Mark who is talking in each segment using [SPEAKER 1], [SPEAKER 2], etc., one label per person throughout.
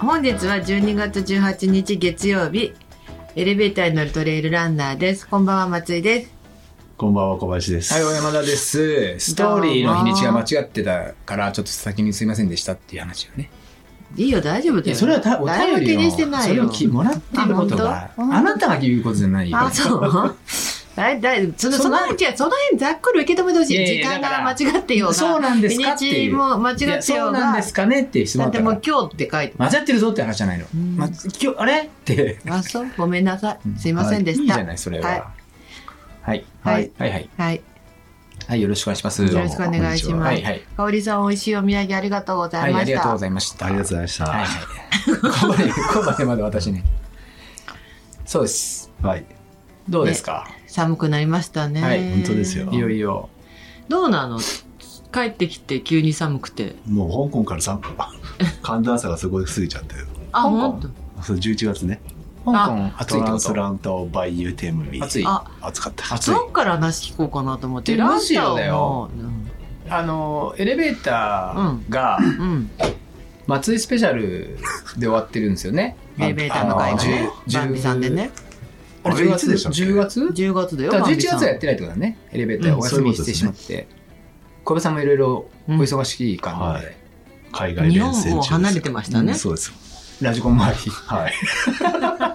[SPEAKER 1] 本日は12月18日月曜日エレベーターに乗るトレイルランナーですこんばんは松井です
[SPEAKER 2] こんばんは、小林です。
[SPEAKER 3] はい、小山田です。ストーリーの日にちが間違ってたから、ちょっと先にすいませんでしたっていう話がね。
[SPEAKER 1] いいよ大丈夫
[SPEAKER 3] い
[SPEAKER 1] だ
[SPEAKER 3] や、
[SPEAKER 1] よ
[SPEAKER 3] それはたお
[SPEAKER 1] 誰
[SPEAKER 3] 便
[SPEAKER 1] も
[SPEAKER 3] り
[SPEAKER 1] 気に
[SPEAKER 3] を、
[SPEAKER 1] してな
[SPEAKER 3] そ
[SPEAKER 1] い
[SPEAKER 3] れ
[SPEAKER 1] よ
[SPEAKER 3] をきもらっていること
[SPEAKER 1] あ
[SPEAKER 3] が、
[SPEAKER 1] 本当
[SPEAKER 3] あなたが言うことじゃないよ。
[SPEAKER 1] あそう だいだいそのそ
[SPEAKER 3] そん
[SPEAKER 1] の
[SPEAKER 3] な
[SPEAKER 1] 辺違うその辺ざっくり受け止めてほしい
[SPEAKER 3] いやい
[SPEAKER 1] 時
[SPEAKER 3] や
[SPEAKER 1] 間
[SPEAKER 3] だか
[SPEAKER 1] が
[SPEAKER 3] ら
[SPEAKER 1] 間違ってようが
[SPEAKER 3] そうなんですかって
[SPEAKER 1] 日に
[SPEAKER 3] い
[SPEAKER 1] ち
[SPEAKER 3] う。
[SPEAKER 1] も間違ってよう
[SPEAKER 3] い
[SPEAKER 1] が
[SPEAKER 3] やそうなんですかねっていう質
[SPEAKER 1] だ
[SPEAKER 3] 問
[SPEAKER 1] って
[SPEAKER 3] だっ
[SPEAKER 1] も
[SPEAKER 3] た
[SPEAKER 1] う
[SPEAKER 3] ら。
[SPEAKER 1] 今日って書いて
[SPEAKER 3] 混ざってるぞって話じゃないの。
[SPEAKER 1] うん
[SPEAKER 3] ま、今日、あれって。
[SPEAKER 1] あそうごめんなさいすいませんで
[SPEAKER 3] い
[SPEAKER 1] し
[SPEAKER 3] いじ
[SPEAKER 1] た
[SPEAKER 3] ゃない、それは。はい。
[SPEAKER 1] は
[SPEAKER 3] はいい。はいはい。
[SPEAKER 1] はい
[SPEAKER 3] はい、よろしくお願いします。
[SPEAKER 1] よろしくお願いします
[SPEAKER 3] はいはい。
[SPEAKER 1] 香織さん美味しいお土産ありがとうござ
[SPEAKER 3] はいい、
[SPEAKER 1] ま
[SPEAKER 3] あ
[SPEAKER 1] し
[SPEAKER 3] り
[SPEAKER 1] た
[SPEAKER 3] がとうございました。
[SPEAKER 2] ありがとうございました。
[SPEAKER 3] は
[SPEAKER 2] は
[SPEAKER 3] いはい。ここまで、ここまでまだ私ね。そうです。
[SPEAKER 2] い。
[SPEAKER 3] どうですか、
[SPEAKER 1] 寒くなりましたね、
[SPEAKER 3] はい
[SPEAKER 2] 本当ですよ
[SPEAKER 3] いよいよ。
[SPEAKER 1] どうなの帰ってきて急に寒くて
[SPEAKER 2] もう香港から3分。 寒暖差がすごい過ぎちゃってる。
[SPEAKER 1] あ
[SPEAKER 3] 香港
[SPEAKER 1] 本当
[SPEAKER 2] そう11月ね。
[SPEAKER 3] 香港暑い
[SPEAKER 2] トラ
[SPEAKER 3] ってこ
[SPEAKER 2] ンス
[SPEAKER 3] と
[SPEAKER 2] ランタバイユーテムビ。
[SPEAKER 3] 暑い。
[SPEAKER 1] あ
[SPEAKER 2] 暑かった。
[SPEAKER 3] 暑い。
[SPEAKER 1] どっから話聞こうかなと思って
[SPEAKER 3] で
[SPEAKER 1] ランタ
[SPEAKER 3] むしろだ
[SPEAKER 1] をも
[SPEAKER 3] よあの、エレベーターが、
[SPEAKER 1] う、うん、
[SPEAKER 3] 松井スペシャルで終わってるんですよね。
[SPEAKER 1] エレベーターの会がね
[SPEAKER 3] あの10
[SPEAKER 1] 番組さんでね
[SPEAKER 2] あれ
[SPEAKER 3] 10
[SPEAKER 2] 11でしたっけ
[SPEAKER 3] 10月
[SPEAKER 1] 10月だよ
[SPEAKER 3] だから
[SPEAKER 1] 番組
[SPEAKER 3] 11
[SPEAKER 1] さん
[SPEAKER 3] 月はやってないってことだね。エレベーター
[SPEAKER 2] うん
[SPEAKER 3] お休みしてしまって。小部さんもいろいろお忙しい感じ
[SPEAKER 2] うん
[SPEAKER 3] で。
[SPEAKER 2] 海外連戦中です
[SPEAKER 1] 日本を離れてましたね
[SPEAKER 2] うんそうです。
[SPEAKER 3] ラジコン周
[SPEAKER 2] はい。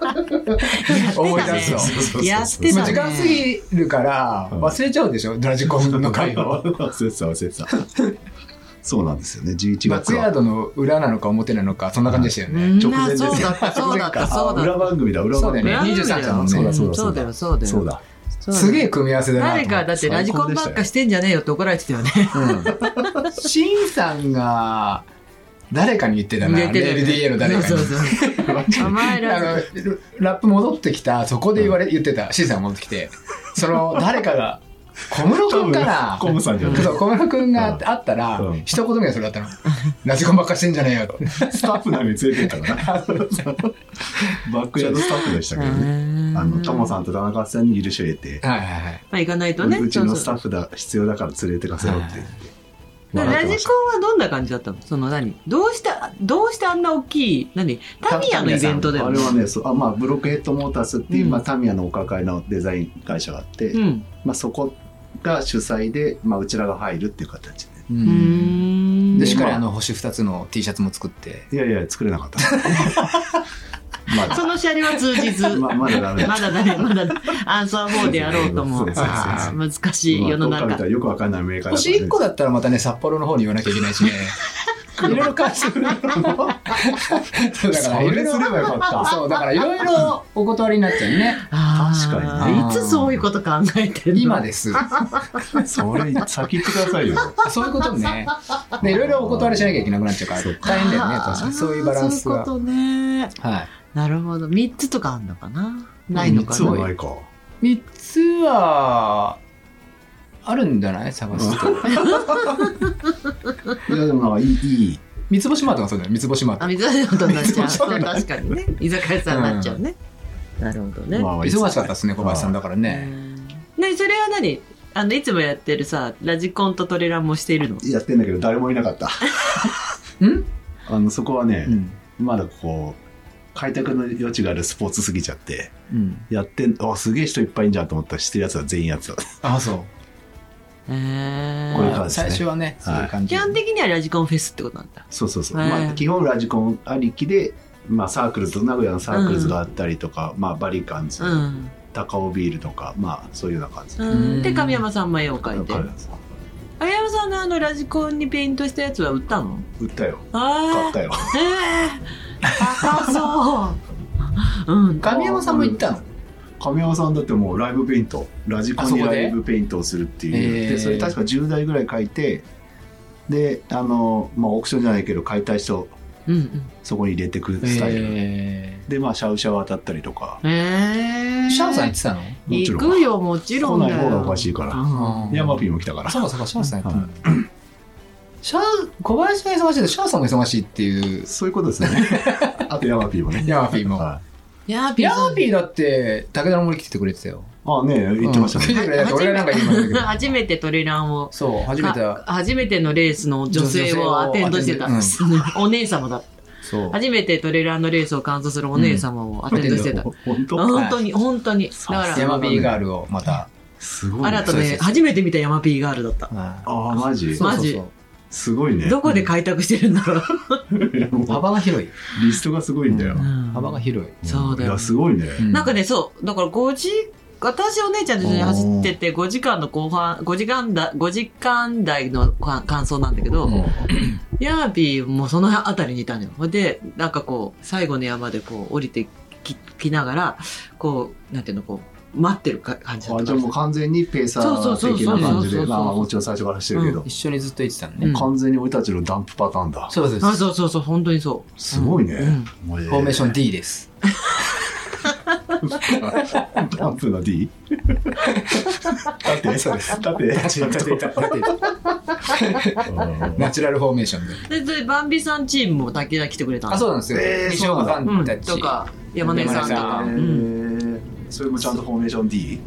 [SPEAKER 1] やってたね
[SPEAKER 2] そうそう
[SPEAKER 3] 思い出すよ
[SPEAKER 2] そう
[SPEAKER 1] やって
[SPEAKER 3] り。
[SPEAKER 1] た
[SPEAKER 3] も
[SPEAKER 1] ね
[SPEAKER 3] う時間過ぎるから忘れちゃうでしょ、ラジコンの会 を。
[SPEAKER 2] 忘れてた、忘れてた。そうなんですよね、11
[SPEAKER 3] 松
[SPEAKER 2] 月
[SPEAKER 3] ヤー
[SPEAKER 2] は。
[SPEAKER 3] ドの裏なのか表なのか、そんな感じでしたよ
[SPEAKER 1] み
[SPEAKER 3] ね。
[SPEAKER 1] ん
[SPEAKER 2] 直前
[SPEAKER 1] な
[SPEAKER 2] ですよ
[SPEAKER 1] そうだったそうだった
[SPEAKER 2] あ
[SPEAKER 1] そうだ
[SPEAKER 2] 裏
[SPEAKER 1] っ
[SPEAKER 2] 番組だ、裏番
[SPEAKER 1] た
[SPEAKER 2] 組。
[SPEAKER 3] そうだよね
[SPEAKER 1] 裏
[SPEAKER 3] 23歳も
[SPEAKER 1] 番
[SPEAKER 3] ね
[SPEAKER 1] 組だよ
[SPEAKER 2] そうだ
[SPEAKER 1] そ
[SPEAKER 2] そうう
[SPEAKER 1] だ
[SPEAKER 2] だ
[SPEAKER 1] よそうだよ
[SPEAKER 2] そ
[SPEAKER 1] そ
[SPEAKER 2] うだ。
[SPEAKER 1] うだよ
[SPEAKER 3] すげえ組み合わせだなと
[SPEAKER 1] 誰
[SPEAKER 3] 思って。
[SPEAKER 1] かだってラジコンばっかしてんじゃねえよって怒られてたよね
[SPEAKER 3] うんシンさんが誰かに言ってたな、
[SPEAKER 1] 言ってたよね
[SPEAKER 3] LDA の誰かに
[SPEAKER 1] そうそうそう お前
[SPEAKER 3] あ
[SPEAKER 1] ら
[SPEAKER 3] のラップ戻ってきたそこで言われ、言ってたシンさん戻ってきてその誰かが小室君かな
[SPEAKER 2] コムさんじゃない
[SPEAKER 3] そう小室君が
[SPEAKER 2] うん
[SPEAKER 3] あったら、
[SPEAKER 2] うん
[SPEAKER 3] 一言目がそれだったの「ラジコンばっかしてんじゃねえよ」と
[SPEAKER 2] スタッフなのに連れてった から。バックヤードスタッフでしたけどね。あのトモ
[SPEAKER 1] ん
[SPEAKER 2] さんと田中さんに許しを得て、
[SPEAKER 3] はいはいはい
[SPEAKER 1] まあ行かないとね
[SPEAKER 2] うちの
[SPEAKER 1] そうそう
[SPEAKER 2] スタッフだ必要だから連れてかせろって言って
[SPEAKER 1] だから
[SPEAKER 2] 笑
[SPEAKER 1] ラ
[SPEAKER 2] ってま
[SPEAKER 1] ジ
[SPEAKER 2] し
[SPEAKER 1] コンはどんな感じだったのその何どうしたどうしてあんな大きい何タミヤのイベントだ
[SPEAKER 2] た
[SPEAKER 1] よ
[SPEAKER 2] あ
[SPEAKER 1] ね
[SPEAKER 2] れはねそうあ、まあ、ブロックヘッドモータースっていう、
[SPEAKER 1] うん
[SPEAKER 2] まあ、タミヤのお抱えのデザイン会社があって、
[SPEAKER 1] うん
[SPEAKER 2] まあ、そこが主催で、まあ、うちらが入るっていう形で
[SPEAKER 3] う
[SPEAKER 1] うー
[SPEAKER 3] ん
[SPEAKER 1] ん
[SPEAKER 3] でしっかりあの星2つの T シャツも作って
[SPEAKER 2] いやいや作れなかったま
[SPEAKER 1] そ
[SPEAKER 2] だ
[SPEAKER 1] のシャレは通 じず
[SPEAKER 2] ままだダメだ
[SPEAKER 1] まだだねまだアンサー4でやろうとも
[SPEAKER 2] そうそうそう
[SPEAKER 3] そ
[SPEAKER 1] 難しい世の
[SPEAKER 2] まあどうか見た
[SPEAKER 1] 中
[SPEAKER 2] らよくわかんないメーカー
[SPEAKER 3] 星1個だったらまたね札幌の方に言わなきゃいけないしねいろいろ返してくれるのもそう
[SPEAKER 2] だ
[SPEAKER 3] だか
[SPEAKER 2] かららそ
[SPEAKER 3] いろい
[SPEAKER 2] れす
[SPEAKER 3] ろ
[SPEAKER 2] ればよかった
[SPEAKER 3] そうだからいろいろお断りになっちゃうね
[SPEAKER 1] あー
[SPEAKER 2] 確かに
[SPEAKER 3] ね
[SPEAKER 1] いつそういうこと考えてるの
[SPEAKER 3] 今です
[SPEAKER 2] それ先言ってくださいよ
[SPEAKER 3] そういうことねでいろいろお断りしなきゃいけなくなっちゃうから大変だよね確かにそういうバランス
[SPEAKER 1] あー
[SPEAKER 3] が
[SPEAKER 1] そういうことね
[SPEAKER 3] は
[SPEAKER 1] なるほど3つとかあんのかなないの
[SPEAKER 2] 3
[SPEAKER 1] か
[SPEAKER 2] つ
[SPEAKER 1] な
[SPEAKER 2] もないか
[SPEAKER 3] い3つはあるんじゃない探すと
[SPEAKER 2] いやでもなんかいいいい
[SPEAKER 3] 三つ星マートがそうだよね三つ星マー
[SPEAKER 1] あ
[SPEAKER 3] ト
[SPEAKER 1] 水谷さんとなっちゃうそうん確か
[SPEAKER 3] 水谷さ
[SPEAKER 1] にね居酒屋さんになっちゃうね、なるほどね、
[SPEAKER 2] まあまあ
[SPEAKER 3] 忙しかったですね小林さんだからね
[SPEAKER 1] うんねそれは何あのいつもやってるさラジコンとトレランもしているの
[SPEAKER 2] やってんだけど誰もいなかった
[SPEAKER 3] うん
[SPEAKER 2] あのそこはね
[SPEAKER 3] う、ん
[SPEAKER 2] まだこう開拓の余地があるスポーツすぎちゃって
[SPEAKER 3] うん
[SPEAKER 2] やってんあすげえ人いっぱいいんじゃんと思ったらしてるやつは全員やってた
[SPEAKER 3] ああそう
[SPEAKER 1] へー
[SPEAKER 2] これからですね
[SPEAKER 3] 最初はねそういう感じ
[SPEAKER 1] 基本的にはラジコンフェスってことなんだ
[SPEAKER 2] そうそうそう、
[SPEAKER 1] へえ
[SPEAKER 2] まあ、基本ラジコンありきで、まあ、サークルズ名古屋のサークルズがあったりとか、まあ、バリカンズ、
[SPEAKER 1] うん、
[SPEAKER 2] 高尾ビールとかまあそういうような感じで、
[SPEAKER 1] うん、で神山さんも絵を描いて
[SPEAKER 2] 彼らさ
[SPEAKER 1] 神山さんのあのラジコンにペイントしたやつは売ったの
[SPEAKER 2] 売ったよ買
[SPEAKER 1] あ
[SPEAKER 2] ったよ
[SPEAKER 1] あええ高そううん
[SPEAKER 3] 神山さんも行ったの
[SPEAKER 2] 神山さんだってもうライブペイントラジコンに
[SPEAKER 3] あそこ
[SPEAKER 2] ラ
[SPEAKER 3] で
[SPEAKER 2] イブペイントをするっていう
[SPEAKER 3] へ
[SPEAKER 2] で
[SPEAKER 3] ー
[SPEAKER 2] それ確か10台ぐらい書いてであの、まあ、オークションじゃないけど買いたい人
[SPEAKER 1] うんうん
[SPEAKER 2] そこに入れてくスタイル、
[SPEAKER 3] え
[SPEAKER 2] でまあシャウシャウ当たったりとか
[SPEAKER 1] ええ
[SPEAKER 3] ーシャオさん行ってたの
[SPEAKER 2] もちろ
[SPEAKER 1] 行
[SPEAKER 2] ん
[SPEAKER 1] くよもちろ
[SPEAKER 2] 来
[SPEAKER 1] ん
[SPEAKER 2] ない
[SPEAKER 1] だよ
[SPEAKER 2] 方がおかしいから、
[SPEAKER 1] うん
[SPEAKER 2] ヤマピーも来たから
[SPEAKER 3] そうかそうか、シャオさんやった
[SPEAKER 2] は
[SPEAKER 3] の。シャオ、小林が忙しいと、シャオさんも忙しいっていう。
[SPEAKER 2] そういうことですね あとヤマピーもね
[SPEAKER 3] ヤマピーも
[SPEAKER 2] は
[SPEAKER 1] ヤマピー
[SPEAKER 3] ヤ
[SPEAKER 1] さ
[SPEAKER 3] マ
[SPEAKER 1] ん
[SPEAKER 3] ピーだって、武田の森来ててくれてたよ。
[SPEAKER 2] いあね言ってました
[SPEAKER 3] うん来
[SPEAKER 2] ね、
[SPEAKER 3] てくれたって俺がなんか言いましたけ ど。
[SPEAKER 1] 初めてトレランを
[SPEAKER 3] そう、初めては。
[SPEAKER 1] か初めてのレースの女性をアテンドしてた、
[SPEAKER 3] 女性
[SPEAKER 1] お姉様だっ
[SPEAKER 3] そう
[SPEAKER 1] 初めてトレーラーのレースを完走するお姉様をアテンドしてた。
[SPEAKER 2] 本当
[SPEAKER 1] 本当に、本当に。だ
[SPEAKER 2] さ
[SPEAKER 1] か
[SPEAKER 2] す
[SPEAKER 1] ら、
[SPEAKER 3] 山 B ガールをまた
[SPEAKER 2] すごいね
[SPEAKER 1] 新た
[SPEAKER 3] そうそう
[SPEAKER 1] ね、
[SPEAKER 3] そう
[SPEAKER 1] 初めて見た山 P ガールだった。
[SPEAKER 3] あ
[SPEAKER 2] ああマジ
[SPEAKER 1] マジ
[SPEAKER 2] すごいね
[SPEAKER 1] どこで開拓してるんだろう。
[SPEAKER 3] 幅が広い
[SPEAKER 2] リストがすごいんだよ、
[SPEAKER 1] うん
[SPEAKER 3] 幅が広い
[SPEAKER 1] そうだ
[SPEAKER 2] い
[SPEAKER 1] よ
[SPEAKER 2] や。すごいね、
[SPEAKER 3] うん
[SPEAKER 1] なんかね、そう。だから5時、私お姉ちゃんと一緒に走ってて、5時間の後半、5時間だ、5時間台の感感想なんだけど、
[SPEAKER 3] うん
[SPEAKER 1] ヤービーもその辺りにいたのよ。ほんで、なんかこう、最後の山でこう、降りてききながら、こう、なんていうの、こう、待ってるか感じだっ
[SPEAKER 2] あ
[SPEAKER 1] た
[SPEAKER 2] じゃあもう完全にペーサー的な感じ
[SPEAKER 1] そうそうそうそうそうそうそう
[SPEAKER 2] でまあまあもちろん最初からしてるけど、
[SPEAKER 3] 一緒にずっと行ってたん
[SPEAKER 1] う
[SPEAKER 3] ね
[SPEAKER 1] ん
[SPEAKER 2] 完全に俺たちのダンプパターンだ、
[SPEAKER 3] そうです
[SPEAKER 1] あ、そうそうそう、本当にそう。
[SPEAKER 2] すごいね、
[SPEAKER 1] うん
[SPEAKER 2] もうええ
[SPEAKER 3] フォーメーション D です
[SPEAKER 2] ダンプの D? だってそうですだって
[SPEAKER 3] ナチュラルフォーメーションで
[SPEAKER 1] で、で、バンビさんチームも滝田来てくれたの
[SPEAKER 3] あそうなんですよ
[SPEAKER 2] えー
[SPEAKER 3] 西岡さ
[SPEAKER 1] うんん、
[SPEAKER 3] たち
[SPEAKER 1] とか、山根さんと
[SPEAKER 3] 山
[SPEAKER 1] か。
[SPEAKER 3] 根
[SPEAKER 1] う
[SPEAKER 3] さ
[SPEAKER 1] ん
[SPEAKER 2] それもちゃんとフォーメーション D?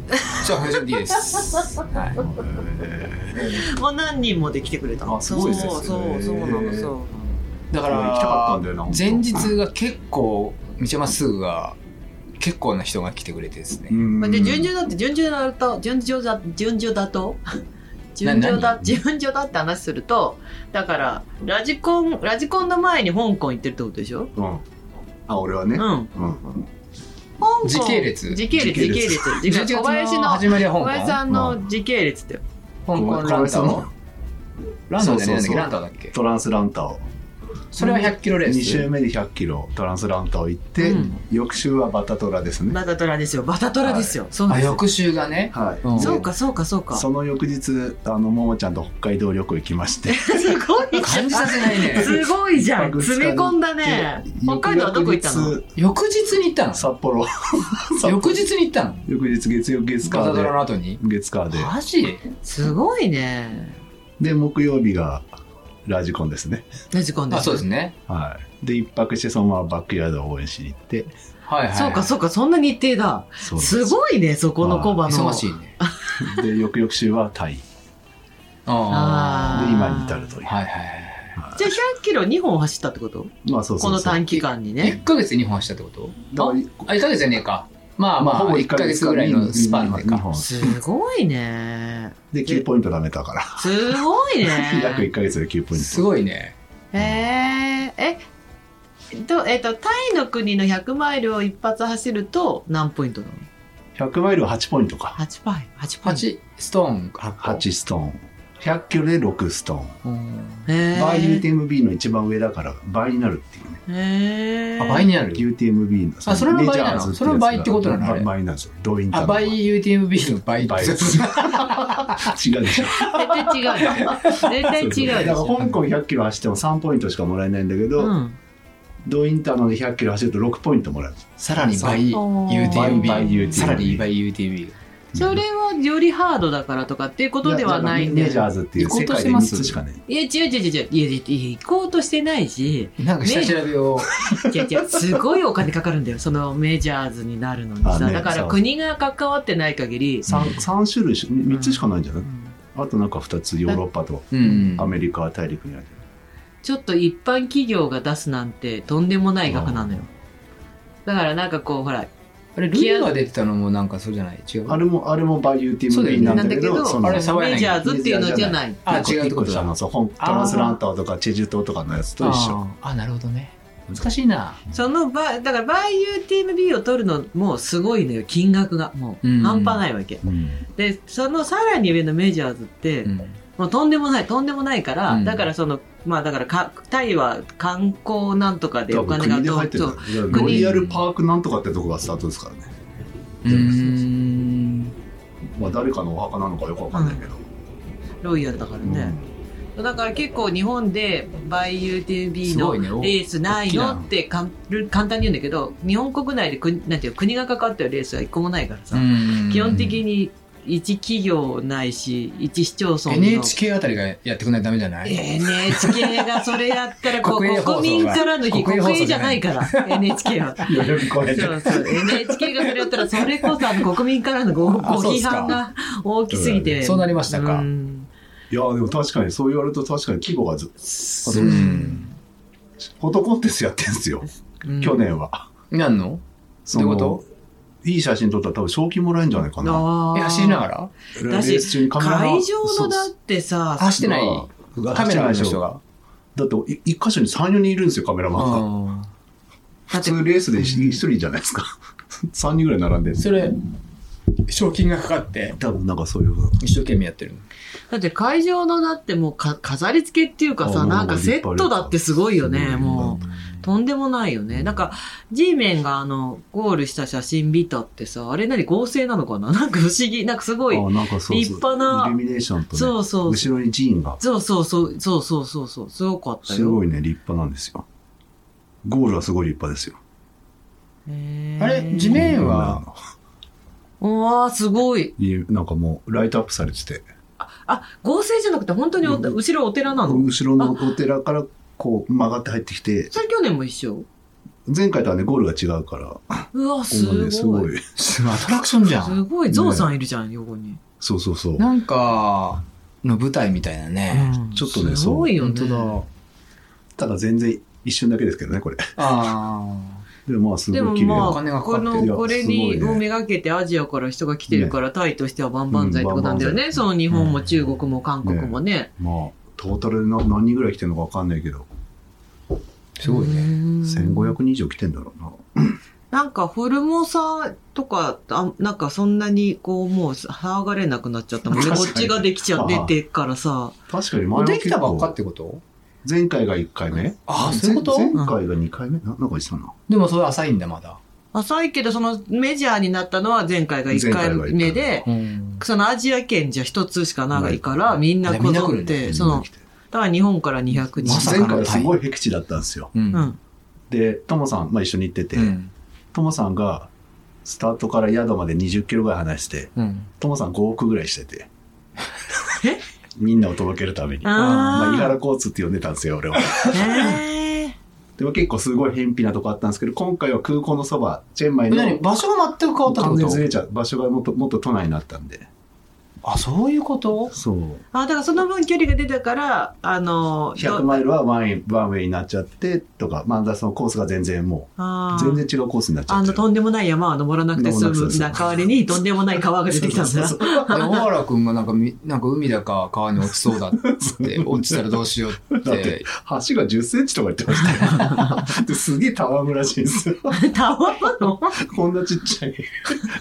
[SPEAKER 3] そうフォーメーション D ですはい
[SPEAKER 1] もう何人もで来てくれたの。
[SPEAKER 2] あすごいですね
[SPEAKER 1] そうそう、そうなの、そう。
[SPEAKER 3] だか
[SPEAKER 2] 行きたかったんだ
[SPEAKER 3] ら
[SPEAKER 2] よな
[SPEAKER 3] 前日が結構道山すぐが結構な人が来てくれてですね
[SPEAKER 1] まあ、で、順調だって、順調だと、順調だ、順調だと。順調だ、
[SPEAKER 3] 何
[SPEAKER 1] 順調だって話すると、だから、ラジコン、ラジコンの前に香港行ってるってことでしょ
[SPEAKER 2] うんあ俺は
[SPEAKER 1] う
[SPEAKER 2] ね
[SPEAKER 1] ん。香
[SPEAKER 2] うん
[SPEAKER 1] 港。
[SPEAKER 3] 時系列
[SPEAKER 1] 時系列、時
[SPEAKER 2] 時系
[SPEAKER 1] 系列
[SPEAKER 2] 列。
[SPEAKER 1] 時系列小林の、
[SPEAKER 3] 始まりは香
[SPEAKER 1] 小林
[SPEAKER 3] 港
[SPEAKER 1] さんの時系列って。
[SPEAKER 3] 香港ランタンをランタンじゃ
[SPEAKER 2] そうそ
[SPEAKER 3] ないなんだっ
[SPEAKER 2] うそ
[SPEAKER 3] け
[SPEAKER 2] う
[SPEAKER 3] ランタンだっけ
[SPEAKER 2] トランスランターを
[SPEAKER 3] それは100キロレース
[SPEAKER 2] 2週目で1 0 0キロトランスランターを行って、
[SPEAKER 1] うん
[SPEAKER 2] 翌週はバタトラですね
[SPEAKER 1] バタトラですよ。バタトラですよ。そう
[SPEAKER 3] あ
[SPEAKER 1] ですよ。
[SPEAKER 3] 翌週がね
[SPEAKER 2] はい、
[SPEAKER 3] うん
[SPEAKER 1] そうか、そうか、そうか。す
[SPEAKER 2] その翌日あのももちゃんと北海道旅行行きまして
[SPEAKER 1] ごいじゃ
[SPEAKER 3] 感じさ
[SPEAKER 1] ん。
[SPEAKER 3] せない ね
[SPEAKER 1] すごいじゃ
[SPEAKER 2] 一
[SPEAKER 1] ん。
[SPEAKER 2] 泊二日
[SPEAKER 1] 詰め込んだね。北海道はどこ行ったの
[SPEAKER 2] 翌
[SPEAKER 3] 翌日に行った
[SPEAKER 2] 日札幌
[SPEAKER 3] の翌日に行ったの
[SPEAKER 2] 翌日月曜月
[SPEAKER 3] ガ
[SPEAKER 2] 火
[SPEAKER 3] ザドラ
[SPEAKER 2] で
[SPEAKER 3] の後に
[SPEAKER 2] 月火です
[SPEAKER 1] ごいね。
[SPEAKER 2] で木曜日がラジコンですね
[SPEAKER 1] ラジコンで
[SPEAKER 3] あ
[SPEAKER 1] す。
[SPEAKER 3] そうですね
[SPEAKER 2] はいで一泊してそのままバックヤードを応援しに行って
[SPEAKER 3] はいはい
[SPEAKER 1] そうか、そうか、そんな日程だ。
[SPEAKER 2] そうです
[SPEAKER 1] すごいね、そこのコバの。
[SPEAKER 3] 忙しいね
[SPEAKER 2] で翌々週はタイで
[SPEAKER 1] あー
[SPEAKER 2] 今に至るという
[SPEAKER 3] はいはいはい
[SPEAKER 1] じゃあ100キロ2本走ったってこと
[SPEAKER 2] まあそう
[SPEAKER 1] こ
[SPEAKER 2] そう
[SPEAKER 1] の
[SPEAKER 2] そう
[SPEAKER 1] 短期間にね。
[SPEAKER 3] 1ヶ月に2本走ったってこと
[SPEAKER 2] だから
[SPEAKER 3] あ1ヶ月じゃねえかまあまあ
[SPEAKER 2] ほぼ
[SPEAKER 3] 1
[SPEAKER 2] 一ヶ
[SPEAKER 3] ヶ月ぐらいのスパンで
[SPEAKER 2] 二
[SPEAKER 3] か
[SPEAKER 2] 本
[SPEAKER 1] すごいね。
[SPEAKER 2] で9ポイント貯めたから
[SPEAKER 1] すごい
[SPEAKER 2] 約1
[SPEAKER 1] ね。
[SPEAKER 2] ヶ月で9ポイント
[SPEAKER 3] すごいね
[SPEAKER 1] へええ、えっと、えっと、タイの国の100マイルを一発走ると何ポイントなの
[SPEAKER 2] 100マイルは8ポイントか
[SPEAKER 1] ?8 パイ、8ポイント。
[SPEAKER 3] 8ストーン8
[SPEAKER 2] 8ストーン100キロで6ストーン
[SPEAKER 1] へえ
[SPEAKER 2] 倍 UTMB の一番上だから倍になるっていうね
[SPEAKER 1] へえ
[SPEAKER 3] あ倍になる
[SPEAKER 2] UTMB の
[SPEAKER 3] あそれの倍なの
[SPEAKER 2] メジャーズてやつが
[SPEAKER 3] それの倍ってことなのあれ
[SPEAKER 2] 倍倍になるんですよ動員
[SPEAKER 3] あ倍 UTMB の倍
[SPEAKER 2] 倍違うでしょ
[SPEAKER 1] 絶対違う よ。絶対違う
[SPEAKER 2] だから
[SPEAKER 1] でし
[SPEAKER 2] 香
[SPEAKER 1] ょ。
[SPEAKER 2] 港100キロ走っても3ポイントしかもらえないんだけど、
[SPEAKER 1] うん
[SPEAKER 2] ドインターので100キロ走ると6ポイントもらえる
[SPEAKER 3] さらに倍
[SPEAKER 1] そう
[SPEAKER 2] 倍
[SPEAKER 3] UTMB
[SPEAKER 2] UTMB
[SPEAKER 3] さらに倍 UTMB
[SPEAKER 1] それはよりハードだからとかっていうことではないんだ
[SPEAKER 2] メ
[SPEAKER 1] よ
[SPEAKER 2] ジャー
[SPEAKER 1] ね。
[SPEAKER 2] ズっていう
[SPEAKER 3] 行こう
[SPEAKER 2] 世
[SPEAKER 3] と
[SPEAKER 2] 界
[SPEAKER 3] して
[SPEAKER 2] で
[SPEAKER 3] ま
[SPEAKER 2] 3
[SPEAKER 3] す
[SPEAKER 2] つしかね
[SPEAKER 1] いや、違う違う違う。いや、いや行こうとしてないし、
[SPEAKER 3] なんか下調べを
[SPEAKER 1] 違う違うすごいお金かかるんだよそのメジャーズになるのに
[SPEAKER 2] あ
[SPEAKER 1] さ、
[SPEAKER 2] ね
[SPEAKER 1] だから
[SPEAKER 2] そう
[SPEAKER 1] 国が関わってない限り、
[SPEAKER 2] 3, 三種類し3つしかないんじゃ
[SPEAKER 1] う
[SPEAKER 2] ない、
[SPEAKER 1] ん
[SPEAKER 2] あとなんか2つヨーロッパと
[SPEAKER 3] うん
[SPEAKER 2] アメリカ大陸にある
[SPEAKER 1] ちょっと一般企業が出すなんてとんでもない額なのよだからなんかこうほら
[SPEAKER 3] あれルイが出てたのもなんかそうじゃない違う
[SPEAKER 2] あれもあれもバイ UTMB なん
[SPEAKER 1] なん
[SPEAKER 2] だ
[SPEAKER 1] だ
[SPEAKER 2] け
[SPEAKER 1] け
[SPEAKER 2] ど
[SPEAKER 1] ど
[SPEAKER 2] そ
[SPEAKER 3] あ
[SPEAKER 2] の
[SPEAKER 3] れ沢
[SPEAKER 1] メ
[SPEAKER 3] 柳
[SPEAKER 1] ジャーズっていうのじゃない
[SPEAKER 3] あ違うって
[SPEAKER 2] 一
[SPEAKER 3] こ
[SPEAKER 2] 個
[SPEAKER 3] と
[SPEAKER 2] 下
[SPEAKER 3] だ
[SPEAKER 2] のそう本トランスランターとかチェジュ島とかのやつと一緒
[SPEAKER 3] あーあなるほどね難しいな
[SPEAKER 1] その場だからバイ UTMB を取るのもすごいのよ金額がもう
[SPEAKER 3] うん
[SPEAKER 1] 半端ないわけ、
[SPEAKER 2] うん
[SPEAKER 1] でそのさらに上のメジャーズって、もうとんでもないとんでもないから、
[SPEAKER 3] うん
[SPEAKER 1] だからそのまあだからかタイは観光なんとかでお
[SPEAKER 2] 多分
[SPEAKER 1] 金が
[SPEAKER 2] 国で
[SPEAKER 1] ど
[SPEAKER 2] 入っ
[SPEAKER 1] う
[SPEAKER 2] てる
[SPEAKER 1] と
[SPEAKER 2] んだよロイヤルパークなんとかってとこがスタートですからね、
[SPEAKER 3] うーん
[SPEAKER 2] まあ、誰かのお墓なのかよくわかんないけど、
[SPEAKER 1] ロイヤルだからね、だから結構日本でバイ UTB
[SPEAKER 3] す
[SPEAKER 1] の
[SPEAKER 3] ごいねお
[SPEAKER 1] レースないの
[SPEAKER 3] 大きな
[SPEAKER 1] ってかん簡単に言うんだけど日本国内で国なんていうの国が関わってるレースは一個もないからさ、基本的に
[SPEAKER 3] に
[SPEAKER 1] 一企業ないし一市町村の
[SPEAKER 3] NHK あたりがやってくんないとダメじゃない
[SPEAKER 1] NHK がそれやったらこう
[SPEAKER 3] 国営放送が
[SPEAKER 1] 国民からの非
[SPEAKER 3] 国営
[SPEAKER 1] 国
[SPEAKER 3] 放送
[SPEAKER 1] 営じゃないから NHK は。
[SPEAKER 2] うん、代々木公園で
[SPEAKER 1] そうそう NHK がそれやったらそれこそあの国民からのごご
[SPEAKER 3] あそうっ
[SPEAKER 1] 批
[SPEAKER 3] すか
[SPEAKER 1] 判が大きすぎて
[SPEAKER 3] そうなりました
[SPEAKER 1] う
[SPEAKER 3] か
[SPEAKER 1] ん
[SPEAKER 2] いやでも確かにそう言われると確かに規模がず
[SPEAKER 1] そう
[SPEAKER 2] うんフォトコンテストやってんすよ、
[SPEAKER 1] うん
[SPEAKER 2] 去年は。
[SPEAKER 3] なんの
[SPEAKER 2] その
[SPEAKER 3] どういうこ
[SPEAKER 2] いい写真撮ったら多分賞金もらえるんじゃないかな。
[SPEAKER 1] あ
[SPEAKER 3] え、
[SPEAKER 1] ー
[SPEAKER 3] 走りながら
[SPEAKER 1] だし
[SPEAKER 2] レース中にカメラ
[SPEAKER 1] 会場
[SPEAKER 2] そ
[SPEAKER 1] の
[SPEAKER 2] う
[SPEAKER 1] だってさ
[SPEAKER 3] 走ってない
[SPEAKER 2] まあ
[SPEAKER 3] カメ
[SPEAKER 2] 走って
[SPEAKER 3] ラの
[SPEAKER 2] ないでし
[SPEAKER 3] 人
[SPEAKER 2] ょ
[SPEAKER 3] が。
[SPEAKER 2] だってい一箇所に3、4人いるんですよ、カメラマンが。
[SPEAKER 3] うん
[SPEAKER 1] だ
[SPEAKER 2] 普
[SPEAKER 1] って
[SPEAKER 2] 通レースで一一人じゃないですか。3人ぐらい並んでる
[SPEAKER 3] それ、賞金がかかって、
[SPEAKER 2] 多分なんかそういう。
[SPEAKER 3] 一生懸命やってるの。
[SPEAKER 1] だって会場のだってもうか飾り付けっていうか
[SPEAKER 2] あ
[SPEAKER 1] さ
[SPEAKER 2] ー
[SPEAKER 1] なんかセットだってすごいよ
[SPEAKER 2] すごい
[SPEAKER 1] ね
[SPEAKER 2] よ
[SPEAKER 1] もうとんでもないよねなんか G メンがあのゴールした写真見たってさあれ何合成なのかな なんか不思議なんかすごい
[SPEAKER 2] あなんかそうそう
[SPEAKER 1] 立派な
[SPEAKER 2] イルミネーションとね、
[SPEAKER 1] そうそう
[SPEAKER 2] 後ろに寺院が。
[SPEAKER 1] そうそうそうそうそうそうそうすごかったよ
[SPEAKER 2] すごいね、立派なんですよ。ゴールはすごい立派ですよ。
[SPEAKER 1] へー
[SPEAKER 3] あれ地面円は
[SPEAKER 1] うわーすごい
[SPEAKER 2] いいなんかもうライトアップされてて、
[SPEAKER 1] あ合成じゃなくて本当にお
[SPEAKER 2] うん
[SPEAKER 1] 後ろお寺なの
[SPEAKER 2] 後ろのお寺からこう曲がって入ってきて、
[SPEAKER 1] それ去年も一緒
[SPEAKER 2] 前回とはね、ゴールが違うから、
[SPEAKER 1] うわ
[SPEAKER 2] こんな
[SPEAKER 1] す
[SPEAKER 2] ねす
[SPEAKER 1] ご
[SPEAKER 2] ご
[SPEAKER 1] い
[SPEAKER 2] い。
[SPEAKER 3] すごいアトラクションじゃ
[SPEAKER 1] す
[SPEAKER 3] ん。
[SPEAKER 1] ごいゾウさんいるじゃん横に
[SPEAKER 2] そうそうそう。
[SPEAKER 3] なんか、の舞台みたいなね。
[SPEAKER 2] ちょっとね
[SPEAKER 1] すごいよね
[SPEAKER 3] 本当
[SPEAKER 2] ただ全然一瞬だけですけどね、これ。
[SPEAKER 3] だ。あ
[SPEAKER 2] でもまあす
[SPEAKER 1] でも
[SPEAKER 2] ごい綺麗
[SPEAKER 1] ま
[SPEAKER 2] な
[SPEAKER 1] あ、
[SPEAKER 3] お金がかか
[SPEAKER 1] こ
[SPEAKER 3] ってる
[SPEAKER 2] いや
[SPEAKER 1] の、これに、
[SPEAKER 2] すごいね
[SPEAKER 1] をめがけてアジアから人が来てるから、タイとしては万々歳ってことなんだよ
[SPEAKER 2] う
[SPEAKER 1] ね。
[SPEAKER 2] ん
[SPEAKER 1] その日本も中国も韓国もね。
[SPEAKER 2] まあ、トータルでな何人ぐらい来てるのかわかんないけど、
[SPEAKER 3] あ、すごいね。
[SPEAKER 1] うん
[SPEAKER 2] 1500人以上来てんだろうな。
[SPEAKER 1] なんか、ホルモサとか、あなんかそんなに、こう、もう騒がれなくなっちゃったもんね。こ
[SPEAKER 2] 確かに
[SPEAKER 1] っちができちゃっててからさ。
[SPEAKER 2] 確かに前は
[SPEAKER 3] で
[SPEAKER 2] 結
[SPEAKER 3] きたばっかっ
[SPEAKER 2] 構、
[SPEAKER 3] てこと
[SPEAKER 2] 前回が1回目
[SPEAKER 3] あそういうこと
[SPEAKER 2] 前前回が2回目ななんか言ってたな。
[SPEAKER 3] でもそれ浅いんだ、まだ。
[SPEAKER 1] 浅いけど、そのメジャーになったのは前回が1
[SPEAKER 2] 前回
[SPEAKER 1] 回
[SPEAKER 2] が一回
[SPEAKER 1] 目で、そのアジア圏じゃ一つしかないから、みんなこぞ
[SPEAKER 3] みんな来る
[SPEAKER 1] っ
[SPEAKER 3] んだ
[SPEAKER 1] て、その、だから日本から200
[SPEAKER 3] ま
[SPEAKER 1] 人。
[SPEAKER 3] さか
[SPEAKER 2] 前
[SPEAKER 3] の
[SPEAKER 2] 回はすごい僻地だったんですよ。
[SPEAKER 3] う。
[SPEAKER 1] うんん。
[SPEAKER 2] で、トモさん、まあ一緒に行ってて、
[SPEAKER 3] うん。
[SPEAKER 2] トモさんが、スタートから宿まで20キロぐらい離してて、
[SPEAKER 3] うん。
[SPEAKER 2] トモさん5億ぐらいしてて。
[SPEAKER 1] え
[SPEAKER 2] みんなを届けるために。まあ、井原交通って呼んでたんですよ、俺は。
[SPEAKER 1] へー
[SPEAKER 2] でも結構すごい偏僻なとこあったんですけど、今回は空港のそば、チェンマイの
[SPEAKER 3] 何場所が全く変わったっ
[SPEAKER 2] 完
[SPEAKER 3] てこ
[SPEAKER 2] 全にず
[SPEAKER 3] と
[SPEAKER 2] れちゃう場所がもっともっと都内になったんで。
[SPEAKER 3] あ、そういう こと
[SPEAKER 2] そう。
[SPEAKER 1] あだからその分距離が出たからあの
[SPEAKER 2] 100
[SPEAKER 1] ど
[SPEAKER 2] マイルはワンウェイワンウェイになっちゃってとか、まあ、だからそのコースが全然も
[SPEAKER 1] あ
[SPEAKER 2] う、
[SPEAKER 1] ー
[SPEAKER 2] 全然違うコースになっちゃ
[SPEAKER 1] あ
[SPEAKER 2] って
[SPEAKER 1] の
[SPEAKER 2] る。
[SPEAKER 1] とんでもない山は登らなくて済
[SPEAKER 2] 登
[SPEAKER 1] む
[SPEAKER 2] らなくて済む
[SPEAKER 1] 代わりにとんでもない川が出てきたんだ
[SPEAKER 2] そう
[SPEAKER 1] な
[SPEAKER 2] そうそう
[SPEAKER 3] で、小原くんがなんかみ、なんか海だか川に落ち そうだっつって、落ちたらどうしようっ
[SPEAKER 2] だって
[SPEAKER 3] て。
[SPEAKER 2] 橋が10センチとか言ってました よ。ですげえたわむらしいんですよ。
[SPEAKER 1] たわま の
[SPEAKER 2] こんなちっちゃい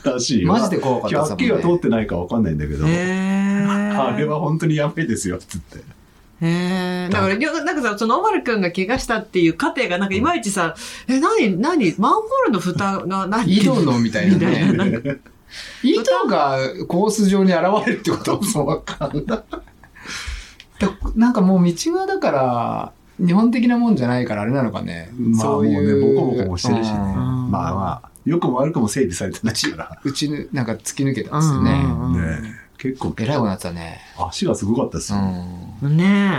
[SPEAKER 2] らしいよ。
[SPEAKER 3] マジで怖かった
[SPEAKER 2] 100キロは通ってないかわかんないんだけど、
[SPEAKER 1] へー
[SPEAKER 2] あれは本当にやばいですよ、つって。
[SPEAKER 1] へーだからりょなんかさその小原君が怪我したっていう過程がなんかいまいちさ「え何何マンホールの蓋が何?」
[SPEAKER 3] 井戸のみたいな
[SPEAKER 1] みた いな
[SPEAKER 3] ね。井戸がコース上に現れるってこと
[SPEAKER 2] そうわかんない。
[SPEAKER 3] だなんかもう道がだから、日本的なもんじゃないからあれなのかね。
[SPEAKER 2] まあ
[SPEAKER 3] そうい
[SPEAKER 2] もう
[SPEAKER 3] う
[SPEAKER 2] ねボコボコもしてるしね
[SPEAKER 3] うん
[SPEAKER 1] うん
[SPEAKER 2] まあまあ、良くも悪くも整備されてないから。
[SPEAKER 3] うちぬ、なんか突き抜けたんですよね。
[SPEAKER 1] うん
[SPEAKER 2] ね結構、
[SPEAKER 3] えらいことになってたね。
[SPEAKER 2] 足がすごかったです
[SPEAKER 3] う
[SPEAKER 2] よ。
[SPEAKER 3] ん。
[SPEAKER 1] ね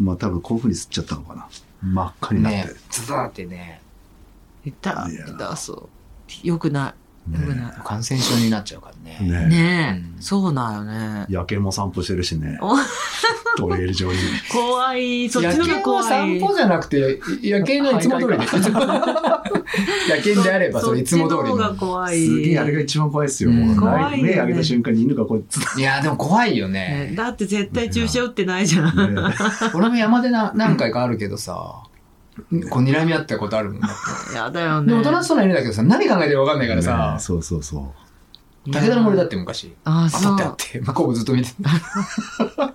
[SPEAKER 2] まあ多分こういうふうに吸っちゃったのかな。真っ赤になって。
[SPEAKER 3] ねズザーってね、
[SPEAKER 1] え痛
[SPEAKER 2] いや
[SPEAKER 1] 痛そうよくないよく
[SPEAKER 2] ね
[SPEAKER 1] な
[SPEAKER 3] 感染症になっちゃうからね。
[SPEAKER 2] ね
[SPEAKER 1] いねえ、
[SPEAKER 3] うん
[SPEAKER 1] そうなんよね
[SPEAKER 2] 夜景も散歩してるしね
[SPEAKER 1] お。
[SPEAKER 2] トレイル上に。
[SPEAKER 1] 怖いそっちの方が
[SPEAKER 3] 野犬は
[SPEAKER 1] 怖い
[SPEAKER 3] 散歩じゃなくて、夜犬のいつも通りです。 野犬であれば、それいつも通り
[SPEAKER 1] そっちの方が
[SPEAKER 3] の。
[SPEAKER 1] 怖い。
[SPEAKER 2] すげえあれが一番怖いですよ。もう
[SPEAKER 3] うん
[SPEAKER 1] 怖いよね
[SPEAKER 2] 目開けた瞬間に犬がこうつっ
[SPEAKER 3] いや、でも怖いよ
[SPEAKER 1] ね
[SPEAKER 3] ね。
[SPEAKER 1] だって絶対注射打ってないじゃん。
[SPEAKER 2] てね。
[SPEAKER 3] 俺も山でな何回かあるけどさ、こう睨み合ったことあるもん。
[SPEAKER 1] やだよ
[SPEAKER 3] でも、
[SPEAKER 1] ね。
[SPEAKER 3] おとなしそうな犬だけどさ、何考えてるか分かんないから
[SPEAKER 2] ね
[SPEAKER 3] さ、
[SPEAKER 2] そうそうそう。
[SPEAKER 1] いや
[SPEAKER 3] 武田の森だって昔、
[SPEAKER 1] ああ、
[SPEAKER 3] 当た
[SPEAKER 1] そ
[SPEAKER 3] ってあっ
[SPEAKER 1] う。
[SPEAKER 3] て、向こうずっと見てた。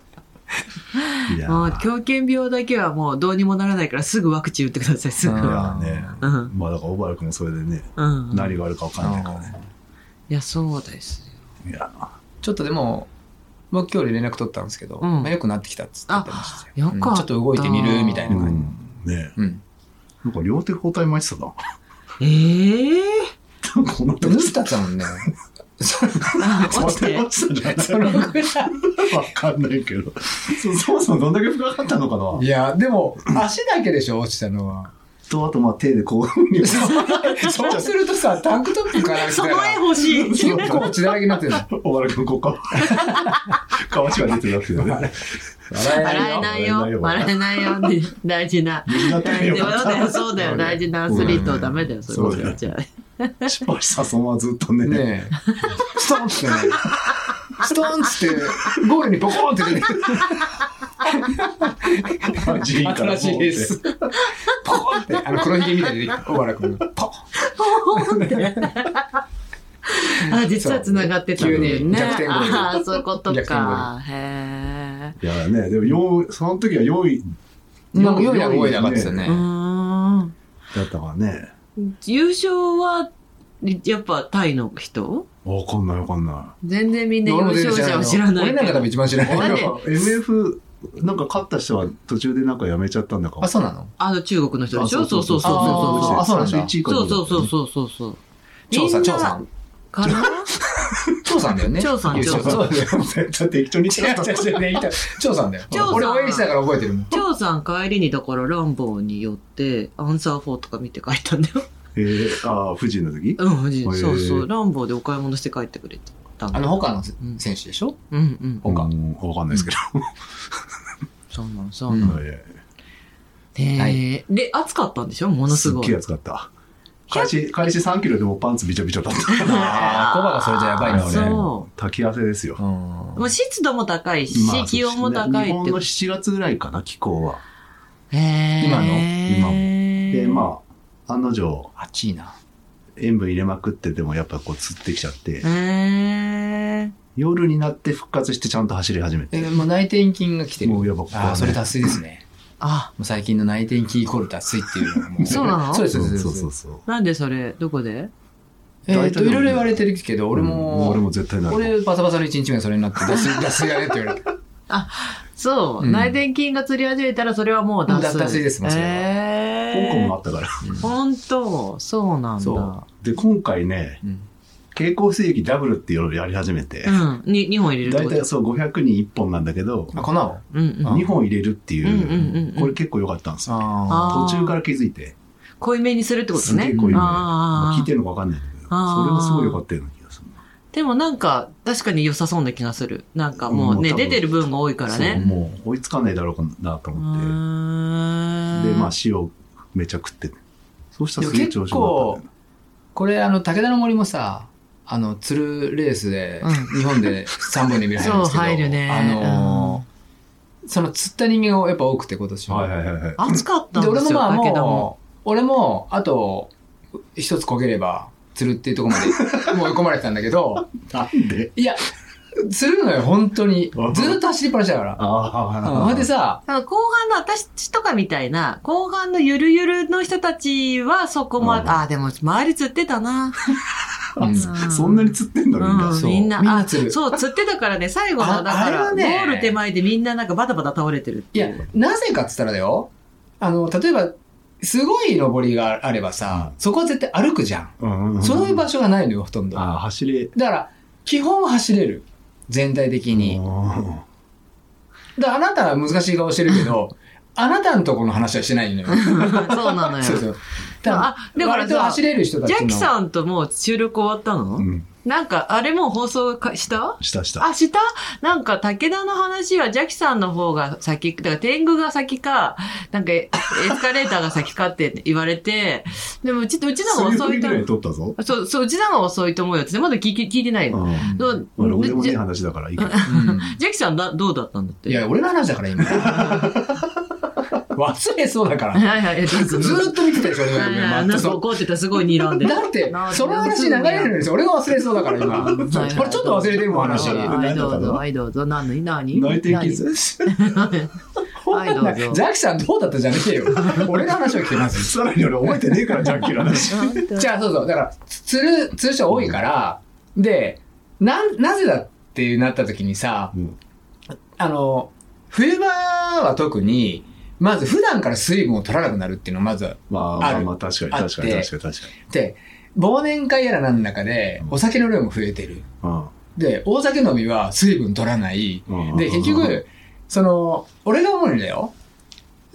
[SPEAKER 2] いや
[SPEAKER 1] もう
[SPEAKER 2] ー、
[SPEAKER 1] 狂犬病だけはもうどうにもならないからすぐワクチン打ってください、すぐ。
[SPEAKER 3] う
[SPEAKER 2] い
[SPEAKER 3] ん
[SPEAKER 2] やね。
[SPEAKER 1] うん。
[SPEAKER 2] まあだから小原君もそれでね、
[SPEAKER 1] うん。
[SPEAKER 2] 何があるかわかんないからね。
[SPEAKER 1] いや、そうですよ。
[SPEAKER 2] いや
[SPEAKER 3] ちょっとでも、僕今日連絡取ったんですけど、
[SPEAKER 1] うん
[SPEAKER 3] まあ、よくなってきたっつって言ってました
[SPEAKER 1] あよかった
[SPEAKER 3] うんちょっと動いてみるみたい
[SPEAKER 2] ー、
[SPEAKER 3] な
[SPEAKER 2] う
[SPEAKER 3] 感
[SPEAKER 2] ん。ね
[SPEAKER 3] じ。うん。
[SPEAKER 2] なんか両手包帯巻いてたな。
[SPEAKER 1] え え
[SPEAKER 2] この
[SPEAKER 3] うん、つだったもんね。それ
[SPEAKER 1] あ落
[SPEAKER 2] 落
[SPEAKER 1] ち
[SPEAKER 2] ち
[SPEAKER 1] て
[SPEAKER 2] て。落ちたんじ
[SPEAKER 3] そ
[SPEAKER 2] ゃ
[SPEAKER 3] の
[SPEAKER 2] ない
[SPEAKER 3] ぐら い
[SPEAKER 2] わかんないけど。そそもそもどんだけ深かったのか
[SPEAKER 3] いや、でも、足だけでしょ、落ちたのは。
[SPEAKER 2] とあとまあ手でこういうふう
[SPEAKER 3] そうするとさ、タンクトップかなんか
[SPEAKER 1] その絵欲しい。
[SPEAKER 3] 結構血だらけになってるの。
[SPEAKER 2] に小原君こうか顔しか出てなくてね
[SPEAKER 3] 笑
[SPEAKER 1] 笑えないよ。笑えないよ。大事な。
[SPEAKER 2] 水だったら
[SPEAKER 1] 大
[SPEAKER 2] よ
[SPEAKER 1] 事
[SPEAKER 2] か
[SPEAKER 1] な
[SPEAKER 2] っ
[SPEAKER 1] そうだよ。そう
[SPEAKER 2] た
[SPEAKER 1] だよ。大事なアスリートダメだよ。そういうことやっちゃう。
[SPEAKER 2] 失敗したそのままずっとね
[SPEAKER 3] ねえ。ストンっつってね。ストンっつって、ゴールにボコーンって出てくる。
[SPEAKER 2] ジーンから
[SPEAKER 3] 新しいですポコーンって、あの、黒ひげみたいに出てくる。小原君が。ポコ
[SPEAKER 1] あ、実は繋がってたんだよ
[SPEAKER 3] そう急に
[SPEAKER 1] ね
[SPEAKER 3] 逆転ゴール
[SPEAKER 1] ああ、そういうこと
[SPEAKER 3] 逆転ゴー
[SPEAKER 1] か。へ
[SPEAKER 2] いやねでもようその時は用意
[SPEAKER 3] ン。なんか良いな覚えなかったですよ
[SPEAKER 1] え。
[SPEAKER 3] ね
[SPEAKER 1] う。ーん。
[SPEAKER 2] だったからね
[SPEAKER 1] 優勝は、やっぱタイの人
[SPEAKER 2] わかんないわかんな
[SPEAKER 1] 全然みんな優
[SPEAKER 3] 俺も全
[SPEAKER 1] 勝
[SPEAKER 3] 然知ら
[SPEAKER 1] 者
[SPEAKER 3] な
[SPEAKER 1] を知らな
[SPEAKER 3] い。
[SPEAKER 1] い。
[SPEAKER 3] 俺なんか多分一番知らない
[SPEAKER 1] なんで
[SPEAKER 3] よ。
[SPEAKER 2] い MF なんか勝った人は途中でなんかやめちゃったんだか
[SPEAKER 3] あ、そうなの
[SPEAKER 1] あの中国の人でしょそうそうそう
[SPEAKER 3] あー
[SPEAKER 1] そ
[SPEAKER 3] あそうなんだ
[SPEAKER 2] 最初一位
[SPEAKER 1] う。
[SPEAKER 2] か二
[SPEAKER 1] そ
[SPEAKER 2] 位
[SPEAKER 1] うそうそうそうそうそう。みんなかな
[SPEAKER 2] だったよね
[SPEAKER 3] 張さん、張さん。張さんだよね。
[SPEAKER 1] 張さん
[SPEAKER 3] 優勝
[SPEAKER 1] 張さ
[SPEAKER 3] そうだよ。
[SPEAKER 2] 絶対適当に
[SPEAKER 3] 違う違う違う、ね、張さんだよ
[SPEAKER 1] 張さ。ん
[SPEAKER 3] 俺応援してたから覚えてるもん。
[SPEAKER 1] 張さん帰りにだからランボーに寄ってアンサー4とか見て帰ったんだよ。
[SPEAKER 2] えー、ああ富士の時
[SPEAKER 1] うん、そう
[SPEAKER 2] へえ
[SPEAKER 1] そう。ランボーでお買い物して帰ってくれたんだ
[SPEAKER 3] あの、他の選手でしょ
[SPEAKER 1] うんうん。
[SPEAKER 3] 他
[SPEAKER 2] うんわかんないですけど、
[SPEAKER 1] そうなんそうなん。
[SPEAKER 2] いやいや
[SPEAKER 1] で、で、暑かったんでしょものす
[SPEAKER 2] すっ
[SPEAKER 1] ご
[SPEAKER 2] げ
[SPEAKER 1] い。
[SPEAKER 2] え暑かった開始開始3キロでもうパンツびちょびちょだった
[SPEAKER 3] あーコバがそれじゃやばいな、
[SPEAKER 1] そう
[SPEAKER 3] 俺。
[SPEAKER 2] 炊き汗ですよ、
[SPEAKER 1] もう湿度も高いし、
[SPEAKER 2] まあ
[SPEAKER 1] 気温も高い
[SPEAKER 2] 日
[SPEAKER 1] っ
[SPEAKER 2] 本
[SPEAKER 1] て
[SPEAKER 2] の。7月ぐらいかな気候は
[SPEAKER 1] へー
[SPEAKER 3] 今の
[SPEAKER 2] 今もでまあ案の定
[SPEAKER 3] 暑いな。
[SPEAKER 2] 塩分入れまくってでもやっぱこうつってきちゃって、
[SPEAKER 1] へー
[SPEAKER 2] 夜になって復活してちゃんと走り始めて、
[SPEAKER 3] え、もう内転筋が来てる
[SPEAKER 2] も。うやばここはね
[SPEAKER 3] ああ、それ脱水ですね。
[SPEAKER 1] あ、
[SPEAKER 3] もう最近の内転筋イコール脱水っていうのがもう。
[SPEAKER 1] そうなの
[SPEAKER 3] そうです、
[SPEAKER 2] そう
[SPEAKER 3] そう
[SPEAKER 2] そ
[SPEAKER 3] で
[SPEAKER 2] う
[SPEAKER 3] す。
[SPEAKER 2] そ
[SPEAKER 3] そ
[SPEAKER 2] うそう
[SPEAKER 3] うです
[SPEAKER 2] そう
[SPEAKER 1] なんでそれどこで
[SPEAKER 3] えっと、いろいろ言われてるけど、俺も、
[SPEAKER 2] うん俺も絶対なる
[SPEAKER 3] 俺、バサバサの1日目がそれになって、脱水、 脱水だねって言われて。
[SPEAKER 1] そう、
[SPEAKER 3] うん
[SPEAKER 1] 内転筋が釣り始めたらそれはもう脱
[SPEAKER 3] うん
[SPEAKER 1] 水。
[SPEAKER 3] 脱水ですもんそれは
[SPEAKER 1] へ
[SPEAKER 2] 香
[SPEAKER 1] ー
[SPEAKER 2] 港もあったから、
[SPEAKER 1] 本当そうなんだ。
[SPEAKER 3] そ
[SPEAKER 2] で今回ね
[SPEAKER 3] うん
[SPEAKER 2] 蛍光水液ダブルっていうのをやり始めて、
[SPEAKER 1] うん。に、2本入れるって
[SPEAKER 2] 大
[SPEAKER 1] こと
[SPEAKER 2] 体そう500に1本なんだけど、
[SPEAKER 3] あ、粉を
[SPEAKER 1] うんうん。
[SPEAKER 2] 2本入れるっていう,、
[SPEAKER 1] うんうんうんうん
[SPEAKER 2] これ結構良かったんですよ
[SPEAKER 3] あ
[SPEAKER 1] あー
[SPEAKER 2] 途中から気づいて
[SPEAKER 1] 濃いめにするってこと
[SPEAKER 2] すげ
[SPEAKER 1] ね。
[SPEAKER 2] え濃いね、ま
[SPEAKER 1] あ
[SPEAKER 2] あ
[SPEAKER 1] ー
[SPEAKER 2] 聞いてるのか分かんないんだけどそれ
[SPEAKER 1] あー
[SPEAKER 2] はすごい良かったような気がする
[SPEAKER 1] でもなんか、確かに良さそうな気がする。なんかもうね、
[SPEAKER 2] うん
[SPEAKER 1] 出てる分が多いから
[SPEAKER 2] そう
[SPEAKER 1] ね。
[SPEAKER 2] もう追いつかないだろうなと
[SPEAKER 1] う
[SPEAKER 2] 思って、
[SPEAKER 1] ーん
[SPEAKER 2] で、まあ、塩めちゃ食って、そうしたらすげえ調子乗ったんだよ
[SPEAKER 3] ーこれ、あの、武田の森もさ、あの、鶴レースで
[SPEAKER 1] う、
[SPEAKER 3] 日本で3本で見るんですけ ど。
[SPEAKER 1] そう入るね
[SPEAKER 3] あのー、その釣った人間がやっぱ多くて、今年
[SPEAKER 2] な。
[SPEAKER 3] は。
[SPEAKER 2] はいはいはいはい。
[SPEAKER 1] 暑かったん
[SPEAKER 3] で、
[SPEAKER 1] で
[SPEAKER 3] 俺も
[SPEAKER 1] すよ、
[SPEAKER 3] まあ
[SPEAKER 1] だけども。
[SPEAKER 3] もう、俺も、あと、一つ焦げれば、釣るっていうところまで、 もう追い込まれてたんだけど、
[SPEAKER 2] なんで
[SPEAKER 3] いや、釣るのよ、本当に。ずーっと走りっぱなしだから。うん
[SPEAKER 2] あ
[SPEAKER 3] ほいでさ、
[SPEAKER 1] ただ後半の私とかみたいな、後半のゆるゆるの人たちはそこま
[SPEAKER 2] う
[SPEAKER 1] で、
[SPEAKER 2] ん
[SPEAKER 1] ああ、でも周り釣ってたな。
[SPEAKER 3] うん
[SPEAKER 2] あ、そんなに釣ってんだ、みんな。
[SPEAKER 1] うん
[SPEAKER 3] そう
[SPEAKER 1] みんな
[SPEAKER 3] みんな
[SPEAKER 1] あ
[SPEAKER 3] 釣る
[SPEAKER 1] そう、釣ってたからね、最後
[SPEAKER 3] あ
[SPEAKER 1] の、だか
[SPEAKER 3] あ
[SPEAKER 1] ら、
[SPEAKER 3] れはね
[SPEAKER 1] ゴール手前でみんななんかバタバタ倒れてるっ
[SPEAKER 3] い
[SPEAKER 1] てい
[SPEAKER 3] や
[SPEAKER 1] う。、
[SPEAKER 3] なぜかっつったらだよ、あの、例えば、すごい登りがあればさ、そこは絶対歩くじゃん。
[SPEAKER 2] うんうん
[SPEAKER 3] そういう場所がないのよ、ほとんど。だ
[SPEAKER 2] ああ、走れ。
[SPEAKER 3] から、基本は走れる。全体的に。
[SPEAKER 2] うん
[SPEAKER 3] だから、あなたは難しい顔してる けど、あなたのとこの話はしてないのよ。
[SPEAKER 1] そうなのよ。
[SPEAKER 3] そうそう。だから
[SPEAKER 1] あだから
[SPEAKER 3] 割と走れる人た
[SPEAKER 1] ジ
[SPEAKER 3] ちの。
[SPEAKER 1] ャッキさんともう収録終わったの、
[SPEAKER 2] うん。
[SPEAKER 1] なんか、あれもう放送かした
[SPEAKER 2] したした。
[SPEAKER 1] あ、したなんか、武田の話は、ジャキさんの方が先、だから天狗が先か、なんか、エスカレーターが先かって言われて、でもうち、うちの方が
[SPEAKER 2] 水
[SPEAKER 1] 遅
[SPEAKER 2] 分
[SPEAKER 1] い
[SPEAKER 2] ぐ
[SPEAKER 1] と思
[SPEAKER 2] らいに
[SPEAKER 1] う。
[SPEAKER 2] 取ったぞ。
[SPEAKER 1] そう、そう、うちの方が遅いと思うよって、まだ聞き聞いてないうの。
[SPEAKER 2] ん。
[SPEAKER 1] どう
[SPEAKER 2] 俺俺も
[SPEAKER 1] ジ
[SPEAKER 2] ね、
[SPEAKER 1] ャ
[SPEAKER 2] 話だからいいけど。
[SPEAKER 3] うん
[SPEAKER 1] ジャキさんだ、どうだったんだって。
[SPEAKER 3] いや、俺の話だから今。忘れそうだから。
[SPEAKER 1] はいはい、えどう
[SPEAKER 3] ず
[SPEAKER 1] ぞ
[SPEAKER 3] ーっと見てたでしょ、
[SPEAKER 1] はいはい
[SPEAKER 3] 俺
[SPEAKER 1] な
[SPEAKER 3] 今
[SPEAKER 1] んか怒ってた、すごい睨んで。
[SPEAKER 3] だって
[SPEAKER 1] な、んで
[SPEAKER 3] その話流れるんですよ。俺が忘れそうだから今。
[SPEAKER 1] はいはい
[SPEAKER 3] 俺ちょっと忘れてるもん、話。
[SPEAKER 1] ほらほらはい、どうぞ、はい、どうぞ、何の、何
[SPEAKER 2] 内転筋
[SPEAKER 1] 何はい、どうぞ。
[SPEAKER 3] ザキさんどうだったじゃねえよ。俺の話を聞きま す。
[SPEAKER 2] さらに俺覚えてねえから、ジャッキー の話。
[SPEAKER 3] じゃあ、そうそう。だから、釣る、釣る人多いから、で、なん、なぜだってなった時にさ、
[SPEAKER 2] うん
[SPEAKER 3] あの、冬場は特に、まず普段から水分を取らなくなるっていうのがまずあ
[SPEAKER 2] まあまあまあ、確かに
[SPEAKER 3] あっ
[SPEAKER 2] 確
[SPEAKER 3] て
[SPEAKER 2] かに確かに確か
[SPEAKER 3] って、忘年会やらなん中で、お酒の量も増えてる。で、大酒飲みは水分取らない。
[SPEAKER 2] にうん。うん
[SPEAKER 3] で、結、局、その、俺が思うんだよ。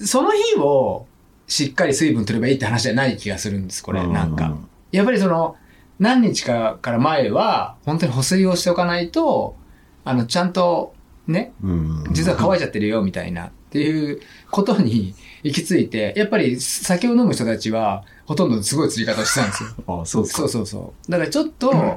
[SPEAKER 3] その日をしっかり水分取ればいいって話じゃない気がするんです、これ。
[SPEAKER 2] う
[SPEAKER 3] なんか。やっぱりその、何日かから前は、本当に補水をしておかないと、あの、ちゃんと、ね、
[SPEAKER 2] うん
[SPEAKER 3] 実は乾いちゃってるよ、みたいな、っていうことに行き着いて、やっぱり酒を飲む人たちは、ほとんどすごい釣り方をしてたんです よ。
[SPEAKER 2] あそうです
[SPEAKER 3] そ
[SPEAKER 2] か
[SPEAKER 3] うそうそう。だからちょっと、
[SPEAKER 2] うん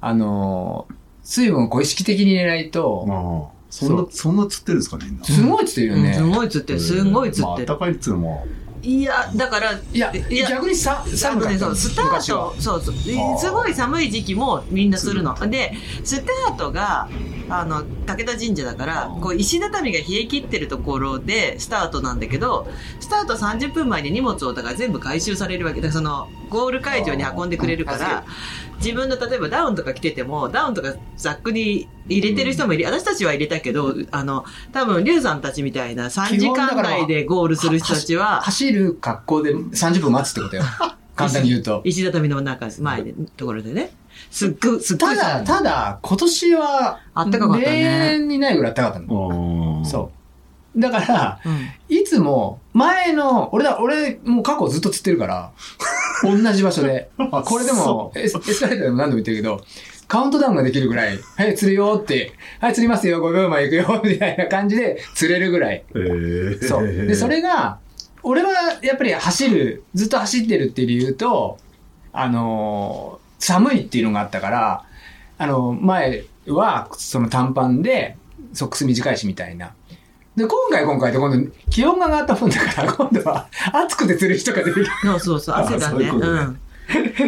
[SPEAKER 3] あのー、水分をこう意識的に入れないと、
[SPEAKER 2] ああそんなそんな釣ってるんですかねみんな
[SPEAKER 3] すごいっつってるよ
[SPEAKER 1] うん
[SPEAKER 3] ね。
[SPEAKER 1] すごい釣ってる、すごい釣って
[SPEAKER 2] まあ
[SPEAKER 1] る。
[SPEAKER 2] 暖かいっつうのも
[SPEAKER 1] いや、だから、
[SPEAKER 3] いや、
[SPEAKER 1] いや
[SPEAKER 3] 逆にさ寒か
[SPEAKER 1] あとね
[SPEAKER 3] っ
[SPEAKER 1] そ
[SPEAKER 3] た
[SPEAKER 1] うスター
[SPEAKER 3] 昔は
[SPEAKER 1] トそうそう
[SPEAKER 2] あー
[SPEAKER 1] すごい寒い時期もみんなするのでスタートがあの武田神社だから
[SPEAKER 2] うん
[SPEAKER 1] こう石畳が冷え切ってるところでスタートなんだけどスタート30分前に荷物をだから全部回収されるわけだからそのゴール会場に運んでくれるか
[SPEAKER 3] あー
[SPEAKER 1] ら自分の例えばダウンとか着ててもダウンとかザックに入れてる人もいる、私たちは入れたけどあの多分龍さんたちみたいな3時間内でゴールする人たちは
[SPEAKER 3] 走る格好で30分待つって ことよ。簡単に言うと。
[SPEAKER 1] 石畳の中、前で、ところでね。すっごい、すっご
[SPEAKER 3] た
[SPEAKER 1] い
[SPEAKER 3] だ、
[SPEAKER 1] さ、
[SPEAKER 3] ただ、今年は、
[SPEAKER 1] あったかかった
[SPEAKER 3] 例
[SPEAKER 1] ね。
[SPEAKER 3] 年にないぐらいあったかったの。そう。だから、
[SPEAKER 1] うん
[SPEAKER 3] いつも、前の、俺だ、俺、もう過去ずっと釣って るから、同じ場所で。
[SPEAKER 2] あ
[SPEAKER 3] これでも、エスエスカレーターでも何度も言ってるけど、カウントダウンができるぐらい、はい、釣るよって、はい、釣りますよ、5秒前行くよ、みたいな感じで釣れるぐらい。
[SPEAKER 2] えー
[SPEAKER 3] そう。で、それが、俺はやっぱり走る、ずっと走ってるっていう理由と、あのー寒いっていうのがあったから、あのー前は、その短パンで、ソックス短いしみたいな。で、今回今回と今度、気温が上がったもんだから、 今度は暑くて釣る人が出てきて、
[SPEAKER 1] そうそうそう、汗だ
[SPEAKER 2] あそう
[SPEAKER 1] ね。
[SPEAKER 2] いうことね
[SPEAKER 1] うん。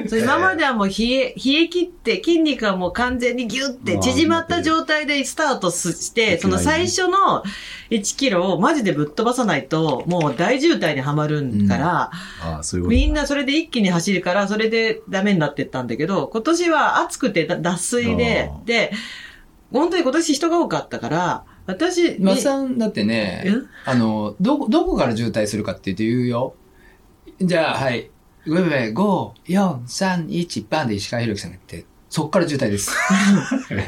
[SPEAKER 1] そう今まではもう冷え、冷え切って、筋肉がもう完全にギュって縮まった状態でスタートすして、その最初の1キロをマジでぶっ飛ばさないと、もう大渋滞にはまるから、
[SPEAKER 2] あそういうこと
[SPEAKER 1] みんなそれで一気に走るから、それでダメになってったんだけど、今年は暑くてだ脱水で
[SPEAKER 2] あ、ー
[SPEAKER 1] で、本当に今年人が多かったから、私、
[SPEAKER 3] マ
[SPEAKER 1] に
[SPEAKER 3] さんだってね
[SPEAKER 1] え、
[SPEAKER 3] あの、どこ、どこから渋滞するかって言って言うよ。じゃあ、はい。ウェブェ、5、4、3、1、バンで石川博樹さんが言って、そっから渋滞です。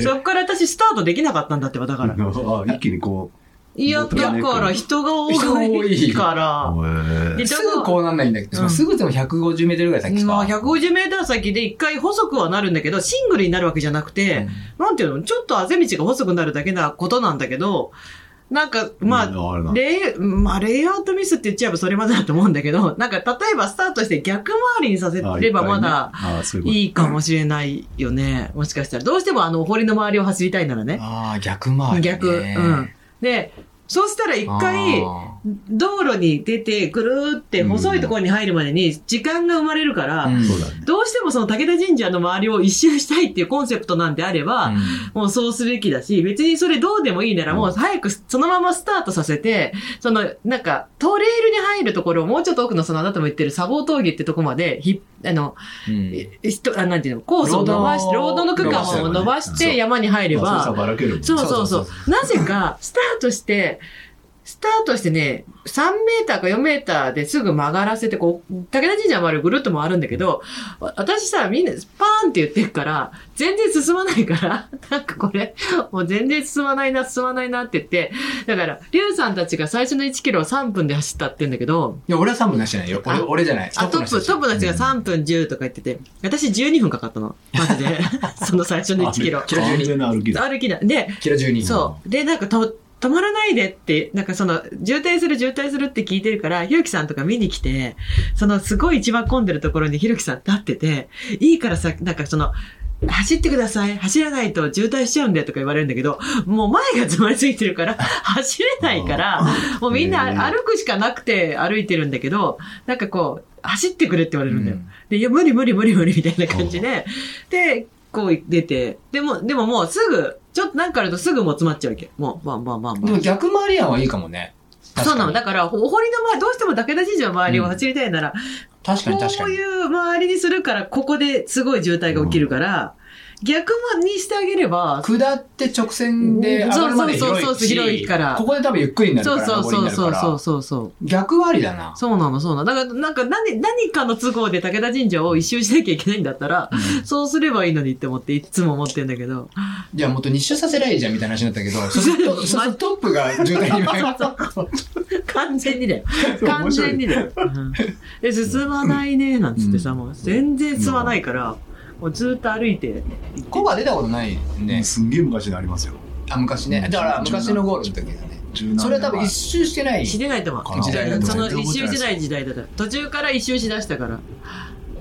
[SPEAKER 1] そっから私スタートできなかったんだってば、だから。
[SPEAKER 2] あ一気にこう
[SPEAKER 1] いや、
[SPEAKER 2] 僕は
[SPEAKER 1] だ
[SPEAKER 2] ね
[SPEAKER 1] から人が多
[SPEAKER 3] 人が多
[SPEAKER 1] い
[SPEAKER 3] い
[SPEAKER 1] から。
[SPEAKER 2] え
[SPEAKER 1] でちょ
[SPEAKER 3] す
[SPEAKER 1] っ
[SPEAKER 3] ぐこうなんないんだけど、
[SPEAKER 1] うん
[SPEAKER 3] すぐでも150メートルぐらい先
[SPEAKER 1] ま
[SPEAKER 3] か。
[SPEAKER 1] あ、150メーター先で一回細くはなるんだけど、シングルになるわけじゃなくて、なんていうの、ちょっとあぜ道が細くなるだけなことなんだけど、なんか、まあ、
[SPEAKER 2] あれな
[SPEAKER 1] レイ、まあ、レイアウトミスって言っちゃえばそれまでだと思うんだけど、なんか、例えばスタートして逆回りにさせ
[SPEAKER 2] あ
[SPEAKER 1] ればまだ
[SPEAKER 2] 一回ねあそういうこと
[SPEAKER 1] いいかもしれないよね。もしかしたら。どうしてもあの、堀の周りを走りたいならね。
[SPEAKER 3] ああ、逆回り、ね。
[SPEAKER 1] 逆、うん。で、そうしたら一回、
[SPEAKER 3] あ
[SPEAKER 1] 道路に出て、ぐるーって細いところに入るまでに時間が生まれるから、
[SPEAKER 3] ー、うん
[SPEAKER 2] そうだね
[SPEAKER 1] どうしてもその武田神社の周りを一周したいっていうコンセプトなんであれば、
[SPEAKER 3] うん
[SPEAKER 1] もうそうすべきだし、別にそれどうでもいいならもう早くそのままスタートさせて、そのなんか、トレイルに入るところをもうちょっと奥のそのあなたも言ってる砂防峠ってとこまで、ひ、あの、
[SPEAKER 3] うん
[SPEAKER 1] えひとあなんていうの、コースを伸ばし、
[SPEAKER 3] ロ
[SPEAKER 1] ロー
[SPEAKER 3] ー
[SPEAKER 1] ドの
[SPEAKER 3] ドの
[SPEAKER 1] 区間を伸ば
[SPEAKER 2] 伸ば
[SPEAKER 1] し
[SPEAKER 2] して
[SPEAKER 1] て山に入れ
[SPEAKER 2] まあ
[SPEAKER 1] ば
[SPEAKER 2] そう、ばらけるもんね
[SPEAKER 1] そうそうそ
[SPEAKER 3] そううそう。
[SPEAKER 1] なぜか、スタートして、スタートしてね、3メーターか4メーターですぐ曲がらせて、こう、武田神社までぐるっと回るんだけど、わ私さ、みんな、パーンって言ってるから、全然進まないから、 なんかこれ、もう全然進まないな、進まないなって言って、だから、リュウさんたちが最初の1キロを3分で走ったって言うんだけど、
[SPEAKER 3] いや、俺は3分出してないよ。俺、
[SPEAKER 1] あ
[SPEAKER 3] 俺じゃない。
[SPEAKER 1] あ、トップ、トップの人が3分10とか言ってて、私12分かかったの。マジ で。その最初の1キロ。
[SPEAKER 3] キロ
[SPEAKER 2] 完全な歩きだ
[SPEAKER 1] 歩きだ。で、
[SPEAKER 3] キロ12。
[SPEAKER 1] そう。で、なんかと、止まらないでって、なんかその、渋滞する渋滞するって聞いてるから、ひろきさんとか見に来て、そのすごい一番混んでるところにひろきさん立ってて、いいからさ、なんかその、走ってください。走らないと渋滞しちゃうんだよとか言われるんだけど、もう前が詰まりすぎてるから、走れないから、もうみん
[SPEAKER 2] へえ
[SPEAKER 1] な歩くしかなくて歩いてるんだけど、なんかこう、走ってくれって言われ
[SPEAKER 3] う
[SPEAKER 1] るんだよ。
[SPEAKER 3] ん。
[SPEAKER 1] で、いや、無理無理無理無理みたいな感じで、で、こう出て、でも、でももうすぐ、ちょっとなんかあるとすぐもう詰まっちゃうわけ。もう、まあまあまあ
[SPEAKER 3] で
[SPEAKER 1] ま
[SPEAKER 3] も逆回りやんはいいかもね。
[SPEAKER 1] あ。そうなの。
[SPEAKER 3] だ。
[SPEAKER 1] だから、お堀の周り、どうしても武田神社の周りを走りたいなら、
[SPEAKER 3] 確かに確
[SPEAKER 1] こ
[SPEAKER 3] か
[SPEAKER 1] う
[SPEAKER 3] に
[SPEAKER 1] い。う周りにするから、ここですごい渋滞が起きるから、逆にしてあげれば、
[SPEAKER 3] 下って直線で上がるまで広いし
[SPEAKER 1] そうそうそうそう広いから
[SPEAKER 3] ここで多分ゆっくりになるか
[SPEAKER 1] そう
[SPEAKER 3] ら
[SPEAKER 1] そう
[SPEAKER 3] 上り
[SPEAKER 1] そ
[SPEAKER 3] に
[SPEAKER 1] う
[SPEAKER 3] なるか
[SPEAKER 1] そうそ
[SPEAKER 3] ら
[SPEAKER 1] うそうそう。
[SPEAKER 3] 逆はありだな
[SPEAKER 1] そうなの、そうなの。だから、なんか何、何かの都合で武田神社を一周しなきゃいけないんだったら、そうすればいいのにって思って、いつも思ってんだけど。
[SPEAKER 3] じゃあもっと日射させりゃいいじゃんみたいな話になったけどそうする とそうするとトップが渋滞に巻き
[SPEAKER 1] 完全にだよ。
[SPEAKER 2] そう
[SPEAKER 1] 完
[SPEAKER 2] 面白
[SPEAKER 1] 全
[SPEAKER 2] い
[SPEAKER 1] にだよ。うんで、進まないね、なんつってさ、
[SPEAKER 3] うん
[SPEAKER 1] もう全然進まないから、もうずっと歩いて。
[SPEAKER 3] コバ出たことないね
[SPEAKER 2] ね、すんげえ昔にありますよ
[SPEAKER 3] あ昔ねだから昔のゴールの時だね
[SPEAKER 2] 十何年前
[SPEAKER 3] それは多分一周してない
[SPEAKER 1] してないと思
[SPEAKER 2] か
[SPEAKER 1] う。
[SPEAKER 2] な
[SPEAKER 3] 時代だと
[SPEAKER 1] そ
[SPEAKER 3] 思
[SPEAKER 1] の
[SPEAKER 2] 全然
[SPEAKER 1] 一
[SPEAKER 2] 覚えて
[SPEAKER 1] 周し
[SPEAKER 2] ない
[SPEAKER 1] ない時代だから。途中から一周しだしたから。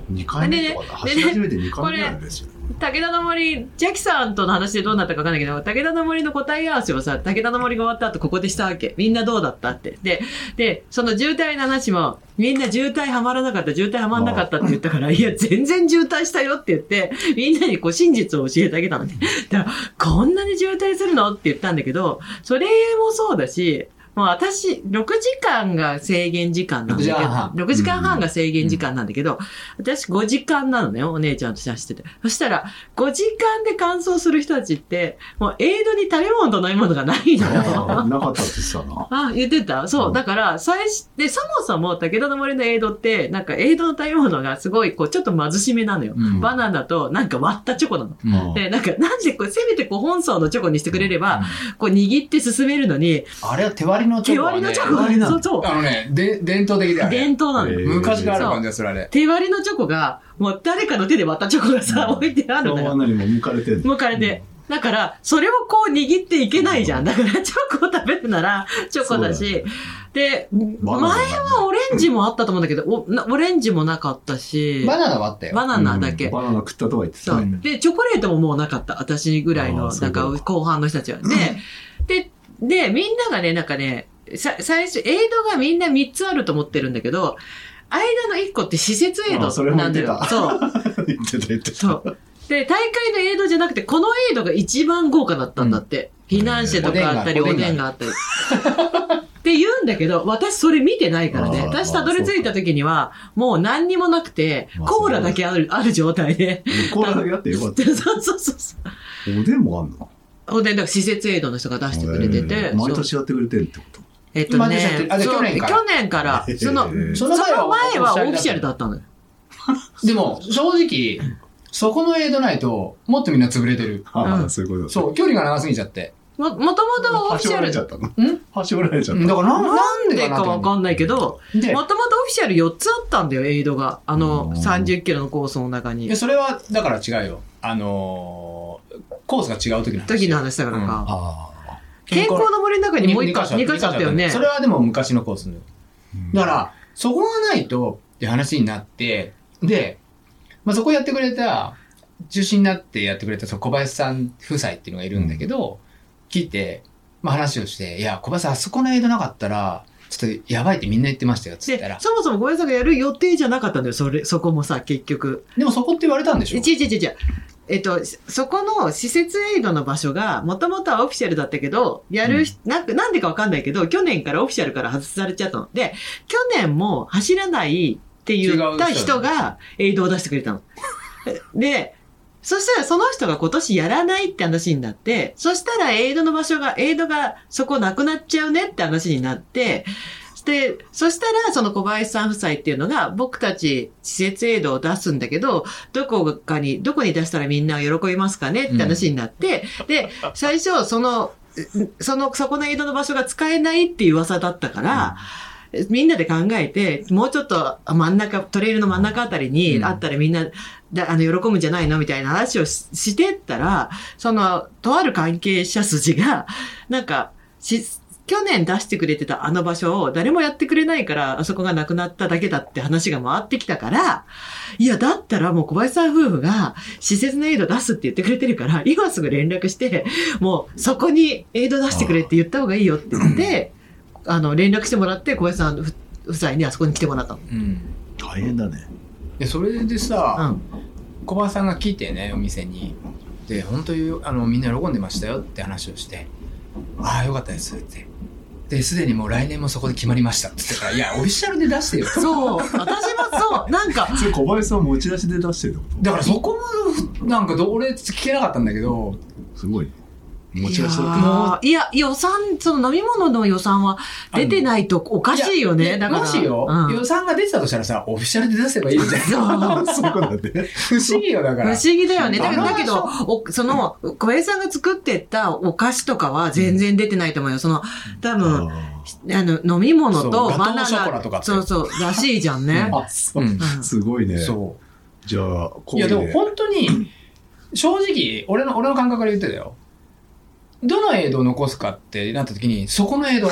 [SPEAKER 2] 二回目とかだ
[SPEAKER 1] で
[SPEAKER 2] 走
[SPEAKER 1] ね
[SPEAKER 2] り始めて二回目なんですよ
[SPEAKER 1] 武田の森、ジャキさんとの話でどうなったかわかんないけど、武田の森の答え合わせをさ、武田の森が終わった後ここでしたわけ。みんなどうだったって。で、で、その渋滞の話も、みんな渋滞はまらなかった、渋滞はまんなかったって言ったから、いや、全然渋滞したよって言って、みんなにこう真実を教えてあげたのね。だから、こんなに渋滞するのって言ったんだけど、それもそうだし、もう私、6時間が制限時間なんだけど、
[SPEAKER 3] 6時間半
[SPEAKER 1] 6時間半が制限時間なんだけど、私5時間なのね、お姉ちゃんと走ってて。そしたら、5時間で乾燥する人たちって、もうエイドに食べ物と飲み物がないのよ。
[SPEAKER 2] あーなかったって言ってたな
[SPEAKER 1] あ、言ってたそうう。
[SPEAKER 2] ん
[SPEAKER 1] だから、最初、で、そもそも武田の森のエイドって、なんかエイドの食べ物がすごい、こう、ちょっと貧しめなのよ。
[SPEAKER 3] うん
[SPEAKER 1] バナナと、なんか割ったチョコなの。
[SPEAKER 3] うん
[SPEAKER 1] で、なんか、なんでこれ、せめてこう、本層のチョコにしてくれれば、こう、握って進めるのに、
[SPEAKER 3] あれは手割りのチョ
[SPEAKER 1] 手
[SPEAKER 3] コは
[SPEAKER 1] 割り
[SPEAKER 3] ね
[SPEAKER 1] のチョコ
[SPEAKER 2] 手割りな
[SPEAKER 1] そ
[SPEAKER 2] の
[SPEAKER 1] うそう
[SPEAKER 3] あのねで伝統的だよね
[SPEAKER 1] 伝統なのよ。
[SPEAKER 2] えー
[SPEAKER 3] 昔からある感じがするあれ
[SPEAKER 1] 手割りのチョコが、もう誰かの手で割ったチョコがさ、
[SPEAKER 2] うん
[SPEAKER 1] 置いてある
[SPEAKER 2] そ
[SPEAKER 1] の
[SPEAKER 2] う
[SPEAKER 1] よ
[SPEAKER 2] あ。なりも向かれてんの
[SPEAKER 1] 向かれて。だから、それをこう握っていけないじゃん。だから、チョコを食べるなら、チョコだし。で、前
[SPEAKER 2] バナナ
[SPEAKER 1] はオレンジもあったと思うんだけど、おなオレンジもなかったし、
[SPEAKER 3] バナナ割ったよ
[SPEAKER 1] バナナだけ。
[SPEAKER 2] バナナ食ったとは言って
[SPEAKER 1] そ
[SPEAKER 2] た
[SPEAKER 1] う
[SPEAKER 2] ね。
[SPEAKER 1] で、チョコレートももうなかった。私ぐらい
[SPEAKER 2] あ
[SPEAKER 1] の、
[SPEAKER 2] ーそう
[SPEAKER 1] ないん
[SPEAKER 2] うこ
[SPEAKER 1] か、
[SPEAKER 2] と
[SPEAKER 1] 後半の人たちは。で、で、で、みんながね、なんかね、さ最初、エイドがみんな3つあると思ってるんだけど、間の1個って施設エイ
[SPEAKER 2] あ
[SPEAKER 1] ド
[SPEAKER 2] ーそれも
[SPEAKER 1] な
[SPEAKER 2] 言
[SPEAKER 1] ん
[SPEAKER 2] っ
[SPEAKER 1] だ
[SPEAKER 2] て
[SPEAKER 1] よそ
[SPEAKER 2] た。
[SPEAKER 1] う。
[SPEAKER 2] 言ってた言ってた。
[SPEAKER 1] そう。で、大会のエイドじゃなくて、このエイドが一番豪華だったんだって。
[SPEAKER 2] うん
[SPEAKER 1] 避難者とかあったり、
[SPEAKER 3] お
[SPEAKER 1] お
[SPEAKER 3] でんが
[SPEAKER 1] でんがあったり。って言うんだけど、私それ見てないからね。
[SPEAKER 2] あー
[SPEAKER 1] 私たどり着いた時には、もう何にもなくて
[SPEAKER 2] ま、あ
[SPEAKER 1] コーラだけある、ある状態で。
[SPEAKER 2] コーラだけだってよかった。
[SPEAKER 1] そうそうそうそ
[SPEAKER 2] おでんもあんの
[SPEAKER 1] う。おでん、だから施設エイドの人が出してくれてて
[SPEAKER 2] え。ー毎
[SPEAKER 1] そう
[SPEAKER 2] 年やってくれてるってこと
[SPEAKER 1] えっと
[SPEAKER 3] 毎年やって
[SPEAKER 1] ね
[SPEAKER 3] るあ。じゃあ
[SPEAKER 1] そう
[SPEAKER 3] 去年から
[SPEAKER 1] 去年から。その、
[SPEAKER 2] えー
[SPEAKER 1] そ
[SPEAKER 3] そ
[SPEAKER 1] の
[SPEAKER 3] の
[SPEAKER 1] 前
[SPEAKER 3] 前は
[SPEAKER 1] はオフィシャルだったのよ。
[SPEAKER 3] でも、正直、そこのエイドないと、もっとみんな潰れてる。
[SPEAKER 2] あ
[SPEAKER 1] うん
[SPEAKER 2] あ、そういうことだ。
[SPEAKER 3] そう、距離が長すぎちゃって。
[SPEAKER 1] も、もともとはオフィ
[SPEAKER 2] 端
[SPEAKER 1] シャ
[SPEAKER 2] 折ら
[SPEAKER 1] ル
[SPEAKER 2] れち
[SPEAKER 1] だっ
[SPEAKER 2] ゃったの
[SPEAKER 3] ん
[SPEAKER 2] 端折られちゃ
[SPEAKER 3] だ
[SPEAKER 2] っ
[SPEAKER 3] か
[SPEAKER 2] た。
[SPEAKER 3] らな、なん
[SPEAKER 1] た
[SPEAKER 3] でかな
[SPEAKER 1] かわかんないけど、
[SPEAKER 3] で
[SPEAKER 1] もともとオフィシャル4つあったんだよ、エイドが。あの、
[SPEAKER 2] うん
[SPEAKER 1] 30キロのコースの中
[SPEAKER 3] い
[SPEAKER 1] に
[SPEAKER 3] や、。それは、だから違うよ。あのー、コースが違う時の話。
[SPEAKER 1] 時の話だから
[SPEAKER 3] うん
[SPEAKER 1] か。
[SPEAKER 2] ああ。
[SPEAKER 1] 健康の森の中にもう1
[SPEAKER 3] 二
[SPEAKER 1] 箇所、2箇所あったよね。
[SPEAKER 3] それはでも昔のコースのだから、そこがないと、って話になって、で、まあ、そこやってくれた、中心になってやってくれたその小林さん夫妻っていうのがいるんだけど、聞いて、まあ、話をして、いや、小林さん、あそこの間なかったら、ちょっとやばいってみんな言ってましたよ、つった
[SPEAKER 1] で
[SPEAKER 3] ら、。
[SPEAKER 1] そもそもごめんなさいがやる予定じゃなかったんだよ、それ、そこもさ、結局。
[SPEAKER 3] でもそこって言われたんでし
[SPEAKER 1] 違う
[SPEAKER 3] ょ
[SPEAKER 1] 違う違う違う。えっと、そこの施設エイドの場所が、もともとはオフィシャルだったけど、やるひ、なんか、なんでかわかんないけど、去年からオフィシャルから外されちゃったの。で、去年も走らないって言った人が、エイドを出してくれ たの。で、そしたらその人が今年やらないって話になって、そしたらエイドの場所が、エイドがそこなくなっちゃうねって話になって、で、そしたらその小林さん夫妻っていうのが、僕たち施設エイドを出すんだけど、どこかに、どこに出したらみんな喜びますかねって話になって、で、最初その、うその、そこのエイドの場所が使えないっていう噂だったから、みんなで考えて、もうちょっと真ん中、トレイルの真ん中あたりに
[SPEAKER 3] うん
[SPEAKER 1] あったらみんな、だあの、喜ぶんじゃないのみたいな話をししてったら、その、とある関係者筋が、なんか、し、去年出してくれてたあの場所を誰もやってくれないから、あそこがなくなっただけだって話が回ってきたから、いや、だったらもう小林さん夫婦が施設のエイド出すって言ってくれてるから、今すぐ連絡して、もうそこにエイド出してくれって言った方がいいよって言って、あの、連絡してもらって、小林さん夫夫妻にあそこに来てもらったの。
[SPEAKER 3] うん。
[SPEAKER 2] 大変だね。
[SPEAKER 3] で、それでさ、
[SPEAKER 1] うん。
[SPEAKER 3] 小林さんが来てねお店にで本当にあのみんな喜んでましたよって話をして「ああよかったです」ってで、すでにもう来年もそこで決まりましたって言ったから、いや、オフィシャルで出してよ。
[SPEAKER 1] そう。私もそう。なんか、
[SPEAKER 2] それ小林さん持ち出しで出してるってこ
[SPEAKER 3] だからそこも、なんかど、俺聞けなかったんだけど、
[SPEAKER 2] とすごいね。持ち出しだっ
[SPEAKER 1] もういや、予算、その飲み物の予算は出てないとおかしいよ
[SPEAKER 3] い
[SPEAKER 1] ね。
[SPEAKER 3] や
[SPEAKER 1] だから。
[SPEAKER 3] もしよ、
[SPEAKER 1] うん
[SPEAKER 3] 予算が出てたとしたらさ、オフィシャルで出せばい いじゃん。
[SPEAKER 1] そう。
[SPEAKER 2] た。そういうことなんで。
[SPEAKER 3] 不思議よ、だか
[SPEAKER 1] 不
[SPEAKER 3] ら。
[SPEAKER 1] 思議だよね。だけど、
[SPEAKER 3] あの
[SPEAKER 1] だけどおその、小林さんが作ってったお菓子とかは全然出てないと思うよ。その、多分、
[SPEAKER 2] あ
[SPEAKER 1] あの、飲み物
[SPEAKER 3] そうガ
[SPEAKER 1] と
[SPEAKER 3] トー
[SPEAKER 1] バナ
[SPEAKER 3] ショコラとかっ
[SPEAKER 1] ナ、
[SPEAKER 3] て
[SPEAKER 1] そうそう、らしいじゃんね
[SPEAKER 2] ー。あ、そうう。
[SPEAKER 3] ん。
[SPEAKER 1] うん
[SPEAKER 2] すごいね。
[SPEAKER 3] そ
[SPEAKER 2] じゃあ、こ
[SPEAKER 3] う。いや、でも本当に、正直、俺の、俺の感覚から言ってたよ。どの映像を残すかってなった時に、そこの映像。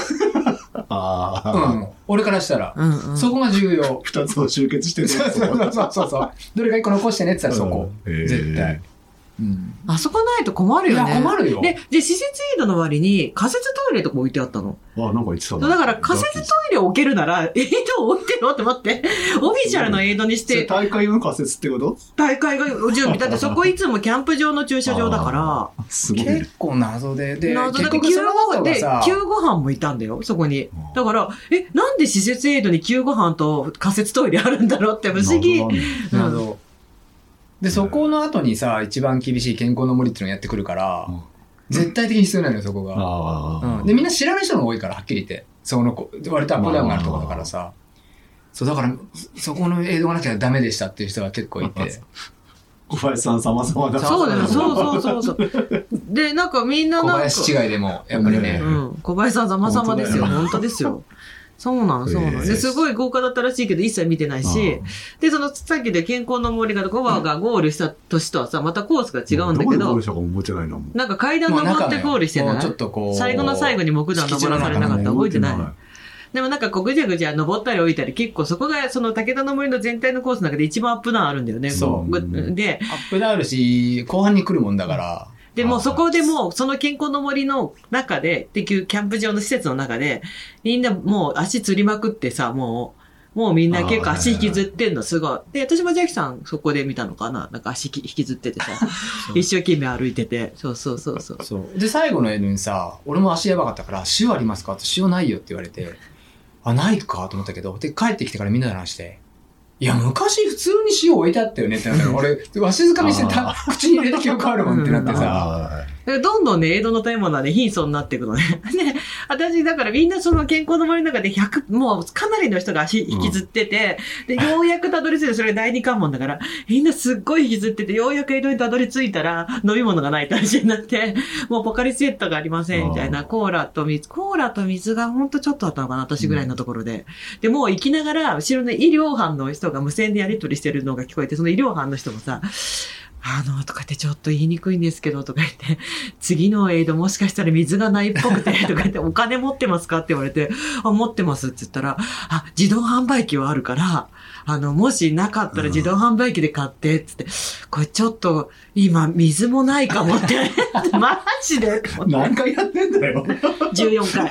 [SPEAKER 2] あ
[SPEAKER 3] う
[SPEAKER 2] あ、。
[SPEAKER 3] ん。俺からしたら、
[SPEAKER 1] うんうん。
[SPEAKER 3] そこが重要
[SPEAKER 2] 二つを集結してる。
[SPEAKER 3] そうそうそうそうそう。どれか一個残してねって言ったらそこ。
[SPEAKER 2] うん。へー
[SPEAKER 3] 絶対。うん。
[SPEAKER 1] あそこないと困る
[SPEAKER 3] い
[SPEAKER 1] よ
[SPEAKER 3] や、
[SPEAKER 1] ね。
[SPEAKER 3] 困るよ。
[SPEAKER 1] で、で、施設エイドの割に仮設トイレとか置いてあったの。
[SPEAKER 2] あなんか言ってた
[SPEAKER 1] そ
[SPEAKER 2] な
[SPEAKER 1] うだから仮設トイレ置けるなら、 エイドを置いてよって待 って。オフィシャルのエイドにし
[SPEAKER 2] それ
[SPEAKER 1] て、
[SPEAKER 2] 大会用の仮説ってこと
[SPEAKER 1] 大会が準備。だってそこいつもキャンプ場の駐車場だか
[SPEAKER 2] すごいね。
[SPEAKER 3] 結構謎で、で、
[SPEAKER 1] ら、な
[SPEAKER 3] 結
[SPEAKER 1] だって
[SPEAKER 3] 局
[SPEAKER 1] 急
[SPEAKER 3] その後
[SPEAKER 1] ご
[SPEAKER 3] が
[SPEAKER 1] で
[SPEAKER 3] さ、、
[SPEAKER 1] 急ご飯もいたんだよ、そこに。だから、え、なんで施設エイドに急ご飯と仮設トイレあるんだろうって不思議
[SPEAKER 2] 謎。だね
[SPEAKER 1] うん
[SPEAKER 3] 謎。で、そこの後にさ、一番厳しい健康の森っていうのやってくるから
[SPEAKER 2] うん、
[SPEAKER 3] 絶対的に必要なのよ、そこが。
[SPEAKER 2] あ
[SPEAKER 3] う
[SPEAKER 2] あ
[SPEAKER 3] ん。で、みんな知らない人の方が多いから、はっきり言って。その子、割とアップダウンがあるところだからさ。そう、だから、そこの映像がなきゃダメでしたっていう人が結構いて。
[SPEAKER 2] 小林さん様々だ。
[SPEAKER 1] そうだよ、
[SPEAKER 3] そう
[SPEAKER 1] そうそうそうそう。で、なんかみんな
[SPEAKER 3] 小
[SPEAKER 1] なんか、
[SPEAKER 3] 林違いでも、やっぱりね
[SPEAKER 2] う。
[SPEAKER 1] うん、小林さん様々ですよ、
[SPEAKER 2] 本当だよ
[SPEAKER 1] 本当ですよ。そうなの、そうなの。
[SPEAKER 2] へ
[SPEAKER 1] で、
[SPEAKER 2] え
[SPEAKER 1] すごい豪華だったらしいけど、一切見てないし、で、その、さっきで健康の森が、コバがゴールした年とはさ、またコースが違うんだ
[SPEAKER 2] どこ
[SPEAKER 1] け
[SPEAKER 2] でゴー
[SPEAKER 1] ど
[SPEAKER 2] ル、したか覚えてないな、もう。
[SPEAKER 1] なんか階段
[SPEAKER 3] もう
[SPEAKER 1] 登
[SPEAKER 3] 中
[SPEAKER 1] っ
[SPEAKER 3] の
[SPEAKER 1] て
[SPEAKER 3] よ
[SPEAKER 1] ゴールして
[SPEAKER 3] もう
[SPEAKER 1] な
[SPEAKER 3] ちょ
[SPEAKER 1] い
[SPEAKER 3] っとこう。
[SPEAKER 1] 最後の最後に木段登らされなかった、覚えてない。でもなんか、こうぐじゃぐじゃ登ったり降りたり、結構そこが、その武田の森の全体のコースの中で一番アップダウンあるんだよね。
[SPEAKER 3] そう
[SPEAKER 1] ぐで、
[SPEAKER 3] アップダウンあるし、後半に来るもんだから。
[SPEAKER 1] で、もうそこでもう、その健康の森の中で、できるキャンプ場の施設の中で、みんなもう足つりまくってさ、もう、もうみんな結構足引きずってんの、すごい。で、私もジャキさんそこで見たのかななんか足引き引きずっててさ、一生懸命歩いてて、そうそうそうそう。
[SPEAKER 3] そう。で、最後の映像にさ、俺も足やばかったから、塩ありますかって塩ないよって言われて、あ、ないかと思ったけど、で、帰ってきてからみんなで話して、いや、昔普通に塩置いてあったよねって なったら、俺、わしづかみしてた、口に入れた記憶あるもんってなって さ、
[SPEAKER 2] あ
[SPEAKER 1] だからどんどんね、江戸の建物はね、貧相になっていくのね。 ね、私、だからみんなその健康の森の中で100、もうかなりの人が足引きずってて、で、ようやくたどり着いて、それが第二関門だから、みんなすっごい引きずってて、ようやく江戸にたどり着いたら、飲み物がないって話になって、もうポカリスエットがありません、みたい
[SPEAKER 2] あ
[SPEAKER 1] な。
[SPEAKER 2] ー
[SPEAKER 1] コーラと水、コーラと水がほんとちょっとあったのかな、私ぐらいのところで。で、もう行きながら、後ろの医療班の人が無線でやり取りしてるのが聞こえて、その医療班の人もさ、あの、とかってちょっと言いにくいんですけど、とか言って、次のエイドもしかしたら水がないっぽくて、とか言って、お金持ってますかって言われて、あ、持ってますって言ったら、あ、自動販売機はあるから、あの、もしなかったら自動販売機で買って、っつって、これちょっと、今、水もないかも って、マジで
[SPEAKER 2] あ何回やってんだよ。
[SPEAKER 1] !14 回。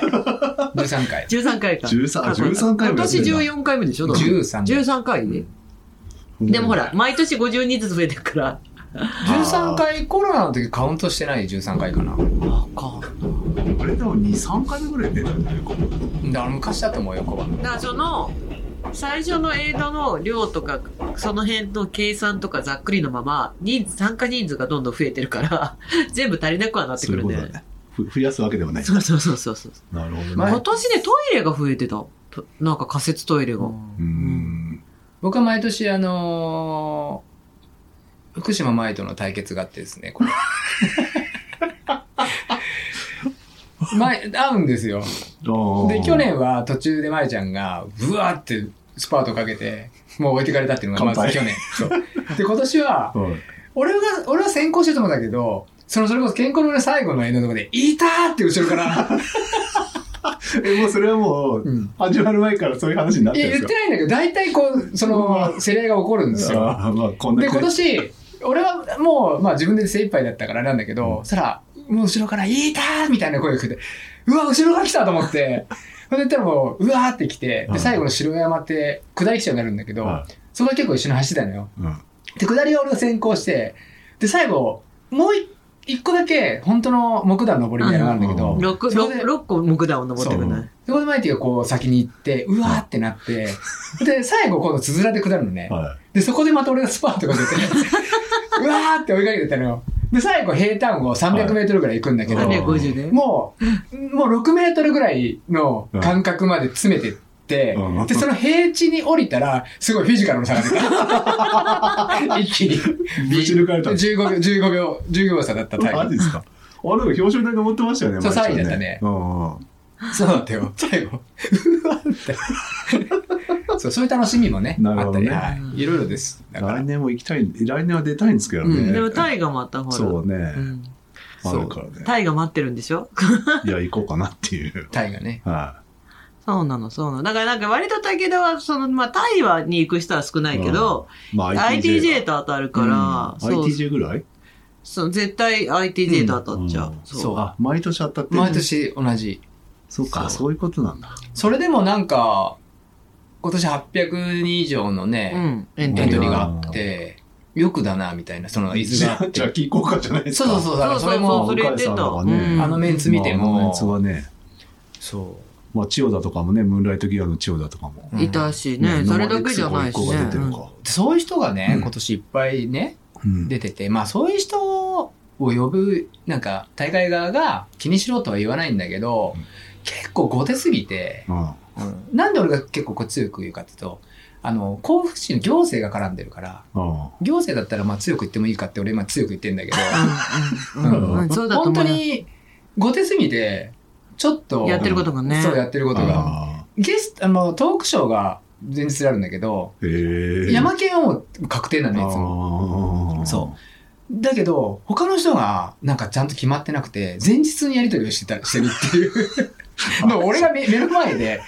[SPEAKER 3] 13回。
[SPEAKER 1] 13回か。
[SPEAKER 2] 13あ13回も
[SPEAKER 1] 今
[SPEAKER 2] やって
[SPEAKER 1] 年
[SPEAKER 2] んだ
[SPEAKER 1] 14回目でしょだって
[SPEAKER 3] 13回。
[SPEAKER 1] 13回ね。でもほら、毎年50人ずつ増えてるから。
[SPEAKER 3] 13回、コロナの時カウントしてない13回かな。
[SPEAKER 1] あか
[SPEAKER 2] あれでも2、3回目ぐらい出たんだよ、ここ
[SPEAKER 3] だから昔だと思うよ、ここは。
[SPEAKER 1] だからその、最初のエイドの量とか、その辺の計算とかざっくりのまま、人数、参加人数がどんどん増えてるから、 全部足りなくはなって
[SPEAKER 2] そ
[SPEAKER 1] く
[SPEAKER 2] ういう
[SPEAKER 1] る
[SPEAKER 2] こ
[SPEAKER 1] ね。
[SPEAKER 2] とだね。ふ増やすわけではない。
[SPEAKER 1] そうそうそうそうそう。
[SPEAKER 2] なるほど
[SPEAKER 3] は
[SPEAKER 2] ね。
[SPEAKER 3] い
[SPEAKER 1] 今年ね、トイレが増えてた。となんか仮設トイレが。
[SPEAKER 2] うーん。
[SPEAKER 3] 僕は毎年、あのー福島舞との対決があってですね、これ。前、会うんですよ。で、
[SPEAKER 2] で
[SPEAKER 3] 去。年は途中で舞ちゃんが、ブワーってスパートかけて、もう置いてかれたっていうのがま
[SPEAKER 2] 乾
[SPEAKER 3] ず
[SPEAKER 2] 杯
[SPEAKER 3] 去年。そう。で、今年は、
[SPEAKER 2] はい
[SPEAKER 3] 俺が、俺は先行してたんだけど、その、それこそ健康の最後の絵のとこで、いたーって後ろから、
[SPEAKER 2] え、もうそれはもう、
[SPEAKER 3] うん
[SPEAKER 2] 始まる前からそういう話になっ
[SPEAKER 3] い
[SPEAKER 2] てる
[SPEAKER 3] や
[SPEAKER 2] んで
[SPEAKER 3] 言
[SPEAKER 2] すか
[SPEAKER 3] ってないんだけど、大体こう、その、競り合いが起こるんですよ。
[SPEAKER 2] ああまあ、こんな
[SPEAKER 3] で、今
[SPEAKER 2] 感じ
[SPEAKER 3] 年、俺はもう、まあ自分で精一杯だったからなんだけど、そしたら、もう後ろから、いたーみたいな声が来て、うわ、後ろが来たと思って、それで言ったらもう、うわーって来て、
[SPEAKER 2] うん
[SPEAKER 3] で、最後の城山って、下り基調になるんだけど、
[SPEAKER 2] は
[SPEAKER 3] そこは結構一緒に走ってたのよ。
[SPEAKER 2] いうん
[SPEAKER 3] で、下りを俺が先行して、で、最後、もうい一個だけ、本当の木段登りみたいなのがあるんだけど、
[SPEAKER 2] うん
[SPEAKER 1] 六
[SPEAKER 3] そこで
[SPEAKER 1] 六六個木段を登ってくる
[SPEAKER 2] そ
[SPEAKER 1] ね。
[SPEAKER 3] で、オートマイティがこう先に行って、うわーってなって、で、最後今度つづらで下るのね。
[SPEAKER 2] は
[SPEAKER 3] で、そこでまた俺がスパーンとか出 て、うわーって追いかけてたのよ。で、最後平坦を300メートルぐらい行くんだけど、
[SPEAKER 2] はい
[SPEAKER 1] 350で。
[SPEAKER 3] もう、もう6メートルぐらいの間隔まで詰めてって、
[SPEAKER 2] うん
[SPEAKER 3] で、その平地に降りたら、すごいフィジカルの差が 出た。一気に。
[SPEAKER 2] い。ぶち抜かれた。
[SPEAKER 3] 15秒、15秒、15秒差だったタイ
[SPEAKER 2] マ
[SPEAKER 3] ム
[SPEAKER 2] ジ。ですか。 あ、でも表彰台が持ってましたよね。
[SPEAKER 3] そう
[SPEAKER 2] マリちゃん
[SPEAKER 3] 三位だったね
[SPEAKER 2] うんうんうん。
[SPEAKER 3] そうだったよ。最後。うわって。そう、そういう楽しみもね、
[SPEAKER 2] なる
[SPEAKER 3] あっ
[SPEAKER 2] ほ
[SPEAKER 3] た
[SPEAKER 2] ど
[SPEAKER 3] り、
[SPEAKER 2] ね
[SPEAKER 3] はい。いろいろです。だから
[SPEAKER 2] 来。年も行きたい、来年は出たいんですけど
[SPEAKER 3] うん
[SPEAKER 2] ね。
[SPEAKER 1] でもタイがまたほら。
[SPEAKER 2] そう
[SPEAKER 1] う
[SPEAKER 2] ね。
[SPEAKER 1] ん
[SPEAKER 2] あ
[SPEAKER 3] そう
[SPEAKER 2] るからね。
[SPEAKER 1] タイが待ってるんでしょ
[SPEAKER 2] いや、行こうかなっていう。
[SPEAKER 3] タイがね。
[SPEAKER 2] は
[SPEAKER 1] そうなの、そうなの。だからなんか割と武田は、その、まあ、タイはに行く人は少ないけど、
[SPEAKER 2] い。まあ、
[SPEAKER 1] ITJ
[SPEAKER 2] ITJ が。
[SPEAKER 1] と当たるから、そう
[SPEAKER 2] ITJ ぐらい
[SPEAKER 1] そう、絶対 ITJ と当たっちゃう。
[SPEAKER 2] うん
[SPEAKER 1] そう。
[SPEAKER 2] あ、毎年当たってる
[SPEAKER 3] 毎。年同じ。
[SPEAKER 2] そうか、そういうことなんだ。
[SPEAKER 3] それでもなんか、今年800人以上のね、
[SPEAKER 1] うん、エント
[SPEAKER 3] エン
[SPEAKER 1] リ
[SPEAKER 3] ト
[SPEAKER 1] ー
[SPEAKER 3] リー
[SPEAKER 1] が。
[SPEAKER 3] があって、よくだな、みたいな、その、伊豆があっ
[SPEAKER 2] じゃあ、
[SPEAKER 3] て。
[SPEAKER 2] 聞こうかじゃないです
[SPEAKER 3] そう
[SPEAKER 2] か。
[SPEAKER 3] そうそう、だからそれも
[SPEAKER 1] そ、れ言ってた
[SPEAKER 2] 向井さんとかね
[SPEAKER 1] うん
[SPEAKER 3] あのメンツ見て
[SPEAKER 2] まああの
[SPEAKER 3] も
[SPEAKER 2] や、つはね、
[SPEAKER 3] そ
[SPEAKER 2] まあ、千代田とかもね、ムーンライトギアの千代田とかも。
[SPEAKER 3] う。
[SPEAKER 1] いたしね、それだけじゃないしね。
[SPEAKER 2] ノマディックスの一個が
[SPEAKER 3] うんそういう人がね、
[SPEAKER 2] うん
[SPEAKER 3] 今年いっぱいね、
[SPEAKER 2] 出て
[SPEAKER 3] 出
[SPEAKER 2] るか。
[SPEAKER 3] てて、まあそういう人を呼ぶ、なんか、大会側が気にしろとは言わないんだけど
[SPEAKER 2] うん、
[SPEAKER 3] 結構後手すぎて、
[SPEAKER 2] うん。あ
[SPEAKER 3] うんなんで俺が結構こう強く言うかっていうと、あの、甲府市の行政が絡んでるから、
[SPEAKER 2] あ。
[SPEAKER 3] 行政だったらまあ強く言ってもいいかって俺今強く言ってんだけど、
[SPEAKER 1] うんう んうんうんそうだと思
[SPEAKER 3] 本
[SPEAKER 1] う。
[SPEAKER 3] 当に、後手すぎて、ちょっと、
[SPEAKER 1] やってることがね。
[SPEAKER 3] そうやってることが。
[SPEAKER 2] ああ。
[SPEAKER 3] ゲスト、あの、トークショーが前日あるんだけど、
[SPEAKER 2] へえ。
[SPEAKER 3] 山県はもう確定なんで、いつも。
[SPEAKER 2] ああ。
[SPEAKER 3] そだけど、他の人が、なんかちゃんと決まってなくて、前日にやり取りをして た、してるって いうのを俺が目目の前で、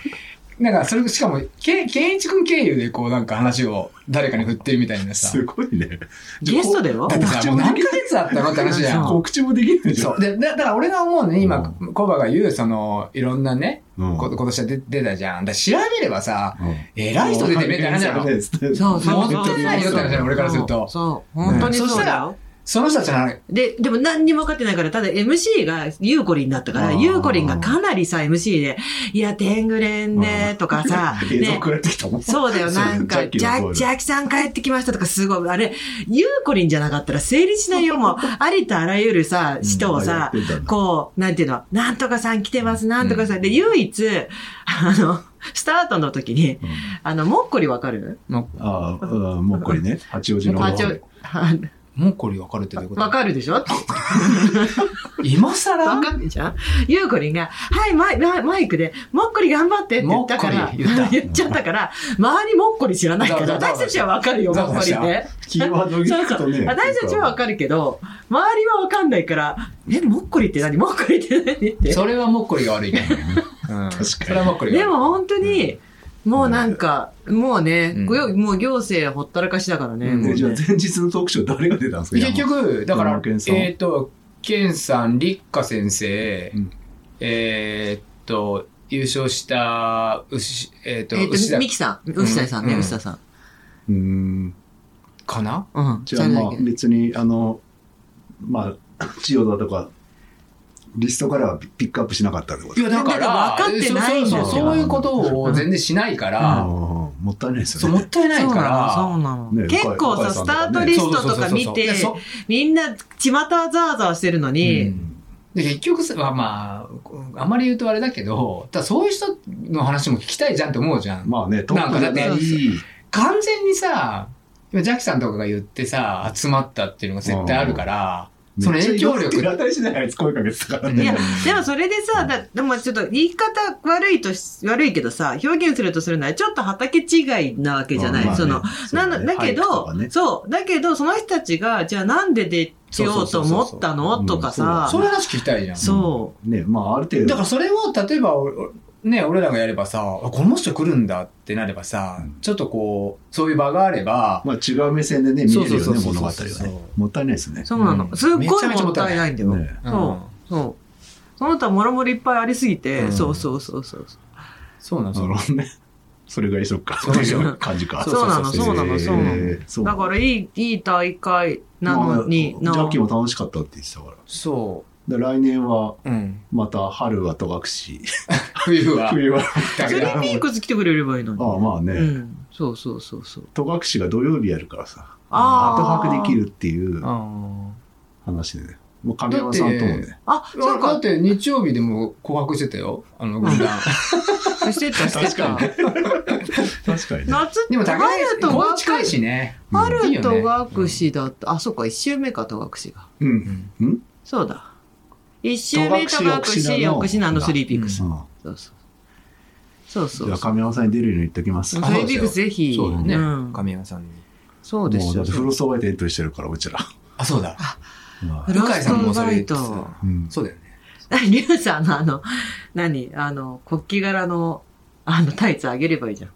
[SPEAKER 3] なんか、それ、しかも、け、けんいちくん経由で、こう、なんか話を誰かに振ってるみたいなさ。
[SPEAKER 2] すごいね。
[SPEAKER 1] ゲストだよ
[SPEAKER 3] だ。ってさ、もう何ヶ月あったのって話じ ゃん。
[SPEAKER 2] 告知もできるでしょ。
[SPEAKER 3] そう。で、だだから俺が思うのに、今、
[SPEAKER 2] う
[SPEAKER 3] コバが言う、その、いろんなね、
[SPEAKER 2] うん
[SPEAKER 3] こ今年は出出たじゃん。だから調べればさ、
[SPEAKER 2] うん
[SPEAKER 3] 偉い人出てるみたいな話だろ。
[SPEAKER 1] そうそうそう。
[SPEAKER 3] もったいないよって話だよ俺からする
[SPEAKER 1] そ
[SPEAKER 3] と
[SPEAKER 1] う。そう本当にそうだよ。
[SPEAKER 3] その人たちの、
[SPEAKER 1] で、でも何にも分かってないから、ただ MC がユーコリンだったか
[SPEAKER 2] あ
[SPEAKER 1] ら、
[SPEAKER 2] ー
[SPEAKER 1] ユーコリンがかなりさ、MC で、いや、天狗連で、とかさ、
[SPEAKER 2] 映像
[SPEAKER 1] ね
[SPEAKER 2] 送られてきたもん。
[SPEAKER 1] そうだよ、なんか、ジャジャキさん帰ってきましたとか、すごい、あれ、ユーコリンじゃなかったら成立しないよ、もう、ありとあらゆるさ、人をさ、こう、なんていうの、なんとかさん来てます、なんとかさん。で、唯一、あの、スタートの時に、あの、もっこりわかる
[SPEAKER 2] ああ、もうこれね。八王子の。
[SPEAKER 1] 八王あ
[SPEAKER 3] もうこれ分かるってどういうこと
[SPEAKER 1] わかるでしょわ
[SPEAKER 3] 今更
[SPEAKER 1] かるじゃんゆうこりんが、はい、マイマイマイクで、もっこり頑張ってって言ったから、
[SPEAKER 3] もっこり言った
[SPEAKER 1] 言っちゃったから、周りもっこり知らないけど、
[SPEAKER 3] ざわざわ
[SPEAKER 1] 私たちはわかるよ、
[SPEAKER 3] ざ
[SPEAKER 1] も
[SPEAKER 3] わ
[SPEAKER 1] っ
[SPEAKER 3] ざわ
[SPEAKER 1] こ
[SPEAKER 3] し
[SPEAKER 1] り
[SPEAKER 3] た
[SPEAKER 1] ね。
[SPEAKER 2] キーワー
[SPEAKER 1] そ
[SPEAKER 2] ド
[SPEAKER 1] う
[SPEAKER 2] 聞
[SPEAKER 1] そ
[SPEAKER 2] くと
[SPEAKER 1] う
[SPEAKER 2] ね。
[SPEAKER 1] 私たちはわかるけど、周りはわかんないから、え、もっこりって何もっこりって何って。
[SPEAKER 3] それはもっこりが悪いね。 うん。
[SPEAKER 2] に
[SPEAKER 3] それはもっこり
[SPEAKER 1] で
[SPEAKER 3] が悪い。
[SPEAKER 1] も本当に、もうなんか、もうね、
[SPEAKER 3] うん
[SPEAKER 1] ごよもう行政ほったらかしだからね。
[SPEAKER 3] うん
[SPEAKER 1] もうね
[SPEAKER 2] じゃあ前日のトークショー誰が出たんですか
[SPEAKER 3] 結局、だから、
[SPEAKER 2] 山
[SPEAKER 3] えっ、
[SPEAKER 2] 健さん
[SPEAKER 3] と、ケンさん、立花先生、
[SPEAKER 2] うん
[SPEAKER 3] えっと、優勝した、うし、えっ、と、
[SPEAKER 1] えっ、
[SPEAKER 3] 牛
[SPEAKER 1] と、
[SPEAKER 3] 田
[SPEAKER 1] ミキさん、牛田さんね、
[SPEAKER 3] うん
[SPEAKER 1] 牛田さん。
[SPEAKER 2] うん。
[SPEAKER 3] かな
[SPEAKER 1] うん。
[SPEAKER 2] じゃあまあ
[SPEAKER 1] それだけ
[SPEAKER 2] 別に、あの、まあ、千代田とか、リストからはピックアップしなかったってこと
[SPEAKER 3] いや、だか
[SPEAKER 1] だ
[SPEAKER 3] ら、
[SPEAKER 1] から分かってないんだ
[SPEAKER 3] そ
[SPEAKER 1] よ
[SPEAKER 3] うそうそうそういうことを全然しないか
[SPEAKER 2] ああ、
[SPEAKER 3] ら、
[SPEAKER 2] もったいないです
[SPEAKER 3] そう
[SPEAKER 2] よ
[SPEAKER 3] も
[SPEAKER 2] ね
[SPEAKER 3] っ。たいない
[SPEAKER 1] そう
[SPEAKER 3] か
[SPEAKER 1] なの、そ
[SPEAKER 3] ら、
[SPEAKER 1] うなの。
[SPEAKER 2] ね
[SPEAKER 1] 結構
[SPEAKER 2] お母
[SPEAKER 1] さ、
[SPEAKER 2] さ
[SPEAKER 1] ス
[SPEAKER 2] ん
[SPEAKER 1] タ
[SPEAKER 2] と
[SPEAKER 1] ー
[SPEAKER 2] かね
[SPEAKER 1] トリストとか
[SPEAKER 3] そうそうそうそう
[SPEAKER 1] 見て
[SPEAKER 3] いや、そう
[SPEAKER 1] みんな、巷はざわざわしてるのに、
[SPEAKER 3] うんで結局さ、まあまあ、あんまり言うとあれだけど、ただそういう人の話も聞きたいじゃんって思うじゃん。
[SPEAKER 2] まあね、トークがね
[SPEAKER 1] なんかだって
[SPEAKER 2] いい
[SPEAKER 3] 完全にさ、今ジャッキさんとかが言ってさ、集まったっていうのが絶対あるから、その影響力
[SPEAKER 2] めっちゃ色々手当たりしないやつ声かけてたから
[SPEAKER 3] うん
[SPEAKER 1] い
[SPEAKER 2] ね。
[SPEAKER 1] や、でもそれでさ、だでもちょっと言い方悪いとし、悪いけどさ、表現するとするならちょっと畑違いなわけじゃない。
[SPEAKER 2] まあ
[SPEAKER 1] その、
[SPEAKER 2] ね
[SPEAKER 1] な
[SPEAKER 2] そ
[SPEAKER 1] の、
[SPEAKER 2] うね
[SPEAKER 1] だけ
[SPEAKER 2] 俳句と
[SPEAKER 1] ど、
[SPEAKER 2] かね
[SPEAKER 1] そう、だけど、その人たちが、じゃあなんで出ようと思ったの
[SPEAKER 2] そうそうそうそう
[SPEAKER 1] とかさ、
[SPEAKER 3] そういう話聞きたいじゃん。
[SPEAKER 1] そ
[SPEAKER 2] ね、まあある程度。
[SPEAKER 3] だからそれを、例えば、おね、俺らがやればさ、あこの人来るんだってなればさ
[SPEAKER 2] うん、
[SPEAKER 3] ちょっとこう、そういう場があれば、
[SPEAKER 2] まあ違う目線でね、見れるよ
[SPEAKER 3] そう
[SPEAKER 2] ね、
[SPEAKER 3] そ
[SPEAKER 2] 物
[SPEAKER 3] う
[SPEAKER 2] 語
[SPEAKER 3] そう
[SPEAKER 2] は
[SPEAKER 3] そう
[SPEAKER 2] ね。もったいないですね
[SPEAKER 1] う、。そうなの。すっ
[SPEAKER 3] めち
[SPEAKER 1] ご
[SPEAKER 3] ゃめち
[SPEAKER 1] いも
[SPEAKER 3] ゃもっ
[SPEAKER 1] ったた
[SPEAKER 3] いない
[SPEAKER 1] いないんだよ。
[SPEAKER 2] ね
[SPEAKER 1] そう
[SPEAKER 3] うん
[SPEAKER 1] そう。その他もろもろいっぱいありすぎて、
[SPEAKER 3] うん
[SPEAKER 1] そうそうそうそう。
[SPEAKER 3] そうなんです
[SPEAKER 2] そ
[SPEAKER 3] よ。
[SPEAKER 2] のね、それぐらいしょっか。
[SPEAKER 3] そうそう
[SPEAKER 2] ってい感じか。
[SPEAKER 1] そうなの、
[SPEAKER 3] そう
[SPEAKER 1] そうなの、そうな
[SPEAKER 2] へ
[SPEAKER 1] の。
[SPEAKER 2] ーそう
[SPEAKER 1] だからいい、いい大会なのに、
[SPEAKER 2] まあジャ
[SPEAKER 1] な
[SPEAKER 2] ッキーも楽しかったって言ってたから
[SPEAKER 3] そ
[SPEAKER 2] で。来年は、
[SPEAKER 3] う。うん。
[SPEAKER 2] また春は戸隠。
[SPEAKER 3] 冬は。
[SPEAKER 2] 冬は。
[SPEAKER 3] だ
[SPEAKER 1] そ
[SPEAKER 3] け
[SPEAKER 1] れ
[SPEAKER 3] ど
[SPEAKER 1] にいい靴来てくれればいいのに。
[SPEAKER 2] ああ、まあ
[SPEAKER 1] う
[SPEAKER 2] ね。
[SPEAKER 1] ん。そうそうそうそう。
[SPEAKER 2] 戸隠が土曜日やるからさ、
[SPEAKER 1] あ
[SPEAKER 2] 後
[SPEAKER 1] ー
[SPEAKER 2] 泊できるっていう
[SPEAKER 3] あ
[SPEAKER 2] 話でね。もう神山さんともね。
[SPEAKER 1] あ、
[SPEAKER 3] ー
[SPEAKER 1] そう
[SPEAKER 3] だ
[SPEAKER 1] か
[SPEAKER 3] っ。て日曜日でも告白してたよ。あの、軍団。
[SPEAKER 1] してた、してた。
[SPEAKER 2] 確かにね。
[SPEAKER 1] 夏って
[SPEAKER 3] でも高い
[SPEAKER 1] 春、と
[SPEAKER 3] こう
[SPEAKER 1] 学
[SPEAKER 3] 近いしね。
[SPEAKER 2] うん
[SPEAKER 3] いい
[SPEAKER 1] 春
[SPEAKER 3] よ
[SPEAKER 1] と
[SPEAKER 3] ね
[SPEAKER 1] 学士だった。あ、そうか、一周目か、と学士が。
[SPEAKER 2] うん。
[SPEAKER 1] そうだ。一周目と
[SPEAKER 2] 戸隠
[SPEAKER 1] 学士、
[SPEAKER 2] 奥
[SPEAKER 1] 奥
[SPEAKER 2] 志
[SPEAKER 1] 士
[SPEAKER 2] 名
[SPEAKER 1] ナ
[SPEAKER 2] の
[SPEAKER 1] のスリーピークス。
[SPEAKER 2] うん
[SPEAKER 1] そうそう。そう
[SPEAKER 2] じ
[SPEAKER 1] そ
[SPEAKER 2] ゃあ
[SPEAKER 1] う。
[SPEAKER 2] 神山さんに出るように言っときます。
[SPEAKER 1] スリ
[SPEAKER 3] あそう
[SPEAKER 1] ー
[SPEAKER 3] です
[SPEAKER 1] ピー
[SPEAKER 3] よ
[SPEAKER 1] クスぜひ。
[SPEAKER 3] そうだね
[SPEAKER 1] ん。
[SPEAKER 3] 神山さんに。
[SPEAKER 1] そうで
[SPEAKER 2] もう
[SPEAKER 1] す
[SPEAKER 2] だ
[SPEAKER 1] よ
[SPEAKER 2] って。フロストバイトエントリーしてるから、うちら。
[SPEAKER 3] あ、そうだ。
[SPEAKER 1] フ
[SPEAKER 3] 向
[SPEAKER 1] ロ
[SPEAKER 3] 井
[SPEAKER 1] ス
[SPEAKER 3] さんも
[SPEAKER 1] ト
[SPEAKER 3] そ
[SPEAKER 1] バ
[SPEAKER 3] れ言
[SPEAKER 1] イ
[SPEAKER 3] ってた
[SPEAKER 1] ト。
[SPEAKER 3] な。
[SPEAKER 2] うん
[SPEAKER 3] そうだよね。
[SPEAKER 1] リュウさんのあの、何あの、国旗柄の、あの、タイツあげればいいじゃん。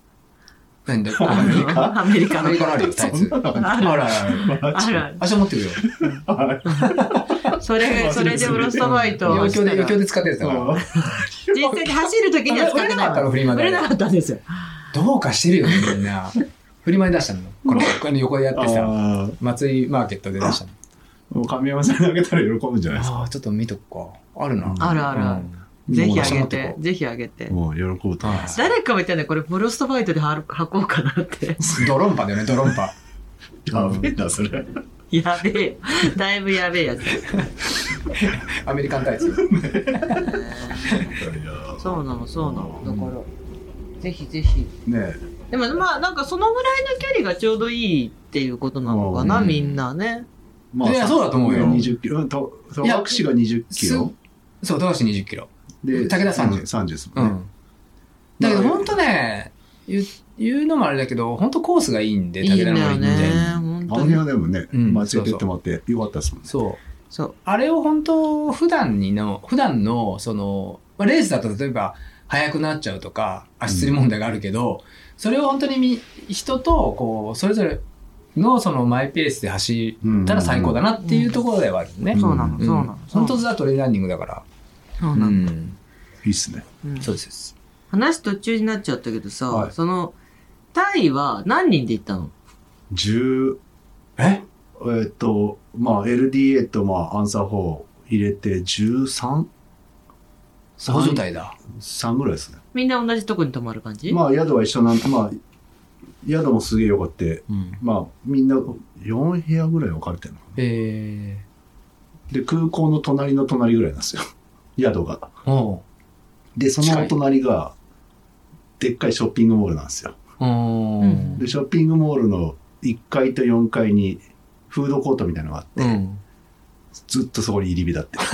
[SPEAKER 3] なんだ
[SPEAKER 1] あ
[SPEAKER 3] アメリカ
[SPEAKER 1] のアメリカ
[SPEAKER 3] ア
[SPEAKER 1] の
[SPEAKER 3] メリ。カのあるよ、タイツ。
[SPEAKER 2] そんなの
[SPEAKER 1] あ
[SPEAKER 3] あ
[SPEAKER 1] る
[SPEAKER 3] る
[SPEAKER 1] ある。
[SPEAKER 3] あるある。
[SPEAKER 1] あるある
[SPEAKER 3] 明日持ってるよ。
[SPEAKER 2] あ
[SPEAKER 1] それ、それでフロストバイトを
[SPEAKER 3] 余
[SPEAKER 1] した
[SPEAKER 3] 興で、
[SPEAKER 1] ら
[SPEAKER 3] 余興で使ってるやつだから。
[SPEAKER 1] 実際に走る時には使ってない
[SPEAKER 3] 売れなかったのフリマで
[SPEAKER 1] 売れなかったんですよ。
[SPEAKER 3] どうかしてるよね、みんな。振り回出したの。この、この横でやってさ、
[SPEAKER 2] あ
[SPEAKER 3] 松井マーケットで出したの。
[SPEAKER 2] ー。もう神山さんにあげたら喜ぶんじゃないですか。
[SPEAKER 3] ああ、ちょっと見とくか。あるな。
[SPEAKER 1] あるあるあるぜひあげて
[SPEAKER 3] も、う
[SPEAKER 1] ぜひあげて。
[SPEAKER 2] もう喜ぶと思います。
[SPEAKER 1] 誰かも言ったね、これフロストバイトでは履こうかなって。
[SPEAKER 3] うんドロンパだよね、ドロンパ。
[SPEAKER 2] やべえな、それ。
[SPEAKER 1] やべえよ。だいぶやべえやつ。
[SPEAKER 3] アメリカンタイツ。
[SPEAKER 1] そうなの、そうなの。だから、ぜひぜひ。
[SPEAKER 2] ね
[SPEAKER 1] でもまあ、なんかそのぐらいの距離がちょうどいいっていうことなのかな、
[SPEAKER 3] うん
[SPEAKER 1] みんなね。
[SPEAKER 2] まあ
[SPEAKER 3] いやそうだと思うよ
[SPEAKER 2] 20キロ。うん、と、そう、
[SPEAKER 3] いや
[SPEAKER 2] 握手が20キロ。
[SPEAKER 3] そう、富樫20キロ。
[SPEAKER 2] で、
[SPEAKER 3] 武田30
[SPEAKER 2] 30です
[SPEAKER 3] う
[SPEAKER 2] もんね。
[SPEAKER 3] ん。だけど、ほんとね、言う、言うのもあれだけど、ほんとコースがいいんで、
[SPEAKER 1] いいんだ
[SPEAKER 3] の
[SPEAKER 1] よ
[SPEAKER 3] 森って
[SPEAKER 1] ね、本
[SPEAKER 2] あの
[SPEAKER 1] 当
[SPEAKER 2] 辺
[SPEAKER 1] に。
[SPEAKER 2] はでもね、
[SPEAKER 3] うん
[SPEAKER 2] 間違えてってもらってよかったですもんね。
[SPEAKER 3] そう。
[SPEAKER 1] そう。
[SPEAKER 3] あれを本当普段にの、普段の、その、まあレースだと例えば、速くなっちゃうとか、足つり問題があるけど、それを本当にみ人と、こう、それぞれのそのマイペースで走ったら最高だなっていうところではあるよね。
[SPEAKER 1] そうなの、
[SPEAKER 3] うん
[SPEAKER 1] そうなの。
[SPEAKER 3] 本当ザトレーランニングだから。
[SPEAKER 1] そうなの。
[SPEAKER 3] ん
[SPEAKER 2] いいっすね。
[SPEAKER 1] うん
[SPEAKER 3] そうですです。
[SPEAKER 1] 話途中になっちゃったけどさ
[SPEAKER 2] は、い
[SPEAKER 1] その、タイは何人で行ったの
[SPEAKER 2] 10、
[SPEAKER 3] え
[SPEAKER 2] えーっと、まあ、LDA と、まあ、アンサー4入れて 13?3
[SPEAKER 3] そう状態だ。
[SPEAKER 2] ぐらいですね。
[SPEAKER 1] みんな同じとこに泊まる感じ
[SPEAKER 2] まあ、宿は一緒なんで、まあ、宿もすげえよかって、
[SPEAKER 3] うん。
[SPEAKER 2] まあ、みんな4部屋ぐらい分かれてるの。
[SPEAKER 3] え
[SPEAKER 2] で、空港の隣の隣ぐらいなんですよ。 宿が。
[SPEAKER 3] ー、おう
[SPEAKER 2] で、その
[SPEAKER 3] 近
[SPEAKER 2] お
[SPEAKER 3] い
[SPEAKER 2] 隣が、でっかいショッピングモールなんですよ。
[SPEAKER 3] おう
[SPEAKER 1] うん
[SPEAKER 2] で、ショッピングモールの1階と4階に、フードコートみたいなのがあって、
[SPEAKER 3] うん。
[SPEAKER 2] ずっとそこに入り浸ってる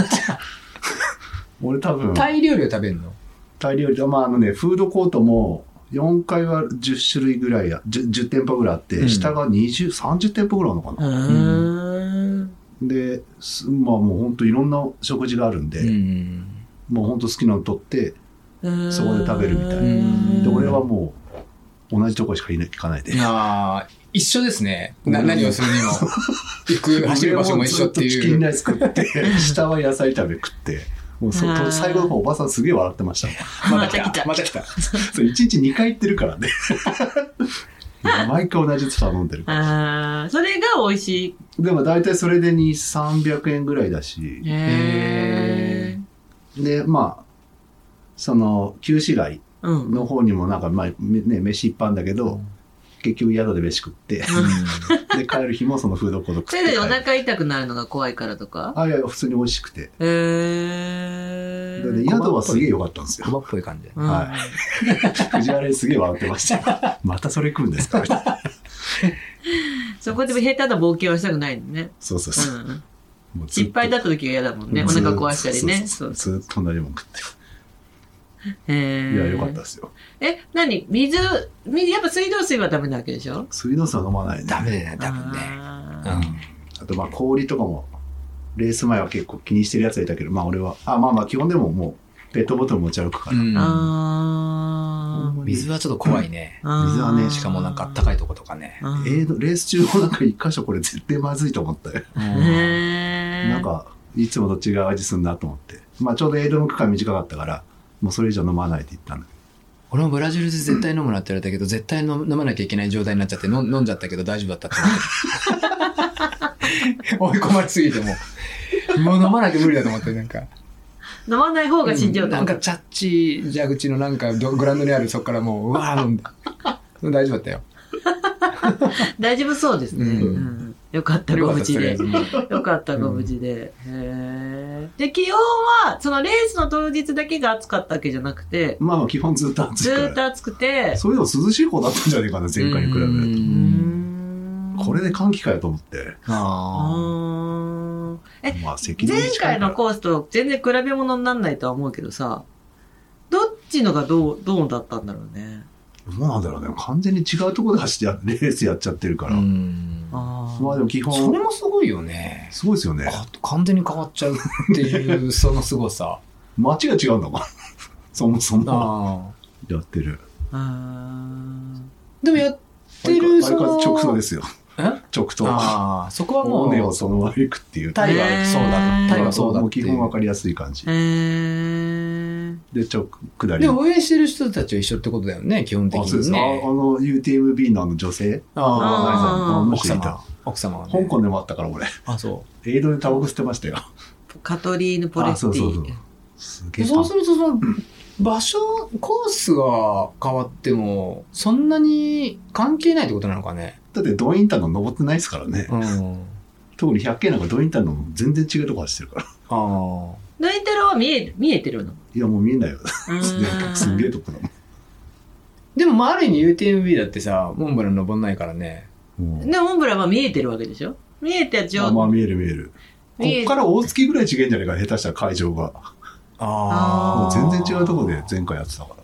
[SPEAKER 2] 俺多分、
[SPEAKER 3] タイ料理を食べるの
[SPEAKER 2] タイ料理、まああのね、フードコートも、4階は10種類ぐらいや、10, 10店舗ぐらいあって、
[SPEAKER 3] うん
[SPEAKER 2] 下が20、30店舗ぐらいあるのか
[SPEAKER 1] う
[SPEAKER 2] な。
[SPEAKER 1] ーん。
[SPEAKER 2] で、すまあもう本当いろんな食事があるんで、
[SPEAKER 3] ん。
[SPEAKER 2] もう本当好きなの取って、そこで食べるみたいな
[SPEAKER 1] うん
[SPEAKER 2] で、俺はもう、同じとこしか行かないで
[SPEAKER 3] い。やー一緒ですね。な何をするに も。行く、走る場所も一緒って
[SPEAKER 2] 上はずとチキ
[SPEAKER 3] い
[SPEAKER 2] ン
[SPEAKER 3] う。
[SPEAKER 2] ライス食 って、下は野菜食べ食って、もうそ
[SPEAKER 1] あー
[SPEAKER 2] 最後の方おばさんすげえ笑ってましたもん。
[SPEAKER 3] また
[SPEAKER 1] また来
[SPEAKER 3] 来
[SPEAKER 1] た
[SPEAKER 3] た。また来た。
[SPEAKER 2] そう、1日2回行ってる からね。毎回同じやつ頼んでるから。
[SPEAKER 1] あーそれが美味しい。
[SPEAKER 2] でも大体それで2、300円ぐらいだし、
[SPEAKER 1] へ
[SPEAKER 3] へ
[SPEAKER 1] ー
[SPEAKER 2] で、まあ、その、旧市街
[SPEAKER 1] うん。
[SPEAKER 2] の方にもなんか、まあ、めね、飯いっぱいあるんだけど、結局宿で飯食 って、で、帰る日もそのフードコート食っ
[SPEAKER 1] そ
[SPEAKER 2] て
[SPEAKER 1] れ
[SPEAKER 2] 帰
[SPEAKER 1] で
[SPEAKER 2] る。
[SPEAKER 1] お腹痛くなるのが怖いからとか
[SPEAKER 2] あ、いやいや、普通に美味しくて。
[SPEAKER 1] へえ
[SPEAKER 2] でね、宿はすげえ良かったんですよ。
[SPEAKER 3] ばっぽい感じ
[SPEAKER 2] は藤原すげえ笑ってました。 またそれ食うんですかみたいな
[SPEAKER 1] そこで下手な冒険はしたくないのね。
[SPEAKER 2] そうそうそう。
[SPEAKER 1] うん。
[SPEAKER 2] もうずっと
[SPEAKER 1] 失敗だった時が嫌だもんね。お
[SPEAKER 2] ずっと
[SPEAKER 1] 腹壊したりね。
[SPEAKER 2] そ
[SPEAKER 1] そうう。
[SPEAKER 2] そうずっと同じもん食って。
[SPEAKER 1] へー
[SPEAKER 2] いや、良かったですよ。
[SPEAKER 1] え、何水、水やっぱ水道水はダメなわけでしょ
[SPEAKER 2] 水道水は飲まないね。
[SPEAKER 3] ダメだよね、多分ね。
[SPEAKER 1] あ
[SPEAKER 3] う
[SPEAKER 1] ー
[SPEAKER 3] ん。
[SPEAKER 2] あと、まあ、氷とかも、レース前は結構気にしてるやつがいたけど、まあ、俺は、あ、まあまあ、基本でももう、ペットボトル持ち歩くから。
[SPEAKER 1] あ
[SPEAKER 2] ほんまに
[SPEAKER 3] 水はちょっと怖いね。
[SPEAKER 1] ー。
[SPEAKER 2] 水はね
[SPEAKER 3] しかもなんかあったかいとことかね。
[SPEAKER 1] うん
[SPEAKER 2] えーレース中もなんか一箇所これ絶対まずいと思ったよ。
[SPEAKER 3] うん
[SPEAKER 1] ね
[SPEAKER 2] なんか、いつもと違う味すんなと思って。まあ、ちょうどエイドの区間短かったから、もうそれ以上飲まないって言ったんだけ
[SPEAKER 3] 俺もブラジルで絶対飲むなって言われたけど、絶対飲飲まなきゃいけない状態になっちゃって、飲ん飲んじゃったけど大丈夫だった って思って。追い込まれすぎてもう。もう飲まなきゃ無理だと思って、なんか。
[SPEAKER 1] 飲まない方が死んじゃうと
[SPEAKER 3] な
[SPEAKER 1] 思
[SPEAKER 3] ん
[SPEAKER 1] う。
[SPEAKER 3] かチャッチー蛇口のなんかどグラウンドにあるそこからもううわー 飲んだ大丈夫だったよ
[SPEAKER 1] 大丈夫そうですね。
[SPEAKER 3] うん
[SPEAKER 1] うんよかった、ご無事で
[SPEAKER 3] よ。かったです
[SPEAKER 1] よかった、
[SPEAKER 3] うん
[SPEAKER 1] ご無事で。へえ。で、気温は、そのレースの当日だけが暑かったわけじゃなくて、
[SPEAKER 2] まあまあ基本ずっと暑い
[SPEAKER 1] ず
[SPEAKER 2] か
[SPEAKER 1] ーっ
[SPEAKER 2] ら。
[SPEAKER 1] と暑くて、
[SPEAKER 2] それでも涼しい方だったんじゃないかな、前回に比べる
[SPEAKER 1] うーん
[SPEAKER 2] と。これで寒気かよと思って。
[SPEAKER 3] あ
[SPEAKER 1] あーえ、
[SPEAKER 2] まあ責任
[SPEAKER 1] 前
[SPEAKER 2] に近い
[SPEAKER 1] 回
[SPEAKER 2] か
[SPEAKER 1] の
[SPEAKER 2] ら
[SPEAKER 1] コースと全然比べ物にならないとは思うけどさ、どっちのがどう、どうだったんだろうね。
[SPEAKER 2] どうなんだろうね。完全に違うところで走ってやレースやっちゃってるか
[SPEAKER 3] ー
[SPEAKER 2] ら。
[SPEAKER 3] うん
[SPEAKER 1] あ
[SPEAKER 2] まあで
[SPEAKER 1] ー
[SPEAKER 2] も基
[SPEAKER 3] それ
[SPEAKER 2] 本、
[SPEAKER 3] もすごいよね
[SPEAKER 2] すごいですよね。
[SPEAKER 3] か完全に変わっちゃうっていうそのすごさ
[SPEAKER 2] 街が違うんだもん。 そもそも
[SPEAKER 3] あ
[SPEAKER 2] やってる。
[SPEAKER 1] あー
[SPEAKER 3] ーでもやってる
[SPEAKER 2] 相
[SPEAKER 3] そ
[SPEAKER 2] 変わ
[SPEAKER 3] の
[SPEAKER 2] らず直送ですよ。
[SPEAKER 3] え
[SPEAKER 2] 直送。
[SPEAKER 3] ああそこはも
[SPEAKER 2] も
[SPEAKER 3] う
[SPEAKER 2] うねをそのまま行くっていう。
[SPEAKER 3] タイがそうだ
[SPEAKER 1] ね
[SPEAKER 3] タイがそうだ
[SPEAKER 2] も
[SPEAKER 3] っ
[SPEAKER 2] う
[SPEAKER 3] て
[SPEAKER 2] 基
[SPEAKER 3] いう
[SPEAKER 2] 本わかりやすい感じ。
[SPEAKER 1] へえ。
[SPEAKER 2] で、直、下り。
[SPEAKER 3] でも応援してる人たちは一緒ってことだよね基本的
[SPEAKER 2] あ、そうです
[SPEAKER 3] に
[SPEAKER 2] か。ああ
[SPEAKER 3] ね
[SPEAKER 2] の、UTMB のあの女性、
[SPEAKER 1] あー
[SPEAKER 2] あの
[SPEAKER 3] 奥
[SPEAKER 2] 人いた
[SPEAKER 3] 様。奥様はね
[SPEAKER 2] 香港でもあったから、俺。
[SPEAKER 3] あそ
[SPEAKER 2] エイドでタバコ吸ってましたよ。
[SPEAKER 1] カトリーヌ・ポレ
[SPEAKER 2] あ
[SPEAKER 1] ッ
[SPEAKER 2] そう
[SPEAKER 1] テ
[SPEAKER 2] そうそう
[SPEAKER 1] ィ。
[SPEAKER 2] す
[SPEAKER 3] う
[SPEAKER 2] げえ。
[SPEAKER 3] そうするとその場所コースが変わってもそんなに関係ないってことなのかね
[SPEAKER 2] だってドインターの登ってないですからね。
[SPEAKER 3] うん
[SPEAKER 2] 特に100系なんかドインターの全然違うとこ走ってるから。
[SPEAKER 3] ああ
[SPEAKER 1] 抜いてるは見え、見えてるの。
[SPEAKER 2] いや、もう見えないよ。すげえ
[SPEAKER 1] え。
[SPEAKER 2] とこだ
[SPEAKER 3] でもまあある意味 UTMB だってさモンブラン登んないからね
[SPEAKER 2] もん。もう
[SPEAKER 1] で、モンブランは見えてるわけでしょ見えた
[SPEAKER 2] ま
[SPEAKER 1] 状
[SPEAKER 2] あまあ見える見える。こ
[SPEAKER 1] 見え
[SPEAKER 2] っから大月ぐらい違えんじゃないか、下手したら会場が。も
[SPEAKER 1] あ
[SPEAKER 2] う
[SPEAKER 1] ー
[SPEAKER 2] 全然違うとこで前回やってたか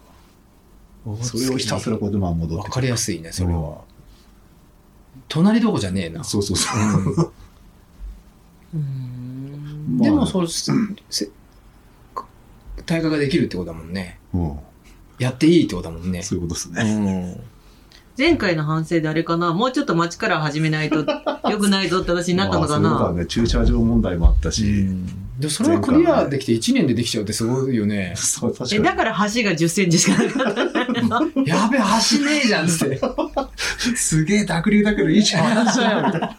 [SPEAKER 2] ら。それをひたすらこうでまあ戻っ
[SPEAKER 3] わ
[SPEAKER 2] て
[SPEAKER 3] かりやすいねそれは
[SPEAKER 2] は。
[SPEAKER 3] 隣どこじゃねえな
[SPEAKER 2] そうそうそう。
[SPEAKER 3] う
[SPEAKER 1] う
[SPEAKER 3] ん
[SPEAKER 1] ーん
[SPEAKER 2] まあ
[SPEAKER 3] でもそうせせ大会ができるってことだもんね。
[SPEAKER 2] うん。
[SPEAKER 3] やっていいってことだもんね。
[SPEAKER 2] そういうことですね。
[SPEAKER 3] うん。
[SPEAKER 1] 前回の反省であれかなもうちょっと街から始めないと良くないぞって話になったのか
[SPEAKER 2] まあそういうこと
[SPEAKER 1] な
[SPEAKER 2] はね、駐車場問題もあったし。。
[SPEAKER 3] でもそれはクリアできて1年でできちゃうってすごいよね
[SPEAKER 2] そう、確
[SPEAKER 1] え、
[SPEAKER 2] か
[SPEAKER 1] だから橋が10センチしか なかったんだよな
[SPEAKER 3] やべ、走ねえじゃんっつって。
[SPEAKER 2] に。すげえ濁流だけどいいじゃん。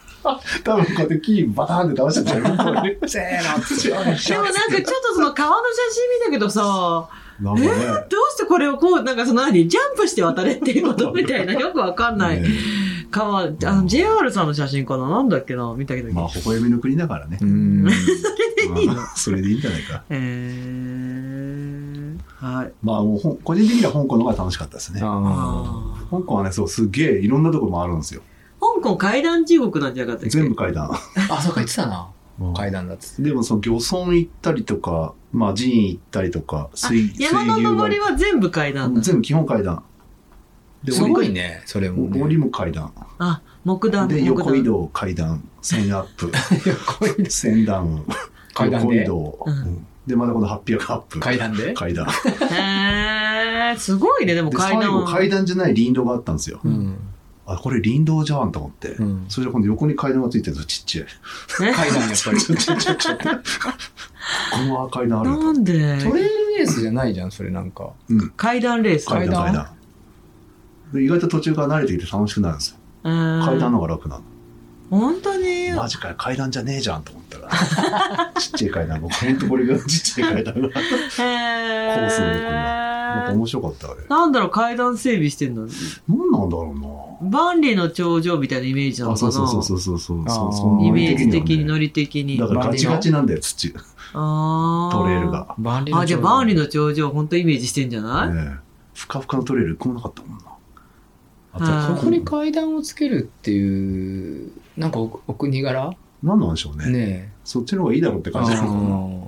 [SPEAKER 2] 多分こうやって木バターンって倒しち ゃったよ。これ
[SPEAKER 3] せーのっつって。
[SPEAKER 1] でもなんかちょっとその川の写真見たけどさ、
[SPEAKER 2] なん
[SPEAKER 1] え
[SPEAKER 2] かね。
[SPEAKER 1] ーどうしてこれをこう、なんかその何ジャンプして渡れっていうことみた いな、よくわかんない。
[SPEAKER 2] ね
[SPEAKER 1] 川、あの、JR さんの写真かななんだっけな見たけど。
[SPEAKER 2] まあ、微笑みの国だからね
[SPEAKER 3] う。ん。
[SPEAKER 1] いいの
[SPEAKER 2] まあそれでいいんじゃないか。
[SPEAKER 1] えー、はい。
[SPEAKER 2] まあ、もうほん個人的には香港の方が楽しかったですね。
[SPEAKER 3] あ
[SPEAKER 1] あー
[SPEAKER 2] 香港はね、そう、すげえいろんなとこ回るんですよ。
[SPEAKER 1] 香港階段地獄なんじゃなかったっけ
[SPEAKER 2] 全部階段。
[SPEAKER 3] ーあ、そうか、言ってたな。
[SPEAKER 2] うん
[SPEAKER 3] 階段だっつって。
[SPEAKER 2] でも、その漁村行ったりとか、まあ、寺院行ったりとか、水、水
[SPEAKER 1] 山の
[SPEAKER 2] 牛
[SPEAKER 1] 登りは全部階段だ。
[SPEAKER 2] 全部基本階段。で、
[SPEAKER 3] すご
[SPEAKER 2] 降り
[SPEAKER 3] いね、それも、ね。
[SPEAKER 2] 降りも階段。
[SPEAKER 1] あ、木段、
[SPEAKER 2] で、
[SPEAKER 1] 木
[SPEAKER 2] 横移
[SPEAKER 1] 段。
[SPEAKER 2] 動、階段、線アッ プ、
[SPEAKER 3] 横移動
[SPEAKER 2] 線ダウン、
[SPEAKER 3] 階段
[SPEAKER 2] 横移
[SPEAKER 3] で。
[SPEAKER 2] 動。
[SPEAKER 1] うん
[SPEAKER 2] うんで、またこの800アップ。
[SPEAKER 3] 階段で
[SPEAKER 2] 階段。
[SPEAKER 1] へー、すごいね、でも
[SPEAKER 2] で、
[SPEAKER 1] 階
[SPEAKER 2] 最
[SPEAKER 1] 段
[SPEAKER 2] 後
[SPEAKER 1] は。
[SPEAKER 2] 階段じゃない林道があったんですよ。
[SPEAKER 3] うん。
[SPEAKER 2] あ、これ林道じゃんと思って。
[SPEAKER 3] うん
[SPEAKER 2] それで今度横に階段がついてるとちっちゃい。
[SPEAKER 1] え
[SPEAKER 3] 階段やっぱ り。
[SPEAKER 2] ちょちょちょちょこの階段ある
[SPEAKER 1] な
[SPEAKER 2] よ。
[SPEAKER 1] んで
[SPEAKER 3] トレイルレースじゃないじゃん、それなんか。
[SPEAKER 2] うん。
[SPEAKER 1] 階段レース。
[SPEAKER 2] 階段階
[SPEAKER 3] 階
[SPEAKER 2] 段。で意外と途中から慣れてきて楽しくなるんですよ。階
[SPEAKER 1] 階
[SPEAKER 2] 段の方が楽なの。
[SPEAKER 1] 本当に
[SPEAKER 2] マジかよ、階段じゃねえじゃんと思ったら。 ちっちゃい階段、僕ほんとこれがちっちゃい階段が。コースの横になんか
[SPEAKER 1] へー
[SPEAKER 2] 面白かった、あれ。
[SPEAKER 1] なんだろう、階段整備してんの
[SPEAKER 2] なんなんだろ
[SPEAKER 1] 万里の頂上みたいなイメージ
[SPEAKER 2] う
[SPEAKER 1] な
[SPEAKER 2] な。
[SPEAKER 1] の
[SPEAKER 2] あ、
[SPEAKER 1] か
[SPEAKER 2] そう
[SPEAKER 1] な
[SPEAKER 2] そうそうそうそうそう
[SPEAKER 3] あー
[SPEAKER 2] そう。
[SPEAKER 1] イメージ的に、ノ
[SPEAKER 2] 乗り
[SPEAKER 1] リ的に。
[SPEAKER 2] だからガチガチなんだよ、土。
[SPEAKER 1] あー
[SPEAKER 2] トレール。が。
[SPEAKER 3] 万里
[SPEAKER 1] あ、じゃあ、万里
[SPEAKER 3] の
[SPEAKER 1] の頂上、本当イメージしてんじゃない、
[SPEAKER 2] ええふかふかのトレール、こもなかったもんな。
[SPEAKER 1] あー
[SPEAKER 3] 頂上。ここに階段をつけるっていう、なんかおお国柄
[SPEAKER 2] 何なんでしょうね。
[SPEAKER 3] ね
[SPEAKER 2] そっちの方がいいだろうって
[SPEAKER 3] え。あ
[SPEAKER 2] 感じなのかなだか
[SPEAKER 3] ー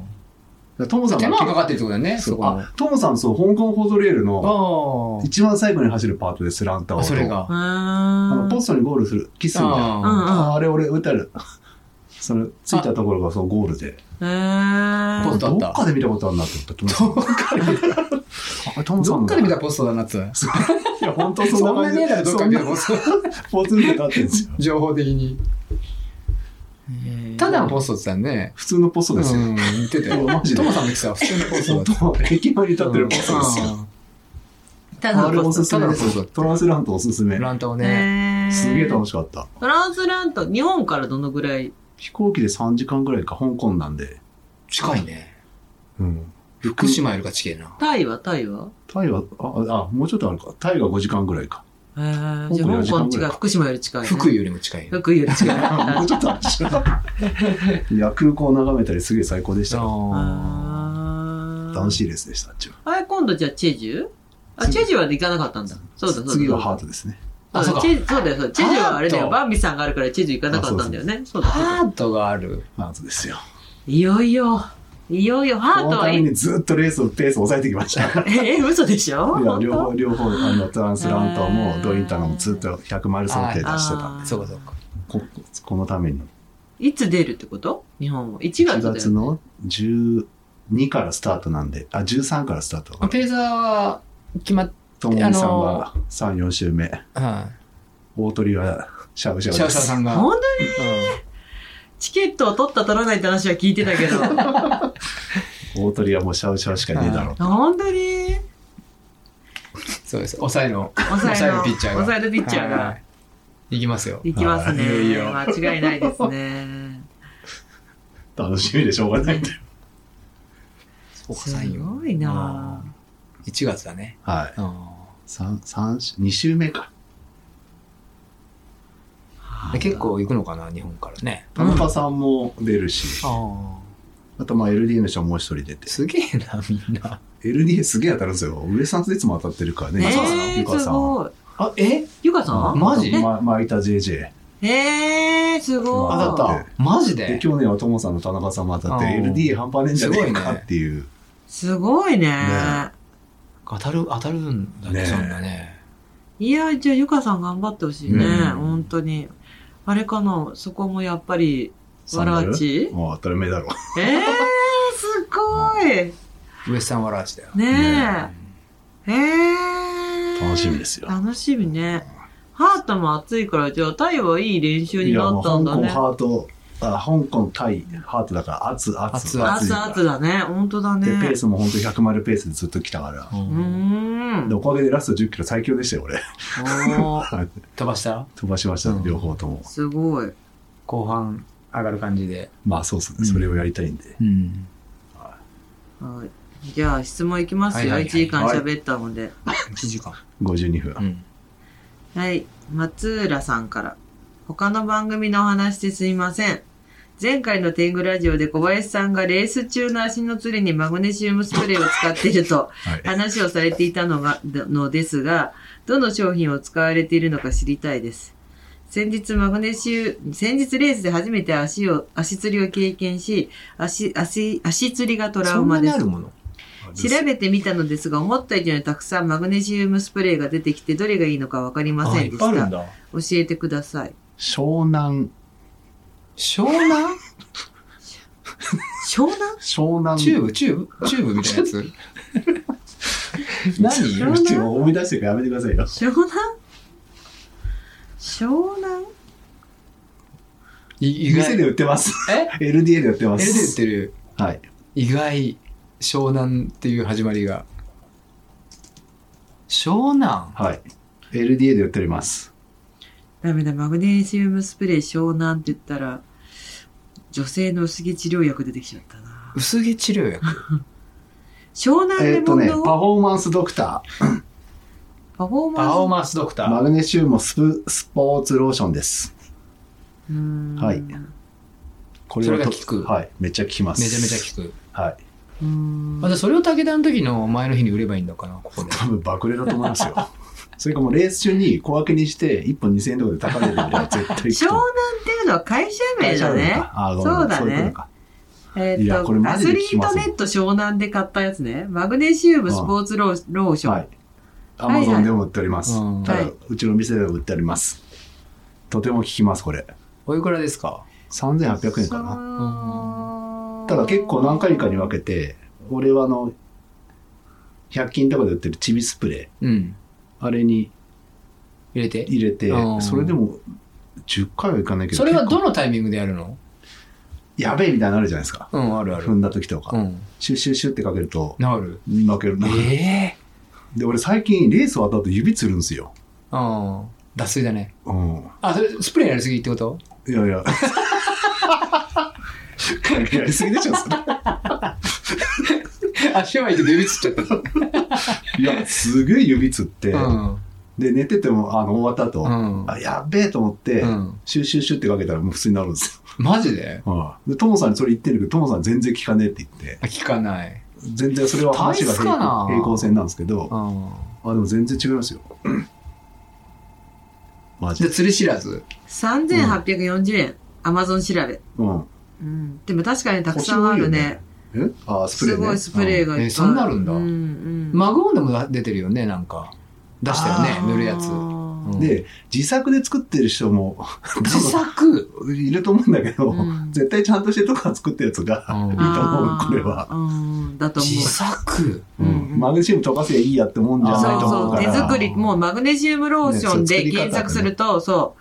[SPEAKER 2] ら。トモさん
[SPEAKER 3] 手間
[SPEAKER 2] が
[SPEAKER 3] がかかってるってことだよね、
[SPEAKER 2] そ
[SPEAKER 3] そうこの。
[SPEAKER 2] あ、トモさん、そう、香港フォートレールの
[SPEAKER 3] あ
[SPEAKER 2] 一番最後に走るパートでスランタを。
[SPEAKER 3] あ。それ。が。
[SPEAKER 1] うー
[SPEAKER 3] あ
[SPEAKER 2] あ
[SPEAKER 1] ん
[SPEAKER 2] の、ポストにゴールする、キスみたいな。
[SPEAKER 1] うん
[SPEAKER 3] あ。
[SPEAKER 2] ああれ、俺、打たる。その、ついたところが、そのゴールで。
[SPEAKER 1] へー
[SPEAKER 3] ポストあ
[SPEAKER 2] ど
[SPEAKER 3] っ
[SPEAKER 2] ったかで見たことあるなって思った。トモさ ん。あトモさん
[SPEAKER 3] どっ
[SPEAKER 2] の
[SPEAKER 3] かで見たポストだなっつうの
[SPEAKER 2] いや、本当
[SPEAKER 3] そ
[SPEAKER 2] そ
[SPEAKER 3] ん
[SPEAKER 2] んな
[SPEAKER 3] なに
[SPEAKER 2] 感
[SPEAKER 3] ね
[SPEAKER 2] じ
[SPEAKER 3] えだろ、どっかで見たポスト。
[SPEAKER 2] ポツンって立ってるんですよ。
[SPEAKER 3] 情報的に。ただのポストって言ってたね。
[SPEAKER 2] 普通のポストですよ。
[SPEAKER 3] うん、言ってたよ。
[SPEAKER 2] マジで
[SPEAKER 3] トモさんの来た普通のポストだ
[SPEAKER 2] 本
[SPEAKER 3] った。
[SPEAKER 2] 当駅前に立ってるポストですよ。
[SPEAKER 1] ただ
[SPEAKER 2] あれ
[SPEAKER 1] のポ
[SPEAKER 2] お
[SPEAKER 1] スト
[SPEAKER 2] すすめで
[SPEAKER 3] ただのポスト
[SPEAKER 2] す。トランスラントおすすめ。
[SPEAKER 3] ランタを
[SPEAKER 1] へ
[SPEAKER 3] ね。
[SPEAKER 1] ー
[SPEAKER 2] すげえ楽しかった。
[SPEAKER 1] フランスランと日本からどのぐらい
[SPEAKER 2] 飛行機で3時間ぐらいか、香港なんで。
[SPEAKER 3] 近いね。
[SPEAKER 2] うん。
[SPEAKER 3] 福島よりかちげえな。
[SPEAKER 1] タイはタイは
[SPEAKER 2] タイは、あ、あ、もうちょっとあるか。タイが5時間ぐらい か。
[SPEAKER 1] えー、じゃあ香港違う、福島より近い、ね。
[SPEAKER 3] 福井よりも近いよ。
[SPEAKER 1] 福井より近い。
[SPEAKER 2] もうちょっとあっ ちだいや、空港を眺めたりすげえ最高でした。
[SPEAKER 3] あ
[SPEAKER 1] あー
[SPEAKER 2] 楽しいレースでした、あっちは。
[SPEAKER 1] あれ、今度じゃあチェジュあ、チェジュは行かなかったんだ。そうだ、そうだ。
[SPEAKER 2] 次はハートですね。
[SPEAKER 3] あそうか
[SPEAKER 1] チェそうだよ、そうだチェジュはあれだ
[SPEAKER 3] ハー
[SPEAKER 1] よ。
[SPEAKER 3] ト
[SPEAKER 1] バンビさんがあるからチェジュ行かなかったんだよね。そう
[SPEAKER 3] ー
[SPEAKER 1] だ、そうだ。
[SPEAKER 3] ハートがある。
[SPEAKER 2] ハートですよ。
[SPEAKER 1] いよいよ、いよいよ、ハ
[SPEAKER 2] こ
[SPEAKER 1] ート
[SPEAKER 2] のた
[SPEAKER 1] は
[SPEAKER 2] め
[SPEAKER 1] い
[SPEAKER 2] にずっとレースをペースを抑えてきました。い
[SPEAKER 1] え、嘘でしょ
[SPEAKER 2] や、両
[SPEAKER 1] 本
[SPEAKER 2] 方、両方、あの、トランスランタンもドインターもずっと100マイル想定出してたんで
[SPEAKER 1] あー
[SPEAKER 3] そうかそうか。
[SPEAKER 2] こ、このために。
[SPEAKER 1] 当いつ出るってこと日本は。1月だ
[SPEAKER 2] 1
[SPEAKER 1] よ、
[SPEAKER 2] 月の12からスタートなんで、あ、13からスタート。
[SPEAKER 3] ペーザーは、決まっ、
[SPEAKER 2] ともみさん
[SPEAKER 3] あ
[SPEAKER 2] は3、4週目。
[SPEAKER 3] は
[SPEAKER 2] 大鳥はシャウシ
[SPEAKER 3] い。
[SPEAKER 2] ャウ
[SPEAKER 3] シャ
[SPEAKER 2] で
[SPEAKER 3] ウシャウ
[SPEAKER 2] す
[SPEAKER 3] さ。んが。
[SPEAKER 1] 本当に
[SPEAKER 3] う
[SPEAKER 1] チケットを取った取らないって話は聞いてた けど。
[SPEAKER 2] 大鳥はもうシャウシャウしかねえだろう。
[SPEAKER 1] 本当に
[SPEAKER 3] んそうです。抑えの。
[SPEAKER 1] 抑えの
[SPEAKER 3] 抑えのピッチャーが
[SPEAKER 1] 抑えのピッチャーが。
[SPEAKER 3] い。いきますよ。
[SPEAKER 1] いきますね。
[SPEAKER 3] はいいよいよ
[SPEAKER 1] 間違いないですね。
[SPEAKER 2] 楽しみでしょうがないんだよ。
[SPEAKER 3] そうか
[SPEAKER 1] す
[SPEAKER 3] 三四
[SPEAKER 1] ごいなぁ
[SPEAKER 3] うん1月だね。
[SPEAKER 2] はい。
[SPEAKER 3] う
[SPEAKER 2] 三三2週目か。
[SPEAKER 3] ん。 結構行くのかな、日本からね。
[SPEAKER 2] 田中さんも出るし、
[SPEAKER 3] ああ。
[SPEAKER 2] あとまあ LDA の人はもう一人出て。
[SPEAKER 3] すげえな、みんな。
[SPEAKER 2] LDA すげえ当たるんですよ。上さんといつも当たってるからね。
[SPEAKER 3] あそうなの
[SPEAKER 1] え
[SPEAKER 2] ゆ
[SPEAKER 1] ー、
[SPEAKER 2] か
[SPEAKER 1] す
[SPEAKER 2] さん。
[SPEAKER 1] ごい。
[SPEAKER 3] あ、え
[SPEAKER 1] ゆかさん
[SPEAKER 3] マジ
[SPEAKER 2] ま、まいた JJ。
[SPEAKER 1] えー、すごい。
[SPEAKER 2] あ
[SPEAKER 3] 当たった。マジ
[SPEAKER 2] で、
[SPEAKER 3] で
[SPEAKER 2] 去年はともさんの田中さんも当たって、
[SPEAKER 3] あー
[SPEAKER 2] LDA 半端ねえんじゃねえ
[SPEAKER 3] すご
[SPEAKER 2] か
[SPEAKER 3] いね
[SPEAKER 2] っていう。
[SPEAKER 1] すごいね
[SPEAKER 2] ね
[SPEAKER 3] 当たる、当たるんだ
[SPEAKER 2] ね
[SPEAKER 3] ね、
[SPEAKER 2] え
[SPEAKER 3] そんなね。
[SPEAKER 1] いや、じゃあゆかさん頑張ってほしいね。
[SPEAKER 2] うん
[SPEAKER 1] 本当に。あれかなそこもやっぱり、
[SPEAKER 2] サ
[SPEAKER 1] わ
[SPEAKER 2] ンダ
[SPEAKER 1] ら
[SPEAKER 2] ル
[SPEAKER 1] あち
[SPEAKER 2] もう当たり前 だろう。
[SPEAKER 1] えー、すごい。
[SPEAKER 3] ウエスタンワラーチだよ。
[SPEAKER 1] ねえ。えー。
[SPEAKER 2] 楽しみですよ
[SPEAKER 1] 楽しみね。ハートも暑いから、じゃあタイはいい練習
[SPEAKER 2] い
[SPEAKER 1] に
[SPEAKER 2] や、
[SPEAKER 1] な
[SPEAKER 2] も
[SPEAKER 1] っ
[SPEAKER 2] う香
[SPEAKER 1] たんだ
[SPEAKER 2] 港
[SPEAKER 1] ね。
[SPEAKER 2] ハート、あ、香港対ハートだから、熱、熱、
[SPEAKER 3] 熱
[SPEAKER 1] 暑
[SPEAKER 2] 熱
[SPEAKER 1] い
[SPEAKER 2] い
[SPEAKER 1] 暑
[SPEAKER 2] か
[SPEAKER 1] だね。本当だ
[SPEAKER 2] ら。で、ペ
[SPEAKER 1] ね
[SPEAKER 2] ー。スも本当100マイルペースでずっと来たから。
[SPEAKER 3] う
[SPEAKER 1] うー
[SPEAKER 3] ん
[SPEAKER 1] ん
[SPEAKER 2] で、。おかげでラスト10キロ最強でしたよ、俺。
[SPEAKER 1] おー
[SPEAKER 3] 飛ばした
[SPEAKER 2] 飛ばしました、
[SPEAKER 3] うん
[SPEAKER 2] 両方とも。
[SPEAKER 1] すごい。
[SPEAKER 3] 後半上がる感じで。
[SPEAKER 2] まあ、そうですね、
[SPEAKER 3] うん
[SPEAKER 2] それをやりたいんで。
[SPEAKER 3] うん。
[SPEAKER 1] はいじゃあ質問いきますよ。
[SPEAKER 3] はいはいは
[SPEAKER 1] 1
[SPEAKER 3] い
[SPEAKER 1] 時間喋ったので。
[SPEAKER 3] 1時間。
[SPEAKER 2] 52分。
[SPEAKER 3] うん。
[SPEAKER 1] はい。松浦さんから。他の番組のお話ですいません。前回の天狗ラジオで小林さんがレース中の足のつりにマグネシウムスプレーを使っている と
[SPEAKER 2] はい。
[SPEAKER 1] 話をされていたのが、のですが、どの商品を使われているのか知りたいです。先日マグネシウ、先日レースで初めて足を、足つりを経験し、足、足、足つりがトラ
[SPEAKER 3] そ
[SPEAKER 1] ウ
[SPEAKER 3] んな
[SPEAKER 1] マ
[SPEAKER 3] に
[SPEAKER 1] で
[SPEAKER 3] あ
[SPEAKER 1] す
[SPEAKER 3] る。もの
[SPEAKER 1] 調べてみたのですが、思った以上にたくさんマグネシウムスプレーが出てきて、どれがいいのかわかりませんでした。
[SPEAKER 3] だ。
[SPEAKER 1] 教えてください。
[SPEAKER 2] 湘南、
[SPEAKER 3] 湘南
[SPEAKER 1] 湘南
[SPEAKER 2] 湘南。
[SPEAKER 3] チューブチューブチューブみたいなや つ 何
[SPEAKER 2] 宇宙を思い出してるからやめてくださいよ。
[SPEAKER 1] 湘南湘南
[SPEAKER 3] い意
[SPEAKER 2] 店で
[SPEAKER 3] 外。
[SPEAKER 2] 売ってます。
[SPEAKER 3] え
[SPEAKER 2] LDA で売ってま。
[SPEAKER 3] ?L です言ってる
[SPEAKER 2] はい。
[SPEAKER 3] 意外湘南っていう始まりが。湘南
[SPEAKER 2] はい。LDA で売っております。
[SPEAKER 1] ダメだ、マグネシウムスプレー湘南って言ったら、女性の薄毛治療薬出てきちゃったな。
[SPEAKER 3] 薄毛治療薬。
[SPEAKER 1] 湘南
[SPEAKER 2] え
[SPEAKER 1] で
[SPEAKER 2] っと
[SPEAKER 1] 問
[SPEAKER 2] ね、
[SPEAKER 1] 答
[SPEAKER 2] パフォーマンスドクタ
[SPEAKER 1] パフォー
[SPEAKER 3] パオー
[SPEAKER 1] マン
[SPEAKER 3] マンスドクタ
[SPEAKER 2] ー、マ
[SPEAKER 3] ー。
[SPEAKER 2] グネシウムスプスポーツローションです。
[SPEAKER 1] スうーん
[SPEAKER 2] はいうこ
[SPEAKER 3] それが
[SPEAKER 2] と
[SPEAKER 3] 効く
[SPEAKER 2] はい。めっちゃ効きます。
[SPEAKER 3] めちゃめちゃ効
[SPEAKER 2] く。
[SPEAKER 3] く。
[SPEAKER 2] はい。
[SPEAKER 1] ーん
[SPEAKER 3] またそれを武田の時の前の日に売ればいいのかな、ここで。
[SPEAKER 2] 多分爆売れだと思います よ。それかもうレース中に小分けにして1本2000円とかで高値で売れば絶
[SPEAKER 1] 湘
[SPEAKER 2] 対
[SPEAKER 1] 南っていうのは会社名だね。
[SPEAKER 2] あーごめん
[SPEAKER 1] そうだ
[SPEAKER 2] いこと
[SPEAKER 1] ね。
[SPEAKER 2] か
[SPEAKER 1] え
[SPEAKER 2] い
[SPEAKER 1] ー
[SPEAKER 2] や
[SPEAKER 1] っ
[SPEAKER 2] これ
[SPEAKER 1] と、
[SPEAKER 2] マ
[SPEAKER 1] ア
[SPEAKER 2] ジ
[SPEAKER 1] ス
[SPEAKER 2] で
[SPEAKER 1] リ
[SPEAKER 2] 聞き
[SPEAKER 1] ー
[SPEAKER 2] ま
[SPEAKER 1] ト
[SPEAKER 2] せん
[SPEAKER 1] ネット湘南で買ったやつね。マグネシウムスポーツローローション。
[SPEAKER 2] はい。ア
[SPEAKER 1] はい
[SPEAKER 2] マゾンでも売っております。
[SPEAKER 3] うん
[SPEAKER 2] た
[SPEAKER 1] は
[SPEAKER 2] だ
[SPEAKER 1] いう
[SPEAKER 2] ちの店でも売っております。とても効きます、これ。
[SPEAKER 3] おいくらですか
[SPEAKER 2] 3800円かな。
[SPEAKER 1] な
[SPEAKER 2] ただ結構何回かに分けて、俺はあの、100均とかで売ってるチビスプレ
[SPEAKER 3] うん。
[SPEAKER 2] ー、あれに
[SPEAKER 3] 入れて。
[SPEAKER 2] 入れて
[SPEAKER 3] う、ん
[SPEAKER 2] それでも10回はいかないけど、
[SPEAKER 3] それは
[SPEAKER 2] 結構
[SPEAKER 3] どのタイミングでやるの
[SPEAKER 2] やべえみたいになるじゃないですか。
[SPEAKER 3] うん、あるある
[SPEAKER 2] 踏。んだ時とか、
[SPEAKER 3] うん。
[SPEAKER 2] シュッシュッシュッってかけると、
[SPEAKER 3] なる。
[SPEAKER 2] 負けるな。
[SPEAKER 3] ええ
[SPEAKER 2] で、俺最近レース終わった後指つるんですよ。
[SPEAKER 3] うん。脱水だね。
[SPEAKER 2] うん。
[SPEAKER 3] あ、それ、スプレーやりすぎってこと
[SPEAKER 2] いやい や。やりすぎでしょ、それ。
[SPEAKER 3] 足はいて指つっちゃった。
[SPEAKER 2] いや、すげえ指つって、
[SPEAKER 3] うん。
[SPEAKER 2] で、寝てても、あの、終わった後、
[SPEAKER 3] うん
[SPEAKER 2] あ、やっべえと思って、
[SPEAKER 3] うん。
[SPEAKER 2] シュッシュッシュッってかけたらもう普通になるんです
[SPEAKER 3] マジで
[SPEAKER 2] よ。 はいで、トモさんにそれ言ってるけど、トモさん全然聞かねえって言って、
[SPEAKER 3] 聞かない。
[SPEAKER 2] 全然それは話が
[SPEAKER 3] 体質かな
[SPEAKER 2] 平平行線なんですけど、
[SPEAKER 3] うん。
[SPEAKER 2] あ、でも全然違いますよ。 マジ
[SPEAKER 3] じゃ
[SPEAKER 2] で
[SPEAKER 3] あ、。釣り知らず。
[SPEAKER 1] 3840円。アマゾン調べ。
[SPEAKER 2] うん。
[SPEAKER 1] うん。でも確かにたくさんあるね。
[SPEAKER 2] えあ、スプレ
[SPEAKER 1] す
[SPEAKER 2] ーね。
[SPEAKER 1] ごいスプレー
[SPEAKER 2] が。
[SPEAKER 1] がいっぱい。
[SPEAKER 3] えそんなあるんだ
[SPEAKER 1] うんうん。
[SPEAKER 3] マグオンでも出てるよね、なんか。出したよね
[SPEAKER 2] あ、
[SPEAKER 3] 塗るやつ。
[SPEAKER 1] うん
[SPEAKER 3] うん
[SPEAKER 2] で、自作で作ってる人も、
[SPEAKER 3] 自作
[SPEAKER 2] 多分いると思うんだけど、
[SPEAKER 1] うん
[SPEAKER 2] 絶対ちゃんとしてとか作ったやつが、
[SPEAKER 3] うん
[SPEAKER 2] いいと思う、
[SPEAKER 1] あー
[SPEAKER 2] これは。
[SPEAKER 1] うんだと思う。
[SPEAKER 3] 自作
[SPEAKER 2] うん
[SPEAKER 1] うん
[SPEAKER 2] マグネシウム溶かせばいいやってもんじゃ
[SPEAKER 3] 作
[SPEAKER 2] ない
[SPEAKER 1] そう
[SPEAKER 2] と思う
[SPEAKER 1] そ
[SPEAKER 2] か
[SPEAKER 1] う、
[SPEAKER 2] ら。
[SPEAKER 1] 手作り、もうマグネシウムローションで
[SPEAKER 2] ね
[SPEAKER 1] 検索すると、そ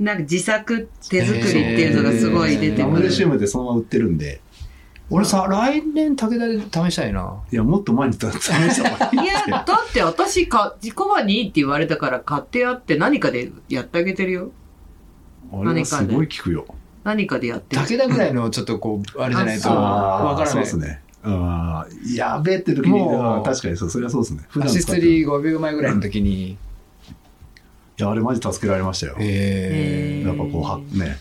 [SPEAKER 1] う、なんか自作手作りっていうのがすごい出て
[SPEAKER 2] マ
[SPEAKER 1] く
[SPEAKER 2] グ
[SPEAKER 1] る
[SPEAKER 2] ネ。シウムでそのまま売ってるんで、
[SPEAKER 3] 俺さ、来年武田で試したいな。
[SPEAKER 2] いや、もっと前に試した方がい
[SPEAKER 1] い
[SPEAKER 2] い
[SPEAKER 1] や、だって私か、自己はにいいって言われたから買ってやって何かでやってあげてるよ。
[SPEAKER 2] あれはすごい効くよ。
[SPEAKER 1] 何かでやってる。
[SPEAKER 3] 武田ぐらいのちょっとこう、あれじゃないと、
[SPEAKER 1] あ
[SPEAKER 3] わから
[SPEAKER 2] そう
[SPEAKER 3] な
[SPEAKER 2] で
[SPEAKER 3] い
[SPEAKER 2] す。ね。あーやべえって時に、
[SPEAKER 3] もう
[SPEAKER 2] あー確かにそう、それはそうですね。普
[SPEAKER 3] ア
[SPEAKER 2] 段
[SPEAKER 3] シ
[SPEAKER 2] 使っ
[SPEAKER 3] ス
[SPEAKER 2] てるい
[SPEAKER 3] リー5秒前ぐらいの時に。
[SPEAKER 2] や、あれマジ助けられましたよ。
[SPEAKER 1] へー
[SPEAKER 2] やっぱこう、はね。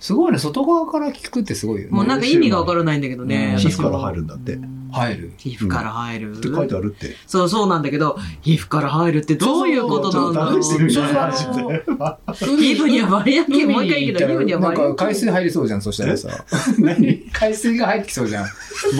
[SPEAKER 3] すごいね、外側から聞くってすごいよね。
[SPEAKER 1] もうなんか意味がわからないんだけどね。
[SPEAKER 3] うん
[SPEAKER 2] 皮
[SPEAKER 1] 私
[SPEAKER 2] 膚
[SPEAKER 1] も
[SPEAKER 2] から入るんだって。っ
[SPEAKER 3] 入る。
[SPEAKER 1] 皮膚から入る。
[SPEAKER 2] て書いてあるって。
[SPEAKER 1] そうそうなんだけど、皮膚から入るってどういうことなんだろう。
[SPEAKER 2] ちょっと試してみ
[SPEAKER 3] そう
[SPEAKER 2] よう
[SPEAKER 3] そ
[SPEAKER 2] マ
[SPEAKER 3] う
[SPEAKER 2] ジで。
[SPEAKER 1] 皮膚にはバリア系、もう一回言うけど、皮膚には
[SPEAKER 3] な
[SPEAKER 1] バ
[SPEAKER 3] ん
[SPEAKER 1] リア
[SPEAKER 3] か
[SPEAKER 1] 系。
[SPEAKER 3] 海水入りそうじゃん、そしたらさ。
[SPEAKER 2] 何
[SPEAKER 3] 海水が入ってきそうじゃん。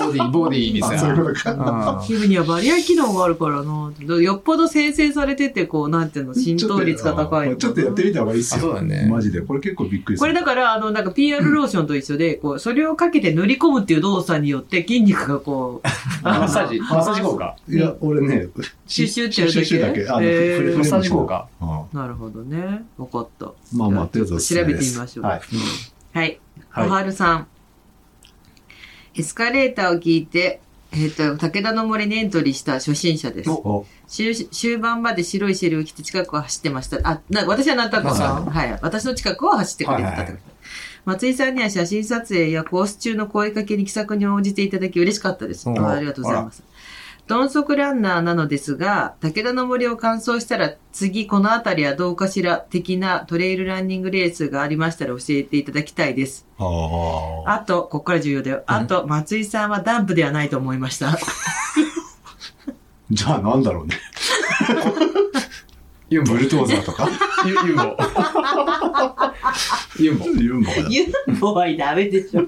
[SPEAKER 3] ボディ、ボディに
[SPEAKER 2] あそういう
[SPEAKER 3] さ。
[SPEAKER 2] ことか。
[SPEAKER 3] う
[SPEAKER 1] 皮膚にはバリア機能があるからな。よっぽど生成されてて、こう、なんていうの、浸透率が高いの。
[SPEAKER 2] ちょっとやってみた方がいいっす
[SPEAKER 3] あそ
[SPEAKER 2] よ。
[SPEAKER 3] うだね
[SPEAKER 2] マジで。これ結構びっくりす
[SPEAKER 1] これ
[SPEAKER 2] る。
[SPEAKER 1] だから、あの、なんか PR ローションと一緒で、こう、それをかけて塗り込むっていう動作によって筋肉がこう、
[SPEAKER 3] マッサージ、マッサージ効果。
[SPEAKER 2] いや、俺ね、
[SPEAKER 1] シュッシュッてやるだけ
[SPEAKER 2] シュッシュッだけ。あの、
[SPEAKER 1] へー
[SPEAKER 2] フレフレ
[SPEAKER 3] マッサージ効果。
[SPEAKER 2] うん
[SPEAKER 1] なるほどね。わかった。
[SPEAKER 2] まあまあ、とりあえずおすすめです
[SPEAKER 1] 調べてみましょう
[SPEAKER 2] はい。
[SPEAKER 1] はい。
[SPEAKER 2] はい
[SPEAKER 1] 小春さん。エスカレーターを聞いて、えっ、と、武田の森にエントリーした初心者です。
[SPEAKER 2] お
[SPEAKER 1] 終終盤まで白いシェルを着て近くを走ってました。あ、な私はなんとなく
[SPEAKER 3] まあ
[SPEAKER 1] はい。私の近くを走ってくれてたってこと。松井さんには写真撮影やコース中の声かけに気さくに応じていただき嬉しかったです。
[SPEAKER 3] おう
[SPEAKER 1] あありがとうございます。鈍足ランナーなのですが、武田の森を完走したら次この辺りはどうかしら的なトレイルランニングレースがありましたら教えていただきたいです。
[SPEAKER 2] ああ。
[SPEAKER 1] あと、ここから重要だよ。あと、松井さんはダンプではないと思いました。
[SPEAKER 2] じゃあなんだろうね。
[SPEAKER 3] ユンボ
[SPEAKER 2] ブ。ルトーザー とか
[SPEAKER 3] ユユンボ。 ユ
[SPEAKER 2] ユン
[SPEAKER 3] ンボ。
[SPEAKER 2] ボかな
[SPEAKER 1] ユンボはダメでしょ。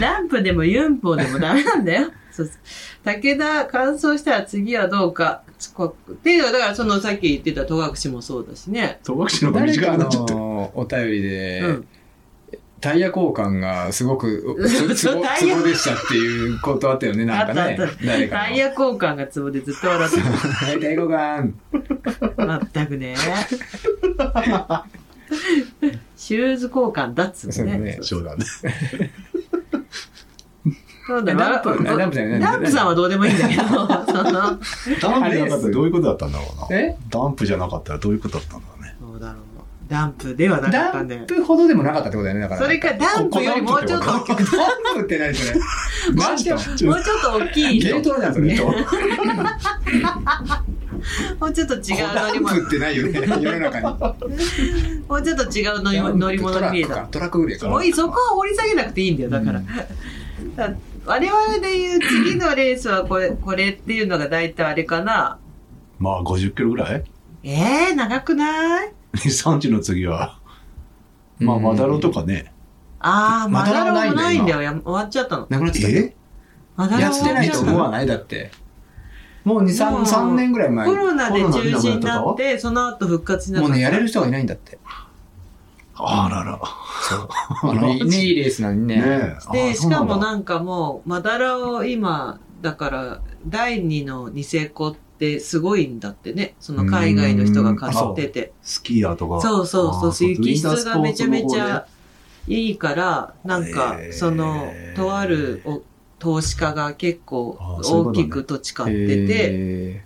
[SPEAKER 1] ダンプでもユンボでもダメなんだよ。そうそう武田、乾燥したら次はどうか。つこっていうのは、だからそのさっき言ってた戸隠もそうだしね。
[SPEAKER 2] 戸隠の方が
[SPEAKER 3] 誰
[SPEAKER 2] 短
[SPEAKER 3] か
[SPEAKER 2] くなっちゃってる。
[SPEAKER 3] のお便りで、
[SPEAKER 1] うん。
[SPEAKER 3] タイヤ交換がすごく、 つつぼ、
[SPEAKER 1] タ
[SPEAKER 3] つ
[SPEAKER 1] イヤ
[SPEAKER 3] ぼでしたっていうことあったよね、なんか
[SPEAKER 1] あ
[SPEAKER 3] ね
[SPEAKER 1] ったあっ。
[SPEAKER 3] 誰かの。
[SPEAKER 1] タイヤ交換がツボでずっと笑って
[SPEAKER 3] はいタイヤ交換。
[SPEAKER 1] た。全くね。シューズ交換だっつう
[SPEAKER 3] そうだ
[SPEAKER 1] の
[SPEAKER 3] ね
[SPEAKER 1] ね。
[SPEAKER 2] そうだね。
[SPEAKER 1] そうだ
[SPEAKER 3] ダンプ
[SPEAKER 1] わ
[SPEAKER 3] あダンプじゃない
[SPEAKER 1] ダンプさんはどうでもいいん だけど、その、
[SPEAKER 2] ダンプじゃなかったらどういうことだったんだろうな。
[SPEAKER 3] え
[SPEAKER 2] ダンプじゃなかったらどういうことだったんだろうね。
[SPEAKER 1] そうだろう。ダンプではなかった
[SPEAKER 3] ダ
[SPEAKER 1] んだよ
[SPEAKER 3] ン。プほどでもなかったってことだよね、だから。
[SPEAKER 1] それか、ダンプよりもうちょっと
[SPEAKER 3] ダンプって何それ。マジで
[SPEAKER 1] もうちょっと大きい
[SPEAKER 3] ゲ
[SPEAKER 1] の
[SPEAKER 3] ートロじゃん、それ。
[SPEAKER 2] と
[SPEAKER 1] もうちょっと違う乗
[SPEAKER 3] ダ
[SPEAKER 1] り
[SPEAKER 3] ンプ
[SPEAKER 1] 物
[SPEAKER 3] っ。てないよね、世の中に。
[SPEAKER 1] もうちょっと違う乗り乗り物に見えた。
[SPEAKER 3] トラックぐらいか。
[SPEAKER 1] おい、そこは掘り下げなくていいんだよ、だから。だ我々で言う次のレースはこれ、これっていうのが大体あれかな。
[SPEAKER 2] まあ50キロぐらい
[SPEAKER 1] えー、長くない
[SPEAKER 2] 日産地の次は、まあマダロとかね。
[SPEAKER 1] あー、ま
[SPEAKER 3] まだ
[SPEAKER 1] だ
[SPEAKER 3] ら
[SPEAKER 1] ら
[SPEAKER 3] ない
[SPEAKER 1] も
[SPEAKER 3] んだよ
[SPEAKER 1] ないんだよ。や終わっちゃったの。
[SPEAKER 3] なくなっちゃったよ
[SPEAKER 2] え
[SPEAKER 1] まだら
[SPEAKER 3] やっ
[SPEAKER 1] 終
[SPEAKER 3] て
[SPEAKER 1] わっ
[SPEAKER 3] ない
[SPEAKER 1] ちゃ
[SPEAKER 3] と
[SPEAKER 1] った
[SPEAKER 3] 思
[SPEAKER 1] の。
[SPEAKER 3] わないだって。もう2、
[SPEAKER 1] もう
[SPEAKER 3] 3、3年ぐらい前。
[SPEAKER 1] コ
[SPEAKER 3] も
[SPEAKER 1] ロナで中止になって、その後復活になった。
[SPEAKER 3] うね、やれる人がいないんだ って。
[SPEAKER 2] あらら。
[SPEAKER 3] あの、いいねいいレースなのにね。
[SPEAKER 2] ねえ。
[SPEAKER 1] で、しかも
[SPEAKER 2] ん
[SPEAKER 1] なんかもう、まだらを今、だから、第二のニセコってすごいんだってね。その海外の人が買ってて。
[SPEAKER 2] スキーヤーとか。
[SPEAKER 1] そうそうそう、そういう気質がめちゃめちゃ
[SPEAKER 2] あ。
[SPEAKER 1] いいから、なんか
[SPEAKER 2] へ、ー
[SPEAKER 1] その、とあるお投資家が結構
[SPEAKER 2] あーそういうこ
[SPEAKER 1] 大
[SPEAKER 2] とね
[SPEAKER 1] きく土地買ってて、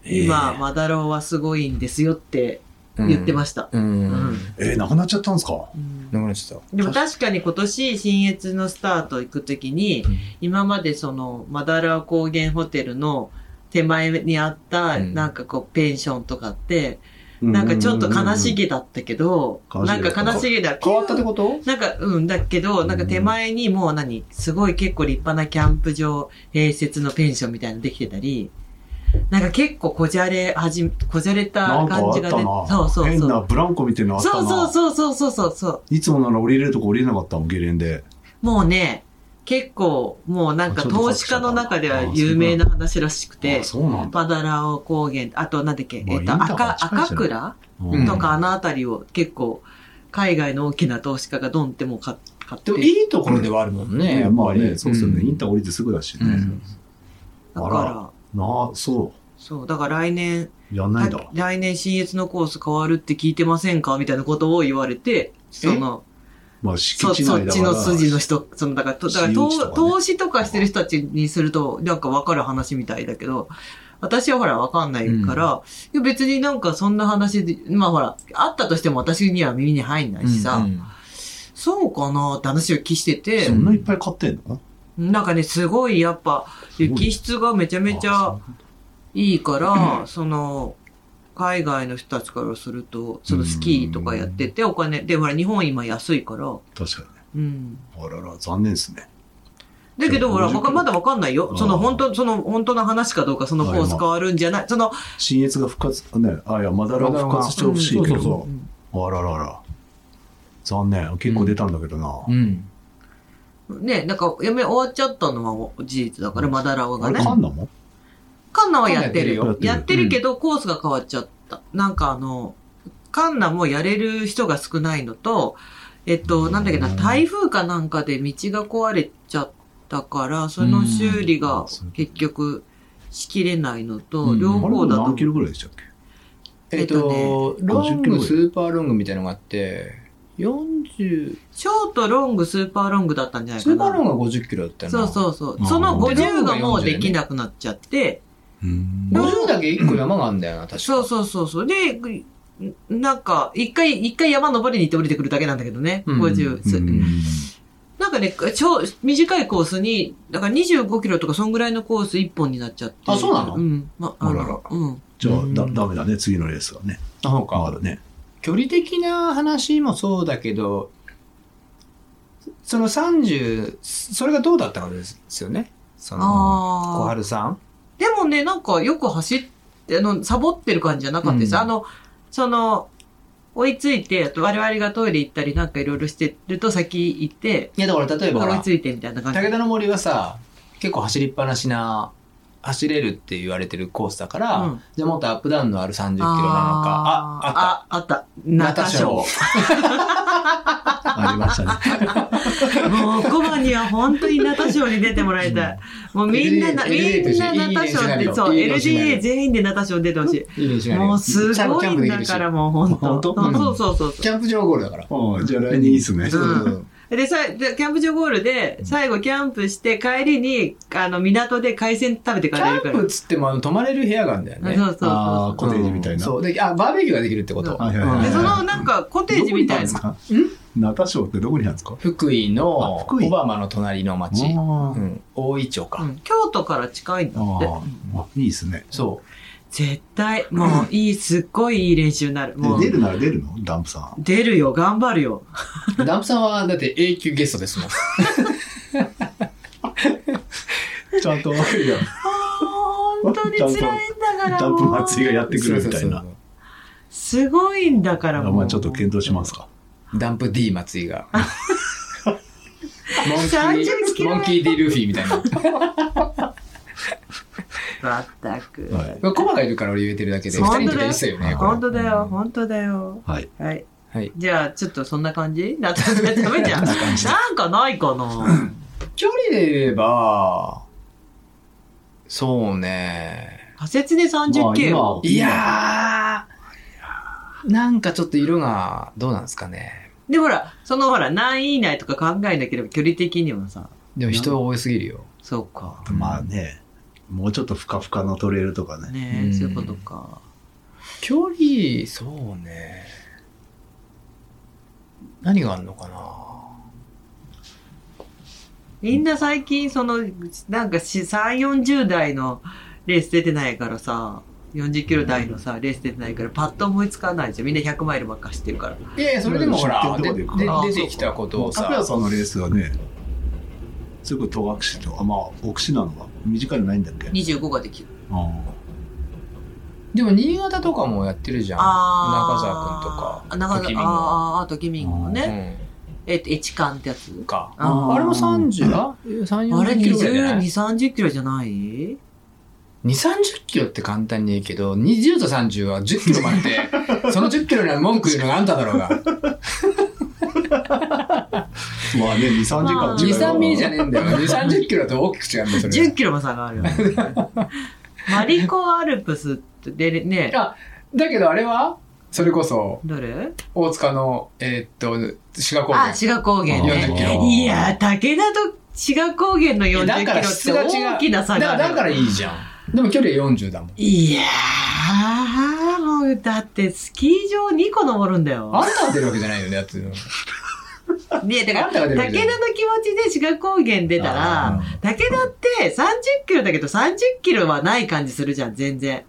[SPEAKER 3] へ
[SPEAKER 1] 今、マダロはすごいんですよって言ってました。
[SPEAKER 3] うん。
[SPEAKER 1] うん
[SPEAKER 2] えー、なくなっちゃったんですか
[SPEAKER 1] うん
[SPEAKER 3] なくなっちゃっ
[SPEAKER 1] でも確かに今年、新越のスタート行くときに、
[SPEAKER 3] た。
[SPEAKER 1] 今までその、マダラ高原ホテルの手前にあった、
[SPEAKER 3] うん
[SPEAKER 1] なんかこう、ペンションとかって、な
[SPEAKER 2] な
[SPEAKER 1] んかちょっと悲しげだったけど、
[SPEAKER 2] うんうんうん
[SPEAKER 1] なんか悲しげだ。
[SPEAKER 3] 変わったってこと
[SPEAKER 1] なんか、うん、だけど、なんか手前にもう何、すごい結構立派なキャンプ場、併設のペンションみたいなのできてたり、なんか結構こじゃれ、はじめ、こじゃれ
[SPEAKER 2] な
[SPEAKER 1] た
[SPEAKER 2] んか
[SPEAKER 1] 感
[SPEAKER 2] あ
[SPEAKER 1] じ
[SPEAKER 2] っ
[SPEAKER 1] が
[SPEAKER 2] た
[SPEAKER 1] 出て、
[SPEAKER 2] な。
[SPEAKER 1] そうそう
[SPEAKER 2] 変
[SPEAKER 1] そ
[SPEAKER 2] な
[SPEAKER 1] う。
[SPEAKER 2] ブランコみたいなのあったな。
[SPEAKER 1] そうそうそうそうそうそうそう。
[SPEAKER 2] いつもなら降りれるとこ降りれなかったもん、ゲレンデ。
[SPEAKER 1] もうね、結構、もうなんか
[SPEAKER 2] ちょっと
[SPEAKER 1] 投資家の中では有名な話らしくて
[SPEAKER 2] あ、そうなんだ。
[SPEAKER 1] バダラオ高原、あとなんだっけ、
[SPEAKER 2] まあ
[SPEAKER 1] えっと、
[SPEAKER 2] インター
[SPEAKER 1] 赤
[SPEAKER 2] が、近いじ
[SPEAKER 1] 赤
[SPEAKER 2] ゃない
[SPEAKER 1] 倉
[SPEAKER 2] うん
[SPEAKER 1] とかあのあたりを結構、海外の大きな投資家がドンってもう買買って。
[SPEAKER 3] でもいいところではあるもんね、
[SPEAKER 2] ね
[SPEAKER 3] やっ
[SPEAKER 2] ま
[SPEAKER 3] ぱ
[SPEAKER 2] あ
[SPEAKER 3] り。
[SPEAKER 2] ね、そうですよね。
[SPEAKER 3] ん
[SPEAKER 2] インター降りてすぐだしね。
[SPEAKER 3] うん
[SPEAKER 1] だか
[SPEAKER 2] あ
[SPEAKER 1] ら
[SPEAKER 2] ら、なあ、そ
[SPEAKER 1] そう、だから来年、
[SPEAKER 2] う。やんないんだ。
[SPEAKER 1] 来年新越のコース変わるって聞いてませんかみたいなことを言われて、その、
[SPEAKER 2] まあ、敷
[SPEAKER 1] そ
[SPEAKER 2] 地
[SPEAKER 1] そ
[SPEAKER 2] 内
[SPEAKER 1] っ
[SPEAKER 2] だか
[SPEAKER 1] ち
[SPEAKER 2] ら。
[SPEAKER 1] の筋の人、その、だから、とだから
[SPEAKER 2] 私有地とか
[SPEAKER 1] 投
[SPEAKER 2] ね
[SPEAKER 1] 投資とかしてる人たちにすると、なんかわかる話みたいだけど、私はほら、わかんないから、いや別になんかそんな話で、まあほら、あったとしても私には耳に入んないしさ、
[SPEAKER 3] うん
[SPEAKER 1] そうかなって話を聞してて
[SPEAKER 2] そ、んないっぱい買ってんの
[SPEAKER 1] なんかね、すごいやっぱ、
[SPEAKER 2] すごい
[SPEAKER 1] 雪質がめちゃめちゃ、
[SPEAKER 2] あ
[SPEAKER 1] いいから、その、海外の人たちからすると、そのスキーとかやってて、お金、で、ほら、日本今安いから、
[SPEAKER 2] そう確か
[SPEAKER 1] うん。
[SPEAKER 2] に。あらら、残念ですね。
[SPEAKER 1] だけど、ほら、
[SPEAKER 2] 50
[SPEAKER 1] わかまだわかんないよ。
[SPEAKER 2] あー
[SPEAKER 1] その、本当その、本当の話かどうか、そのコース
[SPEAKER 2] あーま
[SPEAKER 1] 変
[SPEAKER 2] あ
[SPEAKER 1] わるんじゃない、その、
[SPEAKER 2] 新越が復活、あね、あ、いや、マダラを復活してほしいけ
[SPEAKER 3] うんそうそう
[SPEAKER 2] ど、あららら。残念。結構出たんだけどな。
[SPEAKER 3] うん。
[SPEAKER 1] ね、なんか、やめ、終わっちゃったのは事実だから、マダラオ
[SPEAKER 2] あ
[SPEAKER 1] が
[SPEAKER 2] れ、
[SPEAKER 1] ね。
[SPEAKER 2] カンナも
[SPEAKER 1] カンナはやってる
[SPEAKER 3] カン
[SPEAKER 1] よ。
[SPEAKER 2] ナ
[SPEAKER 1] や
[SPEAKER 2] や
[SPEAKER 1] っ
[SPEAKER 2] ってて
[SPEAKER 1] る
[SPEAKER 3] る
[SPEAKER 1] けど、コースが変わっちゃった。なんかあの、カンナもやれる人が少ないのと、えっと、なんだっけな、
[SPEAKER 2] うん
[SPEAKER 1] 台風かなんかで道が壊れちゃったから、その修理
[SPEAKER 2] う
[SPEAKER 1] が
[SPEAKER 2] んそういうこと
[SPEAKER 1] 結局しきれないのと、
[SPEAKER 3] うん
[SPEAKER 1] 両
[SPEAKER 2] あれ
[SPEAKER 1] 方だと
[SPEAKER 2] 何キロぐらいでしたっけ
[SPEAKER 3] えっ
[SPEAKER 1] えっ
[SPEAKER 3] と、
[SPEAKER 2] 50
[SPEAKER 3] ロン
[SPEAKER 2] キロぐ
[SPEAKER 3] グ、
[SPEAKER 2] らい
[SPEAKER 3] スーパーロングみたいなのがあって、40、
[SPEAKER 1] ショート、ロング、スーパーロングだったんじゃない
[SPEAKER 3] ス
[SPEAKER 1] か
[SPEAKER 3] ーパーロン
[SPEAKER 1] な。
[SPEAKER 3] グが50キロだったよな
[SPEAKER 1] そうそうそう。
[SPEAKER 2] あ
[SPEAKER 1] その50
[SPEAKER 2] で
[SPEAKER 1] が
[SPEAKER 3] ロングが
[SPEAKER 1] もう
[SPEAKER 3] 40
[SPEAKER 1] できなくなっちゃって、
[SPEAKER 2] うん
[SPEAKER 1] ロン
[SPEAKER 3] 50だけ1個山があるんだよな、確か。
[SPEAKER 1] そうそうそうそう。で、ぐなんか、一回、一回山登りに行って降りてくるだけなんだけどね。
[SPEAKER 3] うん
[SPEAKER 1] 50、す
[SPEAKER 2] うん
[SPEAKER 1] なんかね、超短いコースに、だから25キロとかそんぐらいのコース1本になっちゃって。
[SPEAKER 3] あそうなの
[SPEAKER 1] うん。まあ、あ
[SPEAKER 2] あらら
[SPEAKER 1] の、うん。
[SPEAKER 2] じゃあ、
[SPEAKER 3] うん
[SPEAKER 2] だ、ダメだね。次のレースはね。
[SPEAKER 3] あそう
[SPEAKER 2] 変わ
[SPEAKER 3] か。
[SPEAKER 2] るね。
[SPEAKER 3] 距離的な話もそうだけど、その30、それがどうだったかですよね。その、小
[SPEAKER 1] ああ。
[SPEAKER 3] 春さん。
[SPEAKER 1] でもね、なんかよく走って、あの、サボってる感じじゃなかったです。
[SPEAKER 3] うん
[SPEAKER 1] あの、その、追いついて、あと我々がトイレ行ったりなんかいろいろしてると先行って、
[SPEAKER 3] いや、だから例えばほ
[SPEAKER 1] 追い
[SPEAKER 3] ら、
[SPEAKER 1] ついてみたいな感じ。
[SPEAKER 3] 武田の森はさ、結構走りっぱなしな、走れるって言われてるコースだから、
[SPEAKER 1] うん
[SPEAKER 3] じゃあもっとアップダウンのある30キロなのか、あ、あった。
[SPEAKER 1] あー、ああった。ナタショー。
[SPEAKER 3] ー。
[SPEAKER 2] ありました ね。
[SPEAKER 1] もう、コバには本当にナタ賞に出てもらいたい。もうみんなな、み
[SPEAKER 3] LDA
[SPEAKER 1] んなナタ賞っ
[SPEAKER 3] いい
[SPEAKER 1] て、
[SPEAKER 3] ね
[SPEAKER 1] そう、
[SPEAKER 3] いいねシナリ
[SPEAKER 1] LDA
[SPEAKER 3] オ
[SPEAKER 1] 全員でナタ賞出てほし
[SPEAKER 3] いい練習
[SPEAKER 1] い。
[SPEAKER 3] になる
[SPEAKER 1] も
[SPEAKER 3] よ
[SPEAKER 1] うす
[SPEAKER 3] ちゃんと
[SPEAKER 1] ご
[SPEAKER 3] キャ
[SPEAKER 1] い
[SPEAKER 3] ンプ
[SPEAKER 1] ん
[SPEAKER 3] でき
[SPEAKER 1] だ
[SPEAKER 3] るし
[SPEAKER 1] からもう本
[SPEAKER 2] 本
[SPEAKER 1] 当。
[SPEAKER 2] 当
[SPEAKER 1] そう
[SPEAKER 3] うん
[SPEAKER 1] そうそうそう
[SPEAKER 3] キャンプ場ゴールだから。
[SPEAKER 2] うんじゃあ来年いいっすね。
[SPEAKER 1] そううんで、さ、でキャンプ場ゴールで、最後キャンプして帰りに、あの、港で海鮮食べて
[SPEAKER 3] キ
[SPEAKER 1] 帰れ
[SPEAKER 3] ャ
[SPEAKER 1] るか
[SPEAKER 3] ン
[SPEAKER 1] ら。
[SPEAKER 3] プっつってもあの泊まれる部屋があるんだよ
[SPEAKER 1] あ
[SPEAKER 3] ね。
[SPEAKER 1] そうそう
[SPEAKER 2] あー
[SPEAKER 1] そう
[SPEAKER 2] コテージみたいな
[SPEAKER 3] そう。で、あ、バーベキューができるってこと。
[SPEAKER 2] はいはい
[SPEAKER 1] そう。
[SPEAKER 2] はい
[SPEAKER 1] で、
[SPEAKER 2] ー
[SPEAKER 1] そ
[SPEAKER 2] ジ
[SPEAKER 1] のなんか、コテージみたいな。
[SPEAKER 2] な。ナタショーってどこにあるんですか
[SPEAKER 3] 福井の
[SPEAKER 2] あ福井
[SPEAKER 3] 小浜の隣の町、
[SPEAKER 2] あ
[SPEAKER 3] うん、大井町か、
[SPEAKER 1] うん京都から近いんだって。
[SPEAKER 2] ああ、いいですね。
[SPEAKER 3] そ
[SPEAKER 1] 絶対、もういい、すっごいいい練習になる。もう
[SPEAKER 2] 出、るなら出るのダンプさん。
[SPEAKER 1] 出るよ、頑張るよ。
[SPEAKER 3] うダンプさんはだって永久ゲスト ですもん
[SPEAKER 2] ちゃんと、
[SPEAKER 1] 本当に辛いんだから
[SPEAKER 2] ダンプ
[SPEAKER 1] もう
[SPEAKER 2] 松井がやってくるみたい
[SPEAKER 3] そう
[SPEAKER 2] な。
[SPEAKER 3] そう
[SPEAKER 1] すごいんだからもう。
[SPEAKER 2] まあちょっと検討しますか。
[SPEAKER 3] そうダンプ D 松井がモンキ
[SPEAKER 1] 30キ
[SPEAKER 3] ー
[SPEAKER 1] ロ
[SPEAKER 3] モンキー D ルフィみたいな
[SPEAKER 1] まったく。
[SPEAKER 2] はい。
[SPEAKER 3] コマがいるから俺言えてるだけで二
[SPEAKER 1] 本
[SPEAKER 3] 人
[SPEAKER 1] 当
[SPEAKER 3] と
[SPEAKER 1] だ
[SPEAKER 3] 練
[SPEAKER 1] よ
[SPEAKER 3] 習よねこれ
[SPEAKER 1] 本当だよ、本当だよ。
[SPEAKER 2] はい。
[SPEAKER 1] はい。
[SPEAKER 3] はい、
[SPEAKER 1] じゃあ、ちょっとそんな感じな ダメじゃん。なんかないかな。
[SPEAKER 3] 距離で言えばそうね
[SPEAKER 1] 仮説で 30K を。
[SPEAKER 3] いやーなんかちょっと色がどうなんですかね
[SPEAKER 1] で、ほら、そのほら、何位以内とか考えなければ距離的にはさ、
[SPEAKER 3] でも人多すぎるよ
[SPEAKER 1] そうか。
[SPEAKER 2] まあね、もうちょっとふかふかのトレイルとかね。
[SPEAKER 1] ね
[SPEAKER 3] う
[SPEAKER 1] え、
[SPEAKER 3] ん
[SPEAKER 1] そういうことか。
[SPEAKER 3] 距離、そうね。何があるのかな
[SPEAKER 1] みんな最近、その、なんかし、3、40代のレース出てないからさ、40キロ台のさ、レース出てないから、パッと思いつかないじゃん。みんな100マイルばっか走ってるから。
[SPEAKER 3] いやいや、それでもほら、
[SPEAKER 2] 出
[SPEAKER 3] で
[SPEAKER 2] て
[SPEAKER 3] で
[SPEAKER 2] くる
[SPEAKER 1] から
[SPEAKER 3] 出てきたことを
[SPEAKER 2] 拓也
[SPEAKER 3] さ、
[SPEAKER 2] さんのレースはね、すごい戸隠と、あ、まあ、奥志なのが短いのないんだっけ
[SPEAKER 1] 25ができる。
[SPEAKER 2] うん
[SPEAKER 3] でも新潟とかもやってるじゃん。中澤くんとか。
[SPEAKER 1] 中澤
[SPEAKER 3] 時
[SPEAKER 1] 君
[SPEAKER 3] 見
[SPEAKER 1] と
[SPEAKER 3] も
[SPEAKER 1] か。あーあー、ときみんごもね。えっと、エチカンってやつ。
[SPEAKER 3] うん。か。
[SPEAKER 1] あー
[SPEAKER 3] あれも30、あ ?3、
[SPEAKER 1] あれ
[SPEAKER 3] 40キロぐらいじゃ
[SPEAKER 1] 20、
[SPEAKER 3] ない
[SPEAKER 1] 30キロじゃない
[SPEAKER 3] 2、30キロって簡単に言うけど、20と30は10キロま って、その10キロには文句言うのがあんただろうが。
[SPEAKER 2] まあね、2、3時
[SPEAKER 1] まあ
[SPEAKER 2] 間
[SPEAKER 3] 2、
[SPEAKER 2] 違いは
[SPEAKER 3] 3ミリじゃねえんだよ。2、30キロと大きく違うんだよ、それは
[SPEAKER 1] 10キロも差があるよ ね。マリコアルプスってでね、
[SPEAKER 3] だけどあれは、それこそ、
[SPEAKER 1] どれ
[SPEAKER 3] 大塚の、えーっと、志賀高
[SPEAKER 1] あ、
[SPEAKER 3] 原。
[SPEAKER 1] 志賀高原
[SPEAKER 3] 40キ
[SPEAKER 1] ね。
[SPEAKER 3] ロ
[SPEAKER 1] いやー、武田と志賀高原の40
[SPEAKER 3] だ
[SPEAKER 1] キ
[SPEAKER 3] から
[SPEAKER 1] ロって
[SPEAKER 3] 質が違う。
[SPEAKER 1] 大きな差
[SPEAKER 3] だ
[SPEAKER 1] が
[SPEAKER 3] か
[SPEAKER 1] あ
[SPEAKER 3] ら、
[SPEAKER 1] る。
[SPEAKER 3] だからいいじゃん。でも距離は40だもん。
[SPEAKER 1] いやー、もうだってスキー場2個登るんだよ。
[SPEAKER 3] あんたが出るわけじゃないよね、だって。
[SPEAKER 1] ねだか
[SPEAKER 3] あ
[SPEAKER 1] ら、
[SPEAKER 3] んたが
[SPEAKER 1] 武
[SPEAKER 3] 出る
[SPEAKER 1] 田
[SPEAKER 3] わ
[SPEAKER 1] の
[SPEAKER 3] け
[SPEAKER 1] 気
[SPEAKER 3] じ
[SPEAKER 1] 持
[SPEAKER 3] ゃない
[SPEAKER 1] ちで志賀高原出た
[SPEAKER 3] あ
[SPEAKER 1] ら
[SPEAKER 3] ー、
[SPEAKER 1] 武田って30キロだけど30キロはない感じするじゃん、全然。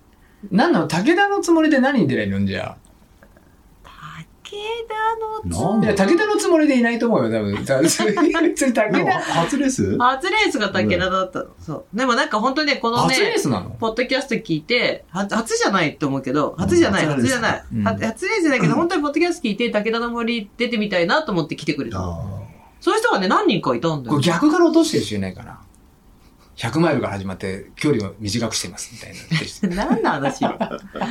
[SPEAKER 3] なんなの武田のつもりで何に出れるんじゃ
[SPEAKER 1] 武田の
[SPEAKER 2] なん
[SPEAKER 3] いや、
[SPEAKER 2] で
[SPEAKER 3] 武田のつもりでいないと思うよ、多 分。多分別に
[SPEAKER 2] で
[SPEAKER 3] 武
[SPEAKER 2] も
[SPEAKER 3] 田。
[SPEAKER 2] 初レース
[SPEAKER 1] 初レースが武田だったの。そう。でもなんか本当にね、この
[SPEAKER 3] 初レー
[SPEAKER 1] ね、
[SPEAKER 3] スなの
[SPEAKER 1] ポッドキャスト聞いて、は初じゃないと思うけど、初じゃない、
[SPEAKER 2] うん
[SPEAKER 1] 初じゃない。
[SPEAKER 3] うん
[SPEAKER 1] は初レースだけど、本当にポッドキャスト聞いて、武田の森出てみたいなと思って来てくれたの。
[SPEAKER 2] あ
[SPEAKER 1] そういう人がね、何人かいたんだ
[SPEAKER 3] こ
[SPEAKER 1] よ
[SPEAKER 3] れ。逆から落としてる人いないかな ?100 マイルから始まって距離を短くしてますみたいな。
[SPEAKER 1] 何の話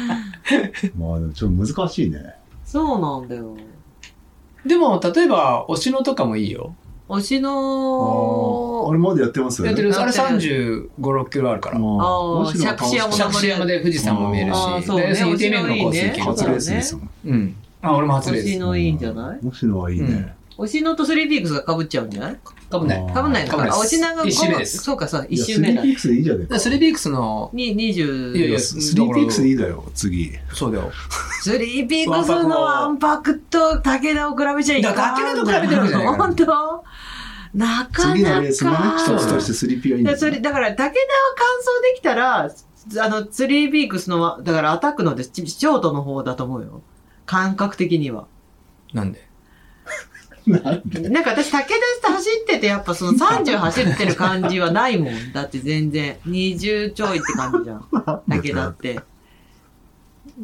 [SPEAKER 2] ーまあ、でもちょっと難しいね。
[SPEAKER 1] そうなんだよ。
[SPEAKER 3] でも、例えば、おしのとかもいいよ。
[SPEAKER 1] 推し
[SPEAKER 2] あ
[SPEAKER 1] の
[SPEAKER 2] れまでやってます
[SPEAKER 3] やってる、あれ
[SPEAKER 1] やって
[SPEAKER 3] 35、6キロあるから。
[SPEAKER 1] あー
[SPEAKER 2] シャ
[SPEAKER 1] 杓子山
[SPEAKER 3] 杓子山で富士山も見えるし
[SPEAKER 1] あー、そうね
[SPEAKER 3] で、そういう手面のコース行け
[SPEAKER 1] 面
[SPEAKER 3] る
[SPEAKER 2] 初
[SPEAKER 1] 白いね
[SPEAKER 2] レースですもん。
[SPEAKER 3] うん。あ、俺も初レ
[SPEAKER 1] 推し
[SPEAKER 3] ー
[SPEAKER 1] のいいんじゃない
[SPEAKER 2] もしのはいいね。
[SPEAKER 1] 推しのとスリーピークスが被っちゃうんじゃない
[SPEAKER 3] ス。かぶんない。
[SPEAKER 1] 被んないのかな
[SPEAKER 3] 被んないです
[SPEAKER 1] 推しなが
[SPEAKER 3] 一周目です
[SPEAKER 1] そうか、そう、
[SPEAKER 2] いや
[SPEAKER 1] 一周目
[SPEAKER 2] スリー
[SPEAKER 1] だ。
[SPEAKER 2] ピークスでいいじゃねえか。
[SPEAKER 3] でスリービークスの、
[SPEAKER 1] に、20。
[SPEAKER 3] いやいや
[SPEAKER 2] スリーピークスいいだよ、次。
[SPEAKER 3] そうだよ。
[SPEAKER 1] スリーピークスのワンパクと武田を比べちゃいかん。
[SPEAKER 3] だから武田と比べてるわけじゃないから
[SPEAKER 1] 本当なか
[SPEAKER 2] 次のレー
[SPEAKER 1] な
[SPEAKER 2] スのね
[SPEAKER 1] か。
[SPEAKER 2] 一つとしてスリーピーはいいんだ
[SPEAKER 1] だ
[SPEAKER 2] よ
[SPEAKER 1] それだから武田は完走できたら、あの、スリーピークスのわ、だからアタックので、シショートの方だと思うよ。感覚的には。
[SPEAKER 3] なんで
[SPEAKER 2] なんで
[SPEAKER 1] なんか私、武田って走ってて、やっぱその30走ってる感じはないもん。だって全然。20ちょいって感じじゃん。武田って。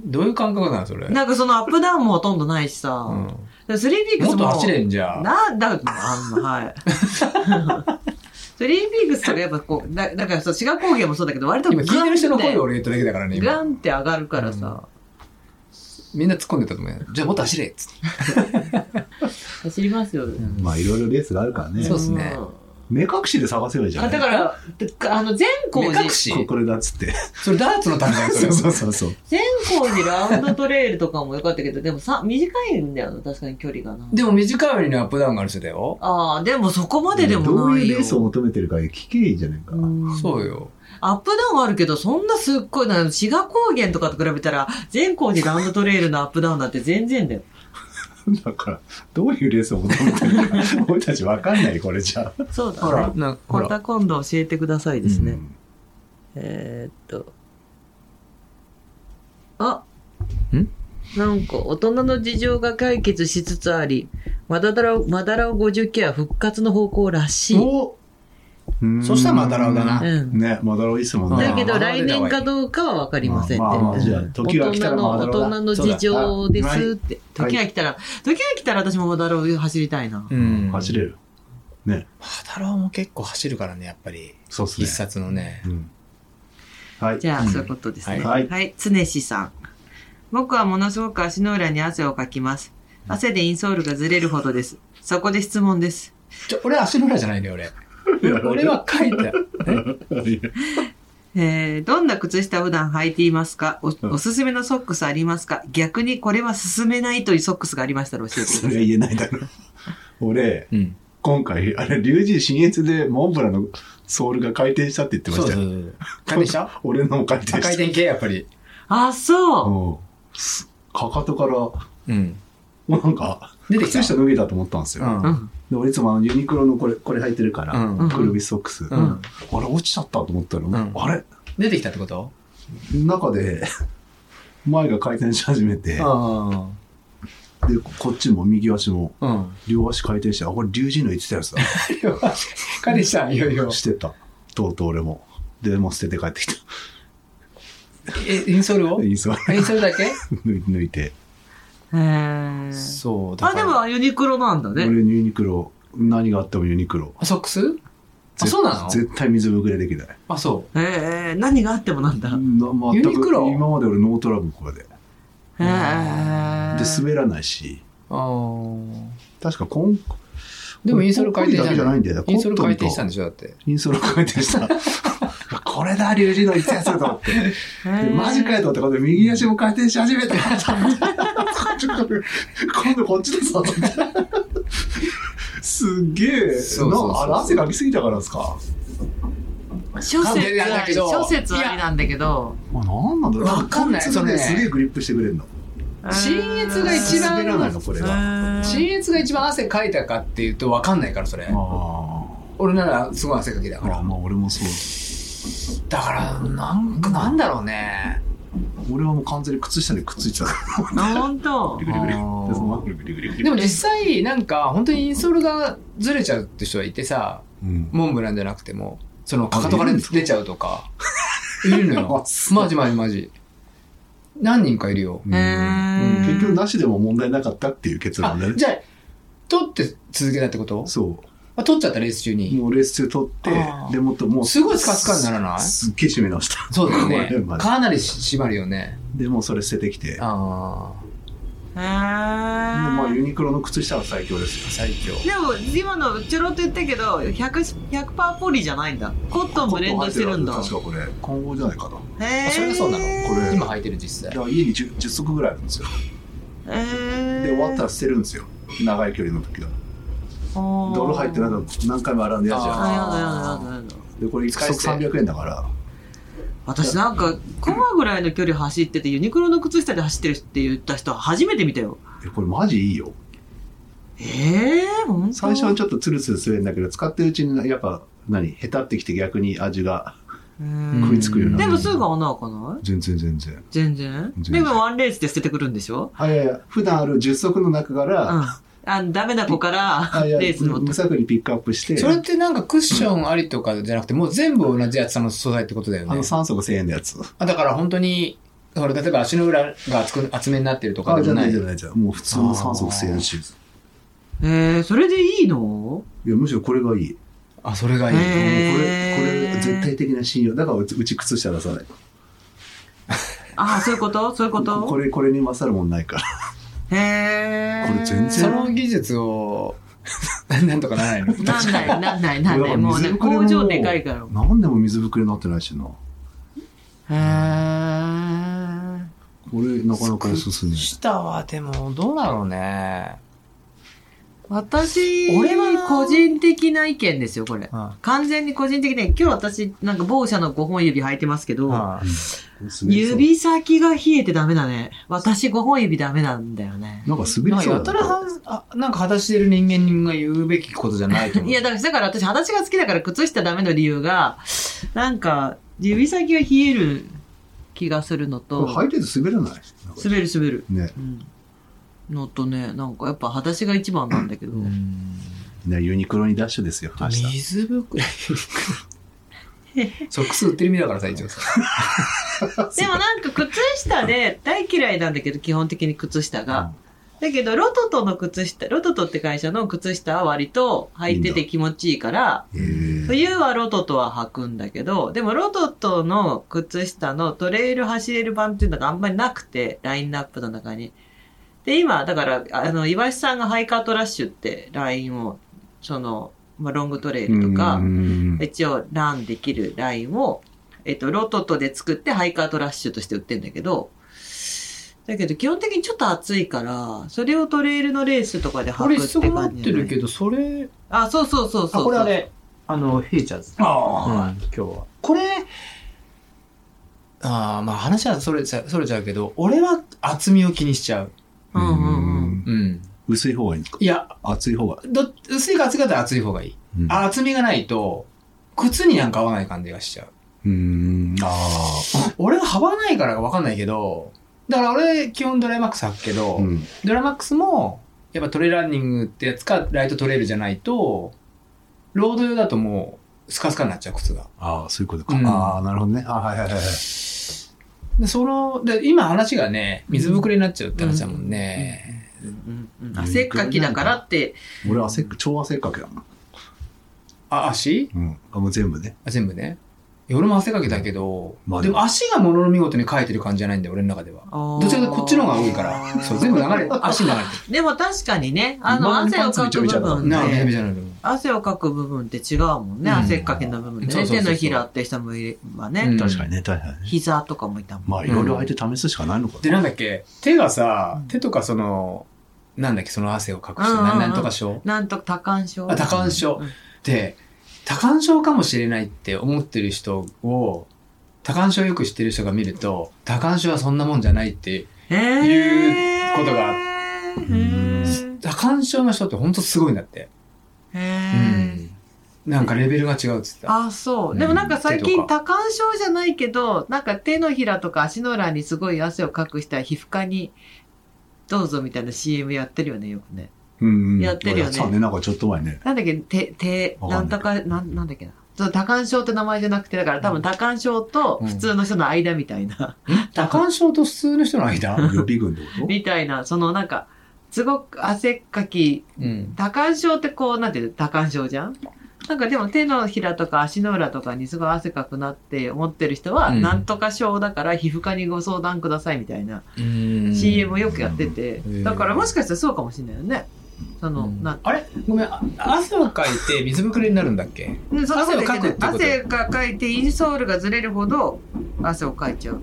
[SPEAKER 3] どういう感覚なのそれ。
[SPEAKER 1] なんかそのアップダウンもほとんどないし
[SPEAKER 3] う
[SPEAKER 1] さ。
[SPEAKER 3] ん
[SPEAKER 1] スリーピークス
[SPEAKER 3] もっ
[SPEAKER 1] も。
[SPEAKER 3] と走れんじゃん。
[SPEAKER 1] な、だ、あんま、はい。 スリーピークスとかやっぱこう、だだからさ、志賀高原もそうだけど、割と
[SPEAKER 3] 今聞いてる人の声
[SPEAKER 1] ガン
[SPEAKER 3] を
[SPEAKER 1] っ
[SPEAKER 3] 俺言っただけだからね、
[SPEAKER 1] て
[SPEAKER 3] 今
[SPEAKER 1] ガ。ンって上がるからさ、
[SPEAKER 3] みんな突っ込んでたと思うよ。じゃあもっと走れっつって。
[SPEAKER 1] 走りますよ。
[SPEAKER 2] まあ、いろいろレースがあるからね
[SPEAKER 3] そ。うっすね
[SPEAKER 1] ん
[SPEAKER 2] 目隠しで探せばいいじゃ
[SPEAKER 1] あ
[SPEAKER 2] ない
[SPEAKER 1] だから、あの、善光
[SPEAKER 3] 目
[SPEAKER 1] 寺
[SPEAKER 3] 隠、し
[SPEAKER 2] ここれだっつって。
[SPEAKER 3] それダーツのためじゃ
[SPEAKER 2] そう。
[SPEAKER 3] ん、 それ
[SPEAKER 2] そうそうそう。
[SPEAKER 1] 善光寺ラウンドトレイルとかも良かったけど、でもさ、短いんだよな、確かに距離がな。
[SPEAKER 3] でも短いよりのアップダウンがある人だよ。
[SPEAKER 1] ああ、でもそこまでで
[SPEAKER 2] ど
[SPEAKER 1] も
[SPEAKER 2] う
[SPEAKER 1] ない
[SPEAKER 2] いう
[SPEAKER 1] よ。
[SPEAKER 2] レースを求めてるか聞けばいいじゃないか。
[SPEAKER 1] うん
[SPEAKER 3] そうよ。
[SPEAKER 1] アップダウンはあるけど、そんなすっごいな、志賀高原とかと比べたら、善光寺ラウンドトレイルのアップダウンなんて全然だよ。
[SPEAKER 2] だから、どういうレースを求めてるか、俺たちわかんない、これじゃあ。
[SPEAKER 1] そうだ、ね。
[SPEAKER 3] ほら、なほ
[SPEAKER 1] ま
[SPEAKER 3] ら。
[SPEAKER 1] た今度教えてくださいですね。
[SPEAKER 2] うん
[SPEAKER 1] えーっと。あ
[SPEAKER 3] ん
[SPEAKER 1] なんか、大人の事情が解決しつつあり、マダラを、マダラを50ケア復活の方向らしい。
[SPEAKER 3] お
[SPEAKER 2] うん
[SPEAKER 3] そしたらマダラオだな
[SPEAKER 1] うん。
[SPEAKER 2] ね、マダラオいいっすもんね。
[SPEAKER 1] だけ
[SPEAKER 3] う
[SPEAKER 1] ど、
[SPEAKER 3] ん
[SPEAKER 1] 来年かどうかはわかりません
[SPEAKER 2] まあまあ、
[SPEAKER 1] っ
[SPEAKER 2] じ
[SPEAKER 1] て。
[SPEAKER 2] ゃあ、
[SPEAKER 1] 大
[SPEAKER 2] 時が来た
[SPEAKER 1] 人
[SPEAKER 2] ら
[SPEAKER 1] の、
[SPEAKER 2] マダ
[SPEAKER 1] 大
[SPEAKER 2] ラオだ。
[SPEAKER 1] 人の事情で
[SPEAKER 2] そうだ
[SPEAKER 1] すって。
[SPEAKER 2] はい
[SPEAKER 1] 時が来たら、時が来たら私もマダラを走りたいな
[SPEAKER 3] う。ん。
[SPEAKER 2] 走
[SPEAKER 3] る。
[SPEAKER 2] れる。
[SPEAKER 3] 太郎も結構走るからね、やっぱり。
[SPEAKER 2] そうっすね
[SPEAKER 3] 必。殺のね。
[SPEAKER 2] うんはい。
[SPEAKER 1] じゃあ、
[SPEAKER 3] うん
[SPEAKER 1] そういうことですね。は。
[SPEAKER 2] はいい
[SPEAKER 1] 常志さん。僕はものすごく足の裏に汗をかきます。汗でインソールがずれるほどです。そこで質問です。
[SPEAKER 3] ちょ、俺足の裏じゃないね、俺。 俺は書いた。
[SPEAKER 1] えー、どんな靴下を普段履いていますかおおすすめのソックスありますか逆にこれは勧めないというソックスがありましたら教えてく
[SPEAKER 2] そ
[SPEAKER 1] だ
[SPEAKER 2] れ
[SPEAKER 1] さ。
[SPEAKER 2] はい言えないだろ。俺、
[SPEAKER 3] うん。
[SPEAKER 2] 今回、あれ、龍神新越でモンブランのソールが回転したって言ってま
[SPEAKER 3] そう
[SPEAKER 2] し
[SPEAKER 3] そう
[SPEAKER 2] た
[SPEAKER 3] そ
[SPEAKER 2] よ。
[SPEAKER 3] う。回転した
[SPEAKER 2] 俺のも回転
[SPEAKER 3] 回
[SPEAKER 2] した。
[SPEAKER 3] 転系、やっぱり。
[SPEAKER 1] あ、そう。
[SPEAKER 2] うんすかかとから、も
[SPEAKER 3] うん。
[SPEAKER 2] うなんか、
[SPEAKER 3] 出てきた
[SPEAKER 2] 靴下脱げだと思ったんですよ。
[SPEAKER 3] うん
[SPEAKER 1] うん。
[SPEAKER 2] で、俺いつもあのユニクロのこれ、これ履いてるから、
[SPEAKER 3] うん
[SPEAKER 2] クルビスソックス。
[SPEAKER 3] う
[SPEAKER 2] あ
[SPEAKER 3] ん。
[SPEAKER 2] れ落ちちゃったと思ったら、
[SPEAKER 3] ん
[SPEAKER 2] あれ
[SPEAKER 3] 出てきたってこと
[SPEAKER 2] 中で、前が回転し始めて、
[SPEAKER 3] あ
[SPEAKER 2] で、こっちも右足も、
[SPEAKER 3] あ。うん。
[SPEAKER 2] 両足回転して、あ、これ龍神の言ってたやつだ。
[SPEAKER 3] 彼氏さん、いよいよ。
[SPEAKER 2] してた。とうとう俺も。で、もう捨てて帰ってきた。
[SPEAKER 3] え、インソー ルを
[SPEAKER 2] インスワ
[SPEAKER 3] インソールだけ
[SPEAKER 2] 抜い て。
[SPEAKER 1] へえ。
[SPEAKER 3] そう、だ
[SPEAKER 1] あ、
[SPEAKER 3] か
[SPEAKER 1] で
[SPEAKER 3] ら。
[SPEAKER 1] もユニクロなんだ
[SPEAKER 2] 俺
[SPEAKER 1] ね。
[SPEAKER 2] ユニクロ、何があってもユニクロ。
[SPEAKER 3] あ、ソックスあ、そうなの
[SPEAKER 2] 絶絶対水ぶくれできない。
[SPEAKER 3] あ、そう。
[SPEAKER 1] ええ、何があってもなんだ。へ
[SPEAKER 2] な全く
[SPEAKER 3] ユニクロ
[SPEAKER 2] 今まで俺ノートラブルこれで。で、
[SPEAKER 1] え。
[SPEAKER 2] 滑らないし、
[SPEAKER 3] あー
[SPEAKER 2] 確かコン、
[SPEAKER 3] でもインソール回転し
[SPEAKER 2] コットン
[SPEAKER 3] た
[SPEAKER 2] だけじゃないんだよ
[SPEAKER 3] インソール
[SPEAKER 2] コットンと
[SPEAKER 3] 回転したんでしょだって。
[SPEAKER 2] インソール回転した。これだ、龍神の言ってたやつだと思って。でマジかよと思って、これ右足も回転し始めた。 今度こっちですわと思って。すっげえ。
[SPEAKER 3] そうそうそう
[SPEAKER 2] なあれ汗かきすぎたからですか。
[SPEAKER 1] 諸説
[SPEAKER 3] なん
[SPEAKER 1] あ
[SPEAKER 3] だけ
[SPEAKER 1] り、
[SPEAKER 3] ど
[SPEAKER 1] 諸説ありなんだけど。
[SPEAKER 2] まあ、なんなんだろう。
[SPEAKER 3] わかんない
[SPEAKER 2] こつがね、
[SPEAKER 3] そ
[SPEAKER 2] す
[SPEAKER 3] れね
[SPEAKER 2] げえグリップしてくれるの。
[SPEAKER 3] 信越が一番
[SPEAKER 2] 滑らないの、これが。あ
[SPEAKER 3] 新越が一番汗かいたかっていうと分かんないからそれ
[SPEAKER 2] あ。ー。
[SPEAKER 3] 俺ならすごい汗かきだか
[SPEAKER 2] ほら、
[SPEAKER 3] ら。
[SPEAKER 2] まあ俺もそう。
[SPEAKER 3] だから、なんか、なんだろうね。
[SPEAKER 2] 俺はもう完全に靴下でくっついてたから。
[SPEAKER 1] あ、本当
[SPEAKER 2] グ。リグリグリ。
[SPEAKER 3] あ
[SPEAKER 2] で、
[SPEAKER 3] ー
[SPEAKER 2] そのままグリグリグリグリ。
[SPEAKER 3] でも実際、なんか、本当にインソールがずれちゃうって人はいてさ、
[SPEAKER 2] うん。
[SPEAKER 3] モンブランじゃなくても、その、かかとから出ちゃうとか、いるの よ。マジマジマジ。何人かいるよ。
[SPEAKER 2] うん
[SPEAKER 1] へー
[SPEAKER 2] 結局なしでも問題なかったっていう結
[SPEAKER 3] あ
[SPEAKER 2] 論だ、ね。
[SPEAKER 3] じゃあ、取って続けたってこと
[SPEAKER 2] そ
[SPEAKER 3] あ取っちゃったレース中
[SPEAKER 2] う。
[SPEAKER 3] に。
[SPEAKER 2] もうレース中取って
[SPEAKER 3] あー、
[SPEAKER 2] でもっともう。
[SPEAKER 3] すごいスカスカにならない
[SPEAKER 2] すっげえ締め直した。
[SPEAKER 3] そうだよね
[SPEAKER 2] まあま。あ
[SPEAKER 3] かなり締まるよね。
[SPEAKER 2] でもうそれ捨ててきて。
[SPEAKER 3] あ
[SPEAKER 1] へ
[SPEAKER 2] まあ
[SPEAKER 1] え
[SPEAKER 2] ユ。ニクロの靴下は最強ですよ。最強。
[SPEAKER 1] でも今のちょろっと言ったけど 100%, 100%ポリじゃないんだコットンブレンドしてるんだ
[SPEAKER 2] 確かこれ、混合じゃないかな。
[SPEAKER 1] へ
[SPEAKER 3] あ。
[SPEAKER 1] ー
[SPEAKER 3] それがそうなの
[SPEAKER 1] へ
[SPEAKER 2] これ
[SPEAKER 3] 今履いてる実
[SPEAKER 2] だ
[SPEAKER 3] 際。
[SPEAKER 2] から家に 10, 10足ぐらいあるんですよ。
[SPEAKER 1] ー
[SPEAKER 2] で、終わったら捨てるんですよ。長い距離の時は。泥入ってなんか何回も洗うんでやじ
[SPEAKER 1] あ
[SPEAKER 2] ゃ
[SPEAKER 1] ーやだやだやだやだ
[SPEAKER 2] ん。で、これ一足
[SPEAKER 3] 使い捨て
[SPEAKER 2] 300円だから。
[SPEAKER 1] 私なんかコマぐらいの距離走っててユニクロの靴下で走ってるって言った人は初めて見たよ
[SPEAKER 2] えこれマジいいよ。
[SPEAKER 1] ええー、本当
[SPEAKER 2] 最初はちょっとツルツルするんだけど、使ってるうちにやっぱ、何へたってきて逆に味が
[SPEAKER 1] う
[SPEAKER 2] 食い
[SPEAKER 1] ん
[SPEAKER 2] つくように
[SPEAKER 1] で
[SPEAKER 2] なる。
[SPEAKER 1] もすぐ穴開かない
[SPEAKER 2] 全然全然。
[SPEAKER 1] 全然
[SPEAKER 2] 全然
[SPEAKER 1] でもワンレースで捨ててくるんでしょ
[SPEAKER 2] あ、いやいや、普段ある10足の中か
[SPEAKER 1] うん
[SPEAKER 2] ら、
[SPEAKER 1] あダメな子から
[SPEAKER 2] あいや
[SPEAKER 1] レースに持って
[SPEAKER 2] 無作にピックアップして、
[SPEAKER 3] それってなんかクッションありとかじゃなくて、もう全部同じ厚さの素材ってことだよ
[SPEAKER 2] あの
[SPEAKER 3] ね。
[SPEAKER 2] 3足1000円のやつ。
[SPEAKER 3] あだから本当に、ほら例えば足の裏が厚く厚めになってるとか
[SPEAKER 2] あ、
[SPEAKER 3] で
[SPEAKER 2] じゃ
[SPEAKER 3] も
[SPEAKER 2] な
[SPEAKER 3] ないい
[SPEAKER 2] じゃ。ないじゃん。もう普通の3足1000円のシューズ。
[SPEAKER 1] えー、それでいいの
[SPEAKER 2] いや、むしろこれがいい。うん
[SPEAKER 3] あ、それがいい。
[SPEAKER 2] こ
[SPEAKER 1] へ
[SPEAKER 2] れ、こ
[SPEAKER 1] へー
[SPEAKER 2] れ絶対的な信用。だからうちうち靴下出さない。
[SPEAKER 1] ああそういうことそういうこと
[SPEAKER 2] これ、これに勝るもんないから。
[SPEAKER 1] へえ。
[SPEAKER 2] これ全
[SPEAKER 3] そ
[SPEAKER 2] 然
[SPEAKER 3] の技術を、 なんとかな らないの
[SPEAKER 1] なんない、なんない、なんない。
[SPEAKER 2] 俺
[SPEAKER 1] も
[SPEAKER 2] は
[SPEAKER 1] う
[SPEAKER 2] 水
[SPEAKER 1] ね、
[SPEAKER 2] ぶくれの
[SPEAKER 1] 工場でかいから。
[SPEAKER 2] 何でも水ぶくれになってないしな。こ
[SPEAKER 1] へえ。
[SPEAKER 2] れ、なかなか進んで
[SPEAKER 3] 下はでも、どうだろうね。
[SPEAKER 1] 私、
[SPEAKER 3] 俺はな
[SPEAKER 1] 個人的な意見ですよ、これ。
[SPEAKER 3] うん
[SPEAKER 1] 完全に個人的な意見。今日私、なんか某社の5本指履いてますけど、
[SPEAKER 3] あ
[SPEAKER 2] ない。
[SPEAKER 1] 指先が冷えてダメだね。私5本指ダメなんだよね。
[SPEAKER 2] なんか滑
[SPEAKER 3] なん
[SPEAKER 2] り
[SPEAKER 3] か
[SPEAKER 2] そう
[SPEAKER 3] やたら
[SPEAKER 2] だ
[SPEAKER 3] はあ、なんか裸足してる人間が言うべきことじゃないと 思う。
[SPEAKER 1] いや、だから、だから私、裸足が好きだから靴下ダメの理由が、なんか、指先が冷える気がするの
[SPEAKER 2] ことれ、履いてて滑らない。
[SPEAKER 1] 滑る滑る。
[SPEAKER 2] ね。
[SPEAKER 1] うんのとね、なんかやっぱ裸足が一番なんだけど。
[SPEAKER 3] うん
[SPEAKER 2] ね、ユニクロにダッシュですよ、明日。
[SPEAKER 3] 水袋。ソックス売ってる身だからさ、一応さ。
[SPEAKER 1] でもなんか靴下で大嫌いなんだけど、基本的に靴下が。だけど、ロトトの靴下、ロトトって会社の靴下は割と履いてて気持ちいいから、
[SPEAKER 2] えー、
[SPEAKER 1] 冬はロトトは履くんだけど、でもロトトの靴下のトレイル走れる版っていうのがあんまりなくて、ラインナップの中に。で、今、だから、あの、岩橋さんがハイカートラッシュってラインを、その、まあ、ロングトレイルとか、
[SPEAKER 2] うん
[SPEAKER 1] 一応ランできるラインを、えっと、ロトトで作ってハイカートラッシュとして売ってんだけど、だけど基本的にちょっと暑いから、それをトレイルのレースとかで
[SPEAKER 4] これ
[SPEAKER 1] 履く
[SPEAKER 4] 一
[SPEAKER 1] って
[SPEAKER 4] 足なっ
[SPEAKER 1] 感
[SPEAKER 4] て
[SPEAKER 1] じじゃない
[SPEAKER 4] るけど、それ、
[SPEAKER 1] あ、そうそうそうそう。
[SPEAKER 4] あ、これあれ、あの、フィーチャーズ。う
[SPEAKER 3] あ
[SPEAKER 4] ん、今日は。
[SPEAKER 3] これ、ああ、まあ話はそれちゃ、それちゃうけど、俺は厚みを気にしちゃう。
[SPEAKER 1] うんうんうん。
[SPEAKER 3] うん。
[SPEAKER 2] 薄い方がいいんですか
[SPEAKER 3] いや、
[SPEAKER 2] 厚い方が。
[SPEAKER 3] ど、薄いか厚いかだったら厚い方がいい。
[SPEAKER 2] うん
[SPEAKER 3] あ厚みがないと、靴になんか合わない感じがしちゃう。
[SPEAKER 2] うーん。ああ。
[SPEAKER 3] 俺は幅ないからわかんないけど、だから俺、基本ドライマックス履くけど、
[SPEAKER 2] うん。
[SPEAKER 3] ドライマックスも、やっぱトレーランニングってやつか、ライトトレイルじゃないと、ロード用だともう、スカスカになっちゃう、靴が。
[SPEAKER 2] ああ、そういうことか。
[SPEAKER 3] うん
[SPEAKER 2] ああ、なるほどね。あはいはいはいはい。
[SPEAKER 3] で、その、で、今話がね、水ぶくれになっちゃうって話だもんね。
[SPEAKER 1] うん汗っかきだからって、
[SPEAKER 2] 俺汗っか、超汗っかきだもん。
[SPEAKER 3] あ、足
[SPEAKER 2] うん。あもう全部ね。
[SPEAKER 3] あ全部ね。いや俺も汗かけたけど、
[SPEAKER 2] まあ
[SPEAKER 3] で
[SPEAKER 2] でも
[SPEAKER 3] も足が物の見事に書いてる感じじゃないんだよ、俺の中では。
[SPEAKER 1] ど
[SPEAKER 3] どちらかというとこっちの方が多いから。そう、全部流れ、足に流れて
[SPEAKER 1] でも確かにね、 あ
[SPEAKER 2] ま
[SPEAKER 1] の、汗
[SPEAKER 2] あ
[SPEAKER 1] をかく部分
[SPEAKER 3] る。なあ、めちゃめ
[SPEAKER 1] ね
[SPEAKER 3] ちゃなると思う。
[SPEAKER 1] 汗をかく部分って違うもんね。
[SPEAKER 3] うん
[SPEAKER 1] 汗っかきの部分で
[SPEAKER 3] そう
[SPEAKER 1] ね。
[SPEAKER 3] そうそう
[SPEAKER 1] 手
[SPEAKER 3] そう
[SPEAKER 1] のひらって人もいれば
[SPEAKER 3] う
[SPEAKER 1] ね
[SPEAKER 3] ん。
[SPEAKER 2] 確かにね、大変ね。
[SPEAKER 1] 膝とかもいたもん。
[SPEAKER 2] まあ、いろいろ相手試すしかないのか
[SPEAKER 3] で、なんだっけ、手がさ
[SPEAKER 1] う、ん
[SPEAKER 3] 手とかその、なんだっけ、その汗をかく
[SPEAKER 1] う
[SPEAKER 3] 人、
[SPEAKER 1] んうんうん
[SPEAKER 3] なんなんとか症
[SPEAKER 1] なんと多感症。
[SPEAKER 3] あ、多感症
[SPEAKER 1] うん。
[SPEAKER 3] で、多感症かもしれないって思ってる人を、多感症よく知ってる人が見ると、多感症はそんなもんじゃないって、
[SPEAKER 1] え
[SPEAKER 3] いうこと
[SPEAKER 1] へ
[SPEAKER 3] が
[SPEAKER 2] うん
[SPEAKER 1] ー
[SPEAKER 3] 多感症の人ってほんとすごいんだって。
[SPEAKER 1] へー
[SPEAKER 3] うん。なんかレベルが違うっつってた。
[SPEAKER 1] あ、そうう。
[SPEAKER 2] ん
[SPEAKER 1] でもなんか最
[SPEAKER 3] 手
[SPEAKER 1] 近
[SPEAKER 3] とか
[SPEAKER 1] 多感症じゃないけど、なんか手のひらとか足の裏にすごい汗をかく人は皮膚科にどうぞみたいな CM やってるよね、よくね。
[SPEAKER 2] うんうん。
[SPEAKER 1] やってるよね
[SPEAKER 2] そうね、なんかちょっと前 ね。
[SPEAKER 1] なんだっけ、て、て、
[SPEAKER 2] わか
[SPEAKER 1] なんん
[SPEAKER 2] ない
[SPEAKER 1] とか、なん、なんだっけな。その多感症って名前じゃなくて、だから多分多感症と普通の人の間みたいな、
[SPEAKER 3] 多感症と普通の人の間
[SPEAKER 2] 予備軍ってこ
[SPEAKER 1] みたいな、そのなんか、すごく汗っかき、
[SPEAKER 3] うん。
[SPEAKER 1] 多感症ってこう、なんていうの多感症じゃんなんかでも手のひらとか足の裏とかにすごい汗かくなって思ってる人は、
[SPEAKER 3] うん
[SPEAKER 1] なんとか症だから皮膚科にご相談くださいみたいな CM をよくやってて
[SPEAKER 3] う、ん
[SPEAKER 1] だからもしかしたらそうかもしれないよね。その、
[SPEAKER 3] うん
[SPEAKER 1] なん
[SPEAKER 3] あれごめん、あ汗をかいて水ぶくれになるんだっけ
[SPEAKER 1] うんそう
[SPEAKER 3] 汗をかくってこと
[SPEAKER 1] 汗がかいてインソールがずれるほど汗をかいちゃう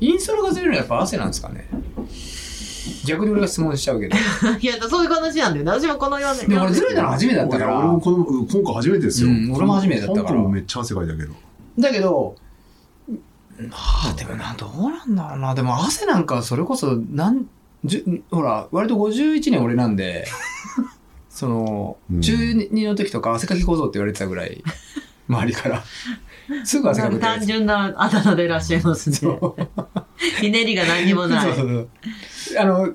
[SPEAKER 3] インソールがずれるのはやっぱ汗なんですかね逆に俺が質問しちゃうけど。
[SPEAKER 1] いや、そういう話なんだよね。私もこの4年。
[SPEAKER 3] でも俺ずれたの
[SPEAKER 1] の
[SPEAKER 3] 初めてだったか
[SPEAKER 2] と
[SPEAKER 3] ら。
[SPEAKER 2] 俺もこの、うん今回初めてですよ。
[SPEAKER 3] うん俺も初めてだったから
[SPEAKER 2] 香港もめっちゃ汗かいたけど。
[SPEAKER 3] だけど、ああ、でもな、どうなんだろうな。でも汗なんかそれこそ、なん、じゅほら、割と51年俺なんで、 その、
[SPEAKER 2] うん
[SPEAKER 3] 中2の時とか汗かき小僧って言われてたぐらい、周りから。すぐ汗かくじゃない
[SPEAKER 1] 単
[SPEAKER 3] ですか
[SPEAKER 1] 純なあだ名でいらっしゃいますね。 ひねりが何にも ない。
[SPEAKER 3] そうそうそう。あの、なんだ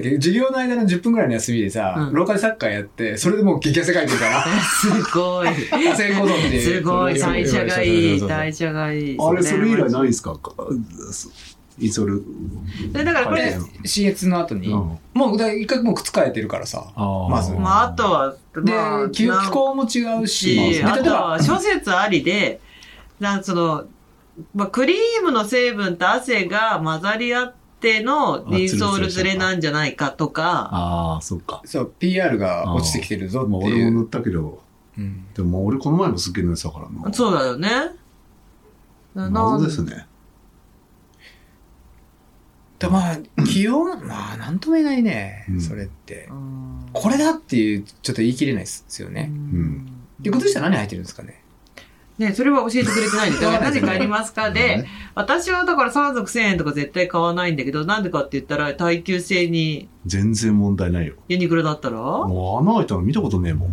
[SPEAKER 3] っけ、授業の間の10分ぐらいの休みでさ、
[SPEAKER 1] うん
[SPEAKER 3] 廊下でサッカーやって、それでもう激汗かいて るから。
[SPEAKER 1] すごい。
[SPEAKER 3] 汗小僧って
[SPEAKER 1] すごい。代謝がいい。代謝がいい。
[SPEAKER 2] あれ、それ以来
[SPEAKER 1] な
[SPEAKER 2] ないんすかかそイソル。
[SPEAKER 1] だからこれ、
[SPEAKER 3] CS の後に、
[SPEAKER 2] うん
[SPEAKER 3] もうだから一回もう覆えてるからさ。
[SPEAKER 2] あー
[SPEAKER 3] まず
[SPEAKER 1] まあ、あとは、
[SPEAKER 3] で、
[SPEAKER 1] まあ、
[SPEAKER 3] 気
[SPEAKER 1] なん
[SPEAKER 3] 気候も違うし、
[SPEAKER 1] し、
[SPEAKER 3] で
[SPEAKER 1] あ
[SPEAKER 3] 例え
[SPEAKER 1] と
[SPEAKER 3] ば
[SPEAKER 1] は諸説ありで、なんその、まあ、クリームの成分と汗が混ざり合ってのインソールズレなんじゃないかとか、
[SPEAKER 2] ああ、そっか。
[SPEAKER 3] そう、PR が落ちてきてるぞ
[SPEAKER 2] まあ、
[SPEAKER 3] ってい
[SPEAKER 2] 俺
[SPEAKER 3] う。
[SPEAKER 2] も塗ったけど、
[SPEAKER 3] うん
[SPEAKER 2] でも俺この前もすっげえ塗ってたからな。
[SPEAKER 1] そうだよね。な
[SPEAKER 2] 謎ですね。
[SPEAKER 3] でまあ、気温、まあ、なんとも言えないね
[SPEAKER 2] う、ん
[SPEAKER 3] それって。
[SPEAKER 1] うん
[SPEAKER 3] これだっていう、ちょっと言い切れないですよね。
[SPEAKER 2] ん
[SPEAKER 3] で、靴下何入ってるんですかね。
[SPEAKER 1] ねそれは教えてくれてないんですよ。
[SPEAKER 3] わかんない
[SPEAKER 1] 何かありますかで、、私はだから3足1000円とか絶対買わないんだけど、なんでかって言ったら、耐久性に
[SPEAKER 2] 全然問題ないよ。
[SPEAKER 1] ユニクロだったらう
[SPEAKER 2] もう穴開いたの見たことねえもん。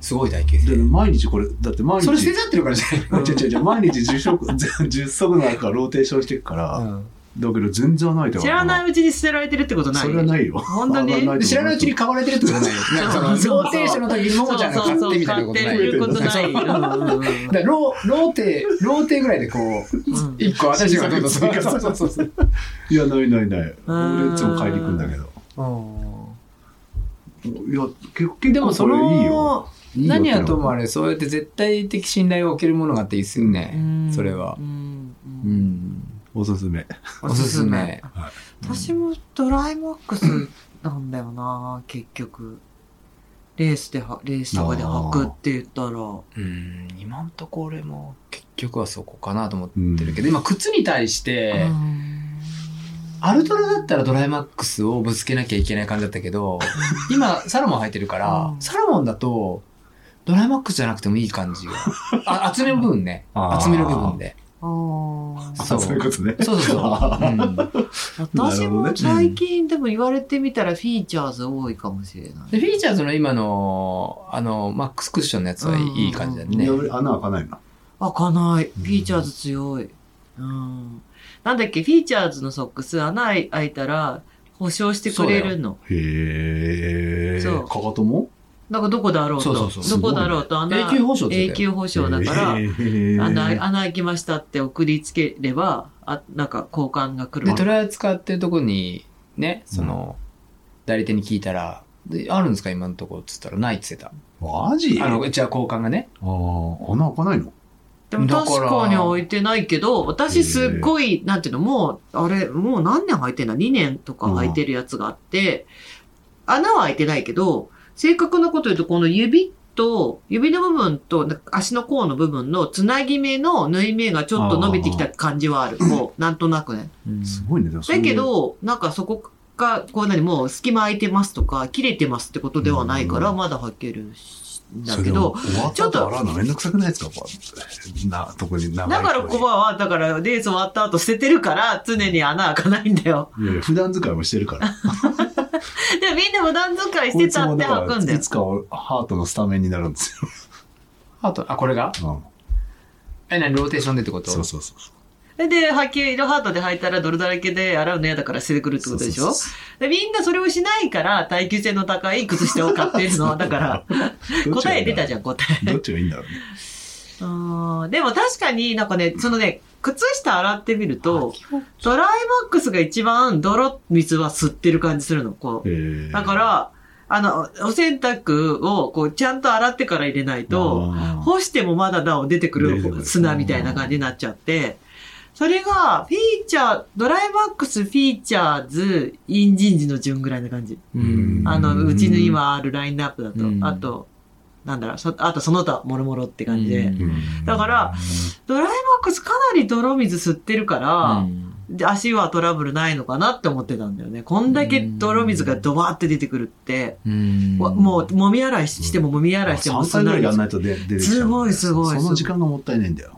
[SPEAKER 3] すごい耐久
[SPEAKER 2] で、
[SPEAKER 3] 性。
[SPEAKER 2] 毎日これ、だって毎日。
[SPEAKER 3] それ捨てちゃってるからじゃ
[SPEAKER 1] ん
[SPEAKER 2] 違う違う違う、毎日10足、10足 なんかローテーションしていくから、
[SPEAKER 3] ない、
[SPEAKER 2] だけど全然穴開いて
[SPEAKER 1] 知らないうちに捨てられてるってことない
[SPEAKER 2] それはないよ。
[SPEAKER 1] 本当に
[SPEAKER 2] 穴開
[SPEAKER 3] で知らないうちに
[SPEAKER 2] い
[SPEAKER 3] 買われてるってことないよ。なんかそ
[SPEAKER 1] そうそう
[SPEAKER 3] の、ローテーションの時にももちゃんが買ってみたいなことない
[SPEAKER 1] そうそう買ってることない。うんうん
[SPEAKER 3] だからロー、ローテ、ローテぐらいでこう、
[SPEAKER 1] うんうん
[SPEAKER 3] 一個新しいのがどんどん
[SPEAKER 2] そう
[SPEAKER 3] そうそうそうそう。
[SPEAKER 2] てるいや、ないないな
[SPEAKER 1] ん
[SPEAKER 2] い。俺いつも買いに行くんだけど。いや、結構、
[SPEAKER 3] でもそ
[SPEAKER 2] これいいよ。
[SPEAKER 3] の、
[SPEAKER 2] いいよ
[SPEAKER 3] 何やともあれ、そうやって絶対的信頼を受けるものがあっていいっすよ
[SPEAKER 1] う
[SPEAKER 3] ね。
[SPEAKER 1] ん
[SPEAKER 3] それは
[SPEAKER 1] うんう
[SPEAKER 3] うんん。
[SPEAKER 2] おすすめ。
[SPEAKER 3] おすすめ。
[SPEAKER 1] 私もドライマックスなんだよな、結局。レースでは、レースとかで履くって言ったら。
[SPEAKER 3] うん、今んとこ俺も結局はそこかなと思っ
[SPEAKER 2] うん
[SPEAKER 3] てるけど、今靴に対して、
[SPEAKER 1] うん
[SPEAKER 3] アルトラだったらドライマックスをぶつけなきゃいけない感じだったけど、今、サロモン履いてるから
[SPEAKER 1] う、ん
[SPEAKER 3] サロモンだと、ドライマックスじゃなくてもいい感じが。あ、厚めの部分ね。
[SPEAKER 2] あー
[SPEAKER 3] 厚めの部分で。
[SPEAKER 1] あ ー
[SPEAKER 3] そう
[SPEAKER 2] そういうことね。
[SPEAKER 3] そうそうそう。うん
[SPEAKER 1] 私
[SPEAKER 2] なるほど
[SPEAKER 1] も
[SPEAKER 2] ね
[SPEAKER 1] 最近でも言われてみたらフィーチャーズ多いかもしれない。
[SPEAKER 3] でフィーチャーズの今の、あの、マックスクッションのやつはいい,、
[SPEAKER 1] うん
[SPEAKER 3] 感じだ
[SPEAKER 2] ね
[SPEAKER 3] ね。、
[SPEAKER 2] 穴開かないな。
[SPEAKER 1] 開かない。フィーチャーズ強い。うん。なんだっけ、フィーチャーズのソックス穴開いたら保証してくれるの。
[SPEAKER 2] へえ。
[SPEAKER 1] そう
[SPEAKER 2] かかとも
[SPEAKER 1] なんかどこだろうと。
[SPEAKER 3] そうそうそう
[SPEAKER 1] どこだろうと穴、
[SPEAKER 3] 永久保証って
[SPEAKER 1] 永
[SPEAKER 3] 言ってたよ
[SPEAKER 1] 久保証だから、
[SPEAKER 2] へー
[SPEAKER 1] 穴、穴開きましたって送りつければ、あ、なんか交換が来る
[SPEAKER 3] で、。トライアル使ってるとこに、ね、その、代理店に聞いたら、であるんですか今のとこっつったら、ないっつってた。
[SPEAKER 2] マジ
[SPEAKER 3] あの、うちは交換がね。
[SPEAKER 2] あー穴開かないの
[SPEAKER 1] でも
[SPEAKER 3] だから
[SPEAKER 1] 確かに置いてないけど、私すっごい、なんていうの、もう、あれ、もう何年履いてんだ ?2 年とか履いてるやつがあって、穴は開いてないけど、正確なこと言うと、この指と、指の部分となんか足の甲の部分のつなぎ目の縫い目がちょっと伸びてきた感じはある。もう、なんとなくね。
[SPEAKER 2] すごいね。でもそう
[SPEAKER 1] だ
[SPEAKER 2] いう
[SPEAKER 1] け、ど、なんかそこが、こう何もう隙間空いてますとか、切れてますってことではないから、
[SPEAKER 2] うん
[SPEAKER 1] まだ履けるしんだ
[SPEAKER 2] それ
[SPEAKER 1] け
[SPEAKER 2] で
[SPEAKER 1] ど
[SPEAKER 2] も、終わっ
[SPEAKER 1] ちょっ
[SPEAKER 2] た
[SPEAKER 1] と
[SPEAKER 2] と洗うのめんどくさくないですかこうな、特に長い
[SPEAKER 1] だからコバは、だからレース終わった後捨ててるから、常に穴開かないんだよ。
[SPEAKER 2] いやいや普段使いもしてるから。
[SPEAKER 1] でもみんな無断使いしてたって履くんだ
[SPEAKER 2] い
[SPEAKER 1] よ
[SPEAKER 2] つ。かはハートのスタメンになるんです
[SPEAKER 3] あと、あ、これが
[SPEAKER 2] よ。うん
[SPEAKER 3] え、何ローテーションでってこと
[SPEAKER 2] そうそうそうそう。
[SPEAKER 1] で、履き、色ハートで履いたら泥だらけで洗うの嫌だから捨ててくるってことでし
[SPEAKER 2] そ
[SPEAKER 1] ょ
[SPEAKER 2] うそう
[SPEAKER 1] でみんなそれをしないから、耐久性の高い靴下を買ってる の。だから、
[SPEAKER 2] そう
[SPEAKER 1] 答え出たじゃん、答 え。
[SPEAKER 2] どっちがいいんだろうね。
[SPEAKER 1] うんでも確かになんかね、そのね、靴下洗ってみると、ドライマックスが一番泥水は吸ってる感じするの、こう。
[SPEAKER 2] えー
[SPEAKER 1] だか、ら、あの、お洗濯をこうちゃんと洗ってから入れないと、
[SPEAKER 2] あー
[SPEAKER 1] 干してもまだなお出てく
[SPEAKER 2] 出てく
[SPEAKER 1] る
[SPEAKER 2] る
[SPEAKER 1] 砂みたいな感じになっちゃって、それが、フィーチャー、ドライマックス、フィーチャーズ、インジンジの順ぐらいな感じ。
[SPEAKER 3] うん。
[SPEAKER 1] あ
[SPEAKER 2] う
[SPEAKER 1] の、
[SPEAKER 2] ん
[SPEAKER 1] うちの今あるラインナップだと
[SPEAKER 3] う。ん
[SPEAKER 1] あと、なんだろう、そあとその他、もろもろって感じで
[SPEAKER 3] う。
[SPEAKER 2] うん
[SPEAKER 1] だから、ドライマックスかなり泥水吸ってるから、で足はトラブルないのかなって思ってたんだよね。こんだけ泥水がドバーって出てくるって、
[SPEAKER 3] うん。
[SPEAKER 1] わもう、揉み洗いしても揉み洗いしても
[SPEAKER 2] 3回ぐらいやんないと出出てきちゃう。
[SPEAKER 1] すごいすごい
[SPEAKER 2] その時間がもったいないんだよ。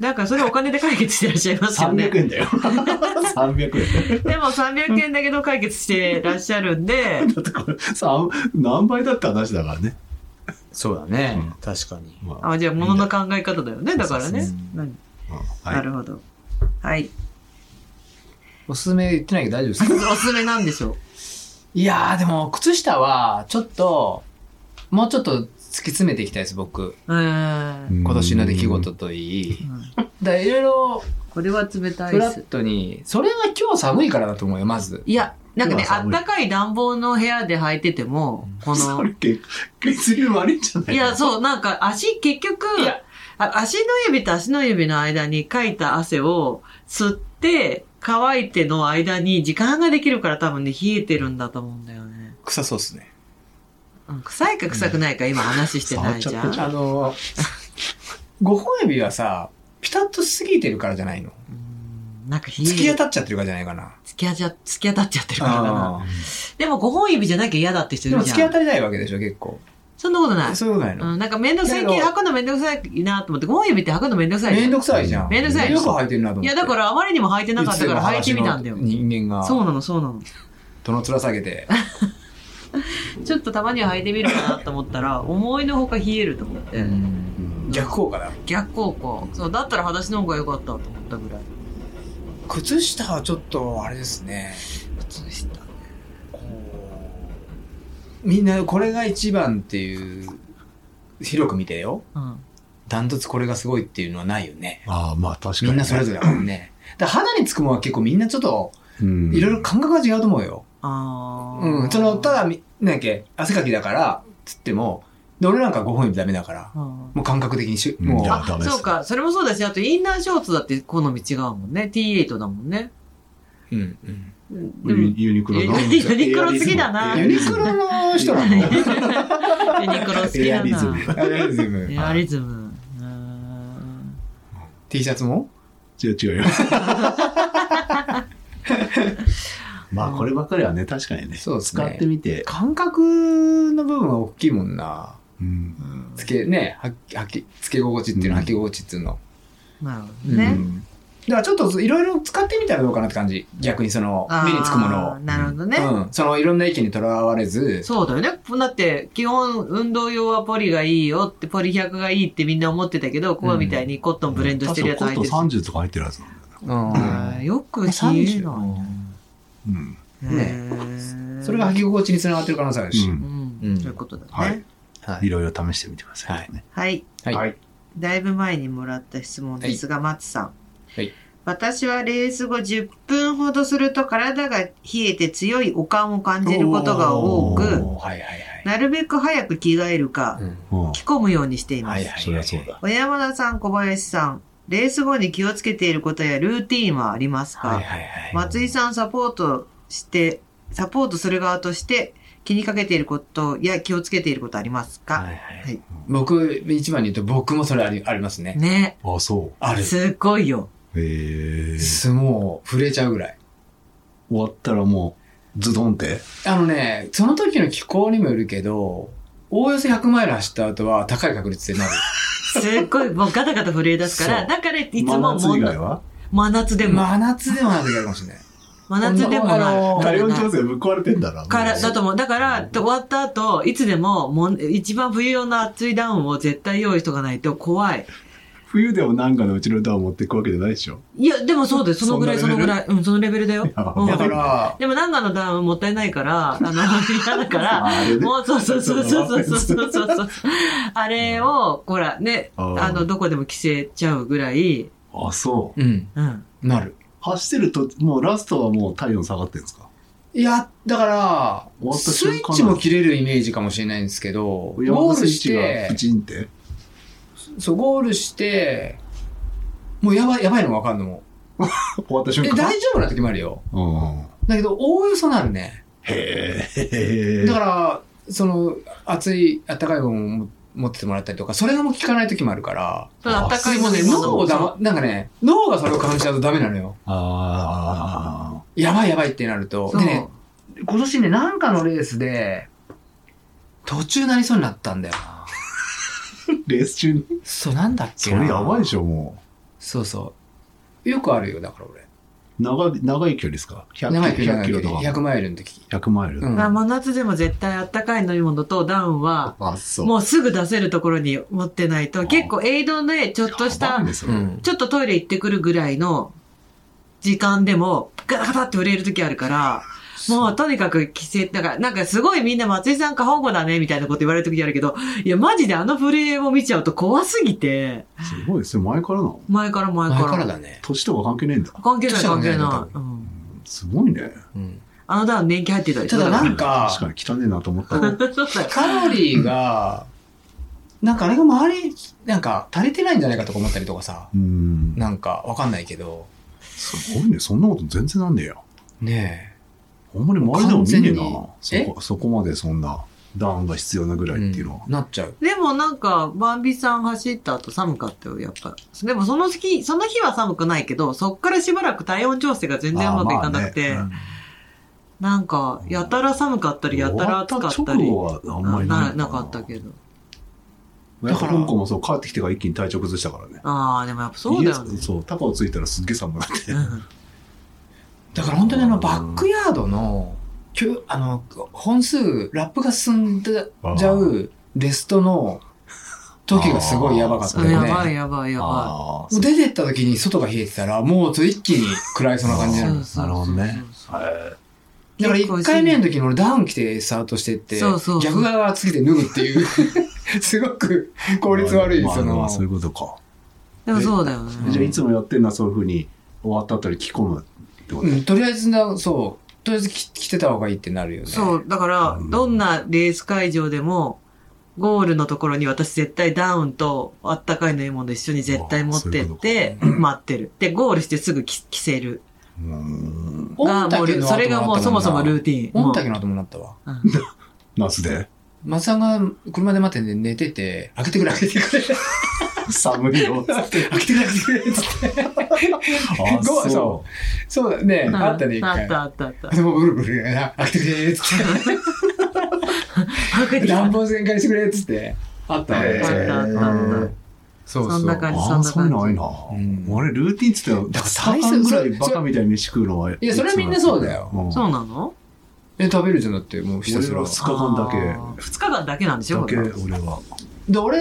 [SPEAKER 1] なんかそれお金で解決してらっしゃいますよね。
[SPEAKER 2] 300円だよ。300円。
[SPEAKER 1] でも300円だけど解決してらっしゃるんで、
[SPEAKER 2] だってこれ、三何倍だって話だからね。
[SPEAKER 3] そうだね。
[SPEAKER 2] うん
[SPEAKER 3] 確かに。
[SPEAKER 2] まあ、
[SPEAKER 1] あじゃあ物の考え方だよね、だからね
[SPEAKER 3] そうそう。
[SPEAKER 1] うん
[SPEAKER 2] うんは。
[SPEAKER 1] ないるほど。はい。
[SPEAKER 3] おすすめ言ってないけど大丈夫ですか
[SPEAKER 1] おすすめなんでしょう。
[SPEAKER 3] いやーでも靴下はちょっともうちょっと突き詰めていきたいです僕
[SPEAKER 1] えー
[SPEAKER 2] うん
[SPEAKER 3] 今年の出来事。といい
[SPEAKER 1] うん
[SPEAKER 3] だからいろいろ
[SPEAKER 1] これは冷たい
[SPEAKER 3] フ
[SPEAKER 1] で
[SPEAKER 3] ラ
[SPEAKER 1] す
[SPEAKER 3] ッ。トにそれが今日寒いからだと思うよまず
[SPEAKER 1] いや、なんかね、
[SPEAKER 2] 今
[SPEAKER 1] あ
[SPEAKER 2] は
[SPEAKER 1] っ
[SPEAKER 2] 寒い
[SPEAKER 1] たかい暖房の部屋で履いてても、こ
[SPEAKER 2] そ
[SPEAKER 1] の、
[SPEAKER 2] れ結血流悪いんじゃない
[SPEAKER 1] いや、そう、なんか足、結局
[SPEAKER 3] いや、
[SPEAKER 1] あ足の指と足の指の間にかいた汗を吸って、乾いての間に時間ができるから多分ね、冷えてるんだと思うんだよね。
[SPEAKER 3] 臭そうっすね
[SPEAKER 1] うん臭いか臭くないか今話してないじゃ
[SPEAKER 2] 触っ
[SPEAKER 1] ん。
[SPEAKER 2] ち
[SPEAKER 3] あのー五本指はさピタッとしすぎてるからじゃないの
[SPEAKER 1] うんなんか冷え
[SPEAKER 3] 突き当
[SPEAKER 1] る。
[SPEAKER 3] たっちゃってるからじゃないかな
[SPEAKER 1] 突き当たっ突き当たっちゃってるからだな。
[SPEAKER 3] あ
[SPEAKER 1] でも五本指じゃなきゃ嫌だって人い
[SPEAKER 3] ーで
[SPEAKER 1] る
[SPEAKER 3] も
[SPEAKER 1] じ
[SPEAKER 3] 突き当
[SPEAKER 1] ゃん。
[SPEAKER 3] たりないわけでしょ結構
[SPEAKER 1] そんなことない。
[SPEAKER 3] そういうことないの
[SPEAKER 1] うん、なんかめんどくさい、
[SPEAKER 3] だけど
[SPEAKER 1] 履くのめんどくさいなと思って、五本指って履くのめんどくさいじゃん
[SPEAKER 3] めんどくさいじゃん
[SPEAKER 1] めんどくさい
[SPEAKER 3] よく履いてるなと思っ
[SPEAKER 1] い
[SPEAKER 3] て
[SPEAKER 1] や、だからあまりにも履いてなかったから履いてみたんだよ
[SPEAKER 3] い。つでも話の人間が
[SPEAKER 1] そうなの、そうなの。
[SPEAKER 3] 殿面下げて
[SPEAKER 1] ちょっとたまには履いてみるかなと思ったら、 思いのほか冷えると思って。
[SPEAKER 2] うん
[SPEAKER 3] 逆効果だ
[SPEAKER 1] 逆効果。そう、だったら裸足の方が良かったと思ったぐらい。
[SPEAKER 3] 靴下はちょっとあれですね
[SPEAKER 1] 靴下。
[SPEAKER 3] こうみんなこれが一番っていう広く見てよ
[SPEAKER 1] うん。
[SPEAKER 3] ダントツこれがすごいっていうのはないよね
[SPEAKER 2] ああ、まあ確かにね。
[SPEAKER 3] みんなそれぞれだも んねだから肌につくものは結構みんなちょっと
[SPEAKER 2] うん
[SPEAKER 3] いろいろ感覚が違うと思うよ、
[SPEAKER 1] あー。
[SPEAKER 3] うん、そのただみなんだっけ汗かきだからつってもで俺なんか5本指ダメだから
[SPEAKER 1] うん。
[SPEAKER 3] もう感覚的にし
[SPEAKER 2] うん
[SPEAKER 3] も
[SPEAKER 2] い
[SPEAKER 3] う、
[SPEAKER 2] や
[SPEAKER 1] あ
[SPEAKER 2] ダメです
[SPEAKER 1] そうか、それもそうだし、あとインナーショーツだって好み違うもんね。T8 だもんね。
[SPEAKER 3] うんうん
[SPEAKER 1] うんでも
[SPEAKER 2] ユユニクロの。
[SPEAKER 1] ユニユニクロ好きだな
[SPEAKER 3] ユニクロの人な の
[SPEAKER 1] ユニクロ好き
[SPEAKER 2] エ
[SPEAKER 1] だ
[SPEAKER 2] アリズム
[SPEAKER 1] な。。
[SPEAKER 3] エアリズム
[SPEAKER 1] エアリズム。うーん
[SPEAKER 3] T シャツも
[SPEAKER 2] 違う違 うよ。まあこればっかりはね、確かにね。
[SPEAKER 3] そうですね
[SPEAKER 2] 使ってみて。
[SPEAKER 3] 感覚の部分は大きいもんな。
[SPEAKER 2] うん
[SPEAKER 1] うん
[SPEAKER 3] つけ、ね、ははき、つけ心地っていうの、
[SPEAKER 2] うん
[SPEAKER 3] はき心地っていうの。
[SPEAKER 1] なるほ
[SPEAKER 3] う
[SPEAKER 1] ど
[SPEAKER 3] ん
[SPEAKER 1] ね。
[SPEAKER 3] だからちょっといろいろ使ってみたらどうかなって感じ。逆にその
[SPEAKER 1] あ、ー
[SPEAKER 3] 目につくものを。
[SPEAKER 1] なるほどね。
[SPEAKER 3] うん。そのいろんな意見にとらわれず、
[SPEAKER 1] そうだよね。だって、基本、運動用はポリがいいよって、ポリ100がいいってみんな思ってたけど、コアみたいにコットンブレンドしてるやつ
[SPEAKER 2] 確
[SPEAKER 1] 入
[SPEAKER 2] か
[SPEAKER 1] って
[SPEAKER 2] コ
[SPEAKER 1] る
[SPEAKER 2] ッ
[SPEAKER 1] し。
[SPEAKER 2] トン30とか入ってるやつなんだよね。
[SPEAKER 3] うん
[SPEAKER 1] あーよく消え
[SPEAKER 3] 30
[SPEAKER 1] な
[SPEAKER 2] うん。
[SPEAKER 1] い。
[SPEAKER 3] ね
[SPEAKER 1] へー
[SPEAKER 3] それが履き心地につながってる可能性あるし。
[SPEAKER 2] う
[SPEAKER 1] うんん
[SPEAKER 3] うん
[SPEAKER 1] そういうことだ
[SPEAKER 2] は
[SPEAKER 1] ね
[SPEAKER 2] い。
[SPEAKER 3] はい
[SPEAKER 2] ろいろ試してみてくださいね。
[SPEAKER 1] はい。
[SPEAKER 3] はい
[SPEAKER 2] はい。
[SPEAKER 1] だいぶ前にもらった質問ですが、松さん。
[SPEAKER 3] はい
[SPEAKER 1] 私はレース後10分ほどすると体が冷えて強いお感を感じることが多
[SPEAKER 2] お
[SPEAKER 1] く、
[SPEAKER 3] おーはいはいはい。
[SPEAKER 1] なるべく早く着替えるか、
[SPEAKER 3] うん
[SPEAKER 2] うん
[SPEAKER 1] 着込むようにしています。
[SPEAKER 3] はいはい。
[SPEAKER 2] そりゃそうだ。
[SPEAKER 1] 小山田さん、小林さん、レース後に気をつけていることやルーティーンはありますか、
[SPEAKER 3] はいはいはい。
[SPEAKER 1] 松井さんサポートして、サポートする側として気にかけていることや気をつけていることありますか、
[SPEAKER 3] はいはい
[SPEAKER 1] はい
[SPEAKER 3] 僕、一番に言うと僕もそれありありますね。
[SPEAKER 1] ね
[SPEAKER 2] あ、そ
[SPEAKER 3] ある。
[SPEAKER 1] すっごいよ。
[SPEAKER 2] う。へえ。
[SPEAKER 3] すもう、震えちゃうぐらい。
[SPEAKER 2] 終わったらもう、ズドンって。
[SPEAKER 3] あのね、その時の気候にもよるけど、おおよそ100マイル走った後は高い確率でなる。
[SPEAKER 1] すっごい、もうガタガタ震え出すから、
[SPEAKER 2] そう
[SPEAKER 1] だからいつも
[SPEAKER 2] 真夏
[SPEAKER 1] も
[SPEAKER 2] 以
[SPEAKER 1] ん
[SPEAKER 2] 外
[SPEAKER 1] な
[SPEAKER 2] は
[SPEAKER 1] 真夏でも、
[SPEAKER 3] 真夏でもなる時あるかもしれない。
[SPEAKER 1] 真夏でも
[SPEAKER 3] あの
[SPEAKER 1] な
[SPEAKER 3] ー
[SPEAKER 1] い。
[SPEAKER 2] 体温調
[SPEAKER 1] な
[SPEAKER 2] 整ぶっ壊れてんだな。
[SPEAKER 1] から、だと思う。だから、終わった後、いつでも、もん、一番冬用の厚いダウンを絶対用意しとかないと怖い。
[SPEAKER 2] 冬でもなんかのうちの歌を持っていくわけじゃないでしょ。
[SPEAKER 1] いや、でもそうです。そのぐらい、そ
[SPEAKER 2] そ
[SPEAKER 1] の
[SPEAKER 2] んなレベ
[SPEAKER 1] ぐ
[SPEAKER 2] ル
[SPEAKER 1] らい。うん、そのレベルだよ。
[SPEAKER 2] や
[SPEAKER 1] うん
[SPEAKER 3] だから、
[SPEAKER 1] でも、長野のダウンもったいないから、あの、嫌だから、
[SPEAKER 2] あれね。
[SPEAKER 1] もう、そうそうそうそうそうそうそうそう。あれを、ほら、ね、
[SPEAKER 2] あー
[SPEAKER 1] あの、どこでも着せちゃうぐらい、
[SPEAKER 2] あ、そう。
[SPEAKER 3] うん、
[SPEAKER 1] うん。
[SPEAKER 3] なる。
[SPEAKER 2] 走ってると、もうラストはもう体温下がってるんですか
[SPEAKER 3] いや、だか
[SPEAKER 2] 終
[SPEAKER 3] ら、
[SPEAKER 2] わった
[SPEAKER 3] スイ
[SPEAKER 2] 瞬間
[SPEAKER 3] ッチも切れるイメージかもしれないんですけど、ゴ
[SPEAKER 2] 山本
[SPEAKER 3] ール
[SPEAKER 2] 選
[SPEAKER 3] し
[SPEAKER 2] 手が
[SPEAKER 3] て
[SPEAKER 2] プ、チンって。
[SPEAKER 3] そう、ゴールして、もうやばい、やばいのわかんのも。
[SPEAKER 2] 終わった瞬
[SPEAKER 3] え、
[SPEAKER 2] 間。
[SPEAKER 3] 大丈夫な時もあるよ。
[SPEAKER 2] うん。
[SPEAKER 3] だけど、おおよそなるね。
[SPEAKER 2] へえ。
[SPEAKER 3] だから、その、熱い、暖かいものを持っててもらったりとか、それがもう効かない時もあるから、
[SPEAKER 1] そう、あったかいもんね、
[SPEAKER 2] あそう
[SPEAKER 1] 脳
[SPEAKER 3] 脳
[SPEAKER 1] を
[SPEAKER 3] を
[SPEAKER 1] だ
[SPEAKER 3] だ
[SPEAKER 1] ま、
[SPEAKER 3] ま、なんかね、脳がそれを感じちゃうとダメなのよ。
[SPEAKER 2] あ
[SPEAKER 3] やばいやばいってなると。
[SPEAKER 1] そ
[SPEAKER 3] で
[SPEAKER 1] う。
[SPEAKER 3] ね、今年ね、なんかのレースで、途中なりそうになったんだよな。
[SPEAKER 2] あ。レース中に
[SPEAKER 3] そう、なんだっけ
[SPEAKER 2] そ
[SPEAKER 3] な。
[SPEAKER 2] れやばいでしょ、も
[SPEAKER 3] そうそう。よくあるよ、だから俺。
[SPEAKER 2] う。長い、長い距離ですか ?100
[SPEAKER 3] 長い
[SPEAKER 2] キロ
[SPEAKER 3] 距離
[SPEAKER 2] 100キロとか。
[SPEAKER 3] 100マイルの時。
[SPEAKER 2] 100マイル。
[SPEAKER 3] うん
[SPEAKER 1] まあ真夏でも絶対あったかい飲み物とダウンは、
[SPEAKER 2] あ、そう。
[SPEAKER 1] もうすぐ出せるところに持ってないと、
[SPEAKER 2] ー
[SPEAKER 1] 結構エイドでちょっとし
[SPEAKER 2] やばい
[SPEAKER 1] た
[SPEAKER 2] ね、それ
[SPEAKER 3] うん。
[SPEAKER 1] ちょっとトイレ行ってくるぐらいの時間でも、ガタガタって売れる時あるから、もうとにかく規制、なんか、なんかすごいみんな松井さん過保護だねみたいなこと言われる時あるけど、いやマジであの震えを見ちゃうと怖すぎて、
[SPEAKER 2] すごいですね。前からなの。
[SPEAKER 1] 前から前
[SPEAKER 3] 前
[SPEAKER 1] から。
[SPEAKER 3] からだね。
[SPEAKER 2] 年とか関係ないんだ。
[SPEAKER 1] 関係ない関係
[SPEAKER 3] 年下
[SPEAKER 1] な
[SPEAKER 3] だ
[SPEAKER 1] い。うん
[SPEAKER 2] すごいね。
[SPEAKER 3] うん。
[SPEAKER 1] あのダウン年季入ってたでしょ
[SPEAKER 3] ただな
[SPEAKER 1] か
[SPEAKER 3] んか
[SPEAKER 2] 確かに汚ねえなと思った。
[SPEAKER 1] ら そうだよ
[SPEAKER 3] カロリーが、なんかあれが周り、なんか足りてないんじゃないかとか思ったりとかさ、
[SPEAKER 2] うん。
[SPEAKER 3] なんかわかんないけど、
[SPEAKER 2] すごいね。そんなこと全然なんねえよ。
[SPEAKER 3] ね
[SPEAKER 2] あんまり周りでも見ねえな
[SPEAKER 3] 完。全に
[SPEAKER 2] そこ、そこまでそんな、ダウンが必要なぐ
[SPEAKER 3] え、
[SPEAKER 2] らいっていうのは。
[SPEAKER 3] うんなっちゃう。
[SPEAKER 1] でもなんか、バンビさん走った後寒かったよ、やっぱ。でもその日、その日は寒くないけど、そっからしばらく体温調整が全然うまくいかなくて、
[SPEAKER 2] あーまあね
[SPEAKER 1] なんか、やたら寒かったり、やたら暑かったり
[SPEAKER 2] 終。わった直後はあんまりない
[SPEAKER 1] ななかったけど。
[SPEAKER 2] だ
[SPEAKER 3] だ
[SPEAKER 2] か
[SPEAKER 3] からら
[SPEAKER 2] 香港もそう帰ってきてから一気に体調崩したからね
[SPEAKER 1] ああ、でもやっぱそうだよ
[SPEAKER 2] 家
[SPEAKER 1] ね。
[SPEAKER 2] そうタコをついたらすっげえ寒くなって
[SPEAKER 1] うん
[SPEAKER 3] だから本当にあ
[SPEAKER 2] う
[SPEAKER 3] の、
[SPEAKER 2] ん
[SPEAKER 3] バックヤードの、きゅあの、本数、ラップが進んでじゃうレストの時がすごいやばかった
[SPEAKER 1] あ
[SPEAKER 3] よね。
[SPEAKER 1] やばいやばいやば
[SPEAKER 2] あ
[SPEAKER 3] もう出てった時に外が冷えてたら、もう一気に食らいそうな感
[SPEAKER 1] い。
[SPEAKER 3] じにな
[SPEAKER 1] そ
[SPEAKER 3] る
[SPEAKER 1] う。そうそう
[SPEAKER 2] なるほどね
[SPEAKER 3] だから1回目の時に俺ダウン着てスタートしてって、
[SPEAKER 1] そうそうそう
[SPEAKER 3] 逆側つけて脱ぐっていう、 すごく効率悪い、
[SPEAKER 2] まあ
[SPEAKER 3] そ
[SPEAKER 2] まあま
[SPEAKER 3] の
[SPEAKER 2] あ、そういうことか
[SPEAKER 1] でもそうだよ
[SPEAKER 3] うん
[SPEAKER 2] じ
[SPEAKER 1] ね。
[SPEAKER 2] ゃあいつもやってんのはそういうふうに終わった後に着込むってこと
[SPEAKER 3] うん、とりあえずな、そう、とりあえず着着てた方がいいってなるよね。
[SPEAKER 1] そう、だから、どんなレース会場でも、ゴールのところに私絶対ダウンとあったかい飲み物一緒に絶対持ってって、待ってる。で、ゴールしてすぐ着着せる。
[SPEAKER 2] うん
[SPEAKER 3] 御
[SPEAKER 1] が、もう
[SPEAKER 3] 嶽の後もなったもんな、
[SPEAKER 1] それがもうそもそもルーティン。
[SPEAKER 3] 御
[SPEAKER 1] もう
[SPEAKER 3] 嶽の後もなったわ。
[SPEAKER 2] 夏で
[SPEAKER 3] 松さんが車で待ってて寝てて、開けてくれ、開け てくれ、
[SPEAKER 2] 寒いよ
[SPEAKER 3] 開けてくれ、開けてくれ、つって。
[SPEAKER 2] あ
[SPEAKER 3] ごめん
[SPEAKER 2] そ
[SPEAKER 3] そうそうだね、
[SPEAKER 1] うん
[SPEAKER 3] あったね、一
[SPEAKER 1] あっ
[SPEAKER 3] 回。
[SPEAKER 1] たあったあった。
[SPEAKER 3] でもブルブル言いながら、開けてくれ、つっ。
[SPEAKER 1] あ、帰っててきた
[SPEAKER 3] 暖房全開にしてくれ、つって。あった
[SPEAKER 2] へ
[SPEAKER 3] ね。
[SPEAKER 1] あったあったあった
[SPEAKER 3] そうそ
[SPEAKER 1] そ
[SPEAKER 3] う。
[SPEAKER 1] んな感じ
[SPEAKER 2] ああ、そういうのないな。
[SPEAKER 3] ん
[SPEAKER 2] 俺、ルーティンっつってた
[SPEAKER 3] だ
[SPEAKER 2] ら、
[SPEAKER 3] から
[SPEAKER 2] 3
[SPEAKER 3] 最
[SPEAKER 2] 分
[SPEAKER 3] 初
[SPEAKER 2] ぐらい
[SPEAKER 3] それ
[SPEAKER 2] バカみたいに飯食うのは。い
[SPEAKER 3] やそれはみんなそうだよ
[SPEAKER 2] ん
[SPEAKER 1] そうなの
[SPEAKER 3] え、食べるじゃなくて、もうひたすら
[SPEAKER 2] 俺。は二日間だけ
[SPEAKER 1] あー二日間だけなんでしょ
[SPEAKER 2] だけ、
[SPEAKER 1] これは
[SPEAKER 2] 俺は。
[SPEAKER 3] で、俺、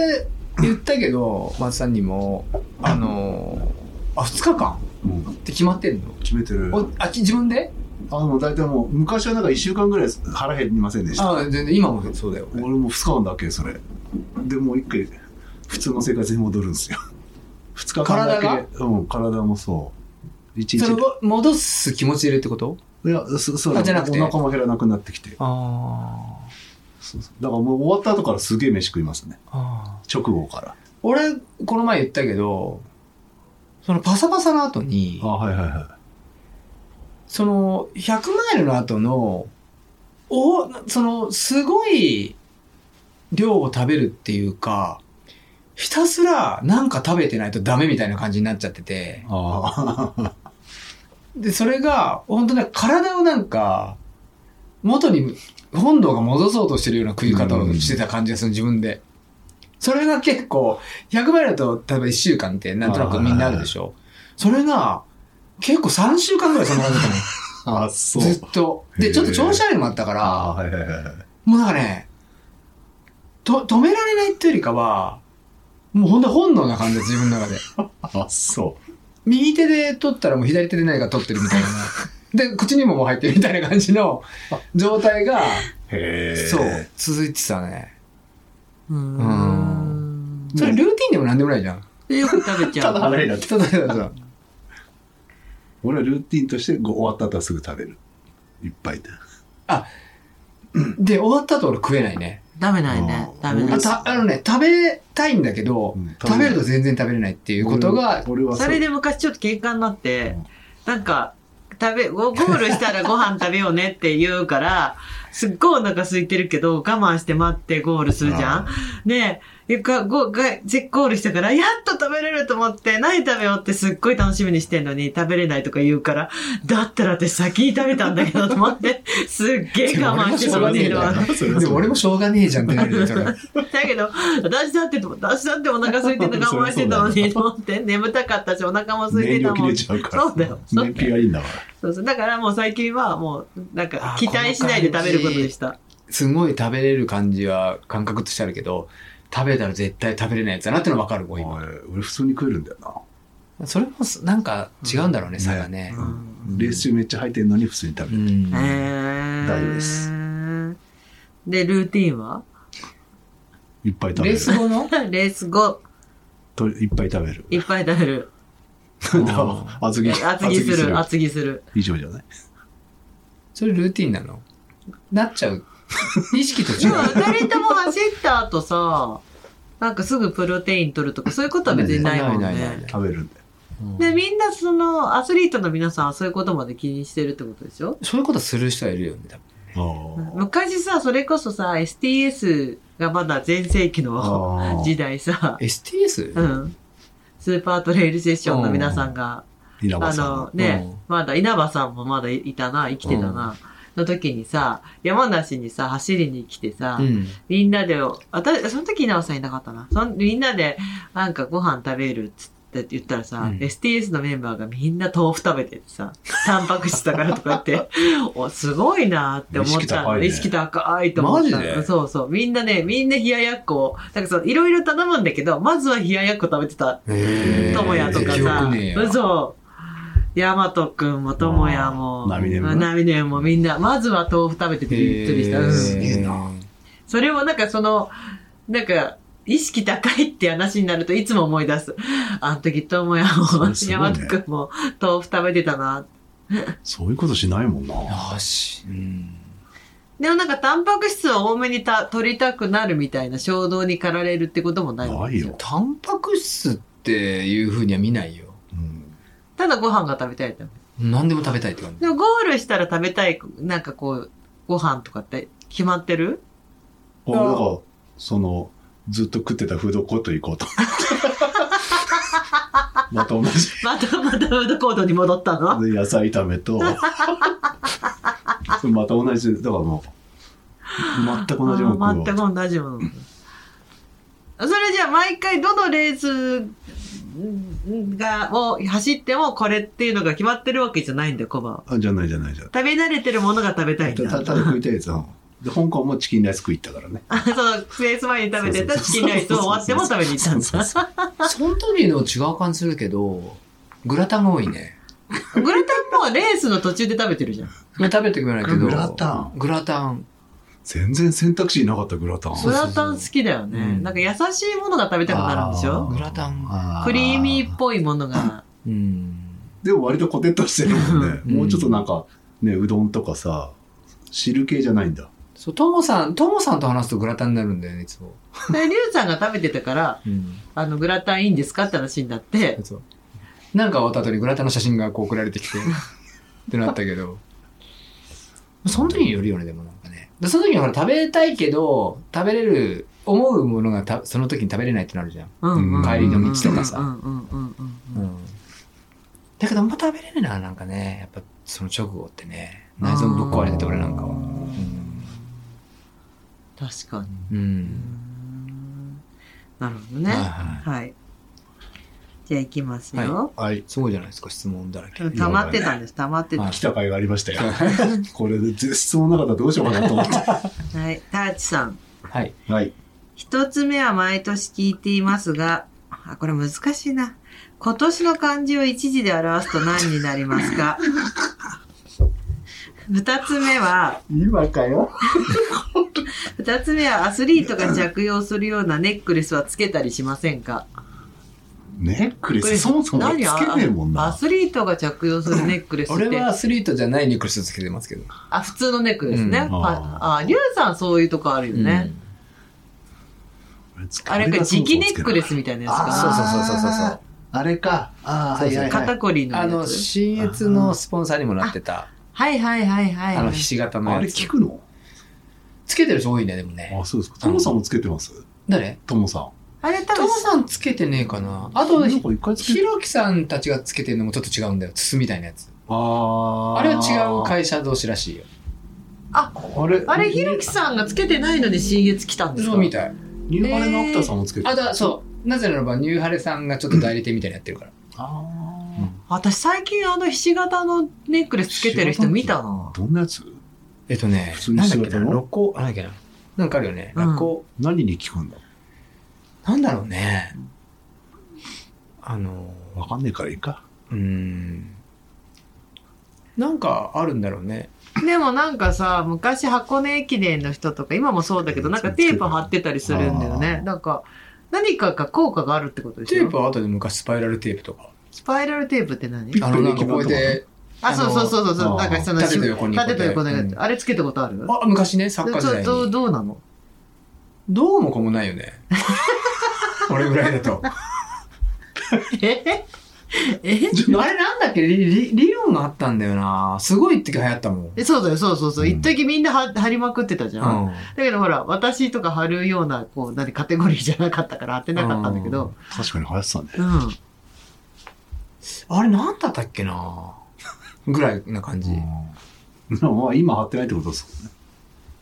[SPEAKER 3] 言ったけど、松さんにも、あのー、あ、2日間っ
[SPEAKER 2] うん
[SPEAKER 3] て決まってんの
[SPEAKER 2] 決めてる。
[SPEAKER 3] おあ、き自分で
[SPEAKER 2] あ、でも大体もう、昔はなんか1週間ぐらい腹減りませんでした。
[SPEAKER 3] あ、全然、今もそうだよ。
[SPEAKER 2] 俺もう2日間だけ、それ。で、もう一回、普通の生活に戻るんですよ。2日間だけ。
[SPEAKER 3] 体
[SPEAKER 2] うん、体もそう。一
[SPEAKER 3] それ
[SPEAKER 2] 日。
[SPEAKER 3] を戻す気持ちで入れるってこと
[SPEAKER 2] いや、そそう
[SPEAKER 3] あじゃなくて
[SPEAKER 2] お腹も減らなくなってきて。
[SPEAKER 3] あ
[SPEAKER 2] そうそうだからもう終わった後からすげえ飯食いますね。
[SPEAKER 3] あ。
[SPEAKER 2] 直後から。
[SPEAKER 3] 俺、この前言ったけど、そのパサパサの後に、
[SPEAKER 2] あ、はいはいは
[SPEAKER 3] その、100マイルの後の、お、その、すごい量を食べるっていうか、ひたすらなんか食べてないとダメみたいな感じになっちゃってて
[SPEAKER 2] い。、ああ。
[SPEAKER 3] で、それが、本当ね、体をなんか、元に、本堂が戻そうとしてるような食い方をしてた感じがする、自分で。それが結構、100マイルだと、例えば1週間って、なんとなくみんなあるでしょ。それが、結構3週間ぐらいそんな感じだったの。
[SPEAKER 2] あ、そう。
[SPEAKER 3] ずっと。で、ちょっと調子悪いのもあったか
[SPEAKER 2] ああ、はい
[SPEAKER 3] ら、
[SPEAKER 2] はいはいはい。
[SPEAKER 3] もうなんかね、と、止められないっていうよりかは、もうほんと本能な感じです、自分の中で。
[SPEAKER 2] あ、そう。
[SPEAKER 3] 右手で取ったらもう左手で何か取ってるみたい な。で、口にももう入ってるみたいな感じの状態が、
[SPEAKER 2] へえ。
[SPEAKER 3] そう、続いてたね。
[SPEAKER 1] うーん
[SPEAKER 3] それルーティンでも何でもないじゃん。
[SPEAKER 1] でよく食べちゃ
[SPEAKER 2] ただ
[SPEAKER 1] う
[SPEAKER 2] 腹になって。
[SPEAKER 3] ただただただ。
[SPEAKER 2] 俺はルーティンとしてご終わった後はすぐ食べる。いっぱいで。
[SPEAKER 3] で、終わった後俺食えないね。
[SPEAKER 1] ダメないね
[SPEAKER 2] うん
[SPEAKER 1] ダメな
[SPEAKER 3] あ
[SPEAKER 1] い
[SPEAKER 3] たあのね、食べたいんだけど
[SPEAKER 2] うん、
[SPEAKER 3] 食べると全然食べれないっていうことが、
[SPEAKER 2] 俺は
[SPEAKER 1] それで昔ちょっと喧嘩になって
[SPEAKER 2] うん、
[SPEAKER 1] なんか、食べ、ゴゴールしたらご飯食べようねって言うから、すっごいお腹空いてるけど、我慢して待ってゴールするじゃん
[SPEAKER 2] あ。
[SPEAKER 1] で、ゆかごがぜゴールしたから、やっと食べれると思って、何食べようってすっごい楽しみにしてんのに、食べれないとか言うから、だったら私先に食べたんだけどと思って、すっげえ我慢して
[SPEAKER 3] そ
[SPEAKER 1] 食
[SPEAKER 3] う
[SPEAKER 1] べて
[SPEAKER 3] で
[SPEAKER 1] る
[SPEAKER 3] も
[SPEAKER 1] わ
[SPEAKER 3] 俺。
[SPEAKER 2] もしょうがねえんだよな
[SPEAKER 3] でも俺もしょうがねえじゃんってなるよそれ
[SPEAKER 1] だけど、私だって、私だってお腹空いてた我慢してたのに、と思って、眠たかったし、お腹も空い
[SPEAKER 2] 燃
[SPEAKER 1] てた
[SPEAKER 2] 料
[SPEAKER 1] もん。
[SPEAKER 2] 切れちゃうから。
[SPEAKER 1] そうだよそうだよ
[SPEAKER 2] 燃費がいいんだか
[SPEAKER 1] そうそう。だからもう最近はもう、なんか
[SPEAKER 3] あー
[SPEAKER 1] 期待しないで食べることでした。
[SPEAKER 3] すごい食べれる感じは感覚としてあるけど、食べたら絶対食べれないやつだなってのわかるもん、
[SPEAKER 2] ら。
[SPEAKER 3] 今。
[SPEAKER 2] 俺俺普通に食えるんだよな。
[SPEAKER 3] それもすなんか違うんだろうね、
[SPEAKER 2] うん
[SPEAKER 3] 差がね
[SPEAKER 1] う。ん
[SPEAKER 2] レース中めっちゃ入ってんのに普通に食べ
[SPEAKER 3] う
[SPEAKER 2] る。
[SPEAKER 3] ん
[SPEAKER 1] へー
[SPEAKER 2] 大丈夫です。
[SPEAKER 1] で、ルーティンは
[SPEAKER 2] いっぱい食べ
[SPEAKER 3] レー
[SPEAKER 2] る。
[SPEAKER 3] ス後 の
[SPEAKER 1] レース後、
[SPEAKER 2] といっぱい食べる。
[SPEAKER 1] いっぱい食べる。
[SPEAKER 3] うん
[SPEAKER 2] 厚
[SPEAKER 1] え
[SPEAKER 2] 着
[SPEAKER 1] 厚着する、厚着する。
[SPEAKER 2] 以上じゃない
[SPEAKER 3] それルーティンなのなっちゃう。意識と違
[SPEAKER 1] 今、
[SPEAKER 3] う。
[SPEAKER 1] 二人とも走った後さ、なんかすぐプロテイン取るとか、そういうことは別にないもん
[SPEAKER 3] ないないないな
[SPEAKER 1] ね
[SPEAKER 3] い。
[SPEAKER 2] 食べるんだよ。
[SPEAKER 3] うん
[SPEAKER 1] で、みんなその、アスリートの皆さんはそういうことまで気にしてるってことでしょ
[SPEAKER 3] そういうことする人はいるよね、多分。
[SPEAKER 2] あ
[SPEAKER 1] 昔さ、それこそさ、STS がまだ全盛期の
[SPEAKER 2] あー。
[SPEAKER 1] 時代さ、う
[SPEAKER 3] STS?
[SPEAKER 1] ん。スーパートレイルセッションの皆さんが、
[SPEAKER 2] 稲葉
[SPEAKER 1] あ
[SPEAKER 2] さんの
[SPEAKER 1] の。ね、
[SPEAKER 3] うん
[SPEAKER 1] まだ稲葉さんもまだいたな、生きてたな、の時にさ、山梨にさ、走りに来てさ、
[SPEAKER 3] うん。
[SPEAKER 1] みんなで、私、その時稲葉さんいなかったな。そんみんなで、なんかご飯食べるっつって言ったらさ、
[SPEAKER 3] うん
[SPEAKER 1] STS のメンバーがみんな豆腐食べててさ、タンパク質だからとか言って、 お、すごいなーって思ったの。意
[SPEAKER 2] 意
[SPEAKER 1] 識
[SPEAKER 2] 識
[SPEAKER 1] 高いと思ったの
[SPEAKER 3] マジで
[SPEAKER 1] そうそう。みんなね、みんな冷ややっこを、なんかそう、いろいろ頼むんだけど、まずは冷ややっこ食べてた。
[SPEAKER 3] へー
[SPEAKER 1] ともやとか
[SPEAKER 3] 記憶
[SPEAKER 1] さ
[SPEAKER 3] ねえ、や
[SPEAKER 1] 嘘。ヤマトくんもともやも、
[SPEAKER 2] あーナミネもね
[SPEAKER 1] ナミネもみんな、まずは豆腐食べててびっくりした。
[SPEAKER 3] へ
[SPEAKER 1] う
[SPEAKER 3] ー
[SPEAKER 1] ん
[SPEAKER 2] すげえな
[SPEAKER 1] それをなんかその、なんか、意識高いって話になるといつも思い出す。あの時、ともやも、
[SPEAKER 2] それすご
[SPEAKER 1] 山
[SPEAKER 2] いね
[SPEAKER 1] 田くんも豆腐食べてたな。
[SPEAKER 2] そういうことしないもんな。
[SPEAKER 3] よし。うん
[SPEAKER 1] でもなんか、タンパク質を多めにた取りたくなるみたいな衝動に駆られるってこともないの
[SPEAKER 2] ないよ。
[SPEAKER 3] タンパク質っていうふうには見ないよ。
[SPEAKER 2] うん
[SPEAKER 1] ただご飯が食べたいって。
[SPEAKER 3] 何でも食べたいっ て感じ。
[SPEAKER 1] でもゴールしたら食べたい、なんかこう、ご飯とかって決まってる
[SPEAKER 2] あ
[SPEAKER 3] あ
[SPEAKER 2] なんか、その、ずっと食ってたフードコート行こうと。 また同じ。
[SPEAKER 1] またまたフードコートに戻ったの
[SPEAKER 2] で野菜炒めと、 また同じ。だからもう、全く同じもの食おう
[SPEAKER 1] あー全く同じもの。それじゃあ毎回どのレースが、を走ってもこれっていうのが決まってるわけじゃないんだよ、コバは。
[SPEAKER 2] あ、じゃないじゃないじゃない。
[SPEAKER 1] 食べ慣れてるものが食べたいん
[SPEAKER 2] たた
[SPEAKER 1] だ。
[SPEAKER 2] ただ食いたいやつなので、香港もチキンライス食い行ったからね。
[SPEAKER 1] あそう、レース前に食べてたチキンライスを終わっても食べに行ったん
[SPEAKER 2] そう
[SPEAKER 1] だ。
[SPEAKER 2] そうそう
[SPEAKER 3] その時の違う感じするけど、グラタンが多いね。
[SPEAKER 1] グラタンもレースの途中で食べてるじゃん。
[SPEAKER 3] いや食べてくれないけど。
[SPEAKER 2] グラタン
[SPEAKER 3] グラタン。
[SPEAKER 2] 全然選択肢なかったグラタン。
[SPEAKER 1] グラタン好きだよね。
[SPEAKER 3] うん
[SPEAKER 1] なんか優しいものが食べたくなるんでしょ
[SPEAKER 2] あー
[SPEAKER 3] グラタン
[SPEAKER 2] あ
[SPEAKER 1] クリーミーっぽいものが。
[SPEAKER 3] うん。
[SPEAKER 2] でも割とコテッとしてるもんね。
[SPEAKER 3] うん
[SPEAKER 2] もうちょっとなんか、ね、うどんとかさ、汁系じゃないんだ。
[SPEAKER 3] そう、ともさん、ともさんと話すとグラタンになるんだよね、いつも。
[SPEAKER 1] で、リュウさんが食べてたから、
[SPEAKER 3] うん。
[SPEAKER 1] あの、グラタンいいんですかって話になって、
[SPEAKER 3] そう。なんか終わった後にグラタンの写真がこう送られてき て、ってなったけど。その時によるよね、でもなんかね。でその時にほら、食べたいけど、食べれる、思うものがたその時に食べれないってなるじゃん。
[SPEAKER 1] うんうんうんうん
[SPEAKER 2] 帰りの道
[SPEAKER 3] とかさ
[SPEAKER 1] うんうんうんうんうん
[SPEAKER 3] うん。だけど、あんま食べれるな、なんかね。やっぱ、その直後ってね。内臓ぶっ壊れてて、俺なんかは。
[SPEAKER 1] 確かに。
[SPEAKER 3] うん。う。
[SPEAKER 1] うんんなるほど
[SPEAKER 3] は
[SPEAKER 1] ね。
[SPEAKER 3] いはい。
[SPEAKER 1] はい。じゃあ行きます
[SPEAKER 3] は
[SPEAKER 1] よ。
[SPEAKER 2] はい。
[SPEAKER 3] すごいじゃないですか、質問だらけ。
[SPEAKER 1] でも溜まってたんです、溜まってた。
[SPEAKER 3] は
[SPEAKER 1] はい
[SPEAKER 2] 来た回がありましたよ。これで質問なかったらどうしようかなと思 って。
[SPEAKER 1] い。ターチさん。
[SPEAKER 3] はい。
[SPEAKER 2] はい。
[SPEAKER 1] 一つ目は毎年聞いていますが、あ、これ難しいな。今年の漢字を一字で表すと何になりますか 二つ目は、
[SPEAKER 2] 今かよ。
[SPEAKER 1] 二つ目はアスリートが着用するようなネックレスはつけたりしませんか
[SPEAKER 2] ネックレ
[SPEAKER 1] これ
[SPEAKER 2] ス、そもそもつ
[SPEAKER 1] 何あ
[SPEAKER 2] けねえもん
[SPEAKER 1] ア
[SPEAKER 2] な。
[SPEAKER 1] スリートが着用するネックレスって。
[SPEAKER 3] 俺はアスリートじゃないネックレスつけてますけど。
[SPEAKER 1] あ、普通のネックレスね。
[SPEAKER 3] うん
[SPEAKER 1] あ、あリュウさんそういうとこあるよね。あれか、磁気ネックレスみたいなやつ
[SPEAKER 3] あそう
[SPEAKER 1] か
[SPEAKER 3] そうそうそうそう。
[SPEAKER 2] あれか。ああ、
[SPEAKER 3] そう
[SPEAKER 2] はい
[SPEAKER 3] そ
[SPEAKER 1] な。
[SPEAKER 2] はい
[SPEAKER 3] う
[SPEAKER 2] は
[SPEAKER 1] 肩
[SPEAKER 2] い。
[SPEAKER 1] こりの
[SPEAKER 3] あの、
[SPEAKER 1] やつ。
[SPEAKER 3] 新越のスポンサーにもなってた、
[SPEAKER 1] はいはいはいはい。
[SPEAKER 3] あの、ひし形の
[SPEAKER 2] あれ
[SPEAKER 3] や
[SPEAKER 2] 聞
[SPEAKER 3] つ。
[SPEAKER 2] くの
[SPEAKER 3] つけてる人多いね、でもね。
[SPEAKER 2] あ、そうですか。トモさんもつけてます
[SPEAKER 3] 誰
[SPEAKER 2] トモさん。
[SPEAKER 1] あれ多
[SPEAKER 3] ト
[SPEAKER 1] 分
[SPEAKER 3] モ、さんつけてねえかな。あと、
[SPEAKER 2] なん
[SPEAKER 3] ひ
[SPEAKER 2] か一回つけ
[SPEAKER 3] ひ
[SPEAKER 2] て
[SPEAKER 3] ろきさんたちがつけてるのもちょっと違うんだよ。筒みたいなやつ。
[SPEAKER 2] ああ
[SPEAKER 3] あれは違う会社同士らしいよ。
[SPEAKER 2] あれ
[SPEAKER 1] あれ、ひろきさんがつけてないのに新月来たんですか
[SPEAKER 3] そうみたい。
[SPEAKER 2] ニューハレのアクターさんもつけて
[SPEAKER 3] あと、そう。なぜならば、ニューハレさんがちょっと代理店みたいなやってるから。
[SPEAKER 2] あ
[SPEAKER 3] う
[SPEAKER 2] ー
[SPEAKER 3] ん
[SPEAKER 1] 私最近あのひし形のネックレスつけてる人見たな。
[SPEAKER 2] どんなやつ
[SPEAKER 3] えっとね
[SPEAKER 2] 普通、に
[SPEAKER 3] なんだ
[SPEAKER 2] 仕
[SPEAKER 3] っ
[SPEAKER 2] 事
[SPEAKER 3] けな、
[SPEAKER 2] の
[SPEAKER 3] ロコ、なんだっけな。なんかあるよね。
[SPEAKER 1] うん
[SPEAKER 3] ロコ、
[SPEAKER 2] 何に聞くんだ
[SPEAKER 3] なんだろうね。あの、
[SPEAKER 2] わかんねえからいいか。
[SPEAKER 3] うん。なんかあるんだろうね。
[SPEAKER 1] でもなんかさ、昔箱根駅伝の人とか、今もそうだけど、なんかテープ貼ってたりするんだよね
[SPEAKER 2] あ。ー
[SPEAKER 1] なんか、何かが効果があるってことでしょ
[SPEAKER 3] テープは後で昔スパイラルテープとか。
[SPEAKER 1] スパイラルテープって何
[SPEAKER 3] あの、なんかこうやっ
[SPEAKER 2] ピッと
[SPEAKER 3] て、
[SPEAKER 1] あ、そうそうそうそう
[SPEAKER 2] あ
[SPEAKER 1] そう。
[SPEAKER 2] の
[SPEAKER 1] なんかその、
[SPEAKER 3] 縦と横にこうやって
[SPEAKER 1] 縦と横にこうやって
[SPEAKER 3] うん
[SPEAKER 1] あれつけたことある
[SPEAKER 3] あ、昔ね、サッカー時代
[SPEAKER 1] どう
[SPEAKER 3] に。
[SPEAKER 1] どうなの
[SPEAKER 3] どうもこうもないよ ね。俺ぐらいだと。
[SPEAKER 1] ええ
[SPEAKER 3] あれなんだっけ理理理論があったんだよな。すごい一時流行ったもん。
[SPEAKER 1] えそうだよ、そうそうそうう。
[SPEAKER 3] ん
[SPEAKER 1] 一時みんなは貼りまくってたじゃん。
[SPEAKER 3] うん。
[SPEAKER 1] だけどほら、私とか貼るような、こう、何、カテゴリーじゃなかったから貼ってなかったんだけど。
[SPEAKER 2] 確かに流行ってたね。
[SPEAKER 1] うん。
[SPEAKER 3] あれなんだったっけな。ぐらいな感じ。
[SPEAKER 2] うんでもまあ今貼ってないってことです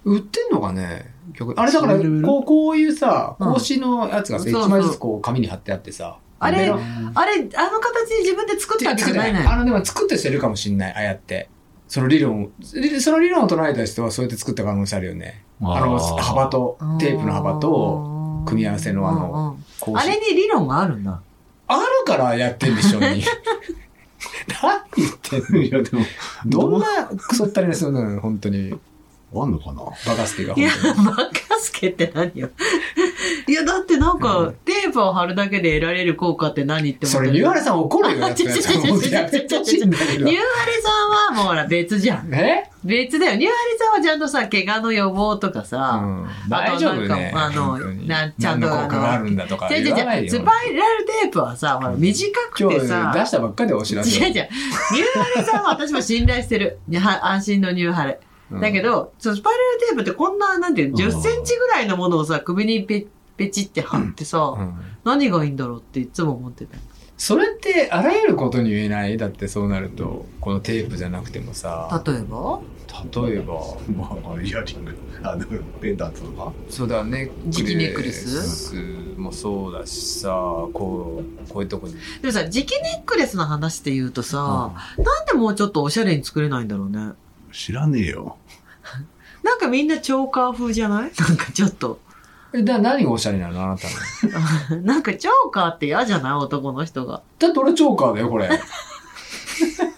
[SPEAKER 2] もんね。
[SPEAKER 3] 売ってんのかね曲あれだから
[SPEAKER 2] そういうレベル
[SPEAKER 3] こうこういうさ
[SPEAKER 1] うん
[SPEAKER 3] 格子のやつがさ、
[SPEAKER 1] そうそう
[SPEAKER 3] 1枚ずつこう紙に貼ってあってさ
[SPEAKER 1] あれ
[SPEAKER 3] メロン
[SPEAKER 2] あ
[SPEAKER 1] あれ、あの形に自分で作ったわけじゃないのよ
[SPEAKER 3] あのでも作った人いるかもしんないああやってその理論をりその理論を唱えた人はそうやって作った可能性あるよねあの
[SPEAKER 2] ー
[SPEAKER 3] 幅。とテープの幅と組み合わせのあの
[SPEAKER 1] うんうん
[SPEAKER 3] 格子
[SPEAKER 1] あれに理論があるんだ。
[SPEAKER 3] あるからやってんでしょう に何言ってんの
[SPEAKER 2] いやでも、
[SPEAKER 3] ど
[SPEAKER 2] どう
[SPEAKER 3] んなクソったりな人なの本当に
[SPEAKER 2] あんのかな
[SPEAKER 3] バカスケが
[SPEAKER 1] い
[SPEAKER 3] 本
[SPEAKER 1] や
[SPEAKER 3] 当に、
[SPEAKER 1] バカスケって何よ。 いや、だってなん
[SPEAKER 3] う
[SPEAKER 1] か
[SPEAKER 3] ん、
[SPEAKER 1] テープを貼るだけで得られる効果って何って思
[SPEAKER 3] そ
[SPEAKER 1] って
[SPEAKER 3] れニューハレさん怒るよやつやつ
[SPEAKER 1] 違う違う違う違う
[SPEAKER 3] もうやめてほしいんだけど
[SPEAKER 1] ニューハレさんはもうほら別じゃん。
[SPEAKER 3] え、
[SPEAKER 1] 別だよ。ニューハレさんはちゃんとさ、怪我の予防とか
[SPEAKER 3] う
[SPEAKER 1] さ、
[SPEAKER 3] ん、大丈夫ね
[SPEAKER 1] あの
[SPEAKER 3] 本当に
[SPEAKER 1] なんちゃんと
[SPEAKER 3] 何の効果があるんだとか
[SPEAKER 1] 違う違
[SPEAKER 3] 言
[SPEAKER 1] う
[SPEAKER 3] わない
[SPEAKER 1] 違
[SPEAKER 3] よ
[SPEAKER 1] う、スパイラルテープはさ、ほら短く
[SPEAKER 3] 今日
[SPEAKER 1] て
[SPEAKER 3] 出し
[SPEAKER 1] さ、
[SPEAKER 3] たばっかりでお知らせ
[SPEAKER 1] 違う違う。ニューハレさんは私も信頼してる。にゃ安心のニューハレ。
[SPEAKER 3] うん
[SPEAKER 1] だけど、そのスパイラルテープってこんな、なんていうの、
[SPEAKER 2] うん
[SPEAKER 1] 10センチぐらいのものをさ、首にペペチって貼ってさ、
[SPEAKER 3] うん
[SPEAKER 1] 何がいいんだろうっていつも思ってた。
[SPEAKER 3] それってあらゆることに言えないだってそうなると、このテープじゃなくてもさ、
[SPEAKER 1] 例えば
[SPEAKER 3] 例えば、
[SPEAKER 2] まあまあ、イヤリング、あの、ペンダントとか。
[SPEAKER 3] そうだね、
[SPEAKER 1] 磁気ネックレス
[SPEAKER 3] もそうだしさ、こう、こういうとこに。
[SPEAKER 1] でもさ、磁気ネックレスの話で言うとさ、なんでもうちょっとおしゃれに作れないんだろうね。
[SPEAKER 2] 知らねえよ。
[SPEAKER 1] なんかみんなチョーカー風じゃないなんかちょっと。
[SPEAKER 3] えだ何がおしゃれなのあなた の。
[SPEAKER 1] なんかチョーカーって嫌じゃない男の人が。
[SPEAKER 3] だって俺チョーカーだよ、これ。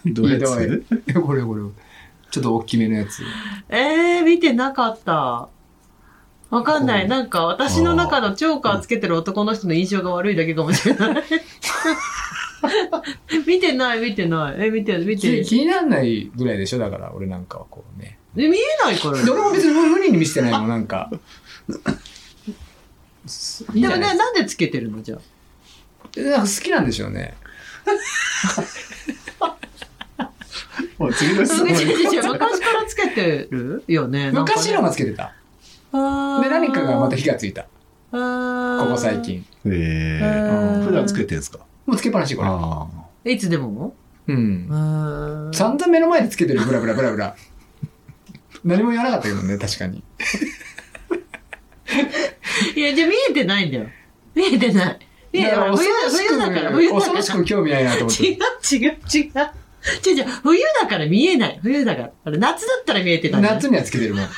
[SPEAKER 2] どうや
[SPEAKER 3] ひど
[SPEAKER 2] つ
[SPEAKER 3] え これこれ。ちょっと大きめのやつ。
[SPEAKER 1] えー、見てなかった。わかんな
[SPEAKER 3] う
[SPEAKER 1] い。
[SPEAKER 3] ん
[SPEAKER 1] なんか私の中のチョーカーつけてる男の人の印象が悪いだけかもしれ ない。見てない、見てない。え、見てる、見て
[SPEAKER 3] 気
[SPEAKER 1] る。
[SPEAKER 3] 気にならないぐらいでしょだから俺なんかはこうね。
[SPEAKER 1] え見えないから。
[SPEAKER 3] で
[SPEAKER 1] で
[SPEAKER 3] 俺も別に無理に見せてないもん、なんか。いいんじ
[SPEAKER 1] も
[SPEAKER 3] ゃな
[SPEAKER 1] ね、
[SPEAKER 3] い
[SPEAKER 1] なんでつけてるのじゃあ。
[SPEAKER 3] なんか好きなんでしょうね。
[SPEAKER 2] もう次の質問
[SPEAKER 1] 違う違う違う昔からつけてるよね。なんかね
[SPEAKER 3] 昔のがつけてた。
[SPEAKER 1] あー
[SPEAKER 3] で、何かがまた火がついた。
[SPEAKER 1] あー
[SPEAKER 3] ここ最近。
[SPEAKER 2] ええ。
[SPEAKER 1] あー
[SPEAKER 2] 普段つけてんすか
[SPEAKER 3] もうつけっぱなし、これ。
[SPEAKER 2] あ
[SPEAKER 1] いつでも
[SPEAKER 3] うん。
[SPEAKER 1] あー
[SPEAKER 3] 散々目の前でつけてる、ブラブラブラブラ。 何も言わなかったけどね、確かに。
[SPEAKER 1] いや、じゃあ見えてないんだよ。見えてない。見えて
[SPEAKER 3] だから
[SPEAKER 1] ない。冬
[SPEAKER 3] 恐ろし
[SPEAKER 1] 冬
[SPEAKER 3] く
[SPEAKER 1] だから、冬だ
[SPEAKER 3] 恐
[SPEAKER 1] から。
[SPEAKER 3] ろしく興味ないなと思っ
[SPEAKER 1] 違 う
[SPEAKER 3] て。
[SPEAKER 1] 違う違う。違う違う、冬だから見えない。冬だから。あれ、夏だったら見えてたんだよ
[SPEAKER 3] 夏にはつけてるもん。昨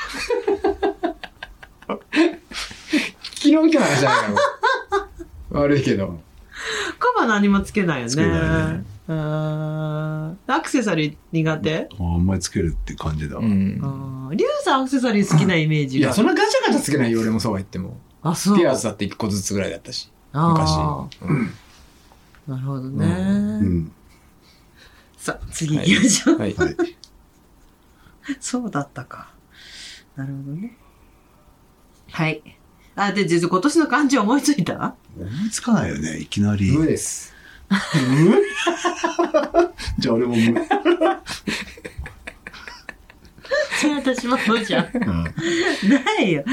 [SPEAKER 3] 日今日の話じゃない の。悪いけど。
[SPEAKER 1] カバー何もつけないよね。
[SPEAKER 2] つけないね
[SPEAKER 1] うーん。アクセサリー苦手
[SPEAKER 2] あ。あんまりつけるって感じだ。
[SPEAKER 3] ん
[SPEAKER 1] うん。リュウさんアクセサリー好きなイメージ
[SPEAKER 3] い
[SPEAKER 1] が。
[SPEAKER 3] や、そんなガチャガチャつけないよ、俺もそうは言っても。
[SPEAKER 1] あ、そう。
[SPEAKER 3] ピアスだって一個ずつぐらいだったし、昔。
[SPEAKER 1] あ
[SPEAKER 3] うん
[SPEAKER 1] ーなるほどね。
[SPEAKER 2] うん。
[SPEAKER 1] さあ、次行きましょう。
[SPEAKER 3] はい。
[SPEAKER 2] はい。
[SPEAKER 1] そうだったか。なるほどね。はい。あ、で、実は今年の漢字思いついた
[SPEAKER 2] 思いつかないよね、いきなり。
[SPEAKER 3] 無 です。
[SPEAKER 2] じゃあ俺も無。うん
[SPEAKER 1] それ私もそうじゃん。 ないよ。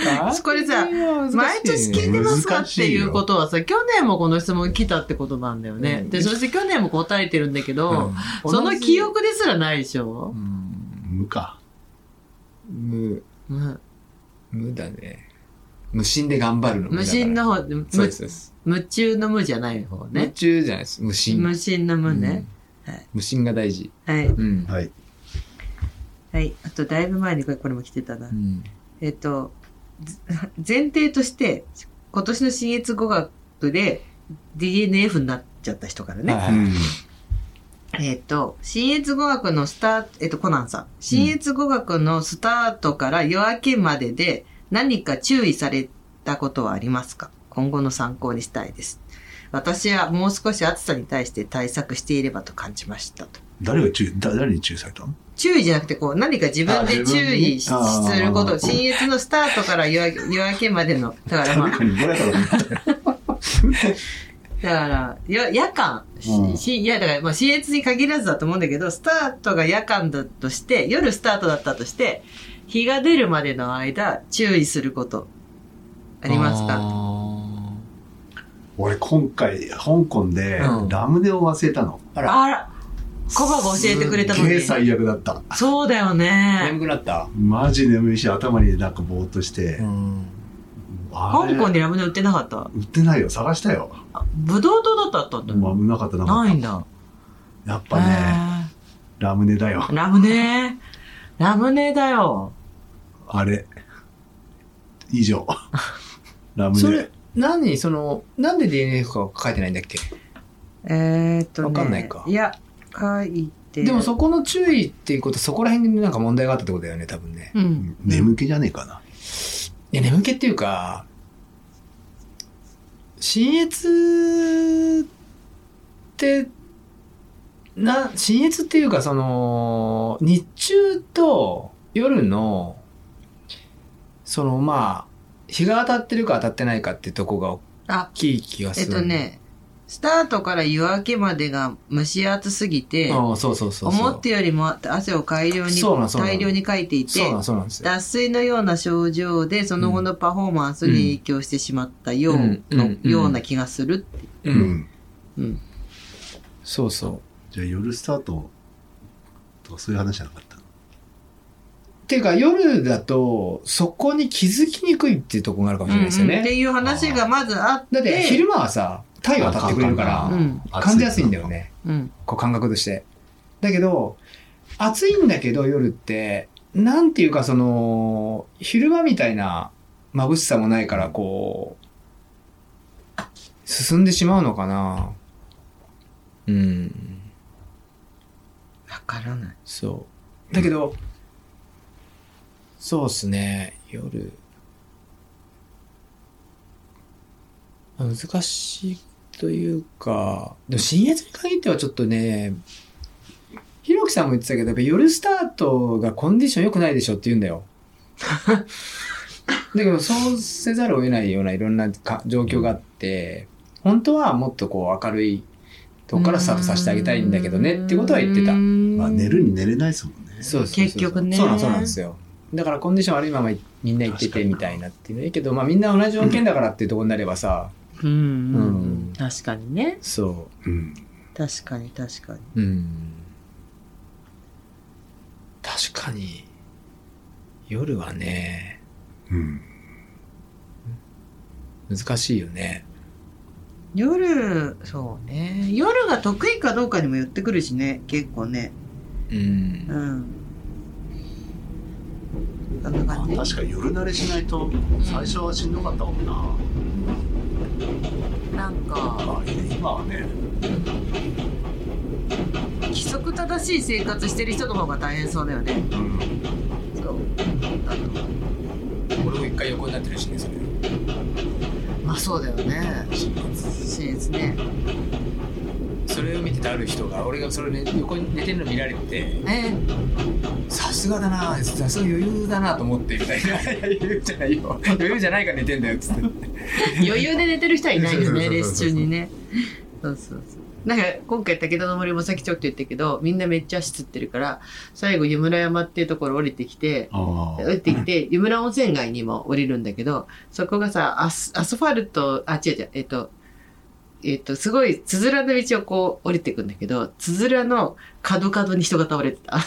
[SPEAKER 1] これさ毎年聞いてますかっていうことはさ、去年もこの質問来たってことなんだよね。
[SPEAKER 3] うん
[SPEAKER 1] で、そして去年も答えてるんだけど、
[SPEAKER 3] うん
[SPEAKER 1] その記。憶ですらないでしょ
[SPEAKER 3] う、ん
[SPEAKER 2] 無か。
[SPEAKER 3] 無、
[SPEAKER 1] うん、
[SPEAKER 3] 無だね。無心で頑張るの。
[SPEAKER 1] 無心の方、む
[SPEAKER 3] そうですそうです。
[SPEAKER 1] 夢中の無じゃない方
[SPEAKER 3] 夢
[SPEAKER 1] ね。
[SPEAKER 3] 中じゃないです。無心。
[SPEAKER 1] 無心の無ね。
[SPEAKER 3] うん
[SPEAKER 1] はい
[SPEAKER 3] 無心が大事。
[SPEAKER 1] はい。
[SPEAKER 3] うん。
[SPEAKER 2] はい。
[SPEAKER 1] はい。あと、だいぶ前にこれこれも来てたな。
[SPEAKER 3] うん
[SPEAKER 1] えっと、ず前提として、今年の新越語学で DNF になっちゃった人からね。
[SPEAKER 3] は
[SPEAKER 2] う
[SPEAKER 3] い
[SPEAKER 2] ん。
[SPEAKER 1] えっと、新越語学のスタート、えっと、コナンさん。新越語学のスタートから夜明けまでで何か注意されたことはありますか今後の参考にしたいです。私はもう少し暑さに対して対策していればと感じましたと。
[SPEAKER 2] 誰が注意、だ誰に注意されたの
[SPEAKER 1] 注意じゃなくて、こう、何か自分
[SPEAKER 2] あ
[SPEAKER 1] で
[SPEAKER 2] 自分に
[SPEAKER 1] 注意し
[SPEAKER 2] あー
[SPEAKER 1] すること、新越のスタートから夜明け夜明けまでの、だからまあ
[SPEAKER 2] 誰、かに言われたの
[SPEAKER 1] だから、よ夜間、し
[SPEAKER 2] うん
[SPEAKER 1] しいや、だから、まあ、新越に限らずだと思うんだけど、スタートが夜間だとして、夜スタートだったとして、日が出るまでの間、注意すること、あります
[SPEAKER 3] あ
[SPEAKER 1] か
[SPEAKER 2] 俺今回、香港で
[SPEAKER 3] うん
[SPEAKER 2] ラムネを忘れたの。
[SPEAKER 3] ーあら、
[SPEAKER 1] あら、コバが教えてくれたの
[SPEAKER 2] すげえ
[SPEAKER 1] に。
[SPEAKER 2] 最悪だった。
[SPEAKER 1] そうだよね
[SPEAKER 3] 眠。くなった。
[SPEAKER 2] マジ眠いし、頭になんかぼーっとして。
[SPEAKER 3] ん。
[SPEAKER 2] あ
[SPEAKER 1] 香
[SPEAKER 2] れ
[SPEAKER 1] 港にラムネ売ってなかった。
[SPEAKER 2] 売ってないよ、探したよ。
[SPEAKER 1] ブドウ糖だったんだ。
[SPEAKER 2] まあ、なかったなかっ
[SPEAKER 1] ないんだ。
[SPEAKER 2] た。やっぱね、ラムネだよ
[SPEAKER 1] へ。ーラムネ。ラムネだよ。
[SPEAKER 2] あれ。以上。ラム
[SPEAKER 3] そ
[SPEAKER 2] ネ
[SPEAKER 3] れ。、何その、なんで DNF かは書いてないんだっけ
[SPEAKER 1] えー、っとね。
[SPEAKER 3] わかんないか
[SPEAKER 1] いや、書いて。
[SPEAKER 3] でもそこの注意っていうこと、そこら辺になんか問題があったってことだよね、多分ね。
[SPEAKER 1] うん。
[SPEAKER 2] 眠気じゃねえかな。
[SPEAKER 3] いや、眠気っていうか、新越って、な、新越っていうか、その、日中と夜の、その、まあ、日が当たってるか当たってないかってとこが大
[SPEAKER 1] あ
[SPEAKER 3] きい気が
[SPEAKER 1] え
[SPEAKER 3] す
[SPEAKER 1] っと。
[SPEAKER 3] る。
[SPEAKER 1] ね、スタートから夜明けまでが蒸し暑すぎて、
[SPEAKER 3] うん、そうそうそうそう。
[SPEAKER 1] 思ってよりも汗を大量に
[SPEAKER 3] そうなんそうなん
[SPEAKER 1] 大量にかいていて
[SPEAKER 3] そう、なんそうなんですよ。
[SPEAKER 1] 脱水のような症状でその後のパフォーマンスに影響してしまったよう,、
[SPEAKER 3] うんうんうん
[SPEAKER 1] ような気がするって。
[SPEAKER 3] う。
[SPEAKER 2] うんん。
[SPEAKER 1] うん
[SPEAKER 3] そうそう。
[SPEAKER 2] じゃあ夜スタートとかそういう話じゃなかったの
[SPEAKER 3] ていうか夜だと、そこに気づきにくいっていうところがあるかもしれないですよ
[SPEAKER 1] っ
[SPEAKER 3] ね。
[SPEAKER 1] ていう話がまずあって。
[SPEAKER 3] だって昼間はさ、太陽当たってくれるから
[SPEAKER 1] う、ん。
[SPEAKER 3] 感じやすいんだよ。ね。
[SPEAKER 1] うん。
[SPEAKER 3] こう感覚として。だけど、暑いんだけど夜って、なんていうかその、昼間みたいな眩しさもないから、こう、進んでしまうのかな。うん。
[SPEAKER 1] わからない。
[SPEAKER 3] そう。だけど、そうっすね、夜。難しいというか、でも深夜に限ってはちょっとね、ひろきさんも言ってたけど、やっぱ夜スタートがコンディション良くないでしょって言うん だよ。だけど、そうせざるを得ないようないろんなか状況があって、本当はもっとこう明るいとこからスタートさせてあげたいんだけどねってことは言ってた。
[SPEAKER 2] ま
[SPEAKER 1] ま
[SPEAKER 2] あ寝るに寝れないですもんね。
[SPEAKER 3] そうそうそうそう
[SPEAKER 1] 結局ね
[SPEAKER 3] そうなんそうなんですよ。だからコンディション悪いままみんな行っててみたいなっていうのはいいけど、まあみんな同じ条件だからっていうところになればさ、
[SPEAKER 1] うんうんう
[SPEAKER 3] うん
[SPEAKER 1] ん。確かにね。
[SPEAKER 3] そ
[SPEAKER 2] うん。
[SPEAKER 1] 確かに確かに。
[SPEAKER 3] う。うん。確かに、夜はね、
[SPEAKER 2] うん。
[SPEAKER 3] 難しいよね。
[SPEAKER 1] 夜、そうね。夜が得意かどうかにも寄ってくるしね、結構ね。
[SPEAKER 3] うん
[SPEAKER 1] う。ん。そんな
[SPEAKER 2] まあ
[SPEAKER 1] 感じ。
[SPEAKER 2] 確かに夜慣れしないと最初はしんどかったもんな。
[SPEAKER 1] なんか、
[SPEAKER 2] まあ今はね、
[SPEAKER 1] 規則正しい生活してる人の方が大変そうだよね。
[SPEAKER 2] うん。
[SPEAKER 1] そう。
[SPEAKER 3] 俺も一回横になってるしね、それ。
[SPEAKER 1] まあそうだよね。そうですね。
[SPEAKER 3] それを見てたある人が、俺がそれ、ね、横に寝てるの見られて、
[SPEAKER 1] ね。
[SPEAKER 3] さすがだな、さすが余裕だなと思って、みたいな。 余裕じゃないよ。余裕じゃないから寝てんだよ、つって。
[SPEAKER 1] 余裕で寝てる人はいないよね、
[SPEAKER 2] そうそうそうそう
[SPEAKER 1] レース中にね。そうそうそう。なんか、今回武田の森もさっきちょっと言ったけど、みんなめっちゃ足つってるから、最後湯村山っていうところ降りてきて、
[SPEAKER 2] あ
[SPEAKER 5] ー
[SPEAKER 1] 降りてきて、湯村温泉街にも降りるんだけど、そこがさ、アスアスファルト、あ、違う違う、えっと、えっと、すごい、つづらの道をこう降りていくんだけど、つづらの角角に人が倒れてた。
[SPEAKER 2] あ。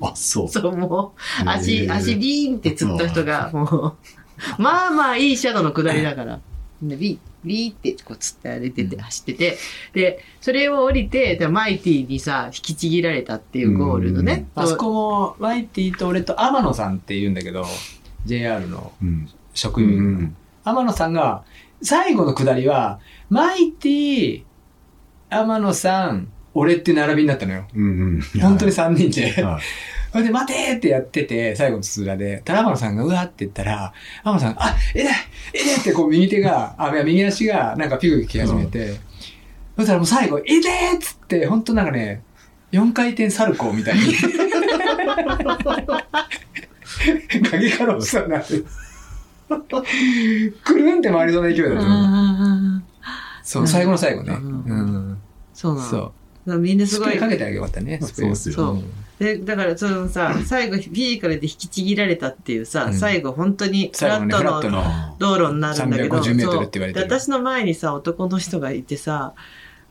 [SPEAKER 2] あ、そう。
[SPEAKER 1] そう、もう、足、
[SPEAKER 2] へー
[SPEAKER 1] 足ビーンってつった人が、もう、まあまあいいシャドウの下りだから、でビー、ビーってこうつって歩いてて、走ってて、で、それを降りて、でマイティにさ、引きちぎられたっていうゴールのね、
[SPEAKER 3] あそ
[SPEAKER 1] と
[SPEAKER 3] こも、ワイティと俺と天野さんって言うんだけど、JR の
[SPEAKER 2] うん。
[SPEAKER 3] 職員、
[SPEAKER 2] うん
[SPEAKER 3] 天野さんが、最後の下りは、マイティ、天野さん、俺って並びになったのよ。
[SPEAKER 2] うんうん。
[SPEAKER 3] 本当に3人で。
[SPEAKER 2] はい。
[SPEAKER 3] それで、待てーってやってて、最後のつづらで、たら天野さんがうわーって言ったら、天野さんが、あ、えらいえらいってこう右手が、あ、いや右足がなんかピクピクき始めて、そしたらもう最後、えでーっつって、本当なんかね、4回転サルコーみたいに。 影から落ちそうになって。くるんって回りそうな勢いだったの。
[SPEAKER 1] ああ、
[SPEAKER 3] そう、最後の最後ね。
[SPEAKER 1] う
[SPEAKER 3] うんん。
[SPEAKER 1] そうなの。
[SPEAKER 3] そ
[SPEAKER 1] みんな
[SPEAKER 3] う。
[SPEAKER 1] す
[SPEAKER 3] ス
[SPEAKER 1] ご
[SPEAKER 3] プレ
[SPEAKER 1] い
[SPEAKER 3] ー。かけてあげよかったね、ス
[SPEAKER 2] そうで
[SPEAKER 3] プレー。
[SPEAKER 2] す
[SPEAKER 1] そ
[SPEAKER 2] よ。
[SPEAKER 1] うで、だから、そのさ、最後、フィジカルで引きちぎられたっていうさ、
[SPEAKER 3] うん
[SPEAKER 1] 最後、本当に、フ
[SPEAKER 3] 最
[SPEAKER 1] ラ
[SPEAKER 3] 後
[SPEAKER 1] ッ
[SPEAKER 3] のね、
[SPEAKER 1] ト
[SPEAKER 3] フラ
[SPEAKER 1] の
[SPEAKER 3] ットの。
[SPEAKER 2] あ
[SPEAKER 1] 道路になるんだけど、
[SPEAKER 3] 350メートル
[SPEAKER 1] そう
[SPEAKER 3] って言われて
[SPEAKER 1] で
[SPEAKER 3] る
[SPEAKER 1] 私の前にさ、男の人がいてさ、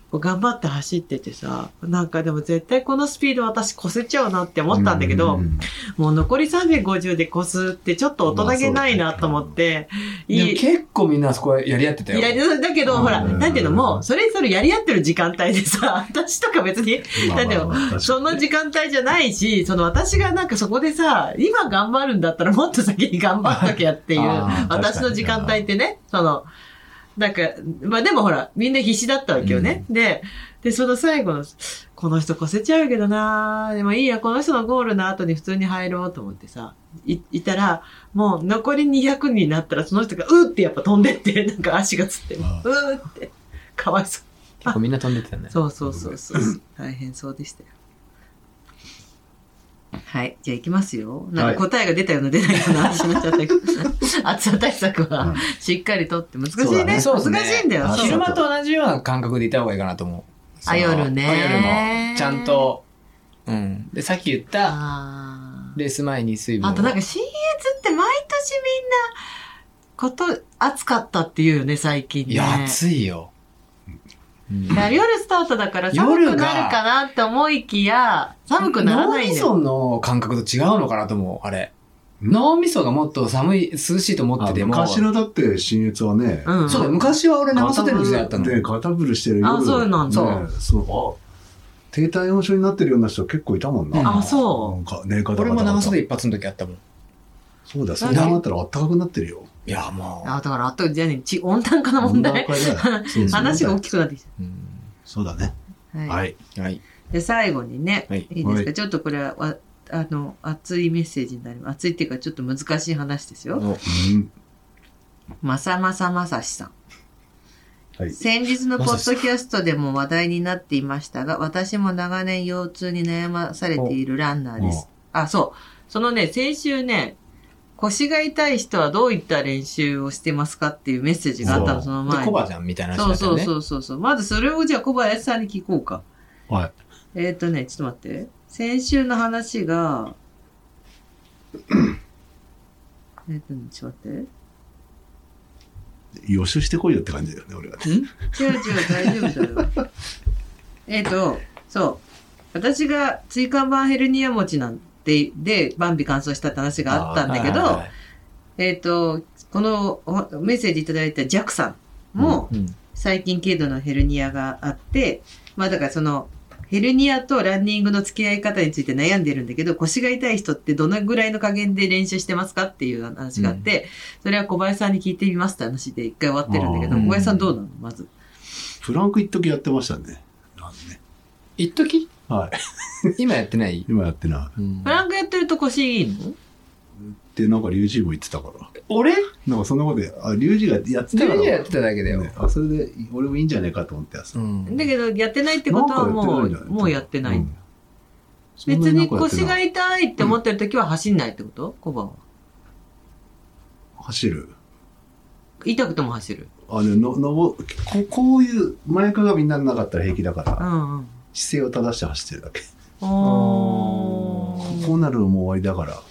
[SPEAKER 1] こう頑張って走っててさ、なんかでも絶対このスピード私越せちゃうなって思ったんだけど、
[SPEAKER 2] うん
[SPEAKER 1] もう残り350で越すってちょっと大人げないなと思って、
[SPEAKER 3] でも
[SPEAKER 1] いい。
[SPEAKER 3] 結構みんなあそこやり合ってたよ。
[SPEAKER 1] いやだけど、ほら、
[SPEAKER 2] うん
[SPEAKER 1] なんていうの、もう、それぞれやり合ってる時間帯でさ、 私とか別に、
[SPEAKER 2] まあまあまあ
[SPEAKER 1] だけど
[SPEAKER 2] 確かに
[SPEAKER 1] その時間帯じゃないし、その私がなんかそこでさ、今頑張るんだったらもっと先に頑張っときゃっていう
[SPEAKER 3] あ、
[SPEAKER 2] ー
[SPEAKER 1] 私の時間帯ってね、その、なんか、まあでもほら、みんな必死だったわけよね。で、で、その最後の、この人越せちゃうけどなーでもいいや、この人のゴールの後に普通に入ろうと思ってさ、い、いたら、もう残り200になったらその人がうーってやっぱ飛んでって、なんか足がつって、う
[SPEAKER 2] あ
[SPEAKER 1] ーって、かわいそう。
[SPEAKER 6] 結構みんな飛んでってたね。
[SPEAKER 1] そうそうそう そう。大変そうでしたよ。はい。じゃあ行きますよ。なんか答えが出たような出ないような話になっちゃったけ ど、暑さ対策
[SPEAKER 2] う
[SPEAKER 1] は
[SPEAKER 2] ん
[SPEAKER 1] しっかりとって難しい
[SPEAKER 3] そう
[SPEAKER 1] ね。
[SPEAKER 3] だねそうですね
[SPEAKER 1] 難しいんだよ。
[SPEAKER 2] あ
[SPEAKER 1] そう
[SPEAKER 3] 昼間と同じような感覚でいた方がいいかなと思う。
[SPEAKER 1] あ夜ね
[SPEAKER 3] あ夜も。ちゃんと。うん。で、さっき言った、
[SPEAKER 1] あー
[SPEAKER 3] レース前に水分を。
[SPEAKER 1] あとなんか新越って毎年みんな、こと、暑かったっていうよね、最近ね。
[SPEAKER 3] いや、暑いよ。
[SPEAKER 1] だから夜スタートだから寒くなるかなって思いきや、寒くなら
[SPEAKER 3] 脳
[SPEAKER 1] ない
[SPEAKER 3] み
[SPEAKER 1] んだ
[SPEAKER 3] そ
[SPEAKER 1] よ。
[SPEAKER 3] の感覚と違うのかなと思う、あれ。脳みそがもっと寒い、涼しいと思って
[SPEAKER 2] あ
[SPEAKER 3] ても。
[SPEAKER 2] 昔のだって、新越はね、
[SPEAKER 1] うん。
[SPEAKER 3] そうだ、昔は俺長袖の時代だったの。
[SPEAKER 2] で、肩ブルしてる
[SPEAKER 1] あそうなんだ
[SPEAKER 2] ねそう。あ低体温症になってるような人結構いたもんな。
[SPEAKER 1] あ、そう。
[SPEAKER 2] なんか、ね、肩
[SPEAKER 3] 俺
[SPEAKER 2] が
[SPEAKER 3] も長袖一発の時あったもん。
[SPEAKER 2] そうだ、それなったらあったかくなってるよ。
[SPEAKER 3] いや、も
[SPEAKER 1] あ、だから、あと、じゃあね、ち温暖化の問題。話が大きくなってき
[SPEAKER 3] う。うん
[SPEAKER 2] そうだね。
[SPEAKER 1] た。はい。
[SPEAKER 2] はい。
[SPEAKER 3] はい。
[SPEAKER 1] で、最後にね、
[SPEAKER 3] はい
[SPEAKER 1] い、いですか、
[SPEAKER 2] は
[SPEAKER 1] ちょっとこれは、わあの、熱いメッセージになります。熱いっていうか、ちょっと難しい話ですよ。
[SPEAKER 2] うん
[SPEAKER 1] まさまさまさしさん。
[SPEAKER 2] はい。
[SPEAKER 1] 先日のポッドキャストでも話題になっていましたが、私も長年腰痛に悩まされているランナーです。あ、そう。そのね、先週ね、腰が痛い人はどういった練習をしてますかっていうメッセージがあったの、
[SPEAKER 2] そう
[SPEAKER 1] その
[SPEAKER 3] で、
[SPEAKER 1] 前に。
[SPEAKER 3] コバちゃんみたいな話
[SPEAKER 1] そう
[SPEAKER 3] だった
[SPEAKER 1] そ
[SPEAKER 3] よ
[SPEAKER 1] う
[SPEAKER 3] ね。
[SPEAKER 1] そうそうそう。まずそれをじゃあ小林さんに聞こうか。
[SPEAKER 2] はい。
[SPEAKER 1] えっ、とね、ちょっと待って。先週の話 が、えっとね、ちょっと待って。
[SPEAKER 2] 予習してこいよって感じだよね、俺はね。
[SPEAKER 1] 違う違う、大丈夫だよ。 えっと、そう。私が椎間板ヘルニア持ちなんて、で、バンビ乾燥したって話があったんだけ
[SPEAKER 3] はいはい
[SPEAKER 1] ど
[SPEAKER 3] は、い
[SPEAKER 1] えっと、このおメッセージいただいたジャックさんも、
[SPEAKER 3] うん
[SPEAKER 1] 最近軽度のヘルニアがあって、まあだからその、ヘルニアとランニングの付き合い方について悩んでるんだけど、腰が痛い人ってどのぐらいの加減で練習してますかっていう話があって、それは小林さんに聞いてみますって話で一回終わってるんだけど、
[SPEAKER 2] あ
[SPEAKER 3] ー
[SPEAKER 1] 小林さんどうなのまず。
[SPEAKER 2] フランク一時やってましたね。なんでね
[SPEAKER 3] 一時
[SPEAKER 2] はい。
[SPEAKER 3] 今やってない
[SPEAKER 2] 今やってな
[SPEAKER 3] うん
[SPEAKER 1] フランクやってると腰いいの
[SPEAKER 2] い。で、なんか、リュウジーも言ってたから。
[SPEAKER 3] 俺
[SPEAKER 2] なんか、そんなことで、あ、リュウジーがやってたから。
[SPEAKER 3] リュウジーやってただけだよ
[SPEAKER 2] ねあ、それで、俺もいいんじゃねえかと思ってやつ。
[SPEAKER 3] うん
[SPEAKER 1] だけど、やってないってことはもう、もうやってない。別に腰が
[SPEAKER 2] い。
[SPEAKER 1] 痛いって思ってる時は走んないってこと小判は。
[SPEAKER 2] 走る。
[SPEAKER 1] 痛くても走る。
[SPEAKER 2] あの、の、のぼ、ここういう前かがみにならなかったら平気だから、
[SPEAKER 1] うんうん。
[SPEAKER 2] 姿勢を正して走ってるだけ。
[SPEAKER 1] お
[SPEAKER 2] こ
[SPEAKER 1] ー
[SPEAKER 2] うなるのもう終わりだから、